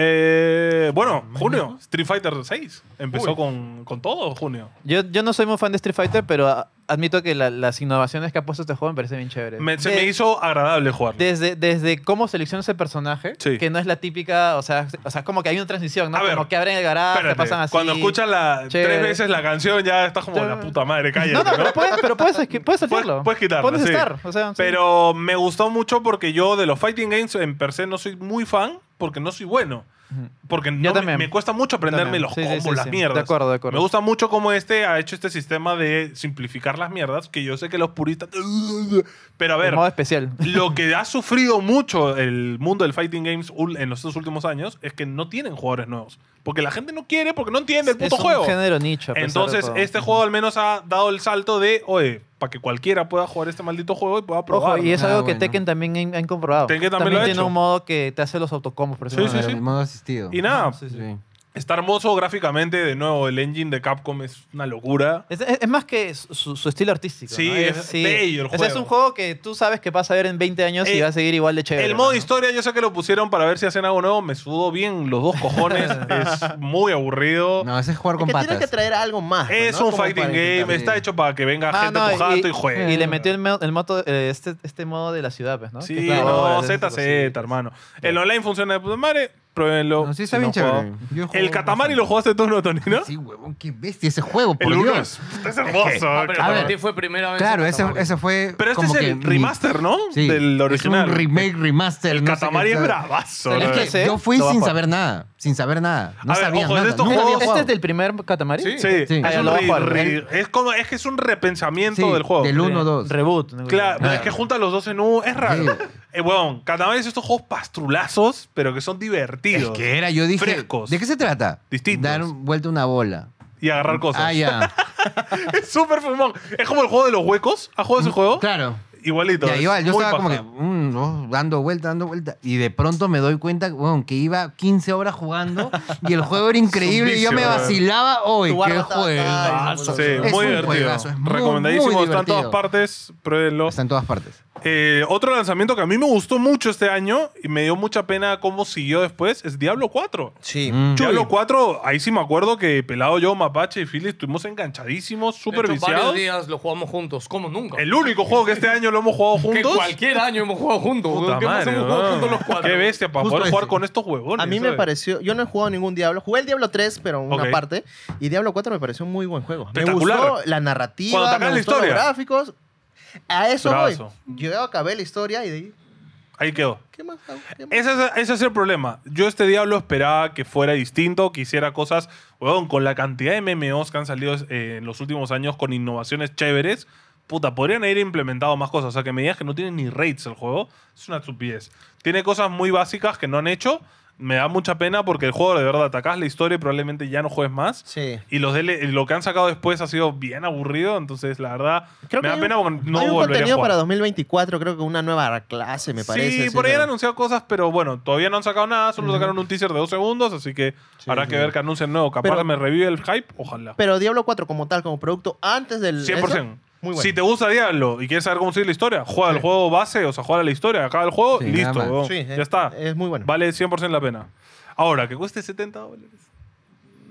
[SPEAKER 2] Eh, bueno, junio. Street Fighter 6. Empezó con, con todo, junio.
[SPEAKER 4] Yo, yo no soy muy fan de Street Fighter, pero ah, admito que la- las innovaciones que ha puesto este juego me parecen bien chéveres.
[SPEAKER 2] Me- se
[SPEAKER 4] De-
[SPEAKER 2] me hizo agradable jugarlo.
[SPEAKER 4] Desde, desde cómo selecciona ese personaje,
[SPEAKER 2] Sí.
[SPEAKER 4] que no es la típica, o sea, o sea, como que hay una transición, ¿no?
[SPEAKER 2] A ver,
[SPEAKER 4] como que abren el garaje,
[SPEAKER 2] Espérate,
[SPEAKER 4] ah, pasan así.
[SPEAKER 2] Cuando escuchas la,
[SPEAKER 4] Chévere.
[SPEAKER 2] tres veces la canción, ya estás como
[SPEAKER 4] Ya.
[SPEAKER 2] la puta madre, cállate.
[SPEAKER 4] No, no,
[SPEAKER 2] ¿no?
[SPEAKER 4] pero puedes, pero puedes, esqui- puedes
[SPEAKER 2] Puedes,
[SPEAKER 4] saltarlo.
[SPEAKER 2] puedes quitarlo.
[SPEAKER 4] Puedes
[SPEAKER 2] sí.
[SPEAKER 4] estar. O sea, sí.
[SPEAKER 2] Pero me gustó mucho porque yo de los fighting games en per se no soy muy fan. porque no soy bueno.
[SPEAKER 4] Ujú.
[SPEAKER 2] Porque no me-
[SPEAKER 4] también.
[SPEAKER 2] me cuesta mucho aprenderme
[SPEAKER 4] También.
[SPEAKER 2] los
[SPEAKER 4] Sí, sí,
[SPEAKER 2] combos,
[SPEAKER 4] sí,
[SPEAKER 2] las
[SPEAKER 4] sí.
[SPEAKER 2] mierdas.
[SPEAKER 4] De acuerdo, de acuerdo.
[SPEAKER 2] Me gusta mucho cómo este ha hecho este sistema de simplificar las mierdas, que yo sé que los puristas... Pero a
[SPEAKER 4] De
[SPEAKER 2] ver,
[SPEAKER 4] modo especial.
[SPEAKER 2] lo que ha sufrido mucho el mundo del fighting games ul- en los últimos años es que no tienen jugadores nuevos. Porque la gente no quiere, porque no entiende el puto
[SPEAKER 4] es
[SPEAKER 2] juego.
[SPEAKER 4] un género nicho. a pesar de
[SPEAKER 2] Entonces,
[SPEAKER 4] todo.
[SPEAKER 2] este juego al menos ha dado el salto de, oye, para que cualquiera pueda jugar este maldito juego y pueda probar.
[SPEAKER 4] Ojo, y es
[SPEAKER 5] Ah,
[SPEAKER 4] algo que
[SPEAKER 5] bueno.
[SPEAKER 4] Tekken también han, han comprobado.
[SPEAKER 2] Tekken también lo ha
[SPEAKER 4] tiene
[SPEAKER 2] hecho.
[SPEAKER 4] un modo que te hace los autocombos, por
[SPEAKER 2] Sí,
[SPEAKER 4] ejemplo.
[SPEAKER 2] sí, sí.
[SPEAKER 5] El modo asistido.
[SPEAKER 2] Y nada,
[SPEAKER 4] Sí, sí.
[SPEAKER 5] Sí.
[SPEAKER 2] está hermoso gráficamente. De nuevo, el engine de Capcom es una locura.
[SPEAKER 4] Es, es- es más que su, su estilo artístico.
[SPEAKER 2] Sí,
[SPEAKER 4] ¿no?
[SPEAKER 2] es bello el
[SPEAKER 4] O sea, es
[SPEAKER 2] juego.
[SPEAKER 4] un juego que tú sabes que vas a ver en 20 años
[SPEAKER 2] Eh,
[SPEAKER 4] y va a seguir igual de chévere.
[SPEAKER 2] el modo
[SPEAKER 4] ¿no?
[SPEAKER 2] historia, yo sé que lo pusieron para ver si hacen algo nuevo. Me sudó bien los dos cojones. es muy aburrido.
[SPEAKER 5] No, ese es jugar
[SPEAKER 6] Es
[SPEAKER 5] con
[SPEAKER 6] que tienes que
[SPEAKER 5] patas.
[SPEAKER 6] traer algo más. pues,
[SPEAKER 2] es
[SPEAKER 6] ¿no?
[SPEAKER 2] un
[SPEAKER 6] Como
[SPEAKER 2] fighting
[SPEAKER 6] para
[SPEAKER 2] game.
[SPEAKER 6] intentar-
[SPEAKER 2] Está hecho para que venga
[SPEAKER 4] Ah,
[SPEAKER 2] gente a
[SPEAKER 4] no,
[SPEAKER 2] tu
[SPEAKER 4] y-
[SPEAKER 2] jato y, juegue.
[SPEAKER 4] Y le metió el, mo- el moto, eh, este, este modo de la ciudad, pues, ¿no?
[SPEAKER 2] Sí,
[SPEAKER 4] Que es la
[SPEAKER 2] no,
[SPEAKER 4] hora,
[SPEAKER 2] ZZ,
[SPEAKER 4] esas cosas.
[SPEAKER 2] hermano. El online funciona de puta madre. Pruébenlo.
[SPEAKER 5] No, sí, está
[SPEAKER 2] Si
[SPEAKER 5] bien
[SPEAKER 2] no
[SPEAKER 5] chévere.
[SPEAKER 2] jugado.
[SPEAKER 5] Yo juego
[SPEAKER 2] El Katamari lo jugaste tú, ¿no, Tony? ¿No?
[SPEAKER 5] Sí, huevón, qué bestia ese juego, por
[SPEAKER 2] El uno
[SPEAKER 5] Dios.
[SPEAKER 2] es, es hermoso. eh,
[SPEAKER 3] Ah, Pero
[SPEAKER 5] A
[SPEAKER 3] para
[SPEAKER 5] ver.
[SPEAKER 3] ti fue primera vez.
[SPEAKER 5] Claro,
[SPEAKER 3] en
[SPEAKER 5] ese,
[SPEAKER 3] Katamari.
[SPEAKER 5] ese fue.
[SPEAKER 2] Pero este
[SPEAKER 5] como
[SPEAKER 2] es
[SPEAKER 5] que
[SPEAKER 2] el
[SPEAKER 5] mi-
[SPEAKER 2] remaster, ¿no?
[SPEAKER 5] Sí,
[SPEAKER 2] Del original.
[SPEAKER 5] Es un remake, remaster.
[SPEAKER 2] El
[SPEAKER 5] no sé
[SPEAKER 2] Katamari
[SPEAKER 5] qué
[SPEAKER 2] es
[SPEAKER 5] sea.
[SPEAKER 2] bravazo.
[SPEAKER 4] Es
[SPEAKER 2] bro.
[SPEAKER 4] que
[SPEAKER 5] Es
[SPEAKER 4] sé,
[SPEAKER 5] que yo fui
[SPEAKER 4] lo voy a
[SPEAKER 5] sin
[SPEAKER 4] jugar.
[SPEAKER 5] saber nada. Sin saber nada. No
[SPEAKER 2] A ver,
[SPEAKER 5] sabía
[SPEAKER 2] ojo, de
[SPEAKER 5] nada.
[SPEAKER 2] estos
[SPEAKER 5] nunca
[SPEAKER 2] juegos- Este
[SPEAKER 5] había
[SPEAKER 4] ¿Este
[SPEAKER 5] jugado.
[SPEAKER 4] es del primer Katamari?
[SPEAKER 2] Sí,
[SPEAKER 5] Sí.
[SPEAKER 2] Es,
[SPEAKER 4] Ah,
[SPEAKER 2] un
[SPEAKER 4] lo voy
[SPEAKER 2] re-
[SPEAKER 4] a jugar.
[SPEAKER 2] re- es como, es que es un repensamiento
[SPEAKER 5] Sí,
[SPEAKER 2] del juego.
[SPEAKER 5] Del 1 2.
[SPEAKER 4] Reboot.
[SPEAKER 2] Claro, es que junta los dos en uno. Es raro.
[SPEAKER 5] Sí.
[SPEAKER 2] Eh, weón, Katamari es estos juegos pastrulazos, pero que son
[SPEAKER 5] Es
[SPEAKER 2] divertidos.
[SPEAKER 5] que era, yo dije.
[SPEAKER 2] Frescos.
[SPEAKER 5] ¿De qué se trata?
[SPEAKER 2] Distintos.
[SPEAKER 5] Dar un- vuelta una bola.
[SPEAKER 2] Y agarrar cosas.
[SPEAKER 5] Ah, ya.
[SPEAKER 2] es súper fumón. Es como el juego de los huecos. ¿Has jugado ese juego?
[SPEAKER 5] Mm, Claro.
[SPEAKER 2] Igualito.
[SPEAKER 5] Ya,
[SPEAKER 2] es
[SPEAKER 5] igual, yo
[SPEAKER 2] muy
[SPEAKER 5] estaba como
[SPEAKER 2] paja.
[SPEAKER 5] que mm, oh, dando vuelta, dando vuelta. Y de pronto me doy cuenta weón, que iba 15 horas jugando y el juego era increíble. y yo
[SPEAKER 2] vicio,
[SPEAKER 5] me
[SPEAKER 2] weón.
[SPEAKER 5] vacilaba hoy.
[SPEAKER 6] Tu
[SPEAKER 5] ¡Qué
[SPEAKER 6] barba estaba
[SPEAKER 5] juego!
[SPEAKER 6] acá,
[SPEAKER 2] Sí,
[SPEAKER 5] Es
[SPEAKER 2] muy
[SPEAKER 5] un
[SPEAKER 2] divertido.
[SPEAKER 5] Ah, juegazo, es muy,
[SPEAKER 2] Recomendadísimo.
[SPEAKER 5] muy
[SPEAKER 2] Está en todas
[SPEAKER 5] divertido.
[SPEAKER 2] partes. Pruébenlo.
[SPEAKER 5] Está en todas partes.
[SPEAKER 2] Eh, otro lanzamiento que a mí me gustó mucho este año y me dio mucha pena cómo siguió después es Diablo 4.
[SPEAKER 6] Sí.
[SPEAKER 5] Mm.
[SPEAKER 2] Diablo 4, ahí sí me acuerdo que pelado yo, Mapache y Philly estuvimos enganchadísimos,
[SPEAKER 3] De
[SPEAKER 2] súper
[SPEAKER 3] hecho,
[SPEAKER 2] viciados.
[SPEAKER 3] varios días lo jugamos juntos, como nunca.
[SPEAKER 2] El único juego que este año lo hemos jugado
[SPEAKER 3] que
[SPEAKER 2] juntos.
[SPEAKER 3] cualquier año hemos jugado juntos.
[SPEAKER 2] Puta
[SPEAKER 3] weón, que hemos-
[SPEAKER 2] madre,
[SPEAKER 3] hemos jugado
[SPEAKER 2] weón.
[SPEAKER 3] juntos los cuatro.
[SPEAKER 2] Qué bestia, para
[SPEAKER 5] Justo
[SPEAKER 2] poder jugar
[SPEAKER 5] ese.
[SPEAKER 2] con estos huevones.
[SPEAKER 6] A mí me
[SPEAKER 2] ¿sabes?
[SPEAKER 6] pareció, yo no he jugado ningún Diablo. Jugué el Diablo 3, pero una
[SPEAKER 2] Ok.
[SPEAKER 6] parte. Y Diablo 4 me pareció un muy buen juego. Me
[SPEAKER 2] Espectacular.
[SPEAKER 6] gustó la
[SPEAKER 2] Cuando te
[SPEAKER 6] narrativa,
[SPEAKER 2] acabas
[SPEAKER 6] me
[SPEAKER 2] la
[SPEAKER 6] gustó los
[SPEAKER 2] historia.
[SPEAKER 6] gráficos. A eso
[SPEAKER 2] Bravazo.
[SPEAKER 6] voy. Yo acabé la historia y de ahí,
[SPEAKER 2] Ahí quedó.
[SPEAKER 6] ¿qué más? hago? ¿Qué más?
[SPEAKER 2] Ese es, ese es el problema. Yo este Diablo esperaba que fuera distinto, que hiciera cosas, weón, con la cantidad de MMOs que han salido eh, en los últimos años con innovaciones chéveres. Puta, podrían haber implementado más cosas. O sea, que me digas que no tiene ni raids el juego, es una estupidez. Tiene cosas muy básicas que no han hecho. Me da mucha pena porque el juego, de verdad, atacás la historia y probablemente ya no juegues más.
[SPEAKER 6] Sí.
[SPEAKER 2] Y los DL lo que han sacado después ha sido bien aburrido. Entonces, la verdad,
[SPEAKER 6] Creo
[SPEAKER 2] me
[SPEAKER 6] que
[SPEAKER 2] da
[SPEAKER 6] hay
[SPEAKER 2] pena
[SPEAKER 6] un-
[SPEAKER 2] porque no
[SPEAKER 6] hay un
[SPEAKER 2] volvería a
[SPEAKER 6] contenido
[SPEAKER 2] jugar.
[SPEAKER 6] para 2024, creo que una nueva clase, me parece.
[SPEAKER 2] Sí,
[SPEAKER 6] así,
[SPEAKER 2] por ahí han
[SPEAKER 6] ¿no?
[SPEAKER 2] anunciado cosas, pero bueno, todavía no han sacado nada, solo sacaron un teaser de dos segundos, así que habrá que ver que anuncien nuevo. Capaz
[SPEAKER 6] Pero-
[SPEAKER 2] me revive el hype, ojalá.
[SPEAKER 6] Pero Diablo 4 como tal, como producto antes del...
[SPEAKER 2] 100%.
[SPEAKER 6] eso, muy bueno.
[SPEAKER 2] Si te gusta Diablo y quieres saber cómo sigue la historia, juega el juego base, o sea, juega la historia, acaba el juego
[SPEAKER 5] Sí,
[SPEAKER 2] y listo.
[SPEAKER 5] nada más.
[SPEAKER 2] weón.
[SPEAKER 6] Sí, eh,
[SPEAKER 2] ya
[SPEAKER 6] es-
[SPEAKER 2] está.
[SPEAKER 6] Es muy bueno.
[SPEAKER 2] Vale 100% la pena. Ahora, que cueste 70 dólares.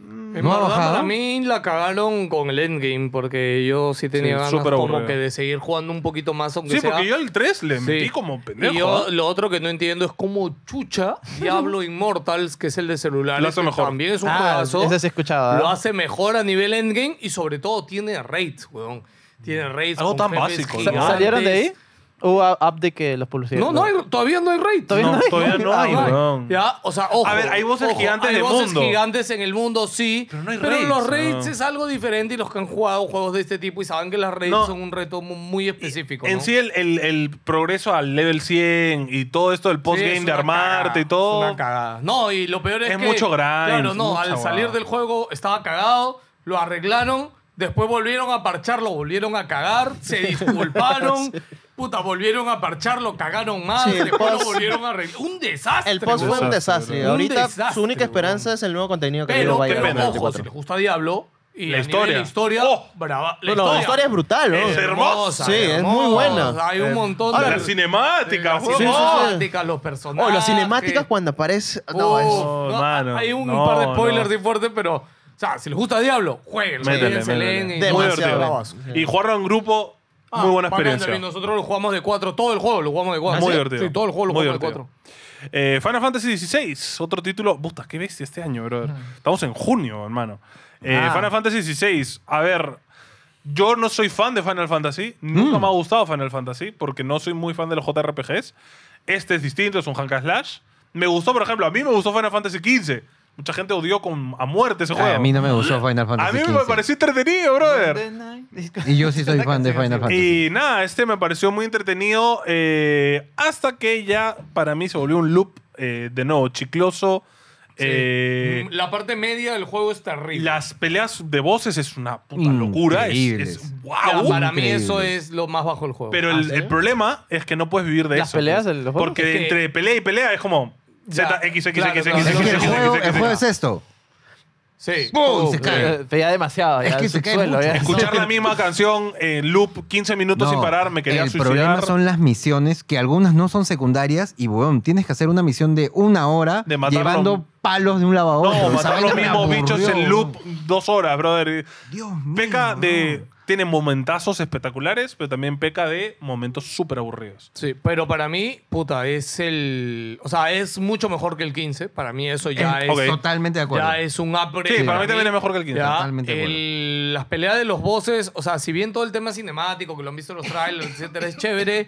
[SPEAKER 3] En
[SPEAKER 5] ¿No ha
[SPEAKER 3] verdad,
[SPEAKER 5] bajado?
[SPEAKER 3] Mm, para mí la cagaron con el endgame, porque yo sí
[SPEAKER 2] Sí,
[SPEAKER 3] tenía ganas
[SPEAKER 2] súper
[SPEAKER 3] como
[SPEAKER 2] aburrido.
[SPEAKER 3] que de seguir jugando un poquito más, aunque
[SPEAKER 2] Sí,
[SPEAKER 3] sea...
[SPEAKER 2] porque yo el 3 le
[SPEAKER 3] Sí.
[SPEAKER 2] metí como pendejo.
[SPEAKER 3] Y yo
[SPEAKER 2] ¿eh?
[SPEAKER 3] lo otro que no entiendo es cómo chucha Diablo Immortals, que es el de celulares,
[SPEAKER 2] Lo hace
[SPEAKER 3] que
[SPEAKER 2] mejor.
[SPEAKER 3] también es un
[SPEAKER 4] Ah,
[SPEAKER 3] juegazo,
[SPEAKER 4] ese sí he escuchado.
[SPEAKER 3] lo
[SPEAKER 4] ¿ah?
[SPEAKER 3] hace mejor a nivel endgame y sobre todo tiene raids, weón. Tiene raids
[SPEAKER 2] Algo
[SPEAKER 3] con
[SPEAKER 2] tan
[SPEAKER 3] jefes
[SPEAKER 2] básico, ¿no?
[SPEAKER 4] Sa-
[SPEAKER 3] gigantes.
[SPEAKER 4] ¿Salieron de ahí? ¿Hubo up de que los publicidad?
[SPEAKER 3] No, no hay- todavía no hay raid.
[SPEAKER 4] Todavía
[SPEAKER 2] No,
[SPEAKER 4] no hay.
[SPEAKER 2] todavía no
[SPEAKER 4] Ah,
[SPEAKER 2] hay,
[SPEAKER 4] vale.
[SPEAKER 2] weón.
[SPEAKER 3] Ya, o sea, ojo.
[SPEAKER 2] A ver, hay voces
[SPEAKER 3] ojo,
[SPEAKER 2] gigantes
[SPEAKER 3] hay
[SPEAKER 2] del
[SPEAKER 3] voces
[SPEAKER 2] mundo.
[SPEAKER 3] gigantes en el mundo, sí. Pero,
[SPEAKER 2] no hay raids,
[SPEAKER 3] los raids
[SPEAKER 2] no.
[SPEAKER 3] es algo diferente y los que han jugado juegos de este tipo y saben que las raids
[SPEAKER 2] No.
[SPEAKER 3] son un reto mu- muy específico.
[SPEAKER 2] En
[SPEAKER 3] ¿no?
[SPEAKER 2] sí, el, el- el progreso al level 100 y todo esto del
[SPEAKER 3] Sí,
[SPEAKER 2] postgame
[SPEAKER 3] es
[SPEAKER 2] de
[SPEAKER 3] una
[SPEAKER 2] armarte
[SPEAKER 3] cagada,
[SPEAKER 2] y todo.
[SPEAKER 3] es una cagada. No, y lo peor es,
[SPEAKER 2] Es
[SPEAKER 3] que.
[SPEAKER 2] mucho grind,
[SPEAKER 3] Claro, no.
[SPEAKER 2] mucha
[SPEAKER 3] Al
[SPEAKER 2] huevada.
[SPEAKER 3] salir del juego estaba cagado, lo arreglaron, después volvieron a parcharlo, volvieron a cagar, se disculparon. Puta, volvieron a parcharlo, cagaron más,
[SPEAKER 6] Sí, el
[SPEAKER 3] después lo
[SPEAKER 6] post-
[SPEAKER 3] volvieron a arreglar. Un desastre.
[SPEAKER 6] El post fue
[SPEAKER 3] huevón.
[SPEAKER 6] un desastre.
[SPEAKER 3] bro.
[SPEAKER 6] Ahorita
[SPEAKER 3] Un desastre,
[SPEAKER 6] su única
[SPEAKER 3] bro.
[SPEAKER 6] esperanza es el nuevo contenido que
[SPEAKER 3] Pero,
[SPEAKER 6] luego va a
[SPEAKER 3] pero,
[SPEAKER 6] llegar en
[SPEAKER 3] ojo, si
[SPEAKER 6] 2024.
[SPEAKER 3] te gusta Diablo y
[SPEAKER 2] La
[SPEAKER 3] la
[SPEAKER 2] historia.
[SPEAKER 3] historia, la historia,
[SPEAKER 2] Oh.
[SPEAKER 3] brava, la
[SPEAKER 6] No, no, la historia es brutal, ¿no?
[SPEAKER 2] Es hermosa,
[SPEAKER 6] Sí, es muy buena.
[SPEAKER 3] Hay un montón
[SPEAKER 2] Ahora,
[SPEAKER 3] de
[SPEAKER 2] las cinemáticas,
[SPEAKER 3] las
[SPEAKER 2] weón.
[SPEAKER 6] sí, sí, sí.
[SPEAKER 3] cinemáticas, los personajes.
[SPEAKER 6] Oh, las cinemáticas cuando aparece... Ah, Oh. No, es...
[SPEAKER 2] No, mano,
[SPEAKER 3] hay un
[SPEAKER 2] Oh, no,
[SPEAKER 3] par de spoilers
[SPEAKER 2] no.
[SPEAKER 3] bien fuertes, pero. O sea, si les gusta Diablo, jueguen. eh,
[SPEAKER 2] Métele, métele.
[SPEAKER 6] Demasiado.
[SPEAKER 2] Muy divertido.
[SPEAKER 6] bravazo.
[SPEAKER 2] Y jugarlo en grupo,
[SPEAKER 3] Ah,
[SPEAKER 2] muy buena experiencia.
[SPEAKER 3] Nosotros lo jugamos de cuatro, todo el juego lo jugamos de cuatro.
[SPEAKER 2] Muy
[SPEAKER 3] Sí,
[SPEAKER 2] divertido.
[SPEAKER 3] Sí, todo el juego lo
[SPEAKER 2] Muy
[SPEAKER 3] jugamos de
[SPEAKER 2] divertido.
[SPEAKER 3] cuatro.
[SPEAKER 2] Eh, Final Fantasy XVI, otro título. Puta, qué bestia este año, brother. Estamos en junio, hermano. Eh,
[SPEAKER 4] Ah.
[SPEAKER 2] Final Fantasy XVI, a ver. Yo no soy fan de Final Fantasy.
[SPEAKER 3] Mm.
[SPEAKER 2] Nunca me ha gustado Final Fantasy porque no soy muy fan de los JRPGs. Este es distinto, es un hack and slash. Me gustó, por ejemplo, a mí me gustó Final Fantasy XV. Mucha gente odió con, a muerte ese
[SPEAKER 5] Ay,
[SPEAKER 2] juego.
[SPEAKER 5] a mí no me gustó Final
[SPEAKER 2] A
[SPEAKER 5] Fantasy
[SPEAKER 2] mí me
[SPEAKER 5] XV.
[SPEAKER 2] pareció entretenido, brother.
[SPEAKER 5] Y yo sí soy fan de Final Fantasy.
[SPEAKER 2] Y nada, este me pareció muy entretenido eh, hasta que ya para mí se volvió un loop eh, de nuevo chicloso. eh,
[SPEAKER 3] Mm, la parte media del juego es terrible.
[SPEAKER 2] las peleas de voces es una puta locura. Es,
[SPEAKER 5] Mm, Increíbles.
[SPEAKER 2] es-
[SPEAKER 3] Ya,
[SPEAKER 2] wow.
[SPEAKER 3] Ah, para mí
[SPEAKER 5] Increíble.
[SPEAKER 3] eso es lo más bajo del juego.
[SPEAKER 2] Pero
[SPEAKER 4] ¿Ah,
[SPEAKER 2] el,
[SPEAKER 4] sí?
[SPEAKER 2] el problema es que no puedes vivir de
[SPEAKER 4] Las
[SPEAKER 2] eso.
[SPEAKER 4] peleas
[SPEAKER 2] pues.
[SPEAKER 4] de los juegos.
[SPEAKER 2] Porque
[SPEAKER 3] Es que-
[SPEAKER 2] entre pelea y pelea es como
[SPEAKER 3] Ya,
[SPEAKER 2] Z, X, X,
[SPEAKER 3] claro,
[SPEAKER 2] X,
[SPEAKER 3] claro.
[SPEAKER 2] X,
[SPEAKER 5] Es que
[SPEAKER 2] X,
[SPEAKER 5] el
[SPEAKER 2] X,
[SPEAKER 5] juego,
[SPEAKER 2] X,
[SPEAKER 5] el juego
[SPEAKER 2] X.
[SPEAKER 5] es esto.
[SPEAKER 3] Sí.
[SPEAKER 6] ¡Pum! Se
[SPEAKER 3] Uh,
[SPEAKER 6] cae.
[SPEAKER 4] Eh, Veía demasiado.
[SPEAKER 5] Es
[SPEAKER 4] ya,
[SPEAKER 5] que
[SPEAKER 4] el
[SPEAKER 5] se cae
[SPEAKER 4] subsuelo,
[SPEAKER 5] mucho.
[SPEAKER 4] ya.
[SPEAKER 2] Escuchar la misma canción en loop 15 minutos sin
[SPEAKER 5] No,
[SPEAKER 2] parar me quería
[SPEAKER 5] el
[SPEAKER 2] suicidar.
[SPEAKER 5] problema son las misiones, que algunas no son secundarias y, weón, tienes que hacer una misión de una hora
[SPEAKER 2] De matarlo.
[SPEAKER 5] llevando palos de un lado a otro.
[SPEAKER 2] no,
[SPEAKER 5] Esa
[SPEAKER 2] matar
[SPEAKER 5] vaina
[SPEAKER 2] los
[SPEAKER 5] me
[SPEAKER 2] mismos
[SPEAKER 5] aburrió, Mm,
[SPEAKER 2] bichos en
[SPEAKER 5] weón.
[SPEAKER 2] loop dos horas, brother.
[SPEAKER 5] Dios mío.
[SPEAKER 2] Peca
[SPEAKER 5] weón.
[SPEAKER 2] de... Tiene momentazos espectaculares, pero también peca de momentos súper aburridos.
[SPEAKER 3] Sí, pero para mí, puta, es el. O sea, es mucho mejor que el 15. Para mí eso
[SPEAKER 5] Es-
[SPEAKER 3] ya es.
[SPEAKER 2] ok.
[SPEAKER 5] Totalmente de acuerdo.
[SPEAKER 3] Ya es un upgrade.
[SPEAKER 2] Sí, para mí también es mejor que el 15.
[SPEAKER 3] Ya,
[SPEAKER 5] Totalmente de acuerdo.
[SPEAKER 3] el- las peleas de los bosses, o sea, si bien todo el tema cinemático, que lo han visto en los trailers, etcétera, es chévere,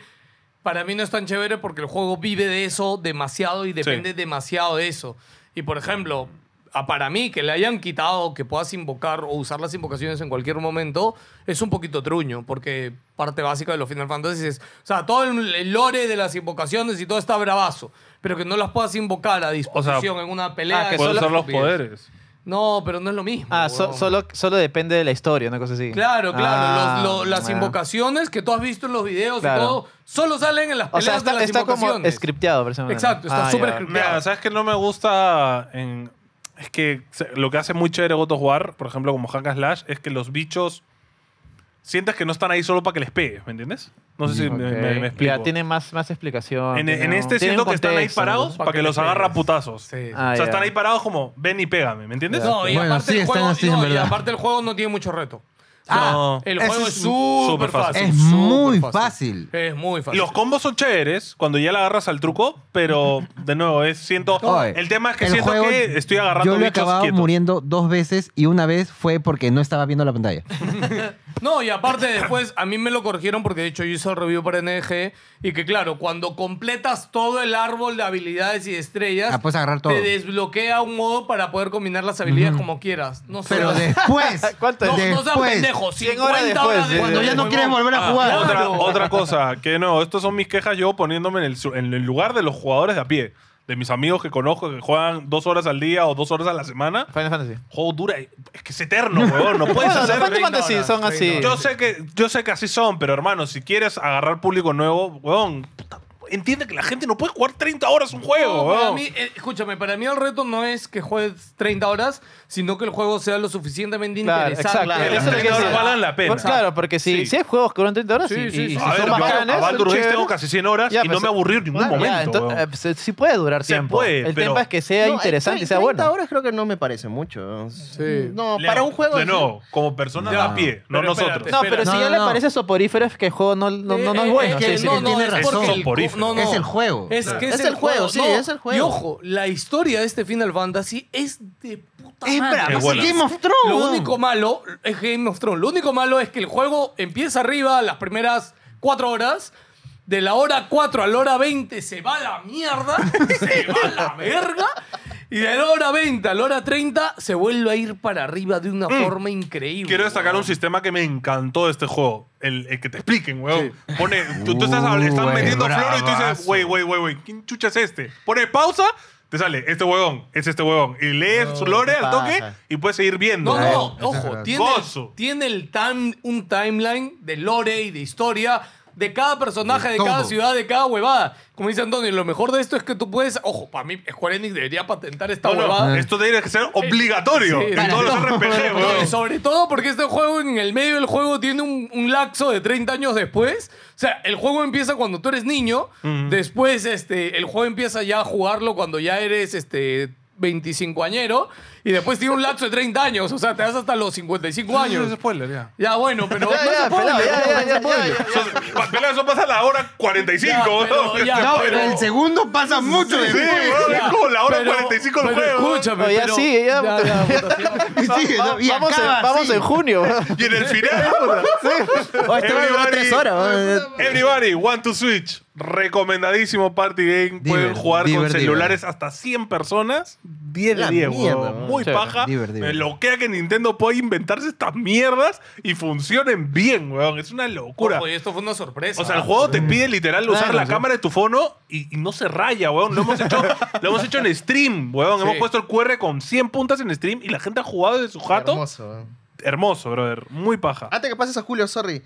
[SPEAKER 3] para mí no es tan chévere porque el juego vive de eso demasiado y depende
[SPEAKER 2] Sí.
[SPEAKER 3] demasiado de eso. Y por ejemplo, a- para mí que le hayan quitado que puedas invocar o usar las invocaciones en cualquier momento es un poquito truño, porque parte básica de los Final Fantasy es, o sea, todo el el lore de las invocaciones y todo está bravazo, pero que no las puedas invocar a disposición en una pelea.
[SPEAKER 4] ah, que
[SPEAKER 3] es
[SPEAKER 2] Puedes
[SPEAKER 4] solo-
[SPEAKER 3] una
[SPEAKER 2] usar los
[SPEAKER 3] estupidez.
[SPEAKER 2] poderes.
[SPEAKER 3] No, pero no es lo mismo.
[SPEAKER 4] Ah, so-
[SPEAKER 3] huevón.
[SPEAKER 4] solo, solo depende de la historia, una cosa así.
[SPEAKER 3] Claro, claro.
[SPEAKER 4] Ah,
[SPEAKER 3] los- lo- las
[SPEAKER 4] ah.
[SPEAKER 3] invocaciones que tú has visto en los videos
[SPEAKER 4] Claro.
[SPEAKER 3] y todo, solo salen en las
[SPEAKER 4] O
[SPEAKER 3] peleas
[SPEAKER 4] sea,
[SPEAKER 3] de
[SPEAKER 4] está,
[SPEAKER 3] las
[SPEAKER 4] está como
[SPEAKER 3] invocaciones.
[SPEAKER 4] scripteado, personalmente.
[SPEAKER 3] Exacto, está
[SPEAKER 4] Ah,
[SPEAKER 3] súper
[SPEAKER 4] ya.
[SPEAKER 3] scripteado.
[SPEAKER 2] Mira, ¿sabes que no me gusta? en- es que se- lo que hace muy chévere God of War, por ejemplo, como Hack and Slash, es que los bichos sientes que no están ahí solo para que les pegues, ¿me entiendes? No sé si
[SPEAKER 4] Ok.
[SPEAKER 2] me, me- me explico.
[SPEAKER 4] Ya tiene más, más explicación.
[SPEAKER 2] en, en
[SPEAKER 4] tiene un-
[SPEAKER 2] este
[SPEAKER 4] tiene
[SPEAKER 2] siento
[SPEAKER 4] un
[SPEAKER 2] que están ahí
[SPEAKER 4] contexto,
[SPEAKER 2] parados
[SPEAKER 4] ¿no?
[SPEAKER 2] para que los agarra a putazos.
[SPEAKER 3] Sí.
[SPEAKER 4] Ah,
[SPEAKER 2] o sea,
[SPEAKER 4] ya.
[SPEAKER 2] están ahí parados como, ven y pégame, ¿me entiendes?
[SPEAKER 3] No, y,
[SPEAKER 5] Bueno,
[SPEAKER 3] aparte
[SPEAKER 5] sí,
[SPEAKER 3] el
[SPEAKER 5] están
[SPEAKER 3] juego,
[SPEAKER 5] así, en
[SPEAKER 3] no, y
[SPEAKER 5] verdad.
[SPEAKER 3] aparte el juego no tiene mucho reto.
[SPEAKER 2] Ah,
[SPEAKER 3] el
[SPEAKER 5] ese
[SPEAKER 3] juego
[SPEAKER 5] es
[SPEAKER 3] es súper
[SPEAKER 2] súper fácil.
[SPEAKER 3] fácil.
[SPEAKER 5] Es
[SPEAKER 3] súper
[SPEAKER 5] muy fácil.
[SPEAKER 3] Es muy fácil.
[SPEAKER 2] Los combos son chéveres cuando ya le agarras al truco, pero de nuevo, es, siento.
[SPEAKER 5] Oye,
[SPEAKER 2] el tema es que
[SPEAKER 5] el
[SPEAKER 2] siento
[SPEAKER 5] juego,
[SPEAKER 2] que estoy agarrando
[SPEAKER 5] Yo lo he
[SPEAKER 2] bichos
[SPEAKER 5] acabado
[SPEAKER 2] quietos.
[SPEAKER 5] muriendo dos veces y una vez fue porque no estaba viendo la pantalla.
[SPEAKER 3] No, y aparte después a mí me lo corrigieron porque de hecho yo hice el review para NG y que claro, cuando completas todo el árbol de habilidades y de estrellas,
[SPEAKER 5] Ah, puedes agarrar todo.
[SPEAKER 3] te desbloquea un modo para poder combinar las habilidades como quieras. No sé.
[SPEAKER 5] Pero después.
[SPEAKER 4] ¿Cuánto
[SPEAKER 3] No,
[SPEAKER 5] después,
[SPEAKER 3] no seas pendejo.
[SPEAKER 4] 100
[SPEAKER 3] 50
[SPEAKER 4] horas
[SPEAKER 3] horas
[SPEAKER 4] después,
[SPEAKER 3] después.
[SPEAKER 4] sí, sí,
[SPEAKER 5] Cuando ya no quieres volver a jugar.
[SPEAKER 2] Ah, otra,
[SPEAKER 3] Claro.
[SPEAKER 2] otra cosa, que no, estas son mis quejas yo poniéndome en el, su- en el lugar de los jugadores de a pie, de mis amigos que conozco que juegan dos horas al día o dos horas a la semana.
[SPEAKER 4] Final Fantasy.
[SPEAKER 2] Juego dura, es que es eterno, weón, no puedes
[SPEAKER 4] Bueno, los
[SPEAKER 2] hacer...
[SPEAKER 4] Final Fantasy
[SPEAKER 3] ignoras,
[SPEAKER 4] son
[SPEAKER 3] te
[SPEAKER 4] así.
[SPEAKER 2] Yo sé, que, yo sé que así son, pero hermano, si quieres agarrar público nuevo, weón, puta, entiende que la gente no puede jugar 30 horas un juego,
[SPEAKER 3] No, para
[SPEAKER 2] weón.
[SPEAKER 3] mí, eh, escúchame, para mí el reto no es que juegues 30 horas, sino que el juego sea lo suficientemente
[SPEAKER 4] Claro,
[SPEAKER 3] interesante.
[SPEAKER 4] exacto.
[SPEAKER 2] Que las
[SPEAKER 4] Eso es lo que
[SPEAKER 2] 30 horas
[SPEAKER 4] decía.
[SPEAKER 2] valen la pena.
[SPEAKER 4] Por- claro, porque si,
[SPEAKER 2] Sí.
[SPEAKER 4] si hay juegos que duran 30 horas
[SPEAKER 3] Sí,
[SPEAKER 4] y,
[SPEAKER 3] sí,
[SPEAKER 4] y-
[SPEAKER 3] sí.
[SPEAKER 4] y
[SPEAKER 2] a
[SPEAKER 4] si
[SPEAKER 2] ver,
[SPEAKER 4] son
[SPEAKER 2] yo a-
[SPEAKER 4] bacanes,
[SPEAKER 2] a Baldur's
[SPEAKER 4] son
[SPEAKER 2] Gate tengo
[SPEAKER 4] chéveres.
[SPEAKER 2] casi 100 horas
[SPEAKER 4] Ya,
[SPEAKER 2] y
[SPEAKER 4] pues,
[SPEAKER 2] no me aburrí en ningún
[SPEAKER 4] Claro,
[SPEAKER 2] momento,
[SPEAKER 4] ya, ento-
[SPEAKER 2] weón.
[SPEAKER 4] eh, se- sí puede durar
[SPEAKER 2] Se
[SPEAKER 4] tiempo.
[SPEAKER 2] puede,
[SPEAKER 4] el
[SPEAKER 2] pero-
[SPEAKER 4] tema es que sea
[SPEAKER 6] No,
[SPEAKER 4] interesante y
[SPEAKER 6] tre-
[SPEAKER 4] sea
[SPEAKER 6] 30
[SPEAKER 4] bueno.
[SPEAKER 6] horas creo que no me parece mucho.
[SPEAKER 3] Sí.
[SPEAKER 6] No,
[SPEAKER 2] Leo,
[SPEAKER 6] para un juego.
[SPEAKER 2] De
[SPEAKER 6] así-
[SPEAKER 2] nuevo, como personas de a pie, no
[SPEAKER 3] Pero espérate,
[SPEAKER 2] nosotros.
[SPEAKER 4] No, pero
[SPEAKER 3] Espera.
[SPEAKER 4] si
[SPEAKER 5] No,
[SPEAKER 4] ya
[SPEAKER 5] no,
[SPEAKER 4] le
[SPEAKER 5] no.
[SPEAKER 4] parece soporífero es que el juego no, no, no, no es
[SPEAKER 3] Eh,
[SPEAKER 4] bueno.
[SPEAKER 3] eh,
[SPEAKER 4] Sí,
[SPEAKER 3] eh,
[SPEAKER 4] sí.
[SPEAKER 3] no, no,
[SPEAKER 5] tiene
[SPEAKER 3] es
[SPEAKER 5] razón.
[SPEAKER 3] porque
[SPEAKER 2] Son
[SPEAKER 3] el
[SPEAKER 2] poríferos.
[SPEAKER 3] co- no, no.
[SPEAKER 5] Es el juego.
[SPEAKER 3] Es que es,
[SPEAKER 6] Es el juego, sí,
[SPEAKER 3] no.
[SPEAKER 6] es el juego.
[SPEAKER 3] Y ojo, la historia de este Final Fantasy es de puta
[SPEAKER 5] Es
[SPEAKER 3] madre.
[SPEAKER 5] bravo,
[SPEAKER 2] Qué
[SPEAKER 5] es
[SPEAKER 2] buena.
[SPEAKER 5] Game of Thrones.
[SPEAKER 3] Lo único malo es Game of Thrones. Lo único malo es que el juego empieza arriba las primeras cuatro horas. De la hora 4 a la hora 20 se va la mierda, se va la verga. Y de la hora 20 a la hora 30 se vuelve a ir para arriba de una forma increíble.
[SPEAKER 2] Mm. Quiero destacar un
[SPEAKER 3] weón.
[SPEAKER 2] sistema que me encantó de este juego. El, el que te expliquen, weón. Pone, tú, tú estás,
[SPEAKER 5] Uh,
[SPEAKER 2] hab- están
[SPEAKER 5] güey,
[SPEAKER 2] metiendo flores y tú dices,
[SPEAKER 5] bravazo.
[SPEAKER 2] wey, wey, wey, wey, ¿quién chucha es este? Pone pausa, te sale, este huevón, es este huevón. Y lees su lore
[SPEAKER 6] ¿qué
[SPEAKER 2] al toque
[SPEAKER 6] pasa?
[SPEAKER 2] y puedes seguir viendo.
[SPEAKER 3] No,
[SPEAKER 2] weón.
[SPEAKER 3] no,
[SPEAKER 5] Esa es
[SPEAKER 3] ojo,
[SPEAKER 5] verdad.
[SPEAKER 3] tiene,
[SPEAKER 2] Gozo.
[SPEAKER 3] tiene el time, un timeline de lore y de historia de cada personaje, de,
[SPEAKER 5] De
[SPEAKER 3] cada
[SPEAKER 5] todo.
[SPEAKER 3] ciudad, de cada huevada. Como dice Antonio, lo mejor de esto es que tú puedes, ojo, para mí Square Enix debería patentar esta
[SPEAKER 2] No, no,
[SPEAKER 3] huevada.
[SPEAKER 2] esto tiene que ser obligatorio
[SPEAKER 3] Sí,
[SPEAKER 2] en
[SPEAKER 3] para
[SPEAKER 2] todos los
[SPEAKER 3] todo.
[SPEAKER 2] RPG,
[SPEAKER 3] No, y
[SPEAKER 2] weón.
[SPEAKER 3] sobre todo porque este juego, en el medio del juego, tiene un, un laxo de 30 años después. O sea, el juego empieza cuando tú eres niño. Después, este, el juego empieza ya a jugarlo cuando ya eres este. 25 añero y después tiene un laxo de 30 años, o sea, te das hasta los 55 años.
[SPEAKER 2] spoiler, ya.
[SPEAKER 3] Ya, bueno, pero no
[SPEAKER 4] Ya, ya,
[SPEAKER 3] se puede,
[SPEAKER 4] pelado, ya,
[SPEAKER 3] no
[SPEAKER 4] ya,
[SPEAKER 3] se
[SPEAKER 4] ya,
[SPEAKER 3] puede.
[SPEAKER 4] ya, ya.
[SPEAKER 2] eso pasa a la hora 45,
[SPEAKER 3] Ya, pero-
[SPEAKER 2] weón.
[SPEAKER 3] ya,
[SPEAKER 5] No,
[SPEAKER 3] pero-
[SPEAKER 5] pero el segundo pasa mucho
[SPEAKER 2] Sí,
[SPEAKER 5] después.
[SPEAKER 2] weón, es como la hora 45 del
[SPEAKER 3] pero
[SPEAKER 2] juego. weón.
[SPEAKER 3] Escúchame,
[SPEAKER 4] No, ya
[SPEAKER 3] pero-
[SPEAKER 4] sí, ya.
[SPEAKER 3] puta, sí.
[SPEAKER 5] Y sigue, ¿no? Y
[SPEAKER 4] vamos, en,
[SPEAKER 5] acaba
[SPEAKER 4] vamos
[SPEAKER 5] así.
[SPEAKER 4] en junio.
[SPEAKER 2] Y en el final,
[SPEAKER 4] Sí.
[SPEAKER 5] Oh, este va a durar
[SPEAKER 2] Everybody-
[SPEAKER 6] Eh,
[SPEAKER 5] tres horas.
[SPEAKER 2] everybody, want to switch. Recomendadísimo Party Game.
[SPEAKER 5] Diver,
[SPEAKER 2] Pueden jugar con
[SPEAKER 5] diver, diver.
[SPEAKER 2] celulares hasta 100 personas. 10 de
[SPEAKER 6] La
[SPEAKER 2] 10,
[SPEAKER 6] mierda,
[SPEAKER 2] huevón.
[SPEAKER 6] man.
[SPEAKER 2] Muy
[SPEAKER 4] Sí,
[SPEAKER 2] paja.
[SPEAKER 5] diver, diver.
[SPEAKER 2] Me loquea que Nintendo pueda inventarse estas mierdas y funcionen bien, weón. Es una locura.
[SPEAKER 3] Ojo, y esto fue una sorpresa.
[SPEAKER 2] O sea, el
[SPEAKER 3] ¿ah?
[SPEAKER 2] juego te pide literal usar
[SPEAKER 5] Claro,
[SPEAKER 2] la
[SPEAKER 5] sí.
[SPEAKER 2] cámara de tu fono y, y no se raya, weón. Lo hemos hecho, lo hemos hecho en stream, weón.
[SPEAKER 3] Sí.
[SPEAKER 2] Hemos puesto el QR con 100 puntas en stream y la gente ha jugado de su jato. Hermoso,
[SPEAKER 6] Hermoso. weón.
[SPEAKER 2] brother. Muy paja.
[SPEAKER 6] Antes que pases a Julio, sorry.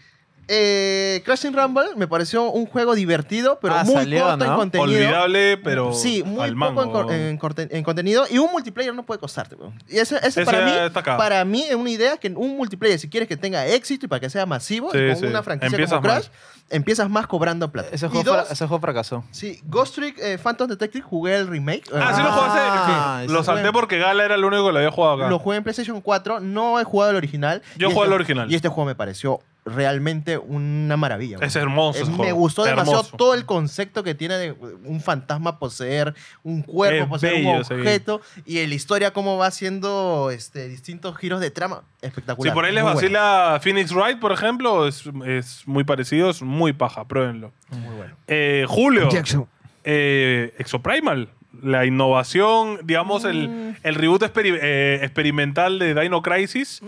[SPEAKER 6] Eh, Crash and Rumble me pareció un juego divertido, pero
[SPEAKER 4] Ah,
[SPEAKER 6] muy
[SPEAKER 4] salió,
[SPEAKER 6] corto en
[SPEAKER 4] ¿no?
[SPEAKER 6] contenido.
[SPEAKER 2] Olvidable, pero
[SPEAKER 6] sí, muy
[SPEAKER 2] al
[SPEAKER 6] poco
[SPEAKER 2] mango,
[SPEAKER 6] en, eh, cor-
[SPEAKER 2] weón.
[SPEAKER 6] en corte- en contenido. Y un multiplayer no puede costarte, weón. Y ese, ese
[SPEAKER 2] Ese
[SPEAKER 6] para,
[SPEAKER 2] está
[SPEAKER 6] mí,
[SPEAKER 2] acá.
[SPEAKER 6] para mí es una idea que un multiplayer, si quieres que tenga éxito y para que sea masivo,
[SPEAKER 2] Sí,
[SPEAKER 6] y con
[SPEAKER 2] sí.
[SPEAKER 6] una franquicia
[SPEAKER 2] Empiezas
[SPEAKER 6] como Crash, empiezas más cobrando plata.
[SPEAKER 4] Ese
[SPEAKER 6] Y
[SPEAKER 4] juego,
[SPEAKER 6] dos,
[SPEAKER 4] fra- ese juego fracasó.
[SPEAKER 6] sí, Ghost Trick eh, Phantom Detective jugué el remake.
[SPEAKER 2] Ah, sí lo
[SPEAKER 6] jugué.
[SPEAKER 2] jugaste.
[SPEAKER 4] Ah,
[SPEAKER 2] lo
[SPEAKER 6] ese
[SPEAKER 2] salté
[SPEAKER 6] juego.
[SPEAKER 2] porque Gala era el único que lo había jugado acá.
[SPEAKER 6] Lo jugué en PlayStation 4, no he jugado el original.
[SPEAKER 2] Yo
[SPEAKER 6] Y
[SPEAKER 2] jugué
[SPEAKER 6] este-
[SPEAKER 2] el original.
[SPEAKER 6] Y este juego me pareció realmente una maravilla. weón.
[SPEAKER 2] es hermoso.
[SPEAKER 6] Eh,
[SPEAKER 2] ese
[SPEAKER 6] me
[SPEAKER 2] juego.
[SPEAKER 6] gustó demasiado
[SPEAKER 2] Hermoso.
[SPEAKER 6] todo el concepto que tiene de un fantasma poseer un cuerpo,
[SPEAKER 2] Es
[SPEAKER 6] poseer un
[SPEAKER 2] bello ese
[SPEAKER 6] objeto y en la historia cómo va haciendo este, distintos giros de trama.
[SPEAKER 2] Si
[SPEAKER 6] Espectacular.
[SPEAKER 2] por ahí les
[SPEAKER 6] Muy bueno.
[SPEAKER 2] vacila Phoenix Wright, por ejemplo, es, es muy parecido, es muy paja, pruébenlo.
[SPEAKER 6] Muy bueno.
[SPEAKER 2] Eh, Julio.
[SPEAKER 5] Jackson.
[SPEAKER 2] eh, Exoprimal. La innovación, digamos, el, el reboot experi- eh, experimental de Dino Crisis.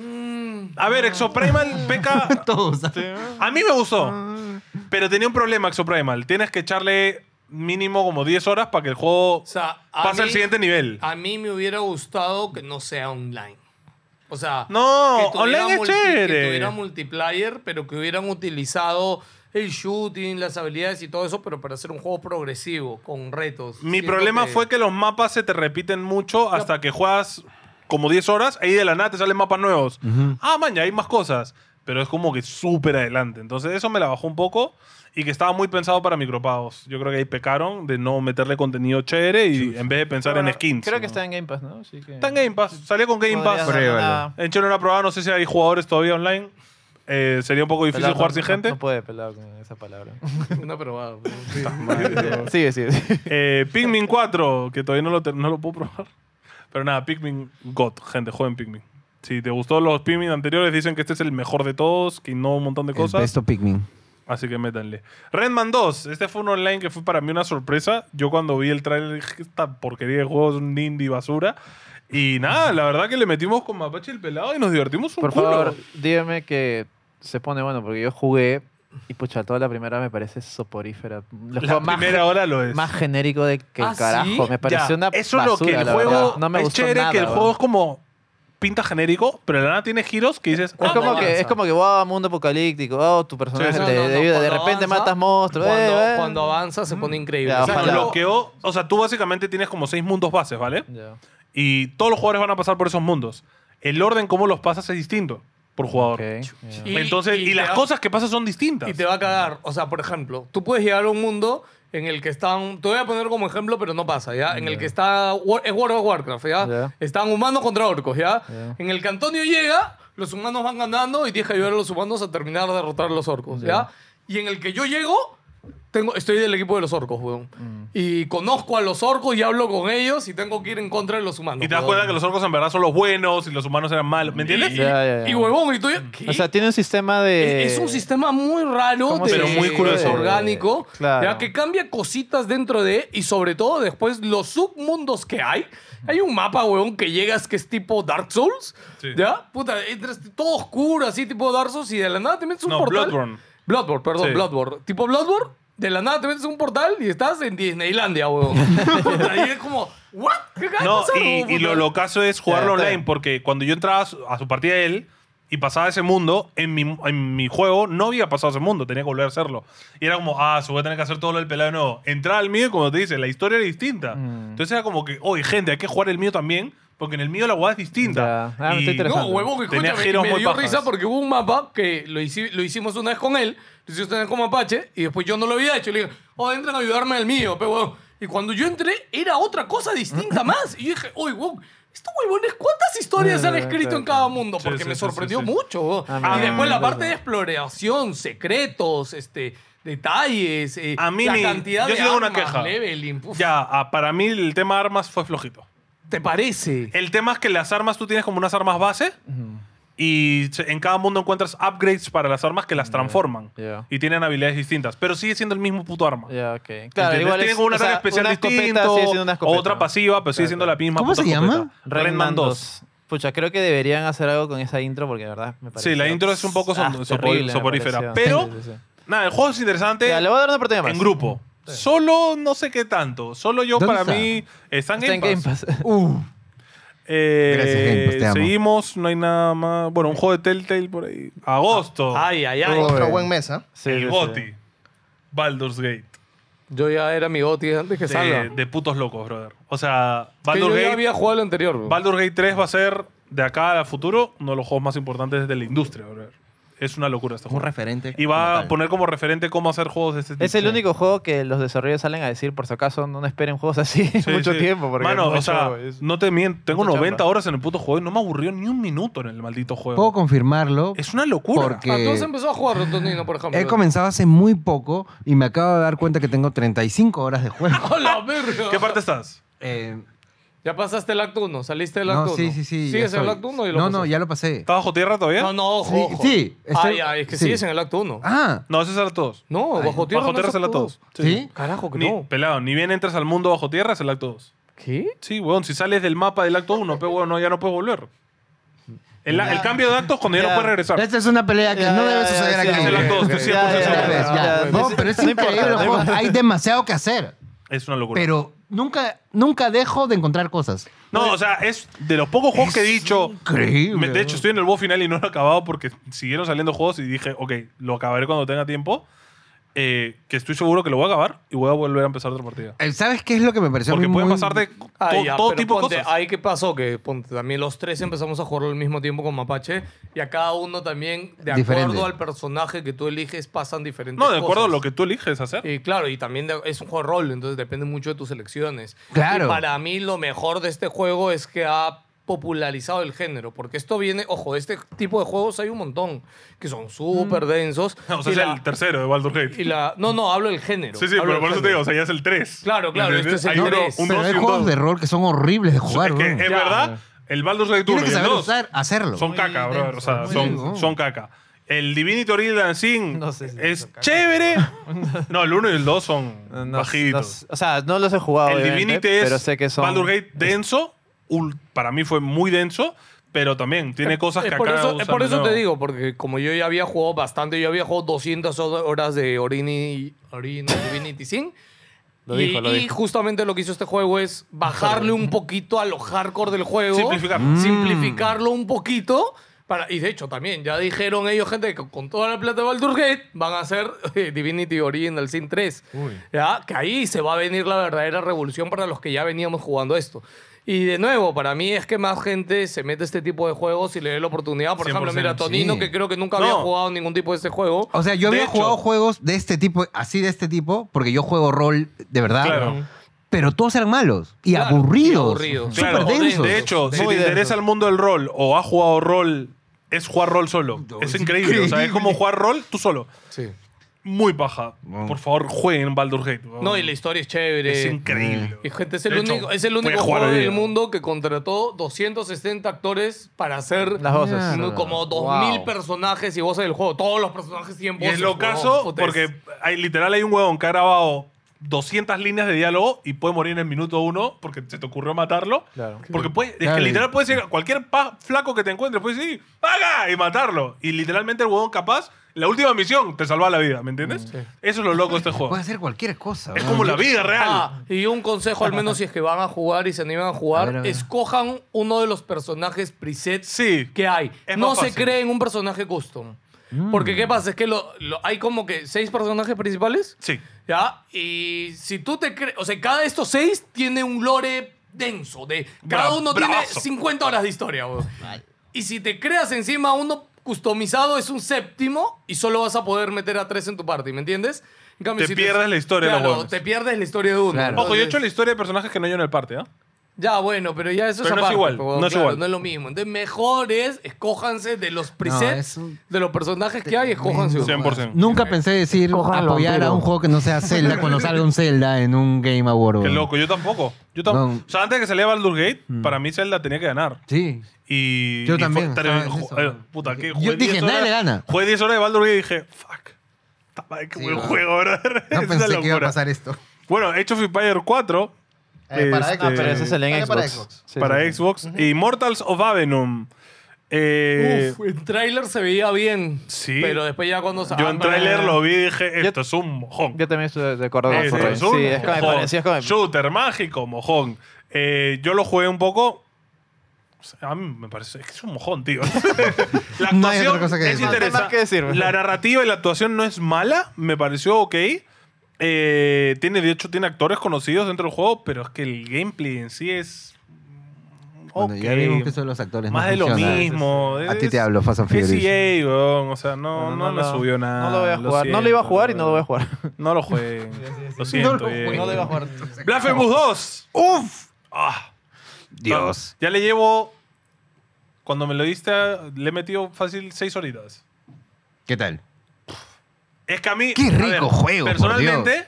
[SPEAKER 2] A ver, Exoprimal peca.
[SPEAKER 5] Todos.
[SPEAKER 2] A mí me gustó. Pero tenía un problema, Exoprimal. Tienes que echarle mínimo como 10 horas para que el juego
[SPEAKER 3] O sea, a
[SPEAKER 2] pase al
[SPEAKER 3] mí-
[SPEAKER 2] siguiente nivel.
[SPEAKER 3] A mí me hubiera gustado que no sea online. O sea,
[SPEAKER 2] No,
[SPEAKER 3] que tuviera
[SPEAKER 2] online es
[SPEAKER 3] multi-
[SPEAKER 2] chévere.
[SPEAKER 3] Que tuviera multiplayer, pero que hubieran utilizado el shooting, las habilidades y todo eso, pero para hacer un juego progresivo, con retos.
[SPEAKER 2] Mi problema fue que los mapas se te repiten mucho hasta que juegas como 10 horas, ahí de la nada te salen mapas nuevos. Ah, man, ya hay más cosas. Pero es como que súper adelante. Entonces eso me la bajó un poco y que estaba muy pensado para micropagos. Yo creo que ahí pecaron de no meterle contenido chévere y en vez de pensar en skins.
[SPEAKER 4] Creo
[SPEAKER 2] ¿no?
[SPEAKER 4] que está en Game Pass, ¿no? Así que
[SPEAKER 2] Está en Game Pass. Salió con Game
[SPEAKER 4] podría
[SPEAKER 2] Pass.
[SPEAKER 4] darle
[SPEAKER 5] Pruébalo.
[SPEAKER 4] una-
[SPEAKER 2] En Chile no ha probado, no sé si hay jugadores todavía online. Eh, sería un poco difícil
[SPEAKER 4] Pelado,
[SPEAKER 2] jugar
[SPEAKER 4] no-
[SPEAKER 2] sin
[SPEAKER 4] no-
[SPEAKER 2] gente.
[SPEAKER 4] No puede pelar con esa palabra.
[SPEAKER 3] Una probada.
[SPEAKER 4] sigue, sigue, sigue.
[SPEAKER 2] Eh, Pikmin 4, que todavía no lo, ter- no lo puedo probar. Pero nada, Pikmin God, gente, joven Pikmin. Si te gustó los Pikmin anteriores, dicen que este es el mejor de todos, que no un montón de
[SPEAKER 5] El
[SPEAKER 2] cosas.
[SPEAKER 5] besto Pikmin.
[SPEAKER 2] Así que métanle. Redman 2, este fue un online que fue para mí una sorpresa. Yo cuando vi el trailer dije, esta porquería de juegos, un indie basura. Y nada, la verdad que le metimos con Mapache el pelado y nos divertimos un
[SPEAKER 4] Por
[SPEAKER 2] culo.
[SPEAKER 4] favor, dígame que se pone bueno, porque yo jugué y pucha, toda la primera me parece soporífera. Lo
[SPEAKER 2] La
[SPEAKER 4] juego más
[SPEAKER 2] primera hora lo es.
[SPEAKER 4] más genérico de que
[SPEAKER 3] ¿Ah,
[SPEAKER 4] el carajo.
[SPEAKER 3] sí?
[SPEAKER 4] Me pareció
[SPEAKER 2] Ya,
[SPEAKER 4] una
[SPEAKER 2] eso es lo
[SPEAKER 4] basura,
[SPEAKER 2] que el
[SPEAKER 4] la
[SPEAKER 2] juego
[SPEAKER 4] verdad. No me
[SPEAKER 2] es
[SPEAKER 4] gustó
[SPEAKER 2] chévere
[SPEAKER 4] nada,
[SPEAKER 2] que el
[SPEAKER 4] weón.
[SPEAKER 2] juego es como pinta genérico, pero de la nada tiene giros que dices,
[SPEAKER 4] es
[SPEAKER 2] ah,
[SPEAKER 4] como
[SPEAKER 3] cuando
[SPEAKER 4] que
[SPEAKER 3] avanza.
[SPEAKER 4] es como que wow, mundo apocalíptico, oh, tu personaje
[SPEAKER 2] Sí, sí.
[SPEAKER 4] te-
[SPEAKER 3] No, no, no,
[SPEAKER 4] de, de
[SPEAKER 3] cuando
[SPEAKER 4] repente
[SPEAKER 3] avanza,
[SPEAKER 4] matas monstruos.
[SPEAKER 3] Cuando,
[SPEAKER 4] eh, eh.
[SPEAKER 3] cuando avanza se pone increíble.
[SPEAKER 4] Ya,
[SPEAKER 3] O
[SPEAKER 2] O sea,
[SPEAKER 3] sea,
[SPEAKER 4] ojalá.
[SPEAKER 3] yo-
[SPEAKER 2] bloqueó. O sea, tú básicamente tienes como seis mundos bases, ¿vale?
[SPEAKER 4] Ya.
[SPEAKER 2] Y todos los jugadores van a pasar por esos mundos. El orden como los pasas es distinto por jugador.
[SPEAKER 4] Ok, ya.
[SPEAKER 3] Y-
[SPEAKER 2] Entonces, y,
[SPEAKER 3] y te
[SPEAKER 2] las
[SPEAKER 3] va-
[SPEAKER 2] cosas que pasas son distintas.
[SPEAKER 3] Y te va a cagar. O sea, por ejemplo, tú puedes llegar a un mundo en el que están. Te voy a poner como ejemplo, pero no pasa, ¿ya? En el que está. War- Es World of Warcraft, ¿ya?
[SPEAKER 4] Ya.
[SPEAKER 3] Están humanos contra orcos, ¿ya?
[SPEAKER 4] Ya.
[SPEAKER 3] En el que Antonio llega, los humanos van ganando y tienes que ayudar a los humanos a terminar de derrotar a los orcos, ¿ya?
[SPEAKER 4] Ya.
[SPEAKER 3] Y en el que yo llego. Tengo, estoy del equipo de los orcos, weón. Y conozco a los orcos y hablo con ellos y tengo que ir en contra de los humanos.
[SPEAKER 2] Y te das
[SPEAKER 3] weón.
[SPEAKER 2] cuenta que los orcos en verdad son los buenos y los humanos eran malos.
[SPEAKER 3] Mm.
[SPEAKER 2] ¿Me entiendes?
[SPEAKER 3] Y,
[SPEAKER 4] Ya, ya, ya.
[SPEAKER 3] y huevón, y tú. ¿qué?
[SPEAKER 4] O sea, tiene un sistema de.
[SPEAKER 3] Es es un sistema muy raro,
[SPEAKER 4] ¿Cómo
[SPEAKER 3] de-
[SPEAKER 4] se
[SPEAKER 2] Pero muy curioso.
[SPEAKER 3] orgánico,
[SPEAKER 4] Claro.
[SPEAKER 3] ya que cambia cositas dentro de, y sobre todo después los submundos que hay. Hay un mapa, weón, que llegas que es tipo Dark Souls,
[SPEAKER 2] Sí.
[SPEAKER 3] ¿ya? Puta, entras todo oscuro, así tipo Dark Souls, y de la nada te metes a un
[SPEAKER 2] No,
[SPEAKER 3] portal.
[SPEAKER 2] Bloodborne.
[SPEAKER 3] Bloodborne, perdón,
[SPEAKER 2] Sí.
[SPEAKER 3] Bloodborne. Tipo Bloodborne, de la nada te metes a un portal y estás en Disneylandia, weón. Puta, y es como, ¿what? ¿Qué acaba de
[SPEAKER 2] No,
[SPEAKER 3] pasar,
[SPEAKER 2] y,
[SPEAKER 3] weón,
[SPEAKER 2] y
[SPEAKER 3] puta?
[SPEAKER 2] lo, lo caso es jugarlo
[SPEAKER 4] Ya, está
[SPEAKER 2] online,
[SPEAKER 4] bien.
[SPEAKER 2] porque cuando yo entraba a su- a su partida de él y pasaba ese mundo, en mi, en mi juego no había pasado ese mundo, tenía que volver a hacerlo. Y era como, ah, se voy a tener que hacer todo lo del pelado de nuevo. Entraba al mío y como te dice, la historia era distinta.
[SPEAKER 4] Mm.
[SPEAKER 2] Entonces era como que, oye, gente, hay que jugar el mío también, porque en el mío la jugada es distinta.
[SPEAKER 4] Ya. Ah, está
[SPEAKER 2] Y-
[SPEAKER 4] interesante.
[SPEAKER 3] No, huevón, que
[SPEAKER 2] Tenía
[SPEAKER 3] escúchame,
[SPEAKER 2] giros
[SPEAKER 3] me
[SPEAKER 2] muy
[SPEAKER 3] dio
[SPEAKER 2] pajas.
[SPEAKER 3] risa porque hubo un mapa que lo, hici- lo hicimos una vez con él, lo hicimos una vez con Mapache, y después yo no lo había hecho. Le dije, oh, entren a ayudarme al mío, pero huevón. Y cuando yo entré, era otra cosa distinta más. Y yo dije, uy, huevón, estos huevones, ¿cuántas historias
[SPEAKER 4] Claro,
[SPEAKER 3] han escrito
[SPEAKER 4] claro,
[SPEAKER 3] en cada mundo?
[SPEAKER 2] Sí,
[SPEAKER 3] Porque
[SPEAKER 2] sí,
[SPEAKER 3] me
[SPEAKER 2] sí,
[SPEAKER 3] sorprendió
[SPEAKER 2] sí, sí.
[SPEAKER 3] mucho, huevón.
[SPEAKER 4] Ah,
[SPEAKER 3] y
[SPEAKER 4] mira.
[SPEAKER 3] después la
[SPEAKER 4] Ah,
[SPEAKER 3] parte
[SPEAKER 4] mira.
[SPEAKER 3] de exploración, secretos, este... Detalles, eh,
[SPEAKER 2] A mí
[SPEAKER 3] la
[SPEAKER 2] ni-
[SPEAKER 3] cantidad
[SPEAKER 2] yo
[SPEAKER 3] de
[SPEAKER 2] sí tengo una
[SPEAKER 3] armas,
[SPEAKER 2] queja.
[SPEAKER 3] leveling, puf.
[SPEAKER 2] Ya, ah, para mí el tema armas fue flojito.
[SPEAKER 3] ¿Te parece?
[SPEAKER 2] El tema es que las armas tú tienes como unas armas base Y se- en cada mundo encuentras upgrades para las armas que las transforman.
[SPEAKER 4] Ya.
[SPEAKER 2] Y tienen habilidades distintas. Pero sigue siendo el mismo puto arma.
[SPEAKER 4] Ya, ok. Claro,
[SPEAKER 2] ¿Entiendes?
[SPEAKER 4] igual
[SPEAKER 2] Tienen
[SPEAKER 4] es,
[SPEAKER 2] una
[SPEAKER 4] o sea,
[SPEAKER 2] ataque especial
[SPEAKER 4] una escopeta
[SPEAKER 2] distinto,
[SPEAKER 4] sigue siendo una escopeta.
[SPEAKER 2] otra pasiva, pero sigue siendo la misma.
[SPEAKER 5] ¿Cómo
[SPEAKER 2] puta
[SPEAKER 5] se llama?
[SPEAKER 2] escopeta. Renman 2.
[SPEAKER 4] Pucha, creo que deberían hacer algo con esa intro porque de verdad me parece.
[SPEAKER 2] Sí, la intro es un poco
[SPEAKER 4] ah,
[SPEAKER 2] so- sopor-
[SPEAKER 4] terrible me
[SPEAKER 2] soporífera,
[SPEAKER 4] pareció.
[SPEAKER 2] pero-
[SPEAKER 4] Sí, sí, sí.
[SPEAKER 2] Nada, el juego es interesante
[SPEAKER 4] Ya, le voy a dar una oportunidad más.
[SPEAKER 2] en grupo. Solo no sé qué tanto. Solo yo
[SPEAKER 5] ¿Dónde
[SPEAKER 2] para
[SPEAKER 5] está?
[SPEAKER 2] mí están
[SPEAKER 4] Está en Game Pass.
[SPEAKER 5] Uh,
[SPEAKER 2] Eh,
[SPEAKER 5] Gracias, Game Pass, te amo.
[SPEAKER 2] Seguimos, no hay nada más. Bueno, un juego de Telltale por ahí. Agosto.
[SPEAKER 3] Ay, ay, ay.
[SPEAKER 6] Otro buen mes, ¿ah?
[SPEAKER 4] Ah, Sí, sí,
[SPEAKER 2] el
[SPEAKER 4] sí.
[SPEAKER 2] Goti. Baldur's Gate.
[SPEAKER 3] Yo ya era mi goti antes que salga.
[SPEAKER 2] De, de putos locos, brother. O sea,
[SPEAKER 3] Que yo
[SPEAKER 2] Baldur's
[SPEAKER 3] ya
[SPEAKER 2] Gate,
[SPEAKER 3] había jugado el anterior. bro.
[SPEAKER 2] Baldur's Gate 3 va a ser, de acá a futuro, uno de los juegos más importantes de la industria, brother. Es una locura este
[SPEAKER 6] Un
[SPEAKER 2] juego.
[SPEAKER 6] referente.
[SPEAKER 2] Y va a
[SPEAKER 6] como tal.
[SPEAKER 2] poner como referente cómo hacer juegos de este tipo.
[SPEAKER 4] Es el único juego que los desarrolladores salen a decir, por si acaso, no esperen juegos así
[SPEAKER 2] Sí,
[SPEAKER 4] mucho
[SPEAKER 2] sí.
[SPEAKER 4] tiempo. Porque
[SPEAKER 2] Mano,
[SPEAKER 4] mucho
[SPEAKER 2] o sea,
[SPEAKER 4] es-
[SPEAKER 2] no te miento. Tengo
[SPEAKER 4] mucha
[SPEAKER 2] 90
[SPEAKER 4] chamba.
[SPEAKER 2] horas en el puto juego y no me aburrió ni un minuto en el maldito juego.
[SPEAKER 5] puedo confirmarlo.
[SPEAKER 2] Es una locura.
[SPEAKER 5] Porque-
[SPEAKER 3] Ah, tú has empezado a jugar Rotonino, por ejemplo.
[SPEAKER 5] He comenzado hace muy poco y me acabo de dar cuenta que tengo 35 horas de juego.
[SPEAKER 3] ¡Hola, verga!
[SPEAKER 2] ¿Qué parte estás?
[SPEAKER 5] Eh,
[SPEAKER 3] Ya pasaste el acto 1, saliste del acto
[SPEAKER 5] no,
[SPEAKER 3] 1.
[SPEAKER 5] sí, sí, sí. ya
[SPEAKER 3] ¿Sigues en el
[SPEAKER 5] estoy.
[SPEAKER 3] acto 1 y lo
[SPEAKER 5] No, no,
[SPEAKER 3] pasas?
[SPEAKER 5] ya lo pasé.
[SPEAKER 2] ¿Estás bajo tierra todavía?
[SPEAKER 3] No, no, ojo,
[SPEAKER 5] Sí,
[SPEAKER 3] ojo.
[SPEAKER 5] sí, estoy-
[SPEAKER 3] Ay, ay, es que
[SPEAKER 5] sí.
[SPEAKER 3] sigues en el acto 1.
[SPEAKER 5] Ah,
[SPEAKER 2] No, ese es el todos.
[SPEAKER 3] No, bajo tierra.
[SPEAKER 2] Bajo
[SPEAKER 3] no
[SPEAKER 2] tierra es
[SPEAKER 3] es
[SPEAKER 2] el acto 2.
[SPEAKER 5] ¿sí?
[SPEAKER 3] Carajo, que
[SPEAKER 2] Ni,
[SPEAKER 3] no.
[SPEAKER 2] Pelado, ni bien entras al mundo bajo tierra es el acto 2.
[SPEAKER 3] ¿Qué?
[SPEAKER 2] Sí, weón, si sales del mapa del acto 1, pe, weón, no, ya no puedes volver. El, el cambio de actos cuando ya, no
[SPEAKER 4] Ya.
[SPEAKER 2] puedes regresar.
[SPEAKER 5] Esta es una pelea que
[SPEAKER 4] Ya,
[SPEAKER 5] no
[SPEAKER 4] ya,
[SPEAKER 5] debe
[SPEAKER 4] ya,
[SPEAKER 5] suceder
[SPEAKER 4] ya,
[SPEAKER 5] aquí.
[SPEAKER 4] ya,
[SPEAKER 2] Es el acto dos,
[SPEAKER 4] ya,
[SPEAKER 2] estoy
[SPEAKER 4] ya,
[SPEAKER 2] 100%
[SPEAKER 4] ya,
[SPEAKER 5] Ya
[SPEAKER 2] seguro.
[SPEAKER 5] ves,
[SPEAKER 4] ya,
[SPEAKER 5] ya.
[SPEAKER 4] ya.
[SPEAKER 5] No, pero es
[SPEAKER 4] No importa,
[SPEAKER 5] increíble.
[SPEAKER 4] no
[SPEAKER 5] Juan.
[SPEAKER 4] importa.
[SPEAKER 5] Hay demasiado que hacer.
[SPEAKER 2] Es una locura.
[SPEAKER 5] Pero nunca, nunca dejo de encontrar cosas.
[SPEAKER 2] no, o sea, es de los pocos juegos que he dicho.
[SPEAKER 5] Increíble.
[SPEAKER 2] me- de hecho, estoy en el boss final y no lo he acabado porque siguieron saliendo juegos y dije, ok, lo acabaré cuando tenga tiempo. eh, que estoy seguro que lo voy a acabar y voy a volver a empezar otra partida.
[SPEAKER 5] Eh, ¿Sabes qué es lo que me pareció a mí
[SPEAKER 2] Porque puede
[SPEAKER 5] muy-
[SPEAKER 2] pasarte to-
[SPEAKER 3] Ah, ya,
[SPEAKER 2] todo
[SPEAKER 3] pero
[SPEAKER 2] tipo de
[SPEAKER 3] ponte,
[SPEAKER 2] cosas.
[SPEAKER 3] Ahí que pasó, que ponte, también los tres empezamos a jugarlo al mismo tiempo con Mapache y a cada uno también, de
[SPEAKER 5] Diferente.
[SPEAKER 3] acuerdo al personaje que tú eliges, pasan diferentes
[SPEAKER 2] No, de acuerdo a
[SPEAKER 3] cosas.
[SPEAKER 2] lo que tú eliges hacer.
[SPEAKER 3] Y claro, y también de- es un juego de rol, entonces depende mucho de tus elecciones.
[SPEAKER 5] Claro.
[SPEAKER 3] Y para mí lo mejor de este juego es que ha popularizado el género, porque esto viene, ojo, de este tipo de juegos hay un montón, que son súper densos.
[SPEAKER 2] O sea,
[SPEAKER 3] y
[SPEAKER 2] es
[SPEAKER 3] la-
[SPEAKER 2] el tercero de Baldur's Gate.
[SPEAKER 3] y la- no, no, hablo del género.
[SPEAKER 2] Sí, sí,
[SPEAKER 3] hablo
[SPEAKER 2] pero
[SPEAKER 3] del
[SPEAKER 2] por eso te
[SPEAKER 3] género.
[SPEAKER 2] digo, o sea, ya es el 3.
[SPEAKER 3] Claro, claro, este es el tres.
[SPEAKER 2] un
[SPEAKER 5] Pero
[SPEAKER 2] dos
[SPEAKER 5] hay
[SPEAKER 2] y un
[SPEAKER 5] juegos
[SPEAKER 2] dos.
[SPEAKER 5] de rol que son horribles de jugar,
[SPEAKER 2] Es que,
[SPEAKER 5] bro.
[SPEAKER 2] en verdad, el Baldur's Gate 1
[SPEAKER 5] Tienes
[SPEAKER 2] y
[SPEAKER 5] que
[SPEAKER 2] el
[SPEAKER 5] saber
[SPEAKER 2] 2
[SPEAKER 5] usar, hacerlo.
[SPEAKER 2] son caca, bro. O sea,
[SPEAKER 5] muy
[SPEAKER 2] son,
[SPEAKER 5] denso.
[SPEAKER 2] son caca. El Divinity Original Dancing
[SPEAKER 4] No sé si
[SPEAKER 2] es
[SPEAKER 4] son caca.
[SPEAKER 2] chévere. no, el 1 y el 2 son
[SPEAKER 4] No- no-
[SPEAKER 2] bajitos.
[SPEAKER 4] no- o sea, no los he jugado.
[SPEAKER 2] el
[SPEAKER 4] obviamente,
[SPEAKER 2] Divinity es
[SPEAKER 4] pero sé que son.
[SPEAKER 2] Baldur's Gate denso. ul- para mí fue muy denso, pero también tiene cosas
[SPEAKER 3] Es
[SPEAKER 2] que
[SPEAKER 3] Eh, por,
[SPEAKER 2] acá
[SPEAKER 3] eso, es
[SPEAKER 2] usan
[SPEAKER 3] por
[SPEAKER 2] de
[SPEAKER 3] eso te
[SPEAKER 2] nuevo.
[SPEAKER 3] digo, porque como yo ya había jugado bastante, yo había jugado 200 horas de Orini, Orino Divinity Sin.
[SPEAKER 4] Lo
[SPEAKER 3] y,
[SPEAKER 4] dijo, lo
[SPEAKER 3] y
[SPEAKER 4] dijo.
[SPEAKER 3] justamente lo que hizo este juego es bajarle un poquito a lo hardcore del juego. Mm.
[SPEAKER 2] Simplificar.
[SPEAKER 3] Simplificarlo un poquito. Para, y de hecho también, ya dijeron ellos, gente, que con toda la plata de Baldur's Gate van a hacer eh, Divinity Original Sin 3. ¿ya? Que ahí se va a venir la verdadera revolución para los que ya veníamos jugando esto. Y de nuevo, para mí es que más gente se mete a este tipo de juegos y le dé la oportunidad. Por ejemplo,
[SPEAKER 2] 100%,
[SPEAKER 3] mira, Tonino,
[SPEAKER 5] sí.
[SPEAKER 3] que creo que nunca
[SPEAKER 2] No. Ah,
[SPEAKER 3] había jugado ningún tipo de este juego.
[SPEAKER 5] O sea, yo
[SPEAKER 2] De
[SPEAKER 5] había
[SPEAKER 2] hecho-
[SPEAKER 5] jugado juegos de este tipo, así de este tipo, porque yo juego rol de verdad.
[SPEAKER 2] Claro.
[SPEAKER 5] Pero todos eran malos y
[SPEAKER 3] Claro,
[SPEAKER 5] aburridos.
[SPEAKER 3] y aburridos.
[SPEAKER 5] Súper
[SPEAKER 2] Claro,
[SPEAKER 5] densos.
[SPEAKER 2] De hecho, si te
[SPEAKER 4] Muy densos.
[SPEAKER 2] interesa el mundo del rol o has jugado rol, es jugar rol solo.
[SPEAKER 5] No,
[SPEAKER 2] es
[SPEAKER 5] es
[SPEAKER 2] increíble. O sea, es como jugar rol tú solo.
[SPEAKER 3] Sí.
[SPEAKER 2] Muy paja. Por favor, jueguen Baldur's Gate. weón.
[SPEAKER 3] No, y la historia es chévere.
[SPEAKER 2] Es increíble.
[SPEAKER 3] Y gente, es el
[SPEAKER 2] De hecho,
[SPEAKER 3] único, es el
[SPEAKER 2] voy a
[SPEAKER 3] único
[SPEAKER 2] jugar
[SPEAKER 3] juego
[SPEAKER 2] hoy
[SPEAKER 3] del
[SPEAKER 2] día.
[SPEAKER 3] mundo que contrató 260 actores para hacer
[SPEAKER 4] Las voces.
[SPEAKER 5] Mierda.
[SPEAKER 3] como 2000 personajes y voces del juego. Todos los personajes tienen
[SPEAKER 2] Y
[SPEAKER 3] voces.
[SPEAKER 2] es lo
[SPEAKER 3] huevón,
[SPEAKER 2] caso
[SPEAKER 3] puta, es-
[SPEAKER 2] porque hay, literal hay un huevón que ha grabado 200 líneas de diálogo y puede morir en el minuto uno porque se te ocurrió matarlo.
[SPEAKER 4] Claro.
[SPEAKER 2] Porque puede, es
[SPEAKER 5] Claro,
[SPEAKER 2] que
[SPEAKER 5] y-
[SPEAKER 2] literal puede ser cualquier pa- flaco que te encuentres, puedes decir, ¡paga! y matarlo. Y literalmente el huevón capaz, la última misión te salva la vida, ¿me entiendes? Eso es lo loco de este juego.
[SPEAKER 5] Puede hacer cualquier cosa.
[SPEAKER 2] Es
[SPEAKER 5] ¿no?
[SPEAKER 2] como la vida real.
[SPEAKER 3] Ah, y un consejo, al menos si es que van a jugar y se animan a jugar,
[SPEAKER 5] A ver, a ver.
[SPEAKER 3] escojan uno de los personajes presets
[SPEAKER 2] Sí.
[SPEAKER 3] que hay.
[SPEAKER 2] Es
[SPEAKER 3] no
[SPEAKER 2] más
[SPEAKER 3] se
[SPEAKER 2] fácil. Mm.
[SPEAKER 3] creen un personaje custom. Porque qué pasa, es que lo- lo- hay como que seis personajes principales,
[SPEAKER 2] Sí.
[SPEAKER 3] ¿ya? Y si tú te crees, o sea, cada de estos seis tiene un lore denso, de cada
[SPEAKER 2] Bra-
[SPEAKER 3] uno tiene
[SPEAKER 2] bravazo.
[SPEAKER 3] 50 horas de historia, weón. Y si te creas encima uno customizado es un séptimo y solo vas a poder meter a tres en tu party, ¿me entiendes? En cambio,
[SPEAKER 2] Te pierdes la historia de los
[SPEAKER 3] Claro,
[SPEAKER 2] huevones.
[SPEAKER 3] te pierdes la historia de uno.
[SPEAKER 5] Claro.
[SPEAKER 2] Ojo, yo he
[SPEAKER 3] Entonces-
[SPEAKER 2] hecho la historia de personajes que no hay en el parte, ¿ah?
[SPEAKER 3] Ya, bueno, pero ya eso
[SPEAKER 2] Pero no
[SPEAKER 3] es
[SPEAKER 2] es
[SPEAKER 3] aparte,
[SPEAKER 2] igual,
[SPEAKER 3] pues, bueno,
[SPEAKER 2] no es
[SPEAKER 3] claro,
[SPEAKER 2] igual.
[SPEAKER 3] No es lo mismo. Entonces, mejor es, escójanse de los presets,
[SPEAKER 5] es un
[SPEAKER 3] de los personajes que hay, escójanse. uno.
[SPEAKER 2] 100%.
[SPEAKER 5] Nunca pensé decir
[SPEAKER 7] Cójalo,
[SPEAKER 5] apoyar a
[SPEAKER 7] amigo.
[SPEAKER 5] un juego que no sea Zelda cuando salga un Zelda en un Game Award.
[SPEAKER 2] Qué
[SPEAKER 5] weón.
[SPEAKER 2] loco, yo tampoco. Yo tam-
[SPEAKER 5] No.
[SPEAKER 2] O sea, antes de que saliera Baldur's Gate,
[SPEAKER 3] Mm.
[SPEAKER 2] para mí Zelda tenía que ganar.
[SPEAKER 5] Sí.
[SPEAKER 2] Y.
[SPEAKER 5] Yo
[SPEAKER 2] y
[SPEAKER 5] también,
[SPEAKER 2] fue-
[SPEAKER 5] estaba en
[SPEAKER 2] ju-
[SPEAKER 5] eso.
[SPEAKER 2] eh, puta, ¿qué?
[SPEAKER 5] Yo
[SPEAKER 2] Jugué
[SPEAKER 5] dije,
[SPEAKER 2] 10
[SPEAKER 5] nadie
[SPEAKER 2] horas-
[SPEAKER 5] le gana.
[SPEAKER 2] Jugué 10 horas de Baldur's Gate y dije, fuck. esta madre, Qué
[SPEAKER 5] Sí,
[SPEAKER 2] buen
[SPEAKER 5] va.
[SPEAKER 2] juego, brother.
[SPEAKER 5] No
[SPEAKER 2] Es una
[SPEAKER 5] pensé que iba a
[SPEAKER 2] locura.
[SPEAKER 5] pasar esto.
[SPEAKER 2] Bueno, Age of Empire 4
[SPEAKER 6] Eh, para
[SPEAKER 2] Este-
[SPEAKER 6] Xbox.
[SPEAKER 4] Ah, pero ese sale en
[SPEAKER 6] Sale
[SPEAKER 4] Xbox.
[SPEAKER 6] para Xbox.
[SPEAKER 4] Sí,
[SPEAKER 2] para
[SPEAKER 4] sí, sí.
[SPEAKER 2] Xbox y Mortals of Avenum. Eh,
[SPEAKER 3] Uf, el tráiler se veía bien.
[SPEAKER 2] Sí.
[SPEAKER 3] Pero después ya cuando
[SPEAKER 2] yo
[SPEAKER 5] ah,
[SPEAKER 2] en tráiler lo vi y dije,
[SPEAKER 4] Yo-
[SPEAKER 2] esto es un mojón.
[SPEAKER 4] Yo también estoy de acuerdo con
[SPEAKER 2] Este
[SPEAKER 4] Furrey.
[SPEAKER 2] es un
[SPEAKER 4] Sí, es como me
[SPEAKER 2] mojón.
[SPEAKER 4] parecía, es como-
[SPEAKER 2] Shooter mágico, mojón. Eh, yo lo jugué un poco. o sea, A mí me parece es que es un mojón, tío. la actuación
[SPEAKER 5] No hay otra cosa que
[SPEAKER 2] es
[SPEAKER 5] decir.
[SPEAKER 4] No hay más
[SPEAKER 2] interesante.
[SPEAKER 4] que decir.
[SPEAKER 2] la narrativa y la actuación no es mala, me pareció ok. Eh, tiene, de hecho, tiene actores conocidos dentro del juego, pero es que el gameplay en sí es. mm,
[SPEAKER 5] Bueno, ya
[SPEAKER 2] ok.
[SPEAKER 5] vimos que eso de los actores
[SPEAKER 2] Más
[SPEAKER 5] no
[SPEAKER 2] de lo
[SPEAKER 5] funciona.
[SPEAKER 2] mismo.
[SPEAKER 5] A ti
[SPEAKER 2] Es-
[SPEAKER 5] te hablo, Fast and
[SPEAKER 2] es
[SPEAKER 5] Furious.
[SPEAKER 2] EA, weón. O sea, no,
[SPEAKER 4] Bueno,
[SPEAKER 2] no, me
[SPEAKER 4] lo-
[SPEAKER 2] subió nada.
[SPEAKER 4] No lo voy a jugar. No lo iba a
[SPEAKER 2] siento,
[SPEAKER 4] jugar y no lo voy a jugar.
[SPEAKER 2] No lo jueguen. Lo siento. eh. EA.
[SPEAKER 4] No lo iba a jugar.
[SPEAKER 2] Blasphemous 2. ¡Uf! Ah,
[SPEAKER 5] Dios.
[SPEAKER 2] Ya le llevo. Cuando me lo diste, ah, le he metido fácil 6 horitas.
[SPEAKER 5] ¿Qué tal?
[SPEAKER 2] Es que a mí.
[SPEAKER 5] Qué
[SPEAKER 2] a
[SPEAKER 5] rico juego, por
[SPEAKER 2] Personalmente,
[SPEAKER 5] Dios.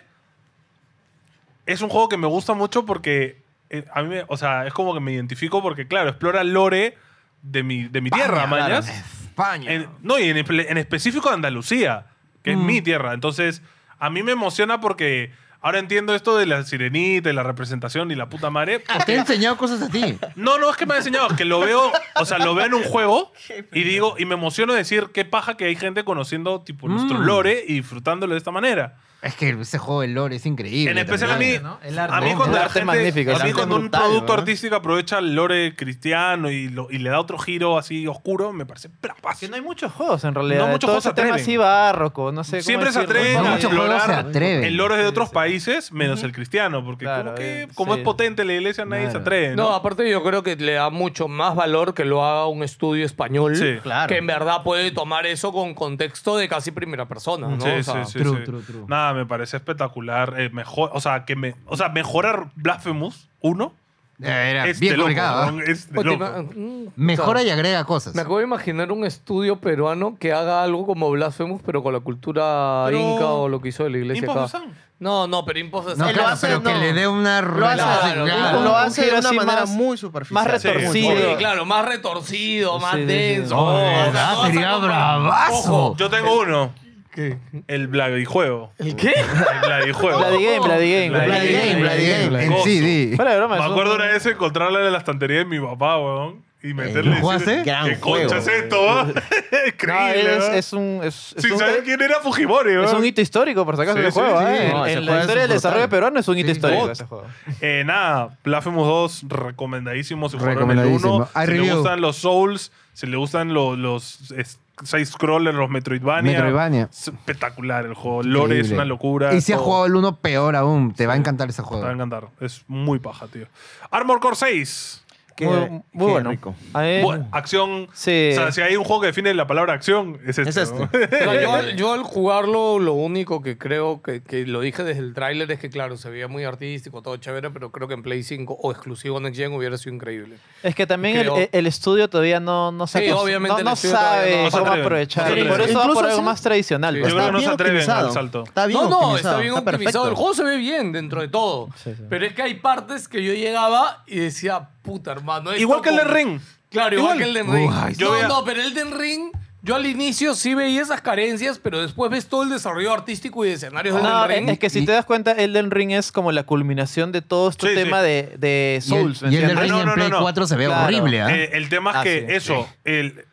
[SPEAKER 2] es un juego que me gusta mucho porque. eh, a mí, me- o sea, es como que me identifico porque, claro, explora lore de mi, de mi tierra, mañas.
[SPEAKER 5] España.
[SPEAKER 2] En- no, y en, espe- en específico de Andalucía, que
[SPEAKER 4] Mm.
[SPEAKER 2] es mi tierra. Entonces, a mí me emociona porque ahora entiendo esto de la sirenita y la representación y la puta madre.
[SPEAKER 5] Te he enseñado cosas a ti.
[SPEAKER 2] No, no, es que me ha enseñado, es que lo veo, o sea, lo veo en un juego y digo, y me emociono decir qué paja que hay gente conociendo tipo nuestro
[SPEAKER 5] Mm.
[SPEAKER 2] lore y disfrutándolo de esta manera.
[SPEAKER 5] Es que ese juego del lore es increíble.
[SPEAKER 2] En especial a mí,
[SPEAKER 5] también.
[SPEAKER 7] El
[SPEAKER 2] a mí
[SPEAKER 7] arte.
[SPEAKER 2] cuando,
[SPEAKER 4] El
[SPEAKER 2] la
[SPEAKER 4] arte es
[SPEAKER 2] gente-
[SPEAKER 4] magnífico,
[SPEAKER 2] a
[SPEAKER 4] el
[SPEAKER 2] mí
[SPEAKER 4] arte
[SPEAKER 2] cuando
[SPEAKER 4] es
[SPEAKER 2] un
[SPEAKER 4] brutal,
[SPEAKER 2] producto
[SPEAKER 4] ¿no?
[SPEAKER 2] artístico aprovecha el lore cristiano y, lo- y le da otro giro así oscuro, me parece brapazo.
[SPEAKER 4] Que no hay muchos juegos en realidad.
[SPEAKER 2] No muchos
[SPEAKER 4] Todo
[SPEAKER 2] juegos
[SPEAKER 4] ese tema
[SPEAKER 2] atreven.
[SPEAKER 4] así barroco, no sé. cómo
[SPEAKER 2] Siempre se
[SPEAKER 4] decirlo.
[SPEAKER 2] atreven
[SPEAKER 5] No
[SPEAKER 2] a
[SPEAKER 5] muchos juegos se
[SPEAKER 2] explorar
[SPEAKER 5] atreven.
[SPEAKER 2] el lore de otros países, menos el cristiano, porque
[SPEAKER 4] Claro,
[SPEAKER 2] como, que,
[SPEAKER 4] eh,
[SPEAKER 2] como
[SPEAKER 4] sí.
[SPEAKER 2] es potente la iglesia, nadie se
[SPEAKER 5] Claro.
[SPEAKER 2] atreve.
[SPEAKER 3] No,
[SPEAKER 2] Ah, ¿no?
[SPEAKER 3] aparte yo creo que le da mucho más valor que lo haga un estudio español
[SPEAKER 2] Sí.
[SPEAKER 6] Claro.
[SPEAKER 3] que en verdad puede tomar eso con contexto de casi primera persona, ¿no?
[SPEAKER 2] Sí,
[SPEAKER 3] O
[SPEAKER 2] sí,
[SPEAKER 3] sea,
[SPEAKER 2] sí,
[SPEAKER 5] true,
[SPEAKER 2] sí.
[SPEAKER 5] true, true.
[SPEAKER 2] Nada, me parece espectacular. eh, mejor, o, sea, que me, o sea, mejorar Blasphemous 1
[SPEAKER 5] Eh, Era
[SPEAKER 2] es de
[SPEAKER 5] bien
[SPEAKER 2] Este loco,
[SPEAKER 5] complicado.
[SPEAKER 2] ¿no?
[SPEAKER 5] ¿ah?
[SPEAKER 2] Es de
[SPEAKER 3] o te
[SPEAKER 2] loco.
[SPEAKER 3] ima- mm,
[SPEAKER 5] Mejora
[SPEAKER 3] o
[SPEAKER 5] y
[SPEAKER 3] sea,
[SPEAKER 5] agrega cosas.
[SPEAKER 3] Me acabo de imaginar un estudio peruano que haga algo como Blasphemous, pero con la cultura
[SPEAKER 2] Pero-
[SPEAKER 3] inca o lo que hizo de la iglesia.
[SPEAKER 2] Impos
[SPEAKER 3] acá.
[SPEAKER 2] Busan.
[SPEAKER 3] No, no, pero Impos
[SPEAKER 5] No,
[SPEAKER 6] Él lo
[SPEAKER 5] claro,
[SPEAKER 6] hace,
[SPEAKER 5] pero que
[SPEAKER 6] no.
[SPEAKER 5] le dé una
[SPEAKER 6] Lo hace,
[SPEAKER 3] Claro,
[SPEAKER 5] claro.
[SPEAKER 6] lo
[SPEAKER 4] Un
[SPEAKER 6] hace de
[SPEAKER 4] giro
[SPEAKER 6] una
[SPEAKER 4] así
[SPEAKER 6] manera
[SPEAKER 4] más-
[SPEAKER 6] muy superficial.
[SPEAKER 4] Más
[SPEAKER 2] Sí,
[SPEAKER 4] retorcido.
[SPEAKER 3] Sí, claro, más retorcido, más
[SPEAKER 4] Sí, sí, sí.
[SPEAKER 3] denso.
[SPEAKER 5] No,
[SPEAKER 2] Oh,
[SPEAKER 5] de
[SPEAKER 3] O sea,
[SPEAKER 5] verdad,
[SPEAKER 3] todas
[SPEAKER 5] sería
[SPEAKER 3] esas cosas-
[SPEAKER 5] bravazo.
[SPEAKER 3] Ojo,
[SPEAKER 2] Yo tengo uno.
[SPEAKER 3] ¿Qué?
[SPEAKER 2] El Bladijuego.
[SPEAKER 3] ¿El qué?
[SPEAKER 2] El Bladijuego.
[SPEAKER 4] Bloody Game, Bloody Game.
[SPEAKER 2] Bloody
[SPEAKER 5] Bloody Game, Bloody Game. El
[SPEAKER 2] Gozo.
[SPEAKER 5] CD.
[SPEAKER 4] Fuera de broma,
[SPEAKER 2] Me
[SPEAKER 4] es un-
[SPEAKER 2] acuerdo una vez encontrarla en la estantería de mi papá, weón. Y meterle.
[SPEAKER 5] ¿Eh? ¿Lo
[SPEAKER 2] y
[SPEAKER 5] jugaste?
[SPEAKER 2] decirle,
[SPEAKER 6] Gran
[SPEAKER 2] ¿Qué concha
[SPEAKER 6] juego,
[SPEAKER 2] es esto? ah?"
[SPEAKER 4] No,
[SPEAKER 2] Increíble.
[SPEAKER 4] es,
[SPEAKER 2] ¿no?
[SPEAKER 4] es un. Es, es
[SPEAKER 2] Sin
[SPEAKER 4] un
[SPEAKER 2] saber quién era Fujimori,
[SPEAKER 4] es
[SPEAKER 2] weón.
[SPEAKER 4] un hito histórico, por si acaso,
[SPEAKER 2] Sí,
[SPEAKER 4] el
[SPEAKER 2] sí,
[SPEAKER 4] juego.
[SPEAKER 2] sí.
[SPEAKER 4] ¿eh?
[SPEAKER 5] No,
[SPEAKER 4] En-
[SPEAKER 5] ese
[SPEAKER 4] en
[SPEAKER 5] juego
[SPEAKER 4] la
[SPEAKER 5] es
[SPEAKER 4] historia del desarrollo
[SPEAKER 5] brutal.
[SPEAKER 4] peruano es un hito
[SPEAKER 5] Sí.
[SPEAKER 4] histórico
[SPEAKER 2] God.
[SPEAKER 4] ese juego.
[SPEAKER 2] Eh, nada, Blasphemous 2, recomendadísimo. Si jugaron el
[SPEAKER 5] Recomendadísimo.
[SPEAKER 2] 1,
[SPEAKER 5] Ah, Hay
[SPEAKER 2] si le
[SPEAKER 5] review.
[SPEAKER 2] gustan los Souls, si le gustan los, los es- side scrollers, los Metroidvania.
[SPEAKER 5] Metroidvania.
[SPEAKER 2] Es espectacular el juego. Lore es
[SPEAKER 5] Increíble.
[SPEAKER 2] una locura.
[SPEAKER 5] Y si has
[SPEAKER 2] todo.
[SPEAKER 5] jugado el uno peor aún, te va a encantar ese
[SPEAKER 2] Te va a
[SPEAKER 5] juego.
[SPEAKER 2] encantar. Es muy paja, tío. Armor Core 6.
[SPEAKER 6] Qué-
[SPEAKER 4] muy muy
[SPEAKER 6] qué
[SPEAKER 4] bueno.
[SPEAKER 6] rico.
[SPEAKER 4] A ver,
[SPEAKER 2] Bu- acción.
[SPEAKER 4] Eh. Sí.
[SPEAKER 2] O sea, si hay un juego que define la palabra acción, es este.
[SPEAKER 6] Es
[SPEAKER 2] ¿no?
[SPEAKER 3] Pero yo, al- yo al jugarlo, lo único que creo que, que lo dije desde el tráiler es que, claro, se veía muy artístico, todo chévere, pero creo que en Play 5 o exclusivo Next Gen hubiera sido increíble.
[SPEAKER 4] Es que también el,
[SPEAKER 3] Creo-
[SPEAKER 4] el estudio todavía no, no, se
[SPEAKER 3] Sí,
[SPEAKER 4] acos-
[SPEAKER 3] obviamente
[SPEAKER 4] no,
[SPEAKER 3] el
[SPEAKER 4] no
[SPEAKER 3] estudio todavía
[SPEAKER 4] sabe
[SPEAKER 2] no- No se
[SPEAKER 4] cómo
[SPEAKER 2] atreven,
[SPEAKER 4] aprovechar.
[SPEAKER 2] no se
[SPEAKER 4] Por
[SPEAKER 2] atreven.
[SPEAKER 4] eso va por
[SPEAKER 6] Incluso
[SPEAKER 4] algo
[SPEAKER 6] sí.
[SPEAKER 4] más tradicional.
[SPEAKER 3] Sí,
[SPEAKER 4] pues.
[SPEAKER 2] Yo creo que no
[SPEAKER 6] bien
[SPEAKER 2] se atreven
[SPEAKER 6] optimizado.
[SPEAKER 2] al salto.
[SPEAKER 6] Está bien
[SPEAKER 3] no, no,
[SPEAKER 6] optimizado.
[SPEAKER 3] está bien optimizado.
[SPEAKER 6] perfecto.
[SPEAKER 3] El juego se ve bien dentro de todo.
[SPEAKER 4] Sí, sí.
[SPEAKER 3] Pero es que hay partes que yo llegaba y decía, puta, hermano. esto
[SPEAKER 2] Igual que el de
[SPEAKER 3] con-
[SPEAKER 2] Ring.
[SPEAKER 3] Claro,
[SPEAKER 2] Igual.
[SPEAKER 3] igual, que el de Ring.
[SPEAKER 5] Uy,
[SPEAKER 2] yo
[SPEAKER 3] no,
[SPEAKER 2] veía-
[SPEAKER 3] no, pero el de Ring, yo al inicio sí veía esas carencias, pero después ves todo el desarrollo artístico y de escenarios del
[SPEAKER 4] No,
[SPEAKER 3] Elden Ring.
[SPEAKER 4] Ah, es que si te das cuenta, Elden Ring es como la culminación de todo este
[SPEAKER 2] Sí, sí.
[SPEAKER 4] tema de, de
[SPEAKER 5] Y el,
[SPEAKER 4] Souls. ¿me
[SPEAKER 5] y el del
[SPEAKER 4] entiendes?
[SPEAKER 5] Rey
[SPEAKER 2] Ah, no, no,
[SPEAKER 5] en Play
[SPEAKER 2] no, no.
[SPEAKER 5] 4 se ve
[SPEAKER 4] Claro.
[SPEAKER 5] horrible, ¿ah?
[SPEAKER 2] Eh, el tema es
[SPEAKER 4] Ah,
[SPEAKER 2] que
[SPEAKER 4] sí,
[SPEAKER 2] eso, el,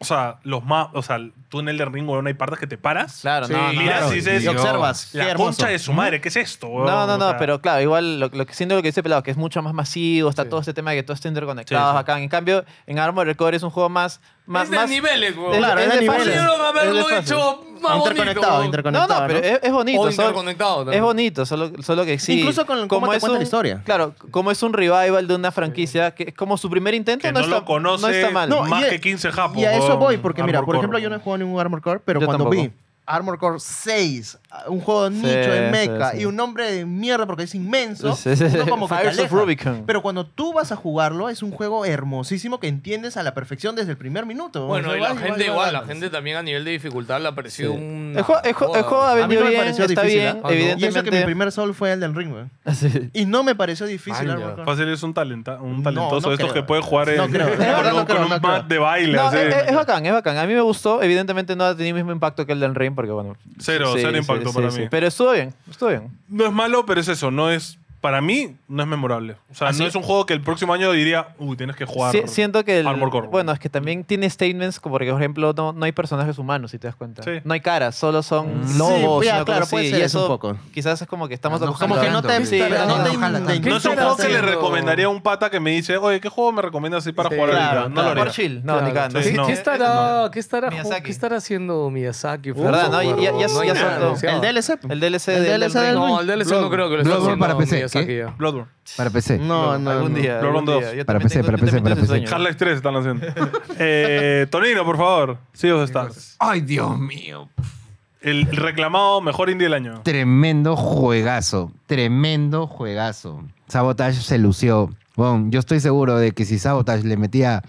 [SPEAKER 2] o sea, los más, o sea, tú en el de Ring, weón, hay partes que te paras.
[SPEAKER 4] Claro,
[SPEAKER 3] Sí,
[SPEAKER 4] no, no,
[SPEAKER 2] miras
[SPEAKER 4] no.
[SPEAKER 2] y dices,
[SPEAKER 6] Y observas. Qué
[SPEAKER 2] La
[SPEAKER 6] hermoso.
[SPEAKER 2] concha de su madre, ¿qué es esto? weón?
[SPEAKER 4] No, no,
[SPEAKER 2] O
[SPEAKER 4] no,
[SPEAKER 2] sea,
[SPEAKER 4] pero claro, igual lo, lo que siento lo que dice Pelado, que es mucho más masivo, está todo este tema de que todo está interconectado
[SPEAKER 2] Sí, sí.
[SPEAKER 4] acá. En cambio, en Armored Core es un juego más. más,
[SPEAKER 3] es de
[SPEAKER 4] más-
[SPEAKER 3] niveles, güey.
[SPEAKER 4] es-
[SPEAKER 6] Claro,
[SPEAKER 4] es
[SPEAKER 6] es de
[SPEAKER 4] de
[SPEAKER 3] Yo
[SPEAKER 6] niveles.
[SPEAKER 4] fácil.
[SPEAKER 3] Pudieron haberlo
[SPEAKER 4] Es de fácil.
[SPEAKER 3] hecho más
[SPEAKER 6] interconectado,
[SPEAKER 3] bonito.
[SPEAKER 4] No,
[SPEAKER 6] interconectado.
[SPEAKER 4] no, pero es, es bonito.
[SPEAKER 3] O
[SPEAKER 4] solo-
[SPEAKER 3] interconectado también.
[SPEAKER 4] es bonito, solo, solo que sí.
[SPEAKER 6] Incluso con cómo te cuentan la historia.
[SPEAKER 4] Claro, como es un revival de una franquicia, que es como su primer intento,
[SPEAKER 2] que
[SPEAKER 4] no,
[SPEAKER 2] no,
[SPEAKER 4] está,
[SPEAKER 2] lo conoce
[SPEAKER 4] no está mal.
[SPEAKER 2] más
[SPEAKER 6] No, y-
[SPEAKER 2] que 15 japos.
[SPEAKER 6] Y a eso
[SPEAKER 2] weón,
[SPEAKER 6] voy, porque mira,
[SPEAKER 2] Armor
[SPEAKER 6] por ejemplo,
[SPEAKER 2] Core.
[SPEAKER 6] yo no he jugado ningún Armor Core, pero
[SPEAKER 4] Yo
[SPEAKER 6] cuando
[SPEAKER 4] tampoco.
[SPEAKER 6] vi Armor Core 6, un juego nicho
[SPEAKER 4] sí,
[SPEAKER 6] de mecha
[SPEAKER 4] sí.
[SPEAKER 6] y un nombre de mierda porque es inmenso,
[SPEAKER 4] Sí, sí, sí.
[SPEAKER 6] uno como que te
[SPEAKER 4] Fires of
[SPEAKER 6] aleja.
[SPEAKER 4] Rubicon.
[SPEAKER 6] Pero cuando tú vas a jugarlo, es un juego hermosísimo que entiendes a la perfección desde el primer minuto. O
[SPEAKER 3] Bueno,
[SPEAKER 6] sea,
[SPEAKER 3] y la
[SPEAKER 6] vas
[SPEAKER 3] gente
[SPEAKER 6] vas,
[SPEAKER 3] igual, la
[SPEAKER 6] vas.
[SPEAKER 3] gente también a nivel de dificultad le ha parecido un.
[SPEAKER 4] El juego, el juego- el juego ha
[SPEAKER 6] A mí no
[SPEAKER 4] venido
[SPEAKER 6] me
[SPEAKER 4] bien,
[SPEAKER 6] pareció
[SPEAKER 4] está
[SPEAKER 6] difícil, ¿eh?
[SPEAKER 4] bien,
[SPEAKER 6] Ah, no. Y eso que mi
[SPEAKER 4] evidentemente.
[SPEAKER 6] primer soul fue el del ring, weón.
[SPEAKER 4] Sí.
[SPEAKER 6] Y no me pareció difícil
[SPEAKER 3] Maña.
[SPEAKER 6] Armor Core.
[SPEAKER 2] Fácil es un, talenta, un
[SPEAKER 6] No,
[SPEAKER 2] talentoso
[SPEAKER 6] no
[SPEAKER 2] de estos
[SPEAKER 6] creo.
[SPEAKER 2] que puede jugar en,
[SPEAKER 6] No creo.
[SPEAKER 2] con,
[SPEAKER 6] De verdad
[SPEAKER 2] un-
[SPEAKER 6] no creo,
[SPEAKER 2] con un
[SPEAKER 6] no eh, creo.
[SPEAKER 2] mat de baile.
[SPEAKER 4] No, eh,
[SPEAKER 2] así.
[SPEAKER 4] es, es- es bacán, es bacán. A mí me gustó. Evidentemente no ha tenido el mismo impacto que el del Ring, porque bueno.
[SPEAKER 2] Cero, cero impacto para mí.
[SPEAKER 4] Pero estuvo bien, estuvo bien.
[SPEAKER 2] No es malo, pero es eso. No es, para mí, no es memorable. O
[SPEAKER 6] Ah,
[SPEAKER 2] sea,
[SPEAKER 4] Así-
[SPEAKER 2] no es un juego que el próximo año diría, uy, tienes que jugar.
[SPEAKER 4] Sí, siento que el-
[SPEAKER 2] Armor Core.
[SPEAKER 4] bueno es que también tiene statements como porque, por ejemplo no, no hay personajes humanos si te das cuenta
[SPEAKER 2] Sí.
[SPEAKER 4] no hay caras solo son
[SPEAKER 5] Mm.
[SPEAKER 4] lobos
[SPEAKER 6] Sí, pues, ya,
[SPEAKER 4] una cosa
[SPEAKER 6] claro,
[SPEAKER 4] así,
[SPEAKER 6] puede
[SPEAKER 4] y
[SPEAKER 6] ser eso
[SPEAKER 4] eso
[SPEAKER 6] un poco.
[SPEAKER 4] quizás es como que estamos
[SPEAKER 5] No, no,
[SPEAKER 6] Como que no te,
[SPEAKER 4] Sí,
[SPEAKER 6] no,
[SPEAKER 4] no,
[SPEAKER 6] te
[SPEAKER 5] no,
[SPEAKER 6] indentifizas.
[SPEAKER 5] ojalá tampoco.
[SPEAKER 2] No es un
[SPEAKER 3] estará
[SPEAKER 2] juego que le
[SPEAKER 3] haciendo?
[SPEAKER 2] recomendaría a un pata que me dice, oye, ¿qué juego me recomiendas así para
[SPEAKER 3] Sí,
[SPEAKER 2] jugar
[SPEAKER 6] claro,
[SPEAKER 2] ahorita? No lo
[SPEAKER 6] claro.
[SPEAKER 2] haría.
[SPEAKER 4] por chill no
[SPEAKER 3] Claro.
[SPEAKER 4] ni cagando.
[SPEAKER 2] Sí,
[SPEAKER 3] ¿Qué,
[SPEAKER 2] no.
[SPEAKER 3] qué estará,
[SPEAKER 4] no.
[SPEAKER 3] qué, estará,
[SPEAKER 4] Miyazaki.
[SPEAKER 3] qué estará haciendo Miyazaki?
[SPEAKER 4] ¿Verdad? No, ya- ya- ya-
[SPEAKER 3] hay
[SPEAKER 4] ya
[SPEAKER 3] nada
[SPEAKER 4] soltó.
[SPEAKER 3] anunciado.
[SPEAKER 6] El DLC.
[SPEAKER 4] el DLC
[SPEAKER 6] El
[SPEAKER 4] del- del
[SPEAKER 6] DLC del
[SPEAKER 4] Ring.
[SPEAKER 3] No, el DLC no
[SPEAKER 5] Bloodborne.
[SPEAKER 3] creo que lo esté
[SPEAKER 5] Bloodborne
[SPEAKER 3] haciendo
[SPEAKER 5] para PC,
[SPEAKER 3] Miyazaki
[SPEAKER 5] ¿qué?
[SPEAKER 3] ya.
[SPEAKER 2] Bloodborne.
[SPEAKER 5] Para PC.
[SPEAKER 6] No, no.
[SPEAKER 4] algún
[SPEAKER 6] no.
[SPEAKER 4] día
[SPEAKER 2] Bloodborne
[SPEAKER 4] algún día.
[SPEAKER 2] 2.
[SPEAKER 4] Yo
[SPEAKER 5] Para
[SPEAKER 4] también
[SPEAKER 5] PC,
[SPEAKER 4] tengo-
[SPEAKER 5] para
[SPEAKER 4] yo
[SPEAKER 5] PC,
[SPEAKER 4] también tengo
[SPEAKER 5] para
[SPEAKER 4] ese
[SPEAKER 5] PC.
[SPEAKER 4] sueño.
[SPEAKER 2] Half-Life 3 están haciendo. eh, Tonino, por favor. Sí, os está.
[SPEAKER 5] Ay, Dios mío.
[SPEAKER 2] El reclamado mejor indie del año.
[SPEAKER 5] Tremendo juegazo. Tremendo juegazo. Sabotage se lució. Bueno, yo estoy seguro de que si Sabotage le metía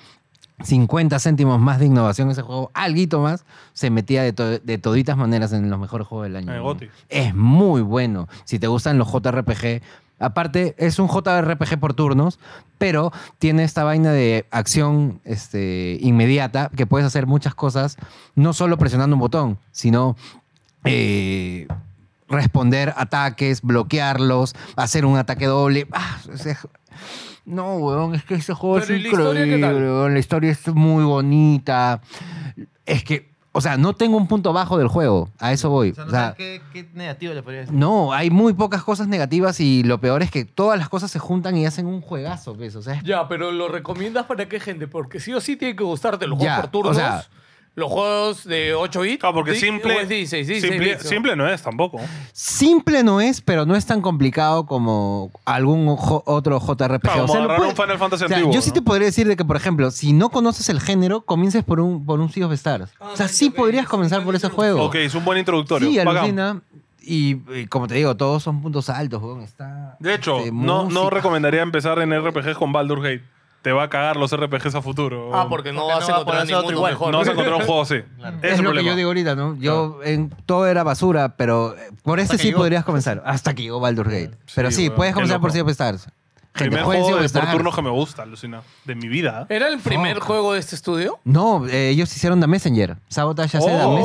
[SPEAKER 5] 50 céntimos más de innovación a ese juego, alguito más, se metía de, to- de toditas maneras en los mejores juegos del año.
[SPEAKER 2] En el
[SPEAKER 5] weón.
[SPEAKER 2] GOTY.
[SPEAKER 5] Es muy bueno. Si te gustan los JRPG. Aparte, es un JRPG por turnos, pero tiene esta vaina de acción este, inmediata, que puedes hacer muchas cosas, no solo presionando un botón, sino eh, responder ataques, bloquearlos, hacer un ataque doble. Ah, o sea, no, weón, es que ese juego
[SPEAKER 3] Pero
[SPEAKER 5] es
[SPEAKER 3] ¿y la historia qué
[SPEAKER 5] increíble,
[SPEAKER 3] tal?
[SPEAKER 5] weón. La historia es muy bonita. Es que, o sea, no tengo un punto bajo del juego. A eso voy.
[SPEAKER 4] O sea, no
[SPEAKER 5] O sea,
[SPEAKER 4] sabes qué, qué negativo le podría decir.
[SPEAKER 5] no, hay muy pocas cosas negativas y lo peor es que todas las cosas se juntan y hacen un juegazo, pues, o sea, es-
[SPEAKER 3] Ya, pero ¿lo recomiendas para qué gente? Porque sí o sí tiene que gustarte los
[SPEAKER 5] Ya,
[SPEAKER 3] juegos por turnos.
[SPEAKER 5] o sea-
[SPEAKER 3] los juegos de 8 bits.
[SPEAKER 2] Claro, Ah, porque
[SPEAKER 3] di- o
[SPEAKER 2] simple,
[SPEAKER 3] es 16, 16
[SPEAKER 2] simple,
[SPEAKER 3] bits, ¿no?
[SPEAKER 2] simple no es tampoco.
[SPEAKER 5] simple no es, pero no es tan complicado como algún jo- otro JRPG.
[SPEAKER 2] Claro,
[SPEAKER 5] O
[SPEAKER 2] como
[SPEAKER 5] sea, lo
[SPEAKER 2] agarrar
[SPEAKER 5] puede-
[SPEAKER 2] un Final Fantasy
[SPEAKER 5] o sea,
[SPEAKER 2] antiguo.
[SPEAKER 5] yo sí te
[SPEAKER 2] ¿no?
[SPEAKER 5] podría decir de que, por ejemplo, si no conoces el género, comiences por un, por un Sea of Stars.
[SPEAKER 3] Ah,
[SPEAKER 5] O sea,
[SPEAKER 3] sí,
[SPEAKER 5] sí
[SPEAKER 3] ok.
[SPEAKER 5] podrías comenzar por ese juego.
[SPEAKER 2] Ok, es un buen introductorio.
[SPEAKER 5] Sí,
[SPEAKER 2] Bacán.
[SPEAKER 5] alucina. Y, y como te digo, todos son puntos altos, weón. Está,
[SPEAKER 2] De hecho,
[SPEAKER 5] este,
[SPEAKER 2] no, no
[SPEAKER 5] música.
[SPEAKER 2] recomendaría empezar en RPGs con Baldur Gate. Te va a cagar los RPGs a futuro.
[SPEAKER 3] Ah, porque no
[SPEAKER 6] Porque
[SPEAKER 3] vas a
[SPEAKER 6] no va a poder
[SPEAKER 3] encontrar
[SPEAKER 6] hacer otro
[SPEAKER 3] ningún
[SPEAKER 6] igual.
[SPEAKER 3] mejor.
[SPEAKER 2] no vas a encontrar un juego así. Ese
[SPEAKER 5] Es,
[SPEAKER 2] el
[SPEAKER 5] lo que
[SPEAKER 2] problema.
[SPEAKER 5] yo digo ahorita, ¿no? Yo en todo era basura, pero eh, por
[SPEAKER 6] Hasta
[SPEAKER 5] este
[SPEAKER 6] que
[SPEAKER 5] sí
[SPEAKER 6] llegó.
[SPEAKER 5] podrías comenzar. Hasta que llegó Baldur's Gate. Pero sí,
[SPEAKER 2] weón,
[SPEAKER 5] puedes
[SPEAKER 2] qué
[SPEAKER 5] comenzar por
[SPEAKER 2] loco.
[SPEAKER 5] Sea of Stars. Gente,
[SPEAKER 2] Primer
[SPEAKER 5] jueguen
[SPEAKER 2] juego
[SPEAKER 5] Sea
[SPEAKER 2] de
[SPEAKER 5] of
[SPEAKER 2] por
[SPEAKER 5] Stars.
[SPEAKER 2] turnos que me gusta, alucina. De mi vida.
[SPEAKER 3] ¿Era el primer
[SPEAKER 5] Fuck.
[SPEAKER 3] juego de este estudio?
[SPEAKER 5] No, eh, ellos hicieron The Messenger. Sabotage hace The
[SPEAKER 2] Oh,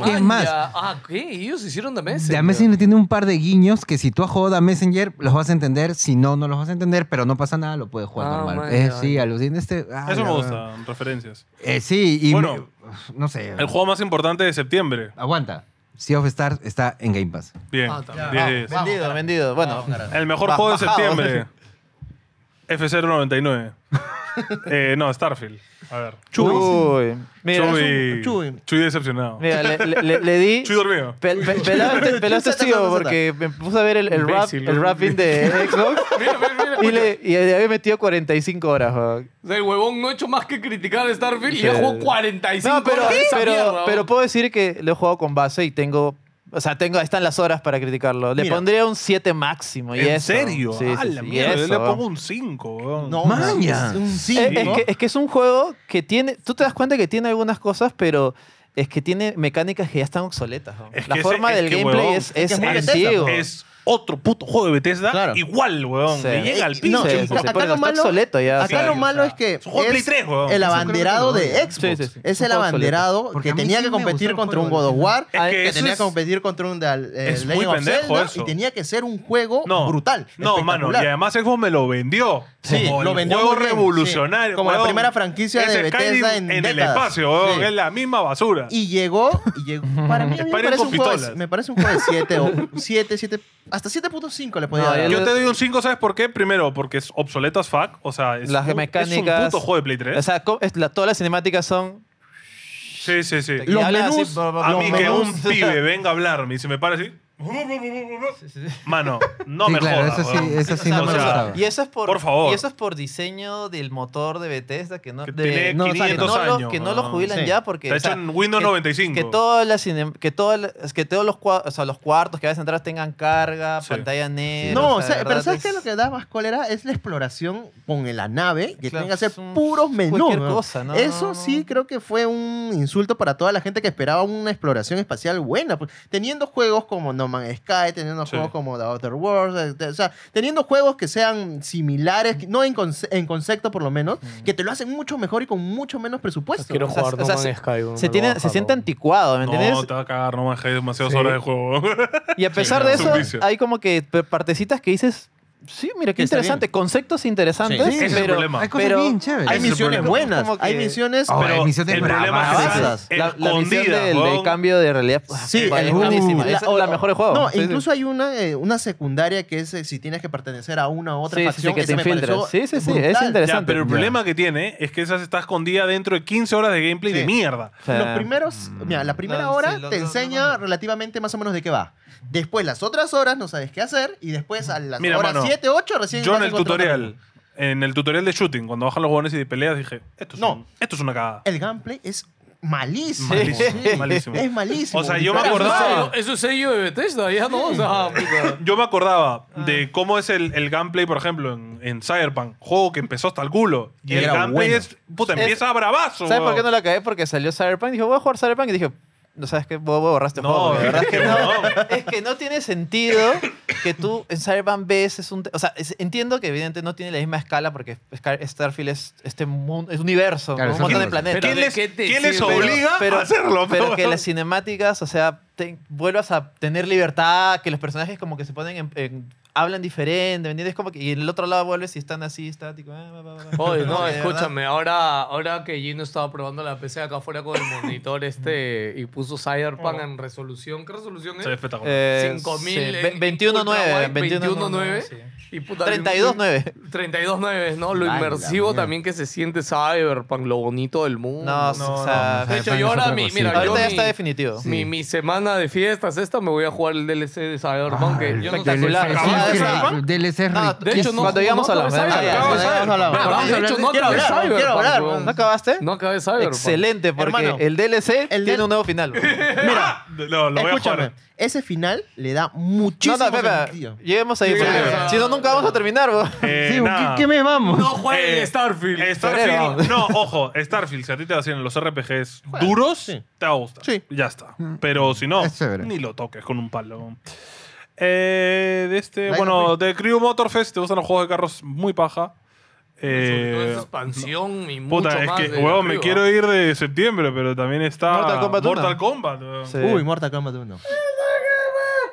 [SPEAKER 5] Messenger. ¿Qué es
[SPEAKER 3] Manja.
[SPEAKER 5] más?
[SPEAKER 3] Ah, ¿qué? Ellos hicieron The Messenger.
[SPEAKER 5] The Messenger tiene un par de guiños que si tú has jugado The Messenger los vas a entender, si no, no los vas a entender, pero no pasa nada, lo puedes jugar
[SPEAKER 3] Ah,
[SPEAKER 5] normal.
[SPEAKER 3] man,
[SPEAKER 5] Eh,
[SPEAKER 3] ya,
[SPEAKER 5] sí,
[SPEAKER 3] ya.
[SPEAKER 5] alucina este. ah,
[SPEAKER 2] Eso
[SPEAKER 5] la
[SPEAKER 2] me
[SPEAKER 5] verdad.
[SPEAKER 2] gusta, referencias.
[SPEAKER 5] Eh, sí, y.
[SPEAKER 2] Bueno,
[SPEAKER 5] me- no sé.
[SPEAKER 2] El juego más importante de septiembre.
[SPEAKER 5] Aguanta. Sea of Stars está en Game Pass.
[SPEAKER 2] Bien.
[SPEAKER 3] Ah, también.
[SPEAKER 2] 10,
[SPEAKER 4] Vamos,
[SPEAKER 2] 10.
[SPEAKER 4] vendido, vendido. Bueno,
[SPEAKER 2] El mejor
[SPEAKER 4] Ba-
[SPEAKER 2] juego de
[SPEAKER 4] bajado.
[SPEAKER 2] septiembre. F099. Eh, no, Starfield. A ver.
[SPEAKER 4] Chuy. Mira,
[SPEAKER 2] Chuy.
[SPEAKER 6] Chuy.
[SPEAKER 2] Chuy decepcionado.
[SPEAKER 4] mira, le, le- le- le di.
[SPEAKER 2] Chuy dormido.
[SPEAKER 4] Pel- pe- pelado este- pelado este
[SPEAKER 6] Santa,
[SPEAKER 4] tío
[SPEAKER 6] Santa,
[SPEAKER 4] porque me puse a ver el, el rap,
[SPEAKER 3] Imbécil.
[SPEAKER 4] el rapping de Xbox
[SPEAKER 3] Mira, mira, mira.
[SPEAKER 4] y le, y le había metido 45 horas. weón.
[SPEAKER 3] O sea, el huevón no ha hecho más que criticar a Starfield y
[SPEAKER 4] Sí.
[SPEAKER 3] ya jugó 45
[SPEAKER 4] No, pero,
[SPEAKER 3] horas de esa
[SPEAKER 4] pero,
[SPEAKER 3] mierda,
[SPEAKER 4] pero
[SPEAKER 3] huevón.
[SPEAKER 4] puedo decir que lo he jugado con base y tengo. O sea, tengo, están las horas para criticarlo. Le
[SPEAKER 6] Mira.
[SPEAKER 4] pondría un 7 máximo. Y
[SPEAKER 2] ¿En
[SPEAKER 4] eso.
[SPEAKER 2] serio?
[SPEAKER 4] Sí,
[SPEAKER 2] ah,
[SPEAKER 4] sí,
[SPEAKER 2] la
[SPEAKER 4] sí, y
[SPEAKER 2] mierda. Yo
[SPEAKER 4] eso,
[SPEAKER 2] le
[SPEAKER 4] weón.
[SPEAKER 2] pongo un 5, weón.
[SPEAKER 6] No,
[SPEAKER 5] Maña.
[SPEAKER 6] Un
[SPEAKER 4] Eh, es,
[SPEAKER 6] 5.
[SPEAKER 4] que, es que es un juego que tiene. Tú te das cuenta que tiene algunas cosas, pero es que tiene mecánicas que ya están obsoletas. ¿no?
[SPEAKER 2] Es
[SPEAKER 4] la
[SPEAKER 2] que ese-
[SPEAKER 4] forma
[SPEAKER 2] es
[SPEAKER 4] del
[SPEAKER 2] que,
[SPEAKER 4] gameplay
[SPEAKER 2] huevón,
[SPEAKER 4] es,
[SPEAKER 6] es que
[SPEAKER 4] es
[SPEAKER 6] es muy Bethesda,
[SPEAKER 4] antiguo.
[SPEAKER 6] huevón.
[SPEAKER 2] Es otro puto juego de Bethesda.
[SPEAKER 6] Claro.
[SPEAKER 2] Igual, weón.
[SPEAKER 4] Sí.
[SPEAKER 2] Le llega al
[SPEAKER 4] Sí,
[SPEAKER 2] pinche.
[SPEAKER 4] sí, sí, sí. Pero está obsoleto ya, o
[SPEAKER 6] acá
[SPEAKER 4] sea,
[SPEAKER 6] lo
[SPEAKER 4] que-
[SPEAKER 6] malo es que
[SPEAKER 2] Es un juego de Play 3, weón.
[SPEAKER 6] el
[SPEAKER 2] Eso
[SPEAKER 6] abanderado
[SPEAKER 5] creo que
[SPEAKER 6] de
[SPEAKER 5] no
[SPEAKER 6] Xbox.
[SPEAKER 4] Sí, sí, sí.
[SPEAKER 6] Es
[SPEAKER 4] Un
[SPEAKER 6] el
[SPEAKER 4] juego
[SPEAKER 6] abanderado
[SPEAKER 5] Porque a
[SPEAKER 6] que
[SPEAKER 5] mí
[SPEAKER 6] tenía
[SPEAKER 5] sí
[SPEAKER 6] que
[SPEAKER 5] me gustó
[SPEAKER 6] competir
[SPEAKER 5] el
[SPEAKER 6] contra
[SPEAKER 5] juego
[SPEAKER 6] un God of
[SPEAKER 5] original.
[SPEAKER 6] War,
[SPEAKER 2] Es que Eh,
[SPEAKER 6] que,
[SPEAKER 2] eso
[SPEAKER 6] tenía
[SPEAKER 2] es-
[SPEAKER 6] que competir contra un de, eh,
[SPEAKER 2] Es muy
[SPEAKER 6] Legend of
[SPEAKER 2] pendejo
[SPEAKER 6] Zelda
[SPEAKER 2] eso.
[SPEAKER 6] y tenía que ser un juego
[SPEAKER 2] No,
[SPEAKER 6] brutal.
[SPEAKER 2] No, mano. Y
[SPEAKER 6] espectacular.
[SPEAKER 2] además Xbox me lo vendió.
[SPEAKER 6] Sí,
[SPEAKER 2] como
[SPEAKER 6] lo
[SPEAKER 2] el
[SPEAKER 6] vendió
[SPEAKER 2] juego
[SPEAKER 6] muy bien,
[SPEAKER 2] revolucionario.
[SPEAKER 6] sí. Como la
[SPEAKER 2] weón.
[SPEAKER 6] primera franquicia de
[SPEAKER 2] Ese
[SPEAKER 6] Bethesda
[SPEAKER 2] Skyrim
[SPEAKER 6] en
[SPEAKER 2] el
[SPEAKER 6] décadas.
[SPEAKER 2] espacio, weón.
[SPEAKER 6] Sí.
[SPEAKER 2] Es la misma basura.
[SPEAKER 6] Y llegó, y llegó. Para mí, a mí me,
[SPEAKER 2] Spider-Man
[SPEAKER 6] parece
[SPEAKER 2] con
[SPEAKER 6] un juego de,
[SPEAKER 2] pistolas.
[SPEAKER 6] me parece un juego de 7 o 7, 7, hasta 7.5 le podía
[SPEAKER 4] No,
[SPEAKER 6] dar.
[SPEAKER 4] yo
[SPEAKER 2] Yo te doy un 5, ¿sabes por qué? Primero, porque es obsoleto as fuck. O sea, es,
[SPEAKER 4] Las
[SPEAKER 2] un,
[SPEAKER 4] mecánicas.
[SPEAKER 2] es un puto juego de Play 3.
[SPEAKER 4] O sea, co- es la- todas las cinemáticas son.
[SPEAKER 2] sí, sí, sí.
[SPEAKER 4] y hablan así,
[SPEAKER 6] menús,
[SPEAKER 4] bla, bla, bla,
[SPEAKER 2] A
[SPEAKER 4] bla,
[SPEAKER 2] mí
[SPEAKER 4] bla,
[SPEAKER 2] que
[SPEAKER 4] bla.
[SPEAKER 2] un pibe venga a hablarme y se me para así. Mano, no
[SPEAKER 5] Sí,
[SPEAKER 2] me
[SPEAKER 5] claro,
[SPEAKER 2] jodas.
[SPEAKER 5] eso sí,
[SPEAKER 2] weón.
[SPEAKER 5] eso sí
[SPEAKER 2] O
[SPEAKER 5] no me
[SPEAKER 2] sea,
[SPEAKER 5] gustaba.
[SPEAKER 4] Y eso es por,
[SPEAKER 2] Por favor.
[SPEAKER 4] Y eso es por diseño del motor de Bethesda que no
[SPEAKER 2] Que
[SPEAKER 4] de-
[SPEAKER 2] tiene
[SPEAKER 5] no,
[SPEAKER 2] 500
[SPEAKER 4] que no lo-
[SPEAKER 2] años.
[SPEAKER 4] que no lo
[SPEAKER 2] weón.
[SPEAKER 4] jubilan
[SPEAKER 6] Sí.
[SPEAKER 4] ya porque
[SPEAKER 2] Está
[SPEAKER 4] o sea,
[SPEAKER 2] hecho en Windows
[SPEAKER 4] que-
[SPEAKER 2] 95.
[SPEAKER 4] que todas las cine- que todas las- que todos los, cua- o sea, los cuartos que vas a entrar tengan carga,
[SPEAKER 2] Sí.
[SPEAKER 4] pantalla negra.
[SPEAKER 6] No,
[SPEAKER 4] o
[SPEAKER 6] o sea,
[SPEAKER 4] sea, de
[SPEAKER 6] pero
[SPEAKER 4] verdad
[SPEAKER 6] ¿sabes qué?
[SPEAKER 4] es
[SPEAKER 6] Lo que da más cólera es la exploración con la nave, que
[SPEAKER 4] Claro,
[SPEAKER 6] tienen que hacer
[SPEAKER 4] es un-
[SPEAKER 6] puros menús.
[SPEAKER 4] cualquier
[SPEAKER 6] ¿no?
[SPEAKER 4] cosa, ¿no?
[SPEAKER 6] Eso sí creo que fue un insulto para toda la gente que esperaba una exploración espacial buena. pues, Teniendo juegos como No Man's Sky, teniendo
[SPEAKER 2] Sí.
[SPEAKER 6] juegos como The Outer Worlds, eh, o sea, teniendo juegos que sean similares, que- no en, conce- en concepto por lo menos, que te lo hacen mucho mejor y con mucho menos presupuesto.
[SPEAKER 3] Quiero
[SPEAKER 4] o sea,
[SPEAKER 3] jugar
[SPEAKER 4] o
[SPEAKER 3] No
[SPEAKER 4] sea,
[SPEAKER 3] Man's
[SPEAKER 4] se-
[SPEAKER 3] Sky, weón,
[SPEAKER 4] Se,
[SPEAKER 3] me lo
[SPEAKER 4] tiene,
[SPEAKER 3] voy a
[SPEAKER 4] se
[SPEAKER 3] bajar,
[SPEAKER 4] siente
[SPEAKER 3] weón.
[SPEAKER 4] anticuado, ¿me entiendes?
[SPEAKER 2] No, te va a cagar, no manejé demasiadas
[SPEAKER 3] Sí.
[SPEAKER 2] horas de juego.
[SPEAKER 4] Y a pesar
[SPEAKER 2] no,
[SPEAKER 4] de
[SPEAKER 2] es un
[SPEAKER 4] eso,
[SPEAKER 2] vicio.
[SPEAKER 4] hay como que pe- partecitas que dices, sí, mira, qué
[SPEAKER 6] Está
[SPEAKER 4] interesante, conceptos interesantes,
[SPEAKER 2] Ese es el
[SPEAKER 4] pero...
[SPEAKER 2] problema.
[SPEAKER 5] Hay cosas
[SPEAKER 4] pero-
[SPEAKER 5] bien chéveres.
[SPEAKER 2] Ese
[SPEAKER 6] Hay
[SPEAKER 2] es el
[SPEAKER 6] misiones
[SPEAKER 2] problema.
[SPEAKER 6] buenas,
[SPEAKER 4] Como que-
[SPEAKER 6] hay misiones,
[SPEAKER 5] Oh,
[SPEAKER 6] pero
[SPEAKER 5] hay misiones
[SPEAKER 2] el problema
[SPEAKER 6] bravas.
[SPEAKER 2] es que
[SPEAKER 4] La,
[SPEAKER 2] es
[SPEAKER 4] la misión
[SPEAKER 2] escondida,
[SPEAKER 4] del, del
[SPEAKER 2] weón.
[SPEAKER 4] cambio de realidad ah,
[SPEAKER 6] Sí,
[SPEAKER 4] vale, es
[SPEAKER 5] el-
[SPEAKER 4] buenísima.
[SPEAKER 5] uh,
[SPEAKER 4] Esa es la mejor de juego.
[SPEAKER 6] No,
[SPEAKER 4] Sí, sí.
[SPEAKER 6] incluso hay una, eh, una secundaria que es eh, si tienes que pertenecer a una u otra
[SPEAKER 4] Sí, sí, sí,
[SPEAKER 6] facción.
[SPEAKER 4] que te
[SPEAKER 6] esa me
[SPEAKER 4] infiltras.
[SPEAKER 6] pareció
[SPEAKER 4] Sí, sí, sí, es
[SPEAKER 6] brutal.
[SPEAKER 4] interesante.
[SPEAKER 2] Ya, pero el problema que tiene es que esa está escondida dentro de 15 horas de gameplay
[SPEAKER 6] Sí.
[SPEAKER 2] de mierda.
[SPEAKER 4] O sea,
[SPEAKER 6] Los primeros, mira,
[SPEAKER 2] mm,
[SPEAKER 6] la primera
[SPEAKER 4] no, sí,
[SPEAKER 6] hora
[SPEAKER 4] lo-
[SPEAKER 6] te
[SPEAKER 4] lo- lo-
[SPEAKER 6] enseña
[SPEAKER 4] lo-
[SPEAKER 6] relativamente más o menos de qué va. Después, las otras horas no sabes qué hacer. Y después, a las
[SPEAKER 2] Mira,
[SPEAKER 6] horas
[SPEAKER 2] mano,
[SPEAKER 6] 7, 8, recién.
[SPEAKER 2] Yo
[SPEAKER 6] vas
[SPEAKER 2] en el
[SPEAKER 6] encontrando-
[SPEAKER 2] tutorial, en el tutorial de shooting, cuando bajan los jugadores y de peleas, dije, esto es,
[SPEAKER 6] No.
[SPEAKER 2] un- esto es una cagada.
[SPEAKER 6] El gameplay es malísimo.
[SPEAKER 2] Malísimo,
[SPEAKER 6] Sí.
[SPEAKER 2] malísimo.
[SPEAKER 6] Es malísimo.
[SPEAKER 2] O sea, yo me
[SPEAKER 6] Pero-
[SPEAKER 3] Eso es
[SPEAKER 2] acordaba.
[SPEAKER 3] sello- Eso es sello de Bethesda, ya no. O sea, puta.
[SPEAKER 2] Yo me acordaba de cómo es el, el gameplay, por ejemplo, en, en Cyberpunk, juego que empezó hasta el culo. Y el
[SPEAKER 6] Era
[SPEAKER 2] gameplay
[SPEAKER 6] bueno.
[SPEAKER 2] es. Puta,
[SPEAKER 4] Es-
[SPEAKER 2] empieza bravazo.
[SPEAKER 4] ¿Sabes por
[SPEAKER 2] weón.
[SPEAKER 4] qué no la acabé? Porque salió Cyberpunk y dije, voy a jugar Cyberpunk y dije, no sabes qué, vos vos borraste el
[SPEAKER 2] No,
[SPEAKER 4] juego.
[SPEAKER 2] es
[SPEAKER 4] De verdad
[SPEAKER 2] que
[SPEAKER 4] que no.
[SPEAKER 2] no.
[SPEAKER 4] Es que no tiene sentido que tú en Cyberpunk ves es un, te- o sea, es- entiendo que evidentemente no tiene la misma escala porque Scar- Starfield es este mundo, es universo,
[SPEAKER 5] Claro,
[SPEAKER 4] con un
[SPEAKER 5] son
[SPEAKER 4] montón de planetas.
[SPEAKER 5] universos.
[SPEAKER 3] Pero
[SPEAKER 2] ¿Quién
[SPEAKER 3] ¿de
[SPEAKER 2] les,
[SPEAKER 3] qué te
[SPEAKER 2] quién les
[SPEAKER 3] sirve?
[SPEAKER 2] obliga
[SPEAKER 4] Pero-
[SPEAKER 2] a hacerlo?
[SPEAKER 4] Pero que
[SPEAKER 2] weón?
[SPEAKER 4] las cinemáticas, o sea, te- vuelvas a tener libertad, que los personajes como que se ponen en... en- hablan diferente, ¿me entiendes? Como que, y en el otro lado vuelves y están así, estáticos. ah, va, va, va, va.
[SPEAKER 3] Oye, no,
[SPEAKER 4] De verdad.
[SPEAKER 3] escúchame, ahora, ahora que Gino estaba probando la PC acá afuera con el monitor este y puso Cyberpunk en resolución, ¿qué resolución es?
[SPEAKER 2] Se ve espectacular.
[SPEAKER 4] Eh,
[SPEAKER 3] 5000
[SPEAKER 4] sí,
[SPEAKER 3] en
[SPEAKER 4] ve- 21.9,
[SPEAKER 3] 21.9,
[SPEAKER 4] 21.9, sí.
[SPEAKER 3] y puta,
[SPEAKER 4] 32.9.
[SPEAKER 3] 32.9, ¿no? Lo
[SPEAKER 6] Ay, la
[SPEAKER 3] inmersivo
[SPEAKER 6] mierda.
[SPEAKER 3] también que se siente Cyberpunk, lo bonito del mundo.
[SPEAKER 4] No, o sea,
[SPEAKER 3] De hecho,
[SPEAKER 5] Cyberpunk
[SPEAKER 3] yo ahora
[SPEAKER 5] es otra
[SPEAKER 3] mi,
[SPEAKER 5] cosa.
[SPEAKER 3] mira, yo
[SPEAKER 4] ahorita ya
[SPEAKER 3] mi-
[SPEAKER 4] está definitivo.
[SPEAKER 5] Sí.
[SPEAKER 3] Mi, mi semana de fiestas, esta me voy a jugar el DLC de Cyberpunk. que yo no sé-
[SPEAKER 4] espectacular.
[SPEAKER 5] DLC,
[SPEAKER 2] ¿Acabamos de
[SPEAKER 5] sí,
[SPEAKER 2] Cyberpunk?
[SPEAKER 5] DLC
[SPEAKER 4] No,
[SPEAKER 5] rico.
[SPEAKER 3] De hecho, no
[SPEAKER 4] cuando
[SPEAKER 3] jugamos
[SPEAKER 4] llegamos a la
[SPEAKER 3] otra vez
[SPEAKER 4] ah, ya,
[SPEAKER 3] Cyberpunk.
[SPEAKER 4] ya, ya, ya, ya, ya,
[SPEAKER 3] Ah, de hecho, no
[SPEAKER 6] Quiero
[SPEAKER 3] otra vez
[SPEAKER 6] hablar,
[SPEAKER 3] Cyberpunk.
[SPEAKER 6] quiero hablar,
[SPEAKER 3] weón.
[SPEAKER 4] ¿No acabaste?
[SPEAKER 3] No acabé Cyberpunk.
[SPEAKER 4] Excelente, porque
[SPEAKER 6] Hermano,
[SPEAKER 4] el DLC
[SPEAKER 6] el
[SPEAKER 4] tiene
[SPEAKER 6] de-
[SPEAKER 4] un nuevo final.
[SPEAKER 2] Mira, lo, lo voy a
[SPEAKER 6] Escúchame,
[SPEAKER 2] jugar.
[SPEAKER 6] ese final le da
[SPEAKER 4] No,
[SPEAKER 6] muchísimo
[SPEAKER 4] no, Pepe,
[SPEAKER 6] sentido.
[SPEAKER 4] lleguemos ahí.
[SPEAKER 3] Sí,
[SPEAKER 4] porque
[SPEAKER 3] ya.
[SPEAKER 4] Si no, nunca vamos a terminar, bro.
[SPEAKER 2] Eh,
[SPEAKER 5] Sí,
[SPEAKER 2] nada.
[SPEAKER 5] ¿qué, ¿Qué mes vamos?
[SPEAKER 3] No jueguen
[SPEAKER 2] Eh,
[SPEAKER 3] Starfield.
[SPEAKER 2] Eh, Starfield, no, ojo, Starfield, si a ti te hacían los RPGs duros,
[SPEAKER 6] sí.
[SPEAKER 2] te va a gustar.
[SPEAKER 6] Sí.
[SPEAKER 2] Ya está. Pero si no,
[SPEAKER 5] Es chévere.
[SPEAKER 2] ni lo toques con un palo. Eh, de este,
[SPEAKER 6] Light
[SPEAKER 2] bueno,
[SPEAKER 6] of
[SPEAKER 2] de Crew Motorfest, te gustan los juegos de carros muy paja.
[SPEAKER 3] Sobre todo esa
[SPEAKER 2] Eh,
[SPEAKER 3] expansión y mucho
[SPEAKER 2] puta, es
[SPEAKER 3] más
[SPEAKER 2] que,
[SPEAKER 3] de
[SPEAKER 2] huevón, me
[SPEAKER 3] arriba.
[SPEAKER 2] quiero ir de septiembre, pero también está
[SPEAKER 4] Mortal Kombat uno.
[SPEAKER 2] Mortal Kombat, huevón.
[SPEAKER 4] Sí.
[SPEAKER 6] Uy, Mortal Kombat 1.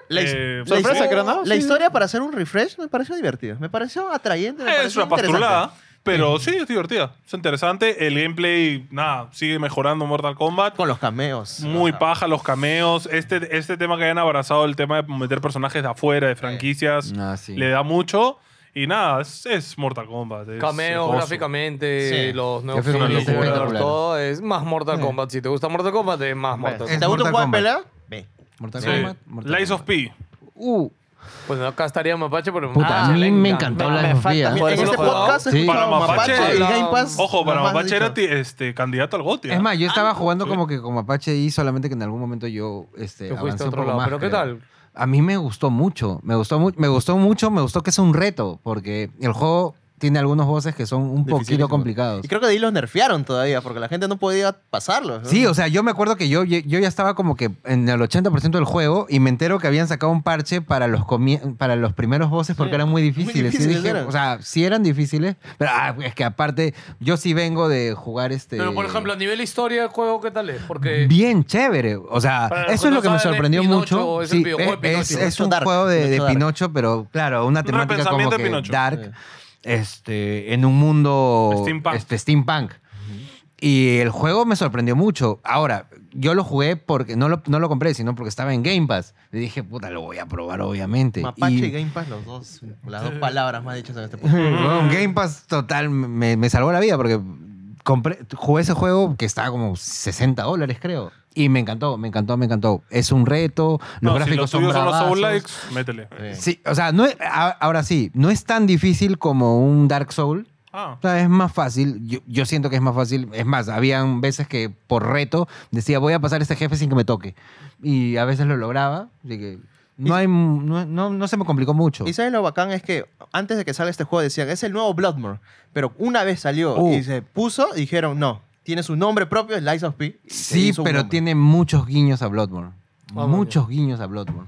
[SPEAKER 6] La, his-
[SPEAKER 2] Eh,
[SPEAKER 6] la his-
[SPEAKER 4] sorpresa, creo, ¿no?
[SPEAKER 6] La
[SPEAKER 4] Sí.
[SPEAKER 6] historia para hacer un refresh me pareció divertida. Me pareció atrayente. me
[SPEAKER 2] Es
[SPEAKER 6] pareció
[SPEAKER 2] una
[SPEAKER 6] interesante.
[SPEAKER 2] pastrulada, pero sí, es divertida. Es interesante. El gameplay, nada, sigue mejorando Mortal Kombat.
[SPEAKER 6] Con los cameos.
[SPEAKER 2] Muy paja los cameos. Este, este tema que hayan abrazado, el tema de meter personajes de afuera, de franquicias,
[SPEAKER 5] Ah, sí.
[SPEAKER 2] le da mucho. Y nada, es, es Mortal Kombat. es
[SPEAKER 3] Cameos
[SPEAKER 2] hermoso.
[SPEAKER 3] gráficamente,
[SPEAKER 6] Sí.
[SPEAKER 3] los nuevos
[SPEAKER 5] Es una
[SPEAKER 3] filtros,
[SPEAKER 2] locura.
[SPEAKER 5] Espectacular.
[SPEAKER 3] todo es más Mortal
[SPEAKER 5] Sí.
[SPEAKER 3] Kombat. Si te gusta Mortal Kombat, es más Mortal
[SPEAKER 6] Si
[SPEAKER 3] Kombat.
[SPEAKER 5] Es
[SPEAKER 6] te gusta un
[SPEAKER 5] Mortal
[SPEAKER 6] juego de
[SPEAKER 5] Kombat.
[SPEAKER 6] pelea, ve.
[SPEAKER 5] Mortal
[SPEAKER 2] Sí.
[SPEAKER 5] Kombat. Mortal
[SPEAKER 2] Lies of
[SPEAKER 5] Kombat.
[SPEAKER 2] P.
[SPEAKER 5] Uh,
[SPEAKER 3] Bueno, acá estaría Mapache, pero
[SPEAKER 5] puta, a mí
[SPEAKER 3] Mapache
[SPEAKER 5] me
[SPEAKER 3] le
[SPEAKER 5] encantó
[SPEAKER 4] Me- me
[SPEAKER 5] Lies of P.
[SPEAKER 4] falta
[SPEAKER 5] ¿eh?
[SPEAKER 4] jugar.
[SPEAKER 6] En
[SPEAKER 4] Eso
[SPEAKER 6] este
[SPEAKER 4] lo he jugado.
[SPEAKER 6] podcast he
[SPEAKER 5] Sí.
[SPEAKER 6] escuchado
[SPEAKER 2] Para Mapache.
[SPEAKER 6] Mapache y Game Pass.
[SPEAKER 2] Ojo, para
[SPEAKER 6] lo más
[SPEAKER 2] Mapache era
[SPEAKER 6] dicho.
[SPEAKER 2] ti- este, candidato al GOTY. ¿eh?
[SPEAKER 5] Es más, yo estaba jugando
[SPEAKER 2] Sí.
[SPEAKER 5] como que con Apache y solamente que en algún momento yo
[SPEAKER 3] Te
[SPEAKER 5] este,
[SPEAKER 3] fuiste
[SPEAKER 5] avancé
[SPEAKER 3] a
[SPEAKER 5] un
[SPEAKER 3] otro
[SPEAKER 5] poco
[SPEAKER 3] lado.
[SPEAKER 5] más.
[SPEAKER 3] Pero ¿qué
[SPEAKER 5] creo.
[SPEAKER 3] tal?
[SPEAKER 5] A mí me gustó mucho, me gustó, mu- me gustó mucho, me gustó que es un reto, porque el juego tiene algunos voces que son un poquito
[SPEAKER 6] Dificilísimo.
[SPEAKER 5] complicados.
[SPEAKER 6] Y creo que de ahí los nerfearon todavía, porque la gente no podía pasarlo.
[SPEAKER 5] Sí, o sea, yo me acuerdo que yo, yo ya estaba como que en el 80% del juego y me entero que habían sacado un parche para los, comie- para los primeros voces porque
[SPEAKER 6] Sí.
[SPEAKER 5] eran muy difíciles. Y
[SPEAKER 6] difíciles
[SPEAKER 5] dije,
[SPEAKER 6] eran.
[SPEAKER 5] O sea, sí eran difíciles, pero ah, es que aparte yo sí vengo de jugar este...
[SPEAKER 3] Pero, por ejemplo, a nivel historia del juego, ¿qué tal es? Porque
[SPEAKER 5] Bien chévere. O sea,
[SPEAKER 3] Para los
[SPEAKER 5] eso
[SPEAKER 3] que
[SPEAKER 5] es
[SPEAKER 3] no
[SPEAKER 5] lo que me
[SPEAKER 3] saben,
[SPEAKER 5] sorprendió
[SPEAKER 3] Pinocho
[SPEAKER 5] mucho.
[SPEAKER 3] es el
[SPEAKER 5] Sí, eh,
[SPEAKER 3] videojuego de
[SPEAKER 5] es,
[SPEAKER 3] Pinocho.
[SPEAKER 5] es un
[SPEAKER 6] Dark,
[SPEAKER 5] juego de, de
[SPEAKER 6] Pinocho Dark.
[SPEAKER 5] Pinocho, pero claro, una temática como
[SPEAKER 2] repensamiento de
[SPEAKER 5] que
[SPEAKER 2] Pinocho.
[SPEAKER 5] dark, este, en un mundo
[SPEAKER 2] Steampunk.
[SPEAKER 5] este, steampunk. Y el juego me sorprendió mucho. Ahora, yo lo jugué porque no lo, no lo compré, sino porque estaba en Game Pass. Le dije, puta, lo voy a probar, obviamente.
[SPEAKER 6] Mapache
[SPEAKER 5] Y-
[SPEAKER 6] y Game Pass, los dos, las dos palabras más dichas en este podcast.
[SPEAKER 5] Weón, Game Pass total me, me salvó la vida porque compré, jugué ese juego que estaba como 60 dólares, creo. Y me encantó, me encantó, me encantó. Es un reto, los
[SPEAKER 2] No, si
[SPEAKER 5] gráficos
[SPEAKER 2] los tuyos
[SPEAKER 5] son
[SPEAKER 2] son los
[SPEAKER 5] bravazos.
[SPEAKER 2] Soul Likes, métele.
[SPEAKER 6] Eh.
[SPEAKER 5] Sí, o sea, no es- a- ahora sí, no es tan difícil como un Dark Soul.
[SPEAKER 2] Ah.
[SPEAKER 5] O sea, es más fácil, yo, yo siento que es más fácil. Es más, habían veces que por reto decía, voy a pasar este jefe sin que me toque. Y a veces lo lograba, así que no, hay, m- no, no- no se me complicó mucho.
[SPEAKER 6] Y sabes lo bacán es que antes de que salga este juego decían, es el nuevo Bloodborne. Pero una vez salió
[SPEAKER 5] Uh.
[SPEAKER 6] y se puso, dijeron, no, tiene su nombre propio, es Lies of P. y se
[SPEAKER 5] Sí,
[SPEAKER 6] hizo un
[SPEAKER 5] pero
[SPEAKER 6] nombre.
[SPEAKER 5] tiene muchos guiños a Bloodborne.
[SPEAKER 3] Ah,
[SPEAKER 5] muchos guiños a Bloodborne.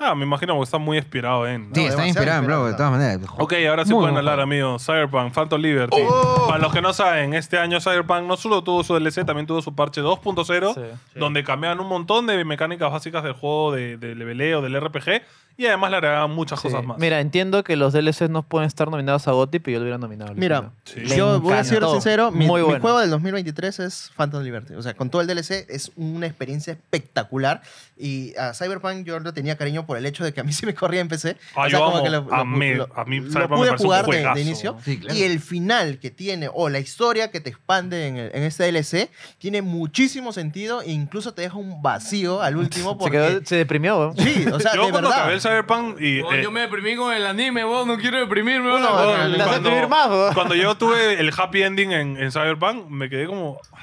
[SPEAKER 2] Ah, me imagino porque está muy inspirado en.
[SPEAKER 5] sí,
[SPEAKER 6] demasiado
[SPEAKER 5] está inspirado en Bloodborne, de todas maneras.
[SPEAKER 2] Ok, ahora sí
[SPEAKER 5] Muy
[SPEAKER 2] pueden
[SPEAKER 5] buen
[SPEAKER 2] hablar,
[SPEAKER 5] juego.
[SPEAKER 2] amigos. Cyberpunk, Phantom Liberty.
[SPEAKER 6] Oh.
[SPEAKER 2] Para los que no saben, este año Cyberpunk no solo tuvo su DLC, también tuvo su parche 2.0, donde cambiaban un montón de mecánicas básicas del juego, de, de leveleo, del RPG, y además le agregaban muchas
[SPEAKER 4] Sí.
[SPEAKER 2] cosas más.
[SPEAKER 4] Mira, entiendo que los DLCs no pueden estar nominados a GOTY, pero yo lo hubiera nominado.
[SPEAKER 6] Mira,
[SPEAKER 2] Sí.
[SPEAKER 4] Me
[SPEAKER 6] yo voy a ser
[SPEAKER 4] encantó.
[SPEAKER 6] sincero, mi,
[SPEAKER 4] Muy
[SPEAKER 6] mi
[SPEAKER 4] bueno.
[SPEAKER 6] juego del 2023 es Phantom Liberty. O sea, con todo el DLC es una experiencia espectacular. Y a Cyberpunk yo le tenía cariño por el hecho de que a mí sí me corría en PC.
[SPEAKER 2] Ah,
[SPEAKER 6] o sea,
[SPEAKER 2] yo
[SPEAKER 6] como
[SPEAKER 2] amo,
[SPEAKER 6] que lo, lo-
[SPEAKER 2] amé.
[SPEAKER 6] lo-
[SPEAKER 2] A mí
[SPEAKER 6] lo
[SPEAKER 2] Cyberpunk me
[SPEAKER 6] pude
[SPEAKER 2] parece un
[SPEAKER 6] jugar de- de,
[SPEAKER 2] juegazo.
[SPEAKER 6] inicio.
[SPEAKER 5] Sí, claro.
[SPEAKER 6] Y el final que tiene, o la historia que te expande en, el- en este DLC, tiene muchísimo sentido e incluso te deja un vacío al último
[SPEAKER 4] Se,
[SPEAKER 6] porque...
[SPEAKER 4] quedó, se deprimió, weón.
[SPEAKER 6] Sí, o sea,
[SPEAKER 2] yo
[SPEAKER 6] de
[SPEAKER 2] cuando
[SPEAKER 6] verdad.
[SPEAKER 2] acabé el Cyberpunk y.
[SPEAKER 3] Weón,
[SPEAKER 2] eh,
[SPEAKER 3] yo me deprimí con el anime, vos. No quiero deprimirme, weón.
[SPEAKER 6] Bueno,
[SPEAKER 2] weón,
[SPEAKER 4] Te hace deprimir más, weón.
[SPEAKER 2] cuando yo tuve el happy ending en, en Cyberpunk, me quedé como. "Ah,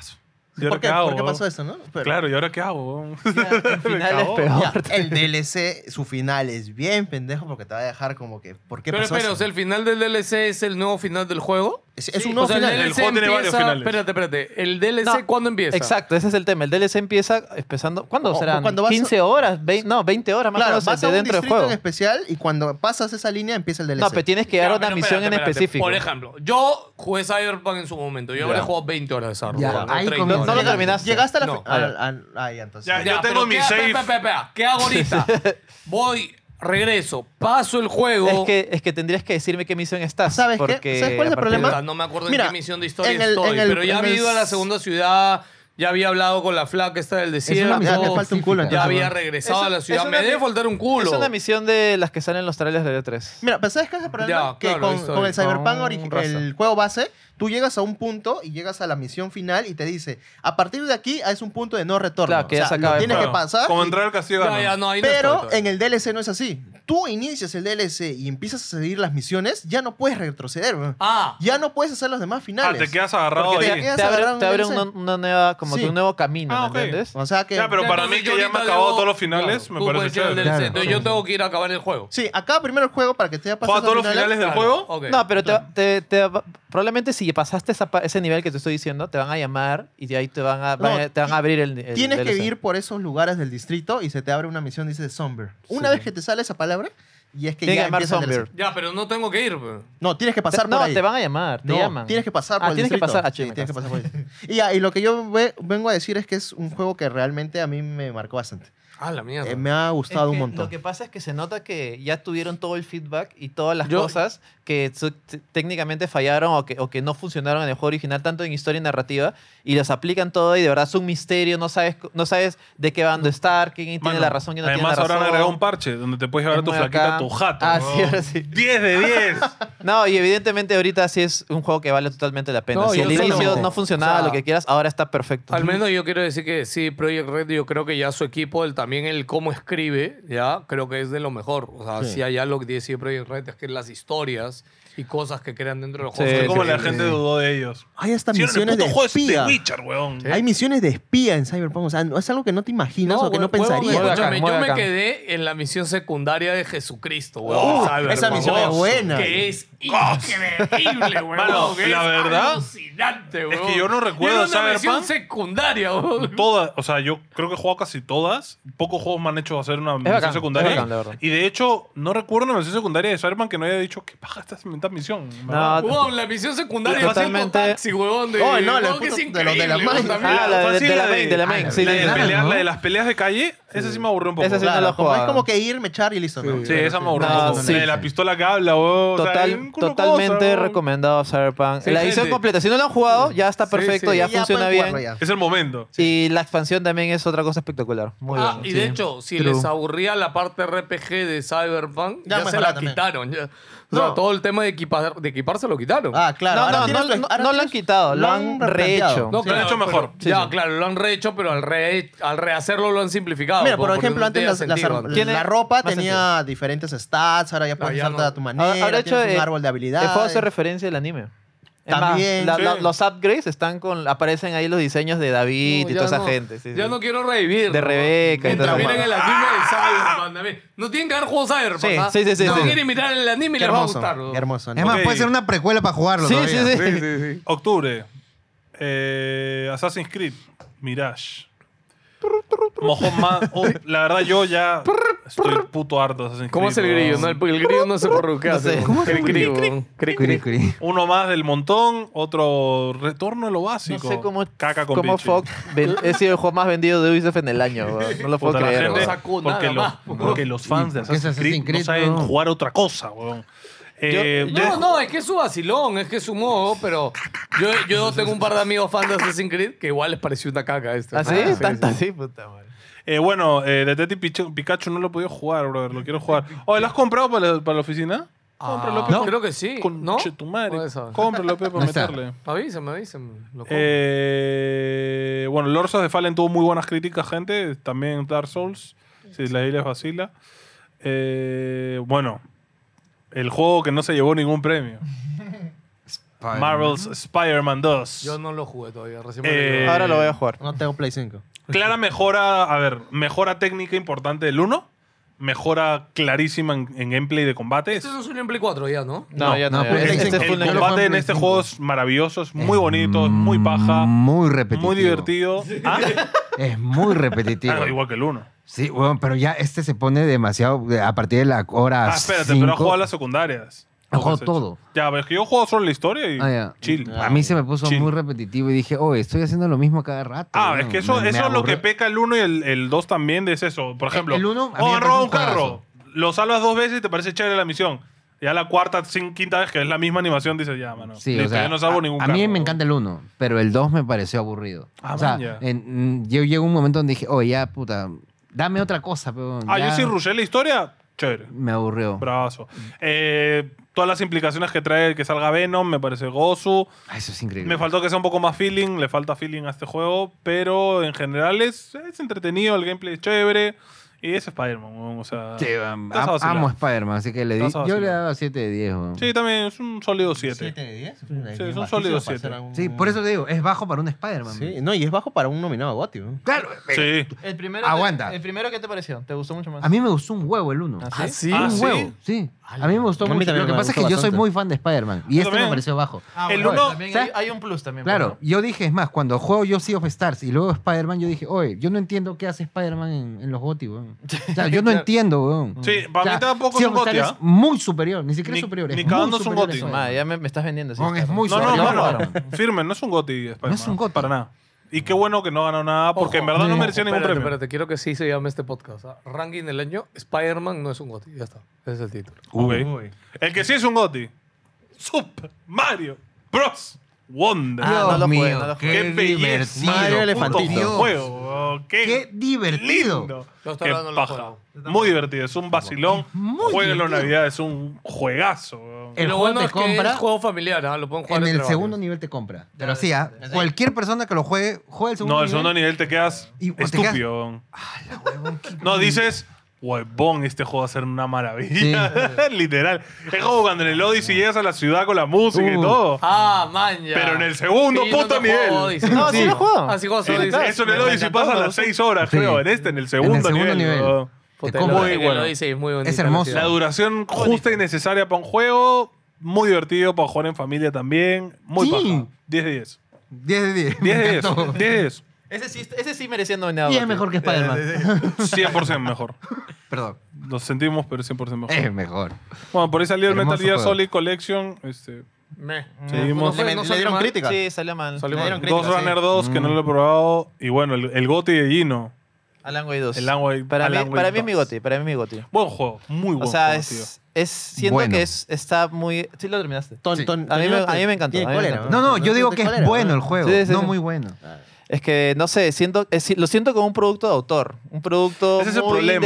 [SPEAKER 2] ¿Y ahora
[SPEAKER 6] ¿Por qué,
[SPEAKER 2] qué hago?
[SPEAKER 6] ¿Por qué
[SPEAKER 2] weón?"
[SPEAKER 6] pasó esto, no? Pero-
[SPEAKER 2] Claro, ¿y ahora qué hago? weón?
[SPEAKER 4] Al final es
[SPEAKER 2] cagó.
[SPEAKER 4] peor.
[SPEAKER 6] Ya, el DLC, su final es bien pendejo porque te va a dejar como que, ¿por qué
[SPEAKER 3] Pero
[SPEAKER 6] pasó
[SPEAKER 3] espera,
[SPEAKER 6] eso?
[SPEAKER 3] o sea, el final del DLC es el nuevo final del juego.
[SPEAKER 6] es, es un
[SPEAKER 3] O
[SPEAKER 6] nuevo
[SPEAKER 3] sea, el
[SPEAKER 6] final.
[SPEAKER 2] del-
[SPEAKER 3] DLC
[SPEAKER 2] El juego tiene varios
[SPEAKER 3] empieza-
[SPEAKER 2] finales.
[SPEAKER 3] Espérate, espérate. ¿El DLC
[SPEAKER 4] No,
[SPEAKER 3] cuándo empieza?
[SPEAKER 4] Exacto, ese es el tema. El DLC empieza empezando. ¿Cuándo
[SPEAKER 6] O- o
[SPEAKER 4] serán?
[SPEAKER 6] Oh, cuando vas-
[SPEAKER 4] 15 horas, 20, no, 20 horas más o
[SPEAKER 6] claro,
[SPEAKER 4] menos
[SPEAKER 6] vas
[SPEAKER 4] de
[SPEAKER 6] a un
[SPEAKER 4] dentro del
[SPEAKER 6] distrito
[SPEAKER 4] juego.
[SPEAKER 6] en especial y cuando pasas esa línea empieza el DLC.
[SPEAKER 4] No, pero tienes que
[SPEAKER 3] Ya,
[SPEAKER 4] dar
[SPEAKER 3] pero
[SPEAKER 4] una misión
[SPEAKER 3] espérate,
[SPEAKER 4] en
[SPEAKER 3] espérate.
[SPEAKER 4] específico.
[SPEAKER 3] Por ejemplo, yo jugué Cyberpunk en su momento. Yo habré jugado 20 horas de desarrollo.
[SPEAKER 5] Ya,
[SPEAKER 3] o
[SPEAKER 5] ahí
[SPEAKER 3] 30
[SPEAKER 5] comienza.
[SPEAKER 3] horas.
[SPEAKER 4] No lo terminaste.
[SPEAKER 6] Llegaste a la
[SPEAKER 3] No.
[SPEAKER 6] fi- al- al- Ahí, entonces.
[SPEAKER 2] Ya,
[SPEAKER 6] Ya,
[SPEAKER 2] yo tengo
[SPEAKER 3] pero
[SPEAKER 2] mi
[SPEAKER 3] ¿qué-
[SPEAKER 2] save.
[SPEAKER 3] espera, espera, espera, ¿Qué hago ahorita? Voy, regreso, paso el juego.
[SPEAKER 4] Es que, es que tendrías que decirme qué misión estás.
[SPEAKER 6] ¿Sabes qué?
[SPEAKER 4] porque
[SPEAKER 6] ¿Sabes cuál es el
[SPEAKER 4] a partir de-
[SPEAKER 6] problema?
[SPEAKER 3] Puta, no me acuerdo
[SPEAKER 6] Mira,
[SPEAKER 3] en qué misión de historia
[SPEAKER 6] en el-
[SPEAKER 3] estoy,
[SPEAKER 6] en el-
[SPEAKER 3] pero ya
[SPEAKER 6] en
[SPEAKER 3] había
[SPEAKER 6] el-
[SPEAKER 3] ido a la segunda ciudad, ya había hablado con la flaca esta del desierto,
[SPEAKER 5] misión
[SPEAKER 6] te falta un culo.
[SPEAKER 5] Ya
[SPEAKER 3] ya
[SPEAKER 6] entonces,
[SPEAKER 3] había
[SPEAKER 6] bueno.
[SPEAKER 3] regresado
[SPEAKER 4] Es-
[SPEAKER 3] a la
[SPEAKER 4] es
[SPEAKER 3] ciudad.
[SPEAKER 4] una
[SPEAKER 3] Me debe
[SPEAKER 4] mi-
[SPEAKER 3] faltar un
[SPEAKER 4] Es
[SPEAKER 3] culo.
[SPEAKER 4] una misión de las que salen en los trailers de E3.
[SPEAKER 6] Mira, pero ¿sabes qué es el problema?
[SPEAKER 3] Ya,
[SPEAKER 6] que
[SPEAKER 3] claro,
[SPEAKER 6] con,
[SPEAKER 3] eso
[SPEAKER 6] con el
[SPEAKER 3] es.
[SPEAKER 6] Cyberpunk,
[SPEAKER 4] Ah,
[SPEAKER 6] origi-
[SPEAKER 4] raza.
[SPEAKER 6] el juego base, tú llegas a un punto y llegas a la misión final y te dice, a partir de aquí es un punto de no retorno.
[SPEAKER 4] Claro, que
[SPEAKER 6] O
[SPEAKER 4] ya
[SPEAKER 6] sea,
[SPEAKER 4] se acaba el
[SPEAKER 6] lo Tienes que
[SPEAKER 2] Claro,
[SPEAKER 6] pasar
[SPEAKER 2] Como
[SPEAKER 6] y-
[SPEAKER 2] entrar al castillo
[SPEAKER 3] Ya,
[SPEAKER 2] Ganon.
[SPEAKER 3] ya, no, ahí no estoy
[SPEAKER 6] Pero
[SPEAKER 3] todavía.
[SPEAKER 6] en el DLC no es así. Tú inicias el DLC y empiezas a seguir las misiones, ya no puedes retroceder. weón.
[SPEAKER 3] Ah,
[SPEAKER 6] Ya no puedes hacer los demás
[SPEAKER 2] Ah,
[SPEAKER 6] finales.
[SPEAKER 2] te quedas agarrado
[SPEAKER 6] Porque te
[SPEAKER 2] ahí.
[SPEAKER 6] quedas
[SPEAKER 4] Te abre,
[SPEAKER 6] agarrado
[SPEAKER 4] te
[SPEAKER 6] en
[SPEAKER 4] abre
[SPEAKER 6] DLC.
[SPEAKER 4] una, una nueva, como
[SPEAKER 6] Sí.
[SPEAKER 4] que un nuevo camino,
[SPEAKER 2] Ah,
[SPEAKER 4] ¿me
[SPEAKER 2] ok.
[SPEAKER 4] entiendes?
[SPEAKER 6] O sea que...
[SPEAKER 2] Ya, pero para mí
[SPEAKER 3] entonces yo
[SPEAKER 2] que ya me
[SPEAKER 3] ahorita
[SPEAKER 2] ha acabado
[SPEAKER 3] debo-
[SPEAKER 2] todos los finales,
[SPEAKER 3] tú
[SPEAKER 2] me
[SPEAKER 3] puedes
[SPEAKER 2] parece
[SPEAKER 3] ir al
[SPEAKER 2] chévere.
[SPEAKER 3] DLC,
[SPEAKER 5] Claro,
[SPEAKER 3] entonces
[SPEAKER 5] sí,
[SPEAKER 3] yo
[SPEAKER 5] sí.
[SPEAKER 3] tengo que ir a acabar el juego.
[SPEAKER 6] Sí, acá primero el juego para que te haya pasado
[SPEAKER 2] Juega todos los finales del
[SPEAKER 3] Claro,
[SPEAKER 2] juego.
[SPEAKER 3] ok.
[SPEAKER 4] No, pero te, va- te- te va- probablemente si pasaste esa pa- ese nivel que te estoy diciendo, te van a llamar y de ahí te van a, van a-
[SPEAKER 6] No,
[SPEAKER 4] te van a abrir el, el
[SPEAKER 6] Tienes que
[SPEAKER 4] DLC.
[SPEAKER 6] ir por esos lugares del distrito y se te abre una misión, dice Somber. Una vez que te sale esa palabra, y es que
[SPEAKER 4] Tiene
[SPEAKER 6] ya
[SPEAKER 4] que llamar
[SPEAKER 6] empieza el
[SPEAKER 4] Somber.
[SPEAKER 6] DLC.
[SPEAKER 3] Ya, pero no tengo que ir. pues. weón.
[SPEAKER 6] No, tienes que
[SPEAKER 4] Te-
[SPEAKER 6] pasar
[SPEAKER 4] no,
[SPEAKER 6] por ahí.
[SPEAKER 4] te van a llamar, te
[SPEAKER 6] No,
[SPEAKER 4] llaman.
[SPEAKER 6] Tienes que pasar
[SPEAKER 4] Ah,
[SPEAKER 6] por el
[SPEAKER 4] tienes que
[SPEAKER 6] distrito.
[SPEAKER 4] pasar. Ah,
[SPEAKER 6] Sí,
[SPEAKER 4] chinga,
[SPEAKER 6] tienes que pasar por ahí. Y ya, y lo que yo ve- vengo a decir es que es un juego que realmente a mí me marcó bastante.
[SPEAKER 3] Ah, la mierda.
[SPEAKER 6] Eh, me ha
[SPEAKER 4] Es
[SPEAKER 6] gustado
[SPEAKER 4] que
[SPEAKER 6] un
[SPEAKER 4] Lo
[SPEAKER 6] montón.
[SPEAKER 4] que pasa es que se nota que ya tuvieron todo el feedback y todas las
[SPEAKER 3] Yo-
[SPEAKER 4] cosas que su- t- técnicamente fallaron o que, o que no funcionaron en el juego original, tanto en historia y narrativa, y las aplican todo y de verdad es un misterio, no sabes, cu- no sabes de qué bando estar, quién tiene
[SPEAKER 2] Mano,
[SPEAKER 4] la razón, quién no
[SPEAKER 2] Además,
[SPEAKER 4] tiene la
[SPEAKER 2] ahora
[SPEAKER 4] razón.
[SPEAKER 2] han agregado un parche donde te puedes llevar
[SPEAKER 4] Es
[SPEAKER 2] a tu
[SPEAKER 4] muy
[SPEAKER 2] flaquita
[SPEAKER 4] acá.
[SPEAKER 2] a tu jato.
[SPEAKER 4] Ah,
[SPEAKER 2] weón.
[SPEAKER 4] sí, ahora sí.
[SPEAKER 2] 10 de 10.
[SPEAKER 4] No, y evidentemente ahorita sí es un juego que vale totalmente la pena.
[SPEAKER 3] No,
[SPEAKER 4] si
[SPEAKER 3] yo
[SPEAKER 4] el
[SPEAKER 3] solo-
[SPEAKER 4] inicio no funcionaba,
[SPEAKER 3] o sea,
[SPEAKER 4] lo que quieras, ahora está perfecto.
[SPEAKER 3] Al menos yo quiero decir que sí, Project Red, yo creo que ya su equipo, el, también el cómo escribe, ya creo que es de lo mejor. O sea, si allá lo que dice Project Red es que las historias y cosas que crean dentro de los
[SPEAKER 4] Sí,
[SPEAKER 3] juegos.
[SPEAKER 4] sí,
[SPEAKER 2] Como
[SPEAKER 4] sí,
[SPEAKER 2] la
[SPEAKER 4] sí.
[SPEAKER 2] gente dudó de ellos.
[SPEAKER 6] Hay hasta
[SPEAKER 2] Hicieron el
[SPEAKER 6] misiones de
[SPEAKER 2] puto juego ese de
[SPEAKER 6] espía.
[SPEAKER 2] Witcher, weón.
[SPEAKER 6] Hay misiones de espía en Cyberpunk. O sea, no- es algo que no te imaginas o que no
[SPEAKER 3] hue- huevón,
[SPEAKER 6] pensarías.
[SPEAKER 4] Mueve
[SPEAKER 3] escúchame,
[SPEAKER 4] acá, mueve
[SPEAKER 3] yo me
[SPEAKER 4] acá.
[SPEAKER 3] quedé en la misión secundaria de Jesucristo,
[SPEAKER 2] Oh,
[SPEAKER 3] huevón. Cyberpunk,
[SPEAKER 6] esa misión es buena. ¡Oh!
[SPEAKER 3] Que es increíble, huevón.
[SPEAKER 2] Mano,
[SPEAKER 3] que
[SPEAKER 2] la
[SPEAKER 3] es
[SPEAKER 2] verdad,
[SPEAKER 3] alucinante,
[SPEAKER 2] que
[SPEAKER 3] huevón.
[SPEAKER 2] yo no recuerdo
[SPEAKER 3] Era una misión
[SPEAKER 2] Cyberpunk.
[SPEAKER 3] secundaria, huevón.
[SPEAKER 2] Todas, o sea, yo creo que he jugado casi todas. Pocos juegos me han hecho hacer una misión
[SPEAKER 4] bacán,
[SPEAKER 2] secundaria.
[SPEAKER 4] es bacán, la verdad.
[SPEAKER 2] y de hecho, no recuerdo una misión secundaria de Cyberpunk que no haya dicho que paja esta esta misión.
[SPEAKER 4] No, ah,
[SPEAKER 3] Huevón, la misión secundaria de
[SPEAKER 4] Totalmente.
[SPEAKER 3] haciendo taxi, huevón. De,
[SPEAKER 6] Oh, Ah, no, la
[SPEAKER 3] huevón, que es
[SPEAKER 6] puta- de los de
[SPEAKER 3] increíble,
[SPEAKER 6] la
[SPEAKER 3] huevón,
[SPEAKER 6] mano.
[SPEAKER 3] también.
[SPEAKER 4] Ah, la de,
[SPEAKER 2] Fácil,
[SPEAKER 4] de la
[SPEAKER 2] la de-
[SPEAKER 4] main, de la
[SPEAKER 2] ah,
[SPEAKER 4] main.
[SPEAKER 5] la
[SPEAKER 2] la
[SPEAKER 4] Sí, la
[SPEAKER 2] de,
[SPEAKER 4] de la main.
[SPEAKER 2] pelear,
[SPEAKER 5] ¿no?
[SPEAKER 2] la de las peleas de calle, esa sí me aburrió un poco.
[SPEAKER 4] Esa sí. no
[SPEAKER 6] Claro,
[SPEAKER 4] lo
[SPEAKER 6] como es
[SPEAKER 4] jugaba.
[SPEAKER 6] como que ir, mechar y listo. ¿no?
[SPEAKER 2] Sí, esa me aburrió
[SPEAKER 4] No,
[SPEAKER 2] un poco.
[SPEAKER 4] sí.
[SPEAKER 2] La de la pistola que habla, weón.
[SPEAKER 4] Total- totalmente recomendado Cyberpunk.
[SPEAKER 3] Sí,
[SPEAKER 4] la edición
[SPEAKER 3] gente.
[SPEAKER 4] completa, si no la han jugado, ya está perfecto,
[SPEAKER 3] sí.
[SPEAKER 4] ya,
[SPEAKER 6] Y ya
[SPEAKER 4] funciona
[SPEAKER 6] pueden
[SPEAKER 4] bien.
[SPEAKER 6] jugarlo ya.
[SPEAKER 2] Es el momento.
[SPEAKER 4] Y la expansión también es otra cosa espectacular. Muy
[SPEAKER 3] Ah,
[SPEAKER 4] bueno.
[SPEAKER 3] Y
[SPEAKER 4] Sí,
[SPEAKER 3] de hecho, si
[SPEAKER 4] true.
[SPEAKER 3] les aburría la parte RPG de Cyberpunk,
[SPEAKER 6] Ya
[SPEAKER 3] ya, se
[SPEAKER 6] mejoró
[SPEAKER 3] la
[SPEAKER 6] también.
[SPEAKER 3] quitaron. ya. O sea,
[SPEAKER 6] No.
[SPEAKER 3] todo el tema de, equipar, de equiparse lo quitaron.
[SPEAKER 6] Ah, claro.
[SPEAKER 4] No,
[SPEAKER 6] ahora
[SPEAKER 4] no,
[SPEAKER 6] tienes
[SPEAKER 4] no,
[SPEAKER 6] tu-
[SPEAKER 4] no,
[SPEAKER 6] ahora
[SPEAKER 4] no lo han
[SPEAKER 6] tienes-
[SPEAKER 4] quitado, lo han
[SPEAKER 6] replanteado.
[SPEAKER 4] rehecho.
[SPEAKER 3] No,
[SPEAKER 2] Sí, lo han hecho mejor.
[SPEAKER 3] pero- ya,
[SPEAKER 4] Sí, sí.
[SPEAKER 3] claro, lo han rehecho, pero al, re- al rehacerlo lo han simplificado.
[SPEAKER 6] Mira, por
[SPEAKER 3] porque
[SPEAKER 6] ejemplo,
[SPEAKER 3] no
[SPEAKER 6] antes
[SPEAKER 3] tenía
[SPEAKER 6] las- las
[SPEAKER 3] sentido
[SPEAKER 6] ar-
[SPEAKER 3] antes.
[SPEAKER 4] Tiene
[SPEAKER 6] la ropa
[SPEAKER 4] más
[SPEAKER 6] tenía diferentes stats, ahora ya puedes
[SPEAKER 3] ya
[SPEAKER 6] usarla
[SPEAKER 3] no.
[SPEAKER 6] a tu manera,
[SPEAKER 4] Ahora- ahora hecho,
[SPEAKER 6] tienes
[SPEAKER 4] eh,
[SPEAKER 6] un árbol de habilidades.
[SPEAKER 4] El juego hace referencia al anime. Es más,
[SPEAKER 6] También,
[SPEAKER 4] la-
[SPEAKER 2] sí.
[SPEAKER 4] la- los upgrades están con, aparecen ahí los diseños de David
[SPEAKER 3] No,
[SPEAKER 4] y
[SPEAKER 3] ya
[SPEAKER 4] toda esa
[SPEAKER 3] no-
[SPEAKER 4] gente. sí,
[SPEAKER 3] ya
[SPEAKER 4] sí.
[SPEAKER 3] no quiero revivir.
[SPEAKER 4] De
[SPEAKER 3] ¿no?
[SPEAKER 4] Rebeca y
[SPEAKER 3] Mientras
[SPEAKER 4] todo eso.
[SPEAKER 3] miren el anime de
[SPEAKER 4] Ah.
[SPEAKER 3] Cyberpunk también. No tienen que haber jugado Cyberpunk.
[SPEAKER 4] Sí,
[SPEAKER 3] ¿ah?
[SPEAKER 4] sí, sí, sí,
[SPEAKER 3] No
[SPEAKER 4] sí.
[SPEAKER 3] quieren mirar el anime y
[SPEAKER 6] Qué
[SPEAKER 3] les va a
[SPEAKER 6] hermoso.
[SPEAKER 3] gustar. ¿no?
[SPEAKER 6] qué hermoso. ¿no?
[SPEAKER 5] Es más,
[SPEAKER 2] Ok.
[SPEAKER 5] puede ser una precuela para jugarlo.
[SPEAKER 4] Sí,
[SPEAKER 5] todavía.
[SPEAKER 4] sí, sí.
[SPEAKER 3] Sí, sí, sí.
[SPEAKER 2] Octubre. Eh, Assassin's Creed. Mirage. Mojón más. Oh, la verdad, yo ya estoy puto harto de Assassin's Creed.
[SPEAKER 3] ¿Cómo hace el
[SPEAKER 2] weón.
[SPEAKER 3] grillo? No, el, el grillo no se porruquea.
[SPEAKER 4] No sé.
[SPEAKER 3] ¿Cómo
[SPEAKER 4] ¿Cómo
[SPEAKER 3] hace el grillo? Cri,
[SPEAKER 5] Cri,
[SPEAKER 3] cri.
[SPEAKER 5] cri.
[SPEAKER 2] Uno más del montón, otro retorno a lo
[SPEAKER 4] No
[SPEAKER 2] básico.
[SPEAKER 4] sé cómo,
[SPEAKER 2] Caca con
[SPEAKER 4] cómo
[SPEAKER 2] biche.
[SPEAKER 4] Fox ven- he sido el juego más vendido de Ubisoft en el año. weón. No lo puedo
[SPEAKER 2] Puta, la
[SPEAKER 4] creer.
[SPEAKER 2] gente-
[SPEAKER 4] weón.
[SPEAKER 3] No sacó
[SPEAKER 2] porque,
[SPEAKER 3] nada
[SPEAKER 2] los,
[SPEAKER 3] más.
[SPEAKER 2] porque los fans de
[SPEAKER 5] ¿Y por qué es
[SPEAKER 2] Assassin's Creed,
[SPEAKER 5] Assassin's Creed,
[SPEAKER 2] no saben
[SPEAKER 5] no?
[SPEAKER 2] jugar otra cosa, weón. Eh,
[SPEAKER 3] No, no, es que es su vacilón, es que es su modo, pero yo, yo tengo un par de amigos fans de Assassin's Creed que igual les pareció una caca esto.
[SPEAKER 4] ¿Ah, sí? pues,
[SPEAKER 3] Ah,
[SPEAKER 4] Tanto así, puta madre.
[SPEAKER 2] eh, bueno, eh, Detective Pichu- Pikachu no lo he podido jugar, brother. Lo quiero jugar. Oye, ¿lo has comprado para la, para la oficina?
[SPEAKER 3] Ah,
[SPEAKER 2] Cómpralo,
[SPEAKER 3] no,
[SPEAKER 2] pe-
[SPEAKER 3] creo que sí.
[SPEAKER 2] Con
[SPEAKER 3] ¿No?
[SPEAKER 2] tu madre.
[SPEAKER 3] Puede ser.
[SPEAKER 2] Cómpralo, pe, para
[SPEAKER 5] No está.
[SPEAKER 2] meterle.
[SPEAKER 3] Avísame, avísame. Lo compro.
[SPEAKER 2] Eh, bueno, Lords of the Fallen tuvo muy buenas críticas, gente. También Dark Souls, si la isla vacila. Eh, bueno, el juego que no se llevó ningún premio. Marvel's Spider-Man 2.
[SPEAKER 3] yo no lo jugué todavía, recién me
[SPEAKER 2] Eh,
[SPEAKER 3] lo-
[SPEAKER 4] Ahora lo voy a jugar.
[SPEAKER 6] No tengo Play 5.
[SPEAKER 2] Clara mejora, a ver, mejora técnica importante del 1. Mejora clarísima en, en gameplay de combate.
[SPEAKER 3] Este no es un Play 4 ya, ¿no?
[SPEAKER 4] No,
[SPEAKER 5] No,
[SPEAKER 4] ya no.
[SPEAKER 5] no,
[SPEAKER 4] ya.
[SPEAKER 5] pues,
[SPEAKER 4] Este-
[SPEAKER 2] El,
[SPEAKER 5] es
[SPEAKER 4] este
[SPEAKER 2] el
[SPEAKER 4] es full
[SPEAKER 5] yo lo
[SPEAKER 4] negro.
[SPEAKER 2] combate
[SPEAKER 5] juego en
[SPEAKER 2] en este
[SPEAKER 5] Play
[SPEAKER 2] juego
[SPEAKER 5] cinco.
[SPEAKER 2] es maravilloso, es muy bonito, es muy paja,
[SPEAKER 5] mm, Muy repetitivo.
[SPEAKER 2] muy divertido. Ah,
[SPEAKER 5] Es muy repetitivo.
[SPEAKER 2] ah, igual que el 1.
[SPEAKER 5] Sí, bueno, pero ya este se pone demasiado eh, a partir de la hora.
[SPEAKER 2] Ah, espérate,
[SPEAKER 5] cinco.
[SPEAKER 2] pero ha jugado las secundarias.
[SPEAKER 5] Ha
[SPEAKER 2] Lo que
[SPEAKER 5] jugado
[SPEAKER 2] has hecho.
[SPEAKER 5] todo.
[SPEAKER 2] Ya, pero es que yo juego solo la historia y
[SPEAKER 5] Ah, ya.
[SPEAKER 2] chill.
[SPEAKER 5] A mí se me puso
[SPEAKER 2] Chill.
[SPEAKER 5] muy repetitivo y dije, oh, estoy haciendo lo mismo cada rato.
[SPEAKER 2] Ah,
[SPEAKER 5] ¿no?
[SPEAKER 2] es que eso,
[SPEAKER 5] Me- me
[SPEAKER 2] eso es lo que
[SPEAKER 5] aburre.
[SPEAKER 2] peca el 1 y el, 2 también, de es eso. Por ejemplo,
[SPEAKER 5] el uno, a mí
[SPEAKER 2] oh,
[SPEAKER 5] me
[SPEAKER 2] han robado un
[SPEAKER 5] parece un
[SPEAKER 2] carro.
[SPEAKER 5] juegazo.
[SPEAKER 2] Lo salvas dos veces y te parece chévere la misión. Ya la cuarta, cin- quinta vez que es la misma animación, dices, ya, mano.
[SPEAKER 5] Sí,
[SPEAKER 2] listo,
[SPEAKER 5] o sea,
[SPEAKER 2] yo no salvo
[SPEAKER 5] a,
[SPEAKER 2] ningún
[SPEAKER 5] a mí
[SPEAKER 2] carro.
[SPEAKER 5] me encanta el 1, pero el 2 me pareció aburrido.
[SPEAKER 2] Ah,
[SPEAKER 5] o sea,
[SPEAKER 2] man, ya.
[SPEAKER 5] en- mm, yo llego a un momento donde dije, oh, ya, puta, dame otra cosa. Pero
[SPEAKER 2] Ah,
[SPEAKER 5] ya
[SPEAKER 2] yo sí rushé la historia, chévere.
[SPEAKER 5] Me aburrió.
[SPEAKER 2] Bravazo. Eh, todas las implicaciones que trae que salga Venom, me parece gozo.
[SPEAKER 5] Ah, eso es increíble.
[SPEAKER 2] Me faltó que sea un poco más feeling, le falta feeling a este juego, pero en general es, es entretenido, el gameplay es chévere y es Spider-Man, weón, o sea...
[SPEAKER 5] Sí, am-
[SPEAKER 2] Estás a vacilar.
[SPEAKER 5] amo Spider-Man, así que le di,
[SPEAKER 2] Estás a
[SPEAKER 5] yo le
[SPEAKER 2] vacilar.
[SPEAKER 5] daba 7 de 10. weón.
[SPEAKER 2] Sí, también es un sólido 7.
[SPEAKER 6] de 10?
[SPEAKER 2] Sí, es un sólido siete.
[SPEAKER 5] Sí, por eso te digo, es bajo para un Spider-Man.
[SPEAKER 6] Sí, no, y es bajo para un nominado a GOTY. ¿no?
[SPEAKER 5] Claro, eh,
[SPEAKER 2] Sí.
[SPEAKER 4] El primero
[SPEAKER 5] Aguanta.
[SPEAKER 4] te- el primero que te pareció, ¿te gustó mucho más?
[SPEAKER 5] a mí me gustó un huevo el 1.
[SPEAKER 3] ¿Ah, sí?
[SPEAKER 2] Ah,
[SPEAKER 5] un
[SPEAKER 2] sí.
[SPEAKER 5] huevo, sí. A mí me gustó
[SPEAKER 6] A mí
[SPEAKER 5] mucho.
[SPEAKER 6] también
[SPEAKER 5] Lo que
[SPEAKER 6] me
[SPEAKER 5] pasa es que
[SPEAKER 6] gustó
[SPEAKER 5] yo soy
[SPEAKER 6] bastante.
[SPEAKER 5] muy fan de Spider-Man y
[SPEAKER 2] Yo
[SPEAKER 5] este
[SPEAKER 2] también.
[SPEAKER 5] me pareció bajo.
[SPEAKER 4] Ah,
[SPEAKER 2] El
[SPEAKER 4] bueno,
[SPEAKER 2] uno-
[SPEAKER 4] también hay, hay un plus también.
[SPEAKER 5] Claro,
[SPEAKER 4] pero-
[SPEAKER 5] yo dije, es más, cuando juego yo Sea of Stars y luego Spider-Man, yo dije, oye, yo no entiendo qué hace Spider-Man en, en los GOTY, weón. O sea, yo no entiendo,
[SPEAKER 6] Mm.
[SPEAKER 5] weón.
[SPEAKER 2] Sí, para mí tampoco es
[SPEAKER 5] Sea
[SPEAKER 2] un
[SPEAKER 5] of Stars
[SPEAKER 2] GOTY, ¿ah?
[SPEAKER 5] es muy superior, ni siquiera
[SPEAKER 2] Ni-
[SPEAKER 5] es superior.
[SPEAKER 2] ni
[SPEAKER 5] es muy
[SPEAKER 2] cagando es un
[SPEAKER 5] superior a
[SPEAKER 2] GOTY.
[SPEAKER 5] Spider-Man.
[SPEAKER 4] Madre, ya me, me estás vendiendo. sí,
[SPEAKER 5] Weón, es
[SPEAKER 4] está-
[SPEAKER 5] muy
[SPEAKER 2] No, no,
[SPEAKER 5] superior.
[SPEAKER 2] mano.
[SPEAKER 5] Claro.
[SPEAKER 2] Firme, no es un GOTY Spider-Man.
[SPEAKER 5] No es un GOTY.
[SPEAKER 2] Para nada. Y qué bueno que no ganó nada, porque en verdad no
[SPEAKER 5] Ojo,
[SPEAKER 2] merecía ningún
[SPEAKER 3] Espérate,
[SPEAKER 2] premio.
[SPEAKER 3] espérate, quiero que sí se llame este podcast. ¿ah? Ranking del año, Spider-Man no es un goti. Ya está, ese es el título.
[SPEAKER 2] Ok. El que sí es un GOTY. Super Mario Bros. Wonder.
[SPEAKER 4] Ah, no lo
[SPEAKER 5] Dios
[SPEAKER 4] jugué,
[SPEAKER 5] mío,
[SPEAKER 4] no lo jugué.
[SPEAKER 5] qué, divertido.
[SPEAKER 6] Mario
[SPEAKER 5] puto
[SPEAKER 6] Elefantito.
[SPEAKER 5] Dios.
[SPEAKER 2] Juego, oh, qué,
[SPEAKER 5] Qué divertido.
[SPEAKER 2] lindo.
[SPEAKER 3] Yo hasta
[SPEAKER 2] Qué
[SPEAKER 3] ahora no lo he
[SPEAKER 2] paja.
[SPEAKER 3] jugado.
[SPEAKER 2] Muy divertido, es un vacilón.
[SPEAKER 5] muy
[SPEAKER 2] Jueguenlo en
[SPEAKER 5] divertido.
[SPEAKER 2] Navidad, es un juegazo. weón.
[SPEAKER 5] El
[SPEAKER 3] lo
[SPEAKER 5] juego
[SPEAKER 3] bueno
[SPEAKER 5] te
[SPEAKER 3] es que
[SPEAKER 5] compra-
[SPEAKER 3] es juego familiar, ¿ah? lo pueden jugar
[SPEAKER 5] En el
[SPEAKER 3] entre varios.
[SPEAKER 5] segundo nivel te compra. Pero sí, ¿ah? cualquier persona que lo juegue, juega el segundo
[SPEAKER 2] No, el
[SPEAKER 5] nivel.
[SPEAKER 2] segundo nivel te quedas
[SPEAKER 5] Y- o te
[SPEAKER 2] estúpido.
[SPEAKER 5] quedas-
[SPEAKER 2] weón. No, dices, huevón, este juego va a ser una maravilla. Literal. Es como cuando en el Odyssey llegas a la ciudad con la música y
[SPEAKER 5] Uh.
[SPEAKER 2] todo.
[SPEAKER 3] Ah, man, ya.
[SPEAKER 2] Pero en el segundo
[SPEAKER 3] yo
[SPEAKER 2] puto
[SPEAKER 3] te
[SPEAKER 2] nivel.
[SPEAKER 3] juego Odyssey.
[SPEAKER 4] No, sí lo juego.
[SPEAKER 3] Ah, sí juego
[SPEAKER 2] En-
[SPEAKER 3] Odyssey.
[SPEAKER 2] eso en el
[SPEAKER 3] Me
[SPEAKER 2] Odyssey
[SPEAKER 3] encantó,
[SPEAKER 2] pasa a
[SPEAKER 3] me
[SPEAKER 2] las
[SPEAKER 3] gustó.
[SPEAKER 2] 6 horas,
[SPEAKER 5] Sí.
[SPEAKER 2] creo. En este, en el segundo,
[SPEAKER 5] segundo nivel.
[SPEAKER 2] weón.
[SPEAKER 3] Puta,
[SPEAKER 5] Te compra.
[SPEAKER 3] el-
[SPEAKER 2] Muy
[SPEAKER 3] el
[SPEAKER 2] bueno.
[SPEAKER 3] Odyssey es muy bonito.
[SPEAKER 5] Es hermoso.
[SPEAKER 2] La duración justa y necesaria para un juego. Muy divertido para jugar en familia también. Muy
[SPEAKER 5] Sí.
[SPEAKER 2] paja. 10 de 10.
[SPEAKER 5] 10 de 10.
[SPEAKER 2] 10
[SPEAKER 5] me
[SPEAKER 2] de 10.
[SPEAKER 5] encantó.
[SPEAKER 2] 10 de 10.
[SPEAKER 4] Ese sí, ese sí merecía nominado.
[SPEAKER 5] Y es
[SPEAKER 4] Gotti.
[SPEAKER 5] mejor que Spider-Man.
[SPEAKER 2] 100% mejor.
[SPEAKER 5] Perdón.
[SPEAKER 2] Nos sentimos, pero 100% mejor.
[SPEAKER 5] Es mejor.
[SPEAKER 2] Bueno, por ahí salió el
[SPEAKER 5] Eh, Hermoso
[SPEAKER 2] Metal Gear
[SPEAKER 5] juego.
[SPEAKER 2] Solid Collection. Este,
[SPEAKER 3] Me.
[SPEAKER 2] Seguimos.
[SPEAKER 3] fue-
[SPEAKER 6] Le, le
[SPEAKER 3] salió
[SPEAKER 6] dieron
[SPEAKER 3] mal.
[SPEAKER 6] crítica.
[SPEAKER 4] Sí, salió mal.
[SPEAKER 3] Salió
[SPEAKER 6] Le dieron
[SPEAKER 3] mal.
[SPEAKER 6] crítica,
[SPEAKER 2] Ghost
[SPEAKER 6] sí.
[SPEAKER 2] Runner 2, que no lo he probado. Y bueno, el, el Goti de Gino.
[SPEAKER 4] Alan Wake 2.
[SPEAKER 2] El Alan Wake-
[SPEAKER 4] para
[SPEAKER 2] Alan
[SPEAKER 4] mí,
[SPEAKER 2] Wake
[SPEAKER 4] para mí es
[SPEAKER 2] 2.
[SPEAKER 4] mi goti, para mí es mi goti.
[SPEAKER 2] Buen juego, muy buen
[SPEAKER 4] O sea,
[SPEAKER 2] juego,
[SPEAKER 4] es, es siento
[SPEAKER 5] Bueno.
[SPEAKER 4] que es, está muy... Sí, lo terminaste.
[SPEAKER 6] Ton-
[SPEAKER 5] Sí.
[SPEAKER 6] ton-
[SPEAKER 4] A mí me-
[SPEAKER 6] Toñote
[SPEAKER 4] a mí me encantó,
[SPEAKER 6] tiene
[SPEAKER 4] a mí me
[SPEAKER 6] cólera,
[SPEAKER 4] encantó.
[SPEAKER 5] No, no, yo digo que
[SPEAKER 6] Tiene
[SPEAKER 5] es
[SPEAKER 6] cólera,
[SPEAKER 5] bueno
[SPEAKER 6] ¿no?
[SPEAKER 5] el juego.
[SPEAKER 4] Sí, sí,
[SPEAKER 5] no
[SPEAKER 4] sí.
[SPEAKER 5] muy bueno.
[SPEAKER 4] Es que, no sé, siento, es- lo siento como un producto de autor. Un producto
[SPEAKER 2] Ese es el
[SPEAKER 4] muy
[SPEAKER 2] problema,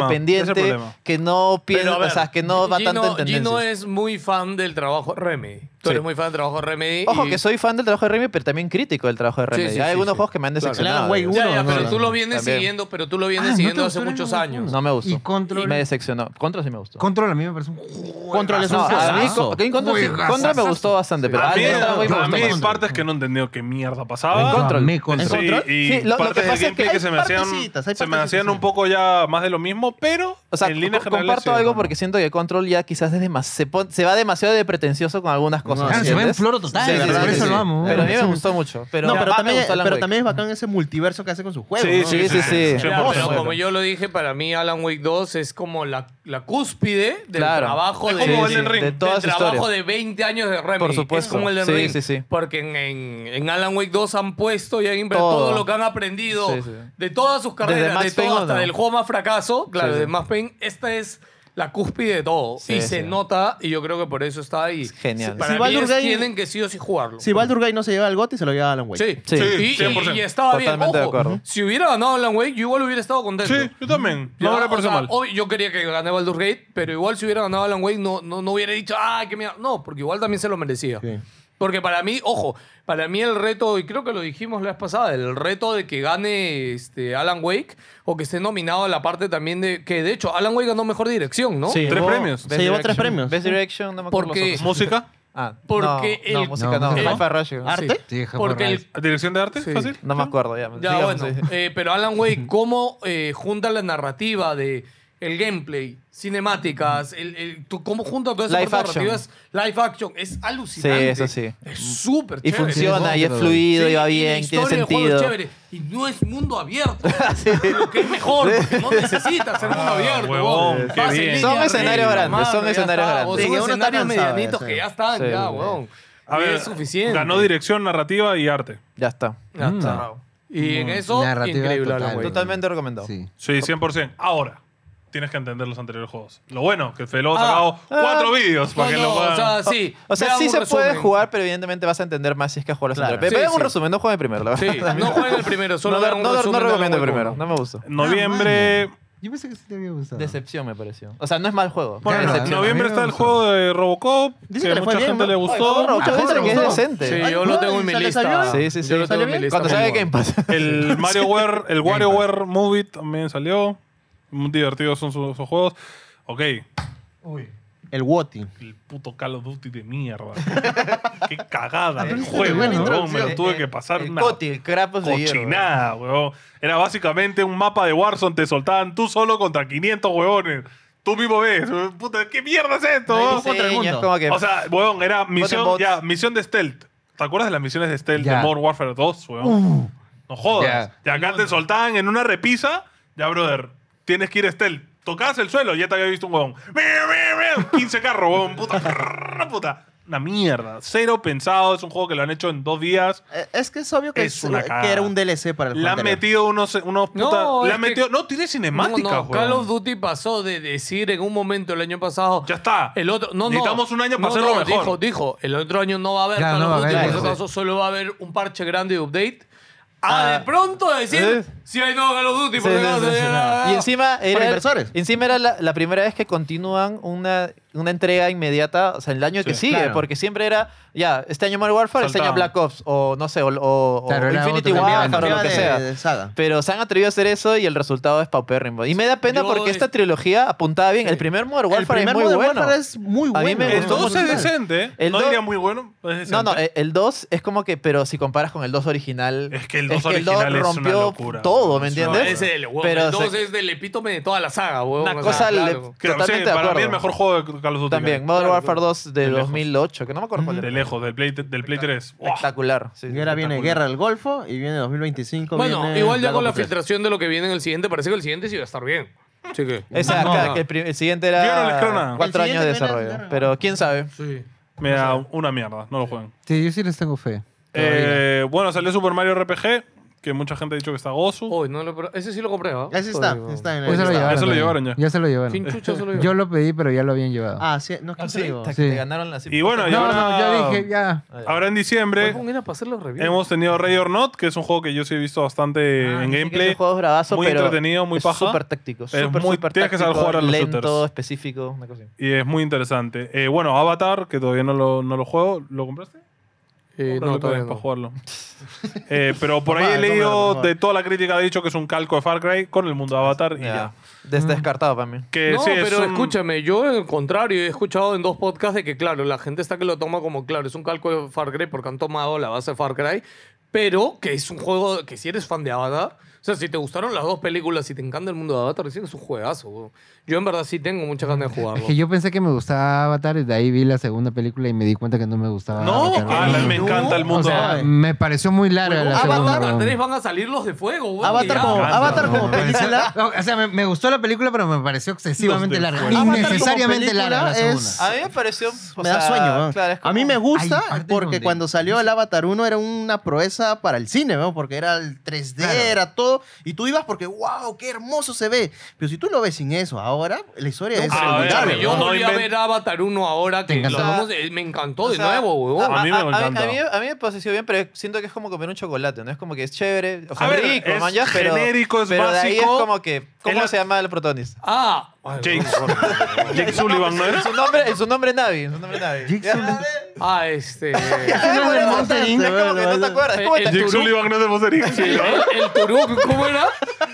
[SPEAKER 2] ese
[SPEAKER 4] independiente
[SPEAKER 2] es el problema.
[SPEAKER 4] que no
[SPEAKER 2] Pero,
[SPEAKER 4] piensa,
[SPEAKER 2] a ver,
[SPEAKER 4] o sea, que no va tanto en
[SPEAKER 3] Gino,
[SPEAKER 4] tendencias.
[SPEAKER 3] Gino es muy fan del trabajo de Remedy. Tú
[SPEAKER 4] Sí.
[SPEAKER 3] eres muy fan del trabajo de Remedy.
[SPEAKER 4] Ojo,
[SPEAKER 3] y-
[SPEAKER 4] que soy fan del trabajo de Remedy, pero también crítico del trabajo de
[SPEAKER 3] Sí,
[SPEAKER 4] Remedy.
[SPEAKER 3] sí,
[SPEAKER 4] Hay
[SPEAKER 3] sí,
[SPEAKER 4] algunos
[SPEAKER 3] sí.
[SPEAKER 4] juegos que me han
[SPEAKER 3] Claro.
[SPEAKER 4] decepcionado.
[SPEAKER 6] Alan Wake
[SPEAKER 4] digamos.
[SPEAKER 3] Ya,
[SPEAKER 6] uno,
[SPEAKER 3] ya,
[SPEAKER 6] no,
[SPEAKER 3] pero
[SPEAKER 6] no,
[SPEAKER 3] tú lo
[SPEAKER 6] no.
[SPEAKER 3] vienes
[SPEAKER 4] También.
[SPEAKER 3] siguiendo, pero tú lo
[SPEAKER 5] Ah,
[SPEAKER 3] vienes
[SPEAKER 5] no
[SPEAKER 3] siguiendo
[SPEAKER 5] te
[SPEAKER 3] hace
[SPEAKER 5] gustó el
[SPEAKER 3] muchos
[SPEAKER 5] Alan Wake
[SPEAKER 3] años.
[SPEAKER 5] uno.
[SPEAKER 4] No me gustó.
[SPEAKER 5] Y Control.
[SPEAKER 4] Me decepcionó. Contra sí me gustó.
[SPEAKER 5] Control a mí me parece un juego.
[SPEAKER 6] Control es un
[SPEAKER 4] No, a mí
[SPEAKER 6] juegazo.
[SPEAKER 4] Con- en Contra, sí-
[SPEAKER 5] Juegazazazo.
[SPEAKER 4] Contra me gustó bastante, pero
[SPEAKER 2] A mí,
[SPEAKER 4] Alan
[SPEAKER 5] está
[SPEAKER 2] a
[SPEAKER 5] muy
[SPEAKER 4] Wake me
[SPEAKER 2] mí
[SPEAKER 5] bueno,
[SPEAKER 4] gustó
[SPEAKER 2] hay
[SPEAKER 5] bueno.
[SPEAKER 4] más.
[SPEAKER 2] partes que no he entendido qué mierda
[SPEAKER 5] En
[SPEAKER 2] pasaba.
[SPEAKER 5] contra.
[SPEAKER 4] Control.
[SPEAKER 5] Me control.
[SPEAKER 2] Sí, y
[SPEAKER 4] Sí, lo- lo
[SPEAKER 2] partes
[SPEAKER 4] que
[SPEAKER 2] del
[SPEAKER 4] pasa es que
[SPEAKER 2] gameplay que se me
[SPEAKER 6] hay
[SPEAKER 2] hacían,
[SPEAKER 6] partecitas, hay
[SPEAKER 2] se me
[SPEAKER 6] partecitas,
[SPEAKER 2] hacían
[SPEAKER 6] sí.
[SPEAKER 2] un poco ya más de lo mismo, pero
[SPEAKER 4] O sea,
[SPEAKER 2] en líneas
[SPEAKER 4] co-
[SPEAKER 2] generales.
[SPEAKER 4] comparto
[SPEAKER 2] sí,
[SPEAKER 4] algo
[SPEAKER 2] bueno.
[SPEAKER 4] porque siento que Control ya quizás es demasi- se, pon- se va demasiado de pretencioso con algunas cosas.
[SPEAKER 6] Ah,
[SPEAKER 5] Ah, se va en
[SPEAKER 4] ¿entiendes?
[SPEAKER 5] floro total.
[SPEAKER 4] Sí,
[SPEAKER 6] de
[SPEAKER 4] sí,
[SPEAKER 5] por
[SPEAKER 4] sí,
[SPEAKER 5] eso
[SPEAKER 4] sí.
[SPEAKER 5] lo amo.
[SPEAKER 4] Pero a mí me
[SPEAKER 5] Sí,
[SPEAKER 4] gustó mucho. Pero,
[SPEAKER 6] no, pero,
[SPEAKER 4] más me
[SPEAKER 6] también,
[SPEAKER 4] gustó Alan
[SPEAKER 6] pero
[SPEAKER 4] Wake.
[SPEAKER 6] también es bacán ese multiverso que hace con sus juegos.
[SPEAKER 2] Sí,
[SPEAKER 6] ¿no?
[SPEAKER 2] sí,
[SPEAKER 4] Sí, sí, sí.
[SPEAKER 2] sí.
[SPEAKER 3] Ya,
[SPEAKER 2] Hermoso,
[SPEAKER 3] pero
[SPEAKER 2] bueno.
[SPEAKER 3] como yo lo dije, para mí Alan Wake 2 es como la, la cúspide del
[SPEAKER 4] Claro.
[SPEAKER 3] trabajo
[SPEAKER 2] Es
[SPEAKER 3] de,
[SPEAKER 2] como
[SPEAKER 3] de-
[SPEAKER 2] Elden Ring.
[SPEAKER 4] de
[SPEAKER 3] del
[SPEAKER 4] todas las
[SPEAKER 3] trabajo
[SPEAKER 4] historias.
[SPEAKER 3] de 20 años de Remedy.
[SPEAKER 4] Por
[SPEAKER 3] Es
[SPEAKER 4] supuesto.
[SPEAKER 3] como Elden
[SPEAKER 4] Sí,
[SPEAKER 3] Ring.
[SPEAKER 4] sí, sí.
[SPEAKER 3] Porque en, en- en Alan Wake 2 han puesto y han invertido
[SPEAKER 4] Todo.
[SPEAKER 3] todo lo que han aprendido
[SPEAKER 4] Sí, sí.
[SPEAKER 3] de todas sus
[SPEAKER 4] Desde
[SPEAKER 3] carreras,
[SPEAKER 4] Max
[SPEAKER 3] de todo,
[SPEAKER 4] Payne,
[SPEAKER 3] hasta
[SPEAKER 4] ¿no?
[SPEAKER 3] del juego más fracaso, claro,
[SPEAKER 4] Sí, sí.
[SPEAKER 3] de Max Payne. Esta es la cúspide de todo.
[SPEAKER 4] Sí,
[SPEAKER 3] y
[SPEAKER 4] sí.
[SPEAKER 3] se nota y yo creo que por eso está ahí.
[SPEAKER 4] Genial.
[SPEAKER 3] Para
[SPEAKER 6] Si
[SPEAKER 3] mí
[SPEAKER 6] Baldur
[SPEAKER 3] es-
[SPEAKER 6] Gate-
[SPEAKER 3] tienen que sí o sí jugarlo.
[SPEAKER 6] Si Baldur Gate no se lleva al GOTY, se lo lleva Alan
[SPEAKER 3] Sí,
[SPEAKER 6] Wake.
[SPEAKER 4] Sí,
[SPEAKER 3] Y- y-
[SPEAKER 2] 100%.
[SPEAKER 3] Y, estaba
[SPEAKER 4] Totalmente
[SPEAKER 3] bien.
[SPEAKER 4] de
[SPEAKER 3] Ojo,
[SPEAKER 4] acuerdo.
[SPEAKER 3] Si hubiera ganado Alan Wake, yo igual hubiera estado contento.
[SPEAKER 2] Sí, yo también.
[SPEAKER 3] Ya,
[SPEAKER 2] No me
[SPEAKER 3] o
[SPEAKER 2] parece
[SPEAKER 3] sea,
[SPEAKER 2] mal.
[SPEAKER 3] hoy yo quería que ganara Baldur's Gate, pero igual si hubiera ganado Alan Wake no, no, no hubiera dicho, ah, qué mierda. No, porque igual también se lo merecía.
[SPEAKER 6] Sí.
[SPEAKER 3] Porque para mí, ojo, para mí el reto, y creo que lo dijimos la vez pasada, el reto de que gane este, Alan Wake o que esté nominado a la parte también de. Que de hecho, Alan Wake ganó mejor dirección, ¿no?
[SPEAKER 4] Se
[SPEAKER 2] Tres
[SPEAKER 4] llevó
[SPEAKER 2] premios.
[SPEAKER 4] Best
[SPEAKER 6] Se llevó tres
[SPEAKER 4] Direction.
[SPEAKER 6] premios.
[SPEAKER 4] Best Direction, no me acuerdo
[SPEAKER 3] Porque-
[SPEAKER 4] los otros.
[SPEAKER 2] Música,
[SPEAKER 4] Ah,
[SPEAKER 3] Porque
[SPEAKER 4] no, no,
[SPEAKER 3] el-
[SPEAKER 4] música no.
[SPEAKER 5] No,
[SPEAKER 4] Hi-Fi
[SPEAKER 5] música.
[SPEAKER 4] Rush.
[SPEAKER 3] Arte.
[SPEAKER 6] ¿Arte?
[SPEAKER 5] Sí, Japón
[SPEAKER 3] Porque el-
[SPEAKER 5] Rise.
[SPEAKER 2] dirección de arte,
[SPEAKER 3] Sí.
[SPEAKER 2] fácil.
[SPEAKER 4] No me acuerdo, ya.
[SPEAKER 3] Ya,
[SPEAKER 4] digamos,
[SPEAKER 3] bueno.
[SPEAKER 4] sí.
[SPEAKER 3] eh, pero Alan Wake, ¿cómo eh, junta la narrativa de el gameplay, cinemáticas, el, el- tú- cómo junta todas esas
[SPEAKER 4] Live
[SPEAKER 3] partes
[SPEAKER 4] action.
[SPEAKER 3] narrativas? Live action. Es alucinante.
[SPEAKER 4] Sí, eso sí.
[SPEAKER 3] Es súper
[SPEAKER 4] Y
[SPEAKER 3] chévere.
[SPEAKER 4] funciona, y es
[SPEAKER 5] Sí,
[SPEAKER 4] fluido, y va
[SPEAKER 3] la
[SPEAKER 4] bien, tiene
[SPEAKER 3] historia del juego es
[SPEAKER 4] sentido.
[SPEAKER 3] chévere. Y no es mundo abierto. Lo que es mejor, porque no necesitas ser mundo
[SPEAKER 2] Ah,
[SPEAKER 3] abierto.
[SPEAKER 2] huevón,
[SPEAKER 3] huevón.
[SPEAKER 2] qué
[SPEAKER 3] Vas en
[SPEAKER 2] bien.
[SPEAKER 3] línea
[SPEAKER 4] Son escenarios
[SPEAKER 3] recta,
[SPEAKER 4] grandes, son
[SPEAKER 3] ya
[SPEAKER 4] escenarios
[SPEAKER 3] está,
[SPEAKER 4] grandes.
[SPEAKER 3] vos,
[SPEAKER 6] Sí, que
[SPEAKER 3] Son
[SPEAKER 6] uno está
[SPEAKER 3] escenarios
[SPEAKER 6] cansado de
[SPEAKER 3] medianitos
[SPEAKER 6] eso.
[SPEAKER 3] que ya están,
[SPEAKER 4] Sí,
[SPEAKER 3] ya,
[SPEAKER 4] güey.
[SPEAKER 3] huevón.
[SPEAKER 2] A
[SPEAKER 3] Y
[SPEAKER 2] ver,
[SPEAKER 3] es suficiente.
[SPEAKER 2] ganó dirección, narrativa y arte.
[SPEAKER 4] Ya está.
[SPEAKER 3] Ya está.
[SPEAKER 5] Mm.
[SPEAKER 3] Y en eso,
[SPEAKER 5] Narrativa
[SPEAKER 3] increíble
[SPEAKER 5] total.
[SPEAKER 3] Alan Wake.
[SPEAKER 4] Totalmente recomendado.
[SPEAKER 5] Sí.
[SPEAKER 2] Sí, 100%. Ahora, tienes que entender los anteriores juegos. Lo bueno, que Felo ha
[SPEAKER 3] Ah.
[SPEAKER 2] sacado cuatro
[SPEAKER 4] Ah.
[SPEAKER 2] vídeos para
[SPEAKER 3] No,
[SPEAKER 2] que
[SPEAKER 3] no,
[SPEAKER 2] lo puedan...
[SPEAKER 3] O sea, sí.
[SPEAKER 4] O sea,
[SPEAKER 3] vean
[SPEAKER 4] sí
[SPEAKER 3] un
[SPEAKER 4] se puede
[SPEAKER 3] resumen.
[SPEAKER 4] jugar, pero evidentemente vas a entender más si es que juegas los
[SPEAKER 6] Claro.
[SPEAKER 4] anteriores. Pero
[SPEAKER 3] Sí,
[SPEAKER 4] vean un
[SPEAKER 3] sí.
[SPEAKER 4] resumen, no jueguen el primero, la verdad.
[SPEAKER 3] Sí, no jueguen el primero, solo
[SPEAKER 4] No,
[SPEAKER 3] vean un
[SPEAKER 4] no, no
[SPEAKER 3] resumen de
[SPEAKER 4] recomiendo el
[SPEAKER 3] Alan Wake
[SPEAKER 4] primero,
[SPEAKER 3] uno.
[SPEAKER 4] no me gustó.
[SPEAKER 2] Noviembre...
[SPEAKER 5] Yo pensé que sí te había gustado.
[SPEAKER 4] Decepción me pareció. O sea, no es mal juego.
[SPEAKER 5] Bueno,
[SPEAKER 4] Decepción.
[SPEAKER 2] En
[SPEAKER 5] Decepción.
[SPEAKER 2] noviembre
[SPEAKER 5] A mí me
[SPEAKER 2] está el
[SPEAKER 5] gustó.
[SPEAKER 2] juego de Robocop,
[SPEAKER 6] Dicen
[SPEAKER 2] que
[SPEAKER 6] que le fue
[SPEAKER 2] mucha
[SPEAKER 6] bien,
[SPEAKER 2] gente
[SPEAKER 6] ¿no?
[SPEAKER 2] le
[SPEAKER 4] Ay,
[SPEAKER 2] gustó.
[SPEAKER 4] no, mucha
[SPEAKER 6] Ah,
[SPEAKER 4] gente
[SPEAKER 6] ¿cómo
[SPEAKER 4] que es
[SPEAKER 6] no?
[SPEAKER 4] decente.
[SPEAKER 3] Sí, yo lo
[SPEAKER 6] Ay,
[SPEAKER 3] tengo en mi
[SPEAKER 6] ¿sale
[SPEAKER 3] lista.
[SPEAKER 6] salió?
[SPEAKER 4] Sí, sí, sí.
[SPEAKER 3] Yo lo tengo en mi
[SPEAKER 6] ¿Salió bien?
[SPEAKER 3] lista.
[SPEAKER 4] Cuando sale
[SPEAKER 3] muy
[SPEAKER 4] Game
[SPEAKER 3] bueno.
[SPEAKER 4] Pass.
[SPEAKER 2] El MarioWare, el WarioWare Movie también salió. Muy divertidos son sus, sus juegos. Ok,
[SPEAKER 6] El WOTI.
[SPEAKER 2] el puto Call of Duty de mierda. Qué cagada el
[SPEAKER 6] Aprendiste
[SPEAKER 2] juego,
[SPEAKER 6] buena
[SPEAKER 2] weón. Me
[SPEAKER 6] introducción.
[SPEAKER 2] lo tuve que pasar
[SPEAKER 4] El
[SPEAKER 2] una
[SPEAKER 4] Eh, Coti, el Krapos de hierro.
[SPEAKER 2] cochinada, weón. Era básicamente un mapa de Warzone, te soltaban tú solo contra 500 weones. Tú mismo ves, weón. puta, ¿qué mierda es esto?
[SPEAKER 4] No hay
[SPEAKER 2] weón?
[SPEAKER 4] diseño,
[SPEAKER 6] Contra el mundo.
[SPEAKER 4] es como que-
[SPEAKER 2] O sea, weón, era misión,
[SPEAKER 4] bots.
[SPEAKER 2] ya, misión de stealth. ¿Te acuerdas de las misiones de stealth
[SPEAKER 5] Ya.
[SPEAKER 2] de Modern Warfare 2, weón? no jodas. Ya acá te soltaban en una repisa. Ya, brother, tienes que ir stealth. Tocabas el suelo, ya te había visto un huevón. ¡Miau, miau, miau! 15 carros, huevón. Puta, prrr, puta. Una mierda. Cero pensado. Es un juego que lo han hecho en dos días.
[SPEAKER 6] Eh, Es que es obvio que,
[SPEAKER 2] Es
[SPEAKER 6] es-
[SPEAKER 2] una
[SPEAKER 6] que
[SPEAKER 2] cagada.
[SPEAKER 6] era un DLC para el juego.
[SPEAKER 2] Le han
[SPEAKER 6] anterior.
[SPEAKER 2] metido unos, unos
[SPEAKER 3] No,
[SPEAKER 2] puta. le
[SPEAKER 3] es
[SPEAKER 2] han
[SPEAKER 3] que-
[SPEAKER 2] metido. No, tiene cinemática,
[SPEAKER 3] No, no,
[SPEAKER 2] huevón.
[SPEAKER 3] Call of Duty pasó de decir en un momento el año pasado.
[SPEAKER 2] Ya está.
[SPEAKER 3] El otro, no, no.
[SPEAKER 2] Necesitamos un año para
[SPEAKER 3] No,
[SPEAKER 2] hacerlo
[SPEAKER 3] no,
[SPEAKER 2] mejor.
[SPEAKER 3] Dijo, dijo, el otro año no va a haber
[SPEAKER 5] Ya,
[SPEAKER 3] Call
[SPEAKER 5] no
[SPEAKER 3] of
[SPEAKER 5] va a
[SPEAKER 3] Duty,
[SPEAKER 5] haber,
[SPEAKER 3] por
[SPEAKER 5] sí.
[SPEAKER 3] eso caso solo va a haber un parche grande de update. A
[SPEAKER 4] Ah.
[SPEAKER 3] de pronto decir,
[SPEAKER 4] ¿Eh?
[SPEAKER 3] si hay nuevo Call of Duty, por ah,
[SPEAKER 4] Sí,
[SPEAKER 3] si acaso,
[SPEAKER 4] sí, sí,
[SPEAKER 3] ya,
[SPEAKER 4] sí.
[SPEAKER 3] ya, ya.
[SPEAKER 4] Y encima era,
[SPEAKER 6] inversores.
[SPEAKER 4] encima era la, la primera vez que continúan una, una entrega inmediata, o sea, en el año que sigue,
[SPEAKER 6] claro.
[SPEAKER 4] porque siempre era, ya, este año Modern Warfare, este año
[SPEAKER 2] Saltaban.
[SPEAKER 4] Black Ops, o no sé, o, o- o
[SPEAKER 5] Claro, era
[SPEAKER 4] Infinity
[SPEAKER 5] otro,
[SPEAKER 4] Warfare, o
[SPEAKER 5] cambiaban,
[SPEAKER 4] lo que
[SPEAKER 6] de-
[SPEAKER 4] sea.
[SPEAKER 6] de saga.
[SPEAKER 4] Pero se han atrevido a hacer eso y el resultado es paupérrimo. Y me da pena
[SPEAKER 3] Yo
[SPEAKER 4] porque
[SPEAKER 3] es-
[SPEAKER 4] esta trilogía apuntaba bien. El primer Modern
[SPEAKER 6] El
[SPEAKER 4] Warfare es
[SPEAKER 6] primer
[SPEAKER 4] muy
[SPEAKER 6] Modern
[SPEAKER 4] bueno.
[SPEAKER 6] Warfare es muy
[SPEAKER 4] A
[SPEAKER 6] bueno.
[SPEAKER 4] mí me
[SPEAKER 2] El
[SPEAKER 4] gustó
[SPEAKER 2] 2 es
[SPEAKER 6] brutal.
[SPEAKER 2] decente. ¿eh?
[SPEAKER 4] El
[SPEAKER 2] no
[SPEAKER 4] dos-
[SPEAKER 2] diría muy bueno. pero es
[SPEAKER 4] No, eh, no,
[SPEAKER 2] decente.
[SPEAKER 4] el- el 2 es como que, pero si comparas con el 2 original,
[SPEAKER 2] Es que el 2
[SPEAKER 4] dos
[SPEAKER 2] original es una
[SPEAKER 4] rompió
[SPEAKER 2] locura.
[SPEAKER 4] todo, ¿me
[SPEAKER 2] Es una
[SPEAKER 4] entiendes?
[SPEAKER 3] No, es el, huevón,
[SPEAKER 4] Pero
[SPEAKER 3] el
[SPEAKER 4] se-
[SPEAKER 3] dos es del epítome de toda la saga, huevón.
[SPEAKER 4] Una
[SPEAKER 3] o
[SPEAKER 4] cosa
[SPEAKER 3] sea,
[SPEAKER 4] le-
[SPEAKER 3] claro.
[SPEAKER 2] Creo- sí,
[SPEAKER 4] totalmente de
[SPEAKER 2] para mí
[SPEAKER 4] acuerdo.
[SPEAKER 2] el mejor juego de Call of Duty.
[SPEAKER 4] También, Modern
[SPEAKER 3] Claro,
[SPEAKER 4] Warfare 2 de
[SPEAKER 2] de lejos.
[SPEAKER 4] 2008, que no me acuerdo cuál
[SPEAKER 2] De
[SPEAKER 4] era.
[SPEAKER 2] lejos, del Play, del Play 3. Wow.
[SPEAKER 4] Espectacular. sí, sí.
[SPEAKER 6] Y ahora viene
[SPEAKER 2] Espectacular.
[SPEAKER 6] Guerra del Golfo y viene 2025.
[SPEAKER 3] Bueno,
[SPEAKER 6] viene
[SPEAKER 3] igual ya
[SPEAKER 6] Black
[SPEAKER 3] con la
[SPEAKER 6] Ops 3.
[SPEAKER 3] filtración de lo que viene en el siguiente, parece que el siguiente sí va a estar bien. Así que.
[SPEAKER 4] Esa,
[SPEAKER 3] No,
[SPEAKER 4] acá,
[SPEAKER 3] no.
[SPEAKER 4] que el, pri- el siguiente
[SPEAKER 2] Yo no les creo
[SPEAKER 4] era
[SPEAKER 2] nada.
[SPEAKER 4] cuatro
[SPEAKER 6] El
[SPEAKER 4] años de
[SPEAKER 6] siguiente viene a
[SPEAKER 4] desarrollo.
[SPEAKER 6] largo.
[SPEAKER 4] Pero quién sabe.
[SPEAKER 3] Sí.
[SPEAKER 2] Me da una mierda, no lo juegan.
[SPEAKER 5] Sí, yo sí les tengo fe.
[SPEAKER 2] Eh, bueno, salió Super Mario RPG. que mucha gente ha dicho que está Gozu.
[SPEAKER 3] Uy, no lo pro- Ese sí lo compré, ¿ah? Joder,
[SPEAKER 6] Ese está,
[SPEAKER 3] weón.
[SPEAKER 6] está en
[SPEAKER 5] Pues se lo
[SPEAKER 6] está.
[SPEAKER 5] llevaron.
[SPEAKER 2] Eso lo
[SPEAKER 5] también.
[SPEAKER 2] llevaron ya.
[SPEAKER 5] se lo llevaron.
[SPEAKER 3] Sin chucha se lo llevo.
[SPEAKER 5] Yo lo pedí, pero ya lo habían llevado.
[SPEAKER 6] Ah, sí, no, es que
[SPEAKER 4] Ah,
[SPEAKER 6] se
[SPEAKER 4] sí,
[SPEAKER 6] lo llevó.
[SPEAKER 4] te,
[SPEAKER 5] Sí.
[SPEAKER 4] te ganaron Ah, las
[SPEAKER 2] Y bueno,
[SPEAKER 5] no,
[SPEAKER 2] ya
[SPEAKER 5] no,
[SPEAKER 2] ahora-
[SPEAKER 5] ya dije, ya.
[SPEAKER 2] Ahora en diciembre
[SPEAKER 3] Huevón, era para hacer los reviews.
[SPEAKER 2] hemos tenido Ray or Not, que es un juego que yo sí he visto bastante
[SPEAKER 4] Ah,
[SPEAKER 2] en
[SPEAKER 4] dicen que
[SPEAKER 2] gameplay.
[SPEAKER 4] ese juego es bravazo,
[SPEAKER 2] muy
[SPEAKER 4] pero
[SPEAKER 2] entretenido, muy
[SPEAKER 4] es
[SPEAKER 2] paja.
[SPEAKER 4] Súper táctico.
[SPEAKER 2] Es
[SPEAKER 4] súper,
[SPEAKER 2] muy-
[SPEAKER 4] súper
[SPEAKER 2] tienes que saber
[SPEAKER 4] táctico,
[SPEAKER 2] jugar a los
[SPEAKER 4] lento,
[SPEAKER 2] shooters.
[SPEAKER 4] específico, una cosa así.
[SPEAKER 2] Y es muy interesante. Eh, bueno, Avatar, que todavía no lo, no lo juego. ¿Lo compraste?
[SPEAKER 3] Eh,
[SPEAKER 2] Cómpralo
[SPEAKER 3] no, todavía
[SPEAKER 2] para
[SPEAKER 3] no.
[SPEAKER 2] jugarlo. Eh, pero por ahí
[SPEAKER 6] Toma,
[SPEAKER 2] he
[SPEAKER 6] tómalo,
[SPEAKER 2] leído
[SPEAKER 6] por favor.
[SPEAKER 2] de toda la crítica, ha dicho que es un calco de Far Cry con el mundo de Avatar y
[SPEAKER 4] Ya.
[SPEAKER 2] ya.
[SPEAKER 4] Des-
[SPEAKER 6] Mm.
[SPEAKER 4] Descartado para mí.
[SPEAKER 2] Que
[SPEAKER 3] no,
[SPEAKER 2] Eh, sí, es
[SPEAKER 3] pero
[SPEAKER 2] un-
[SPEAKER 3] escúchame, yo al contrario, he escuchado en dos podcasts de que, claro, la gente está que lo toma como, claro, es un calco de Far Cry porque han tomado la base de Far Cry, pero que es un juego que si eres fan de Avatar, o sea, si te gustaron las dos películas y te encanta el mundo de Avatar, recién es un juegazo. weón. Yo en verdad sí tengo muchas ganas de
[SPEAKER 5] Es
[SPEAKER 3] jugarlo.
[SPEAKER 5] que yo pensé que me gustaba Avatar y de ahí vi la segunda película y me di cuenta que no me gustaba.
[SPEAKER 2] No,
[SPEAKER 5] Avatar.
[SPEAKER 2] Alan, me encanta el Ah, mundo.
[SPEAKER 5] Ah, O sea,
[SPEAKER 2] de-
[SPEAKER 5] me pareció muy larga la
[SPEAKER 3] Avatar,
[SPEAKER 5] segunda.
[SPEAKER 3] Avatar
[SPEAKER 5] weón.
[SPEAKER 3] 3 van a salir los de fuego, weón,
[SPEAKER 6] Avatar
[SPEAKER 3] ya.
[SPEAKER 6] como,
[SPEAKER 2] Ah,
[SPEAKER 6] Avatar como
[SPEAKER 5] Me pareció-
[SPEAKER 6] película.
[SPEAKER 5] no, o sea, me, me gustó la película, pero me pareció excesivamente
[SPEAKER 2] Los de
[SPEAKER 5] larga.
[SPEAKER 2] fuera.
[SPEAKER 6] Avatar como
[SPEAKER 5] Innecesariamente
[SPEAKER 6] película
[SPEAKER 5] larga la segunda.
[SPEAKER 6] es-
[SPEAKER 4] A mí me pareció. o
[SPEAKER 6] me da
[SPEAKER 4] sea,
[SPEAKER 6] sueño. ¿no?
[SPEAKER 4] claro, es
[SPEAKER 6] a mí
[SPEAKER 4] como-
[SPEAKER 6] me gusta
[SPEAKER 5] Hay partes
[SPEAKER 6] porque
[SPEAKER 5] donde-
[SPEAKER 6] cuando salió el Avatar 1 era una proeza para el cine, ¿no? porque era el 3D,
[SPEAKER 5] Claro.
[SPEAKER 6] era todo. Y tú ibas porque, wow, qué hermoso se ve. Pero si tú lo ves sin eso ahora, la historia es
[SPEAKER 2] A ver,
[SPEAKER 6] secundaria,
[SPEAKER 3] Escúchame,
[SPEAKER 2] Dale,
[SPEAKER 3] yo
[SPEAKER 2] no
[SPEAKER 6] ¿no?
[SPEAKER 3] volví Ah, a
[SPEAKER 2] invent-
[SPEAKER 3] ver Avatar 1 ahora que
[SPEAKER 5] Te encantó.
[SPEAKER 3] lo vamos- eh, me encantó
[SPEAKER 4] o
[SPEAKER 3] de
[SPEAKER 4] sea,
[SPEAKER 3] nuevo, weón.
[SPEAKER 2] a mí me
[SPEAKER 4] A Ah.
[SPEAKER 2] encanta.
[SPEAKER 4] mí, a mí me pareció bien, pero siento que es como comer un chocolate, ¿no? Es como que es chévere, o sea,
[SPEAKER 2] A ver,
[SPEAKER 4] rico,
[SPEAKER 2] es
[SPEAKER 4] man, ya, pero,
[SPEAKER 2] genérico, es
[SPEAKER 4] pero de ahí es
[SPEAKER 2] básico.
[SPEAKER 4] como que... ¿Cómo
[SPEAKER 2] Es la-
[SPEAKER 4] se llama el protagonista?
[SPEAKER 3] Ah, ay,
[SPEAKER 2] Jake,
[SPEAKER 3] weón.
[SPEAKER 2] Jake Sullivan, ¿no era?
[SPEAKER 4] Su nombre, en su nombre es Navi, en su nombre es Navi. Ya,
[SPEAKER 3] ah, este.
[SPEAKER 4] ya, por eso, Es como que no te acuerdas. Es como
[SPEAKER 3] Eh,
[SPEAKER 4] el
[SPEAKER 2] Jake
[SPEAKER 4] Turú.
[SPEAKER 2] Sullivan no es de Monster
[SPEAKER 3] El, el Turuk, ¿cómo era?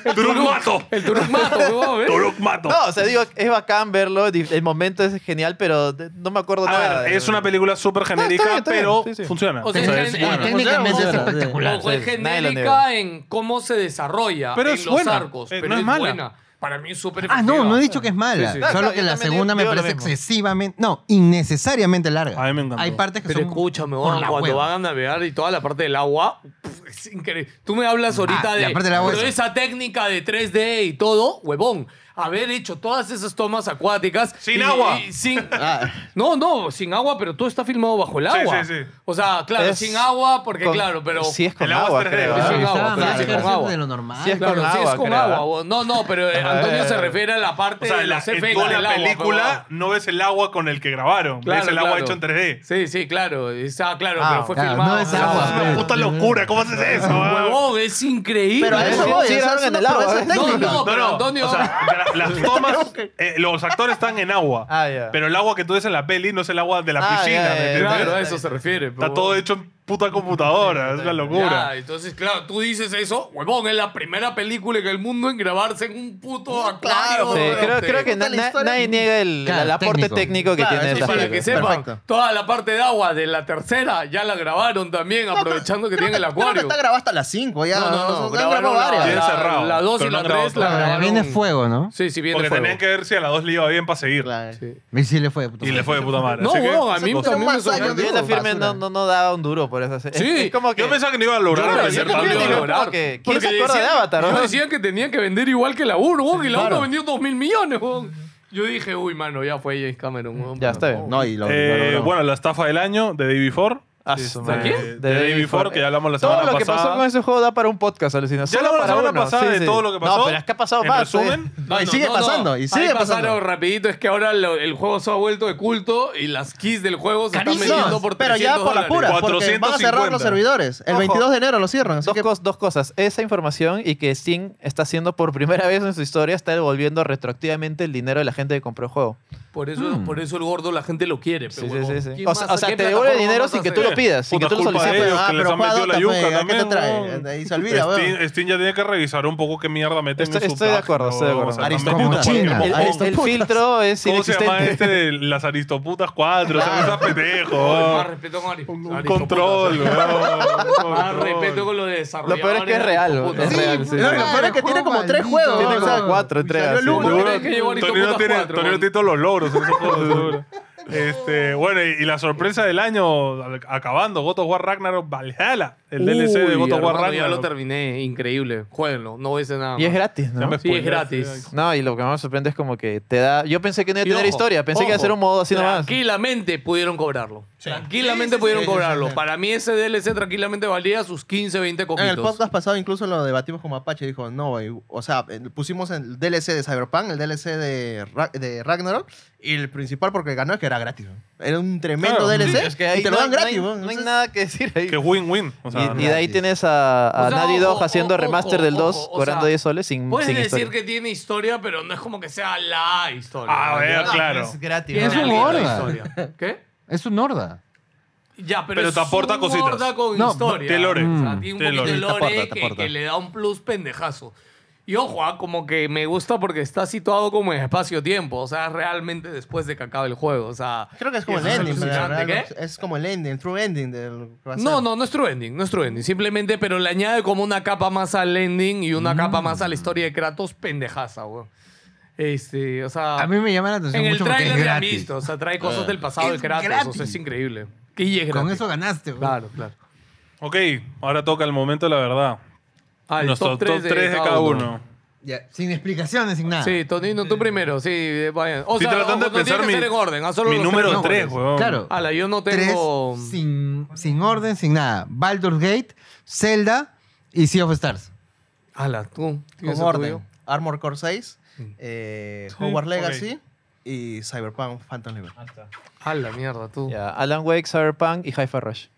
[SPEAKER 3] El
[SPEAKER 2] Turuk Mato.
[SPEAKER 3] El Turuk Mato, weón, ¿ves?
[SPEAKER 2] Turuk Mato.
[SPEAKER 4] No, o sea, digo, es bacán verlo, di- el momento es genial, pero de- no me acuerdo
[SPEAKER 2] A
[SPEAKER 4] nada.
[SPEAKER 2] ver,
[SPEAKER 4] de-
[SPEAKER 2] es una película súper
[SPEAKER 4] está bien,
[SPEAKER 2] genérica,
[SPEAKER 4] está bien,
[SPEAKER 2] pero
[SPEAKER 4] sí, sí.
[SPEAKER 2] funciona.
[SPEAKER 3] O sea,
[SPEAKER 2] O sea,
[SPEAKER 3] es
[SPEAKER 2] es
[SPEAKER 3] gen-
[SPEAKER 2] buena.
[SPEAKER 3] eh,
[SPEAKER 5] Técnicamente es
[SPEAKER 6] Funciona, funciona.
[SPEAKER 5] espectacular. pues,
[SPEAKER 3] Ojo, es pues,
[SPEAKER 4] sí, nadie lo
[SPEAKER 3] genérica en cómo se desarrolla
[SPEAKER 2] Pero
[SPEAKER 3] en
[SPEAKER 2] es
[SPEAKER 3] los
[SPEAKER 2] buena.
[SPEAKER 3] arcos,
[SPEAKER 2] Eh,
[SPEAKER 3] pero
[SPEAKER 2] no es
[SPEAKER 3] es
[SPEAKER 2] mala.
[SPEAKER 3] buena. Para mí es súper
[SPEAKER 5] Ah, no,
[SPEAKER 3] efectiva.
[SPEAKER 5] no he dicho que es mala.
[SPEAKER 3] Sí, sí.
[SPEAKER 5] Solo
[SPEAKER 4] Claro,
[SPEAKER 5] que
[SPEAKER 4] yo
[SPEAKER 5] la
[SPEAKER 4] también
[SPEAKER 5] segunda me
[SPEAKER 4] digo lo
[SPEAKER 5] parece
[SPEAKER 4] mismo.
[SPEAKER 5] excesivamente, no, innecesariamente larga.
[SPEAKER 2] A mí me encantó.
[SPEAKER 5] Hay partes que
[SPEAKER 3] Pero
[SPEAKER 5] son
[SPEAKER 3] escúchame,
[SPEAKER 5] por
[SPEAKER 3] weón,
[SPEAKER 5] la
[SPEAKER 3] cuando
[SPEAKER 5] hueva.
[SPEAKER 3] van a navegar y toda la parte del agua, pf, es increíble. Tú me hablas ahorita
[SPEAKER 5] Ah,
[SPEAKER 3] de,
[SPEAKER 5] la parte del agua
[SPEAKER 3] pero
[SPEAKER 5] es-
[SPEAKER 3] esa técnica de 3D y todo, huevón. Haber hecho todas esas tomas acuáticas.
[SPEAKER 2] Sin
[SPEAKER 3] y-
[SPEAKER 2] agua.
[SPEAKER 3] y sin,
[SPEAKER 6] Ah,
[SPEAKER 3] No, no, sin agua, pero todo está filmado bajo el
[SPEAKER 2] Sí,
[SPEAKER 3] agua.
[SPEAKER 2] sí, sí.
[SPEAKER 3] O sea, claro,
[SPEAKER 4] Es
[SPEAKER 3] sin agua, porque
[SPEAKER 4] con-
[SPEAKER 3] claro, pero.
[SPEAKER 4] Sí, es con
[SPEAKER 2] El agua
[SPEAKER 4] agua,
[SPEAKER 2] es 3D,
[SPEAKER 4] creo.
[SPEAKER 2] ¿verdad?
[SPEAKER 4] ¿eh?
[SPEAKER 3] Sí,
[SPEAKER 5] Estaba
[SPEAKER 3] agua,
[SPEAKER 5] más
[SPEAKER 3] claro,
[SPEAKER 5] cerca
[SPEAKER 3] con agua.
[SPEAKER 5] de lo normal.
[SPEAKER 4] Sí, es
[SPEAKER 3] claro,
[SPEAKER 4] con
[SPEAKER 3] sí, es
[SPEAKER 4] agua,
[SPEAKER 3] con
[SPEAKER 5] ¿eh?
[SPEAKER 4] creo.
[SPEAKER 3] agua. o- No, no, pero eh, Antonio se refiere a la parte
[SPEAKER 2] O sea,
[SPEAKER 3] de
[SPEAKER 2] la,
[SPEAKER 3] los
[SPEAKER 2] en
[SPEAKER 3] efectos
[SPEAKER 2] toda
[SPEAKER 3] del
[SPEAKER 2] la
[SPEAKER 3] agua,
[SPEAKER 2] película
[SPEAKER 3] pero-
[SPEAKER 2] no ves el agua con el que grabaron, ves
[SPEAKER 3] Claro,
[SPEAKER 2] el agua
[SPEAKER 3] claro.
[SPEAKER 2] hecho en 3D.
[SPEAKER 3] Sí, sí, claro. Es- ah, claro,
[SPEAKER 4] Ah,
[SPEAKER 3] pero fue
[SPEAKER 5] claro,
[SPEAKER 3] filmado.
[SPEAKER 5] no es
[SPEAKER 3] con
[SPEAKER 5] agua,
[SPEAKER 2] Es una
[SPEAKER 5] pero-
[SPEAKER 2] puta locura, ¿cómo haces eso? ah?
[SPEAKER 3] Huevón, es increíble.
[SPEAKER 6] pero a eso
[SPEAKER 4] Sí,
[SPEAKER 6] voy,
[SPEAKER 4] sí,
[SPEAKER 6] o sea,
[SPEAKER 4] eran
[SPEAKER 6] es
[SPEAKER 4] en
[SPEAKER 6] una
[SPEAKER 4] el agua,
[SPEAKER 6] proeza
[SPEAKER 4] ¿eh?
[SPEAKER 3] No,
[SPEAKER 6] técnica.
[SPEAKER 3] no, pero Antonio.
[SPEAKER 2] O sea, gra- las tomas, eh, los actores están en agua.
[SPEAKER 4] Ah, ya.
[SPEAKER 2] Pero el agua que tú ves en la peli no es el agua de la
[SPEAKER 4] Ah,
[SPEAKER 2] piscina.
[SPEAKER 4] ya,
[SPEAKER 2] ¿me
[SPEAKER 4] ya,
[SPEAKER 2] entiendes?
[SPEAKER 3] claro, a eso se refiere.
[SPEAKER 2] Está todo hecho en puta computadora, es una locura.
[SPEAKER 3] Ya, entonces, claro, tú dices eso, huevón, es la primera película en el mundo en grabarse en un puto acuario.
[SPEAKER 6] claro,
[SPEAKER 4] Sí,
[SPEAKER 3] weón,
[SPEAKER 4] creo,
[SPEAKER 3] te-
[SPEAKER 4] creo que
[SPEAKER 6] Cuenta
[SPEAKER 4] na-
[SPEAKER 6] la
[SPEAKER 4] na-
[SPEAKER 6] historia.
[SPEAKER 4] nadie niega el,
[SPEAKER 5] Claro,
[SPEAKER 4] el aporte
[SPEAKER 5] técnico.
[SPEAKER 4] técnico que
[SPEAKER 6] Claro,
[SPEAKER 4] tiene
[SPEAKER 6] eso
[SPEAKER 4] esta
[SPEAKER 6] sí,
[SPEAKER 3] Para
[SPEAKER 4] película.
[SPEAKER 3] que sepan,
[SPEAKER 6] Perfecto.
[SPEAKER 3] toda la parte de agua de la tercera ya la grabaron también, aprovechando que
[SPEAKER 6] Creo
[SPEAKER 3] tienen el
[SPEAKER 6] creo que
[SPEAKER 3] acuario.
[SPEAKER 6] está grabado hasta las 5 ya.
[SPEAKER 3] No, no, no, grabaron
[SPEAKER 6] Han grabado
[SPEAKER 3] la-
[SPEAKER 6] varias.
[SPEAKER 2] Bien
[SPEAKER 3] la,
[SPEAKER 2] cerrado,
[SPEAKER 3] la 2 y
[SPEAKER 2] pero no
[SPEAKER 3] la
[SPEAKER 2] han grabado
[SPEAKER 3] 3 la
[SPEAKER 5] Claro,
[SPEAKER 3] grabaron.
[SPEAKER 5] viene fuego, ¿no?
[SPEAKER 3] Sí, sí, viene
[SPEAKER 2] Porque
[SPEAKER 3] fuego.
[SPEAKER 2] tenían que ver si a la 2 le iba bien para seguir.
[SPEAKER 6] Claro.
[SPEAKER 3] Sí.
[SPEAKER 5] Y sí le fue. de puta
[SPEAKER 2] Y le
[SPEAKER 5] madre.
[SPEAKER 2] fue de puta madre.
[SPEAKER 3] No,
[SPEAKER 2] así que-
[SPEAKER 3] huevón, a mí
[SPEAKER 6] Pero
[SPEAKER 3] también me
[SPEAKER 6] más allá de
[SPEAKER 4] Yo
[SPEAKER 3] sorprendió.
[SPEAKER 4] en la firme
[SPEAKER 6] basura.
[SPEAKER 4] no, no, no daba un duro por eso. Es,
[SPEAKER 3] Sí.
[SPEAKER 4] es como que...
[SPEAKER 2] Yo pensaba que no iba a lograr
[SPEAKER 3] Claro,
[SPEAKER 4] es
[SPEAKER 2] hacer
[SPEAKER 3] yo también
[SPEAKER 4] como
[SPEAKER 2] tanto.
[SPEAKER 4] que-
[SPEAKER 3] digo,
[SPEAKER 4] como que, ¿Quién se acuerda de Avatar?
[SPEAKER 3] Yo
[SPEAKER 4] no?
[SPEAKER 3] decían que tenían que vender igual que la 1, weón, y la 1 vendió 2 mil millones, weón. Yo dije, uy, mano, ya fue James Cameron, weón.
[SPEAKER 4] Ya, está bien.
[SPEAKER 6] No, y lo,
[SPEAKER 2] Eh,
[SPEAKER 6] lo logró.
[SPEAKER 2] bueno, la estafa del año de Day Before.
[SPEAKER 4] Ah,
[SPEAKER 2] Este,
[SPEAKER 4] su madre.
[SPEAKER 3] quién?
[SPEAKER 2] De Day Before, que ya hablamos la semana
[SPEAKER 4] Todo lo que
[SPEAKER 2] pasada.
[SPEAKER 4] pasó con ese juego da para un podcast, alucinación.
[SPEAKER 2] Ya hablamos la semana pasada de todo lo que pasó.
[SPEAKER 4] No, pero es que ha pasado
[SPEAKER 2] en
[SPEAKER 4] más. sí.
[SPEAKER 2] resumen,
[SPEAKER 6] No, y sigue pasando, y sigue
[SPEAKER 3] Ahí pasaron
[SPEAKER 6] pasando.
[SPEAKER 3] rapidito, es que ahora lo- el juego se ha vuelto de culto y las keys del juego se están
[SPEAKER 6] Carísimas,
[SPEAKER 3] vendiendo por 300
[SPEAKER 6] pero ya por la
[SPEAKER 3] dólares.
[SPEAKER 6] pura, porque van a cerrar
[SPEAKER 2] 450.
[SPEAKER 6] los servidores. El
[SPEAKER 4] Ojo.
[SPEAKER 6] 22 de enero lo cierran, así
[SPEAKER 4] Dos,
[SPEAKER 6] que
[SPEAKER 4] cos- dos cosas. Esa información y que Steam está haciendo por primera vez en su historia, está devolviendo retroactivamente el dinero de la gente que compró el juego.
[SPEAKER 3] Por eso, por eso el gordo la gente lo quiere.
[SPEAKER 4] Mm. Sí,
[SPEAKER 3] pero,
[SPEAKER 4] sí,
[SPEAKER 3] huevón,
[SPEAKER 4] sí, sí.
[SPEAKER 3] ¿quién
[SPEAKER 4] O
[SPEAKER 3] más-
[SPEAKER 4] sea- o sea,
[SPEAKER 3] qué
[SPEAKER 4] te devuelve el
[SPEAKER 3] plataforma
[SPEAKER 4] dinero
[SPEAKER 3] vas a
[SPEAKER 4] sin que tú
[SPEAKER 3] hacer?
[SPEAKER 4] lo pidas, sin
[SPEAKER 2] eh, Puta,
[SPEAKER 4] que tú lo
[SPEAKER 2] culpa de
[SPEAKER 4] solicites.
[SPEAKER 2] ellos.
[SPEAKER 6] Ah,
[SPEAKER 2] que les
[SPEAKER 6] pero
[SPEAKER 2] han
[SPEAKER 6] juega
[SPEAKER 2] metido la
[SPEAKER 6] Dota,
[SPEAKER 2] yuca
[SPEAKER 6] pe, ¿a
[SPEAKER 2] también,
[SPEAKER 6] ¿Qué te trae?
[SPEAKER 2] weón?
[SPEAKER 6] De ahí se
[SPEAKER 4] Este,
[SPEAKER 6] olvida, weón.
[SPEAKER 2] Steam, Steam ya tiene que revisar un poco qué mierda meten
[SPEAKER 4] Estoy-
[SPEAKER 2] en su
[SPEAKER 4] estoy de
[SPEAKER 2] página,
[SPEAKER 4] acuerdo, estoy de
[SPEAKER 2] weón.
[SPEAKER 4] acuerdo.
[SPEAKER 2] O sea, están
[SPEAKER 6] Aristoputas.
[SPEAKER 2] metiendo cualquier
[SPEAKER 5] China.
[SPEAKER 4] El,
[SPEAKER 2] mojón.
[SPEAKER 4] el- el filtro es
[SPEAKER 2] ¿Cómo se llama
[SPEAKER 4] inexistente.
[SPEAKER 2] este de las aristoputas 4? O sea,
[SPEAKER 6] Claro.
[SPEAKER 2] esas pendejo.
[SPEAKER 4] Oh.
[SPEAKER 3] Oye,
[SPEAKER 2] weón.
[SPEAKER 3] Más respeto con Ari.
[SPEAKER 2] Un
[SPEAKER 3] Ari,
[SPEAKER 2] control,
[SPEAKER 3] hijo puta,
[SPEAKER 2] weón.
[SPEAKER 3] o sea,
[SPEAKER 2] Un
[SPEAKER 3] Más
[SPEAKER 2] control.
[SPEAKER 3] Ah, respeto con los desarrolladores.
[SPEAKER 4] Lo peor es que es real,
[SPEAKER 3] hijo puta.
[SPEAKER 4] es
[SPEAKER 3] Sí,
[SPEAKER 4] real. sí,
[SPEAKER 6] No,
[SPEAKER 4] sí.
[SPEAKER 6] lo peor es que
[SPEAKER 5] Juego
[SPEAKER 6] tiene como tres
[SPEAKER 5] maldito.
[SPEAKER 6] juegos.
[SPEAKER 4] Tiene
[SPEAKER 6] o
[SPEAKER 4] como
[SPEAKER 6] sea,
[SPEAKER 4] cuatro entregas.
[SPEAKER 6] salió el
[SPEAKER 4] sí.
[SPEAKER 3] uno.
[SPEAKER 2] Seguro
[SPEAKER 3] crees que llegó
[SPEAKER 2] Tony
[SPEAKER 3] Aristoputas
[SPEAKER 2] no tiene,
[SPEAKER 3] cuatro,
[SPEAKER 2] Tony no
[SPEAKER 3] weón?
[SPEAKER 2] tiene todos los logros en esos juegos, seguro. Este, bueno, y, y la sorpresa del año, al- acabando, God of War Ragnarok Valhalla. El DLC de
[SPEAKER 3] Uy,
[SPEAKER 2] God of War
[SPEAKER 3] hermano, Ya lo
[SPEAKER 2] Ragnarok.
[SPEAKER 3] terminé, increíble. Jueguenlo, no ves nada.
[SPEAKER 4] Y es
[SPEAKER 3] más.
[SPEAKER 4] gratis, ¿no?
[SPEAKER 2] Ya me
[SPEAKER 3] Sí, es
[SPEAKER 2] spoileaste.
[SPEAKER 3] gratis.
[SPEAKER 4] No, y lo que más me sorprende es como que te da. Yo pensé que no iba a
[SPEAKER 3] Y
[SPEAKER 4] tener
[SPEAKER 3] ojo,
[SPEAKER 4] historia, pensé que iba a
[SPEAKER 3] ojo,
[SPEAKER 4] ser un modo así nomás.
[SPEAKER 3] Tranquilamente pudieron cobrarlo. Tranquilamente
[SPEAKER 6] Sí, sí,
[SPEAKER 3] pudieron
[SPEAKER 6] sí, sí,
[SPEAKER 3] cobrarlo.
[SPEAKER 6] sí, sí.
[SPEAKER 3] Para mí ese DLC tranquilamente valía sus 15, 20
[SPEAKER 6] En el
[SPEAKER 3] copitos.
[SPEAKER 6] podcast pasado incluso lo debatimos con Apache. Dijo, no, y- o sea, eh, pusimos el DLC de Cyberpunk, el DLC de, Ra- de Ragnarok. Y el principal porque ganó es que era gratis. ¿no? Era un tremendo
[SPEAKER 2] Claro,
[SPEAKER 6] DLC.
[SPEAKER 4] Es que
[SPEAKER 6] y
[SPEAKER 4] ahí
[SPEAKER 6] te lo
[SPEAKER 4] no
[SPEAKER 6] dan
[SPEAKER 4] hay- no
[SPEAKER 6] gratis.
[SPEAKER 4] hay-
[SPEAKER 6] ¿no?
[SPEAKER 4] No hay,
[SPEAKER 6] Entonces,
[SPEAKER 4] nada que decir ahí.
[SPEAKER 2] Que win-win. O sea,
[SPEAKER 4] y, y de ahí tienes a, a
[SPEAKER 3] O sea,
[SPEAKER 4] Naughty
[SPEAKER 3] ojo,
[SPEAKER 4] Dog haciendo
[SPEAKER 3] ojo,
[SPEAKER 4] remaster del
[SPEAKER 3] ojo,
[SPEAKER 4] 2,
[SPEAKER 3] o
[SPEAKER 4] cobrando
[SPEAKER 3] sea,
[SPEAKER 4] 10 soles sin,
[SPEAKER 3] Puedes
[SPEAKER 4] sin
[SPEAKER 3] decir
[SPEAKER 4] historia.
[SPEAKER 3] que tiene historia, pero no es como que sea la historia.
[SPEAKER 2] A
[SPEAKER 3] ¿no?
[SPEAKER 2] ver,
[SPEAKER 3] Ya,
[SPEAKER 2] claro.
[SPEAKER 4] Es gratis.
[SPEAKER 3] tiene
[SPEAKER 5] Es un
[SPEAKER 3] algo de
[SPEAKER 5] horda.
[SPEAKER 3] historia. ¿Qué?
[SPEAKER 5] Es un horda.
[SPEAKER 3] Ya, pero,
[SPEAKER 2] Pero te
[SPEAKER 3] es
[SPEAKER 2] aporta
[SPEAKER 3] un
[SPEAKER 2] cositas.
[SPEAKER 3] horda con
[SPEAKER 5] No,
[SPEAKER 3] historia.
[SPEAKER 2] te lore.
[SPEAKER 3] O sea, tiene un
[SPEAKER 2] Te
[SPEAKER 3] poquito
[SPEAKER 2] lore.
[SPEAKER 3] de
[SPEAKER 6] Mm. Te
[SPEAKER 3] lore
[SPEAKER 6] aporta, te
[SPEAKER 3] que- que,
[SPEAKER 6] aporta.
[SPEAKER 3] le da un plus pendejazo. Y ojo, ah, como que me gusta porque está situado como en espacio-tiempo. O sea, realmente después de que acabe el juego. O sea,
[SPEAKER 6] Creo que es como
[SPEAKER 3] y
[SPEAKER 6] el
[SPEAKER 3] eso es
[SPEAKER 6] ending.
[SPEAKER 3] alucinante,
[SPEAKER 6] ¿verdad?
[SPEAKER 3] ¿qué?
[SPEAKER 6] Es como el ending, el true ending del que va a
[SPEAKER 3] No,
[SPEAKER 6] ser.
[SPEAKER 3] no, no es true ending, no es true ending. Simplemente, pero le añade como una capa más al ending y una capa
[SPEAKER 5] Mm.
[SPEAKER 3] más a la historia de Kratos, pendejaza, weón. Este, o sea.
[SPEAKER 5] A mí me llama la atención
[SPEAKER 3] en el
[SPEAKER 5] mucho porque
[SPEAKER 3] trailer
[SPEAKER 5] es
[SPEAKER 3] ya han
[SPEAKER 5] gratis.
[SPEAKER 3] visto, o sea, trae cosas del pasado
[SPEAKER 5] Es
[SPEAKER 3] de Kratos, o sea, es
[SPEAKER 5] gratis.
[SPEAKER 3] increíble. Y es
[SPEAKER 5] Con
[SPEAKER 3] gratis.
[SPEAKER 5] eso ganaste, güey.
[SPEAKER 3] Claro, claro.
[SPEAKER 2] Ok, ahora toca el momento de la verdad.
[SPEAKER 3] Ah, el
[SPEAKER 2] Nuestro
[SPEAKER 3] top 3 de, cada uno. Ah.
[SPEAKER 5] Ya, Sin explicaciones, sin nada.
[SPEAKER 3] Sí, Tonino, tú primero, sí, eh, vayan. O
[SPEAKER 2] Estoy
[SPEAKER 3] sea, ojo,
[SPEAKER 2] tratando de
[SPEAKER 3] no tiene
[SPEAKER 2] pensar
[SPEAKER 3] que
[SPEAKER 2] mi-
[SPEAKER 3] ser en orden, haz solo
[SPEAKER 2] mi
[SPEAKER 3] los
[SPEAKER 2] número
[SPEAKER 3] tres
[SPEAKER 2] tres,
[SPEAKER 3] mejores.
[SPEAKER 2] weón.
[SPEAKER 5] Claro.
[SPEAKER 3] Ala, yo no
[SPEAKER 5] Tres,
[SPEAKER 3] tengo...
[SPEAKER 5] sin, sin orden, sin nada. Baldur's Gate, Zelda y Sea of Stars.
[SPEAKER 3] Ala, tú.
[SPEAKER 6] Con
[SPEAKER 3] tienes el tuyo.
[SPEAKER 6] orden. Armor Core 6,
[SPEAKER 3] Mm.
[SPEAKER 6] eh, Hogwarts
[SPEAKER 2] ok.
[SPEAKER 6] Legacy y Cyberpunk Phantom Liberty.
[SPEAKER 3] Ala, mierda, tú.
[SPEAKER 4] Ya, Alan Wake, Cyberpunk y Hi-Fi Rush.
[SPEAKER 3] Puta,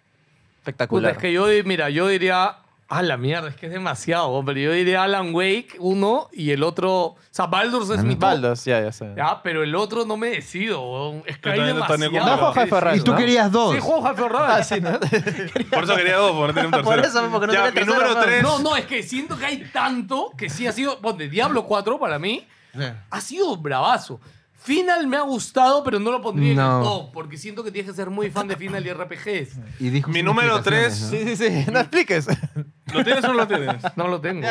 [SPEAKER 4] Espectacular.
[SPEAKER 3] es que yo, di- mira, yo diría. A la mierda, es que es demasiado, weón, pero yo diría Alan Wake uno y el otro. O sea, Baldur's es mi top.
[SPEAKER 4] Baldos, ya, ya sé.
[SPEAKER 3] Ya, pero el otro no me decido, weón. Es que
[SPEAKER 2] Yo
[SPEAKER 3] hay
[SPEAKER 2] también lo
[SPEAKER 3] demasiado.
[SPEAKER 2] tenía como-
[SPEAKER 4] No, Jorge Ferrari.
[SPEAKER 5] Y tú
[SPEAKER 4] ¿no?
[SPEAKER 5] querías dos.
[SPEAKER 3] Sí, juego Half-Life Rush.
[SPEAKER 2] Por eso quería dos, porque no tenía un tercero.
[SPEAKER 6] Por eso, porque no
[SPEAKER 2] ya,
[SPEAKER 6] tenía
[SPEAKER 2] mi
[SPEAKER 6] el tercero,
[SPEAKER 2] número
[SPEAKER 6] man.
[SPEAKER 2] 3.
[SPEAKER 3] No, no, es que siento que hay tanto que sí ha sido. Ponte, Diablo 4 para mí ha sido bravazo. Final me ha gustado, pero no lo pondría en
[SPEAKER 5] No.
[SPEAKER 3] el top, porque siento que tienes que ser muy fan de Final y RPGs.
[SPEAKER 5] Y dijo
[SPEAKER 2] Mi
[SPEAKER 5] sin
[SPEAKER 2] número
[SPEAKER 5] explicaciones,
[SPEAKER 2] tres,
[SPEAKER 5] ¿no?
[SPEAKER 4] Sí, sí, sí. No expliques.
[SPEAKER 2] ¿Lo tienes o no lo tienes?
[SPEAKER 3] No lo tengo.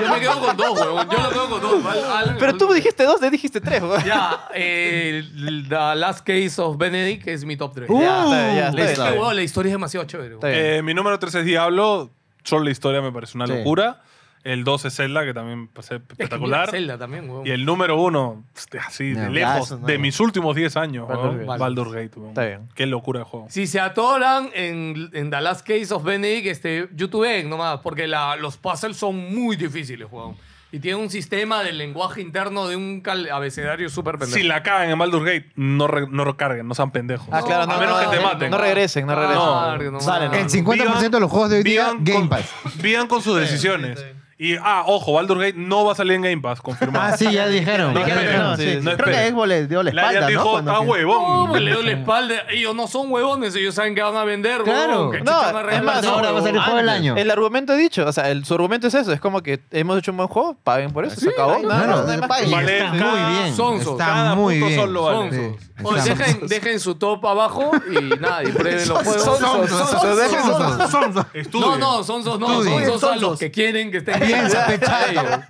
[SPEAKER 3] Yo me quedo con dos, weón. Yo lo quedo con dos. Al- al-
[SPEAKER 4] Pero tú dijiste dos, le dijiste tres, güey.
[SPEAKER 3] Ya, eh, The Last Case of Benedict es mi top 3.
[SPEAKER 4] Uh, Ya, está bien, ya, está
[SPEAKER 3] Es que,
[SPEAKER 4] bien, está bien.
[SPEAKER 3] huevón, la historia es demasiado chévere.
[SPEAKER 4] Está bien.
[SPEAKER 2] Eh, mi número 3 es Diablo. Solo la historia me parece una
[SPEAKER 6] Sí.
[SPEAKER 2] locura. El 2 es Zelda, que también parece espectacular.
[SPEAKER 3] Zelda también, huevón.
[SPEAKER 2] y el número 1, así, de
[SPEAKER 5] Ya,
[SPEAKER 2] lejos,
[SPEAKER 6] eso no.
[SPEAKER 2] de mis últimos 10 años,
[SPEAKER 4] Baldur's
[SPEAKER 2] weón.
[SPEAKER 3] Gate.
[SPEAKER 2] Baldur's Gate. weón.
[SPEAKER 4] Está bien.
[SPEAKER 2] Qué locura de juego.
[SPEAKER 3] Si se atoran en, en The Last Case of Benedict, este, YouTube nomás, porque la- los puzzles son muy difíciles, huevón. Y tiene un sistema de lenguaje interno de un cal- abecedario súper pendejo.
[SPEAKER 2] Si la cagan en Baldur's Gate, no, re- no recarguen, no sean pendejos.
[SPEAKER 4] Ah, claro,
[SPEAKER 2] a
[SPEAKER 4] no,
[SPEAKER 2] menos
[SPEAKER 4] no,
[SPEAKER 2] que te
[SPEAKER 4] no,
[SPEAKER 2] maten.
[SPEAKER 4] no regresen, no regresen.
[SPEAKER 3] Claro, no,
[SPEAKER 4] Salen.
[SPEAKER 3] no, no.
[SPEAKER 5] El 50% de los juegos de hoy día,
[SPEAKER 2] Vivan
[SPEAKER 5] Game
[SPEAKER 2] con-
[SPEAKER 5] Pass.
[SPEAKER 2] Vivan con sus decisiones. Y, ah, ojo, Baldur's Gate no va a salir en Game Pass, confirmado.
[SPEAKER 5] Ah, sí, ya dijeron.
[SPEAKER 2] No,
[SPEAKER 5] ya
[SPEAKER 2] esperen,
[SPEAKER 5] dijeron.
[SPEAKER 2] no,
[SPEAKER 4] sí,
[SPEAKER 2] no
[SPEAKER 6] Creo que
[SPEAKER 2] esperen.
[SPEAKER 6] Xbox le dio la
[SPEAKER 2] La
[SPEAKER 6] espalda,
[SPEAKER 2] ya
[SPEAKER 6] ¿no?
[SPEAKER 2] dijo,
[SPEAKER 6] Cuando
[SPEAKER 2] está
[SPEAKER 6] tiene-
[SPEAKER 2] huevón.
[SPEAKER 3] No, pues le doy la espalda. Ellos no son huevones, ellos saben que van a vender,
[SPEAKER 5] Claro.
[SPEAKER 3] huevón, que
[SPEAKER 4] No,
[SPEAKER 3] chucha van a
[SPEAKER 4] es
[SPEAKER 3] regalar,
[SPEAKER 4] más,
[SPEAKER 3] no,
[SPEAKER 5] Ahora va a
[SPEAKER 3] huevón.
[SPEAKER 5] ser el juego del año.
[SPEAKER 4] El argumento he dicho, o sea, el, su argumento es eso, es como que hemos hecho un buen juego, paguen por eso, se acabó. No,
[SPEAKER 5] Claro,
[SPEAKER 4] no, no hay más
[SPEAKER 5] y
[SPEAKER 4] que-
[SPEAKER 2] Vale,
[SPEAKER 5] está
[SPEAKER 2] cada-
[SPEAKER 5] muy bien.
[SPEAKER 3] son-
[SPEAKER 5] Está
[SPEAKER 2] cada
[SPEAKER 5] muy
[SPEAKER 2] punto
[SPEAKER 5] bien.
[SPEAKER 2] son lo vale.
[SPEAKER 3] Sonsos.
[SPEAKER 5] Sí,
[SPEAKER 3] Oye,
[SPEAKER 5] estamos.
[SPEAKER 3] dejen, dejen su top abajo y nada, y prueben los juegos.
[SPEAKER 4] Sonsos,
[SPEAKER 5] Son-
[SPEAKER 4] sonsos,
[SPEAKER 5] son- son-
[SPEAKER 4] dejen
[SPEAKER 5] son-
[SPEAKER 4] sonsos.
[SPEAKER 5] son- son-
[SPEAKER 2] Estudien.
[SPEAKER 3] No, no, son sos, no, son
[SPEAKER 5] Estudien.
[SPEAKER 3] sos a
[SPEAKER 4] Son sos.
[SPEAKER 3] los que quieren que estén
[SPEAKER 5] Piensa,
[SPEAKER 3] Piensa,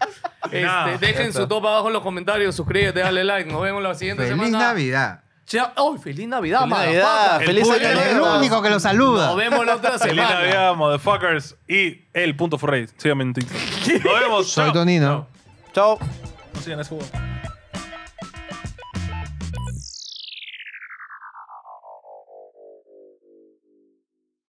[SPEAKER 2] Nada.
[SPEAKER 3] Este, dejen su top abajo en los comentarios, suscríbete, dale like, nos vemos la siguiente
[SPEAKER 5] Feliz
[SPEAKER 3] semana.
[SPEAKER 5] Navidad.
[SPEAKER 3] Chao. ¡Ay, feliz Navidad,
[SPEAKER 4] Feliz
[SPEAKER 3] motherfucker!
[SPEAKER 4] Navidad, feliz
[SPEAKER 2] público
[SPEAKER 4] año
[SPEAKER 2] es
[SPEAKER 5] El
[SPEAKER 4] nuevo.
[SPEAKER 5] único que lo saluda.
[SPEAKER 3] Nos vemos la otra
[SPEAKER 2] Feliz
[SPEAKER 3] semana.
[SPEAKER 2] Navidad, motherfuckers. Y el punto for raid. Síganme en Twitter. Nos vemos.
[SPEAKER 5] Soy
[SPEAKER 2] Chao.
[SPEAKER 5] Tonino.
[SPEAKER 2] Chao.
[SPEAKER 4] Chao.
[SPEAKER 2] No sigan ese huevón.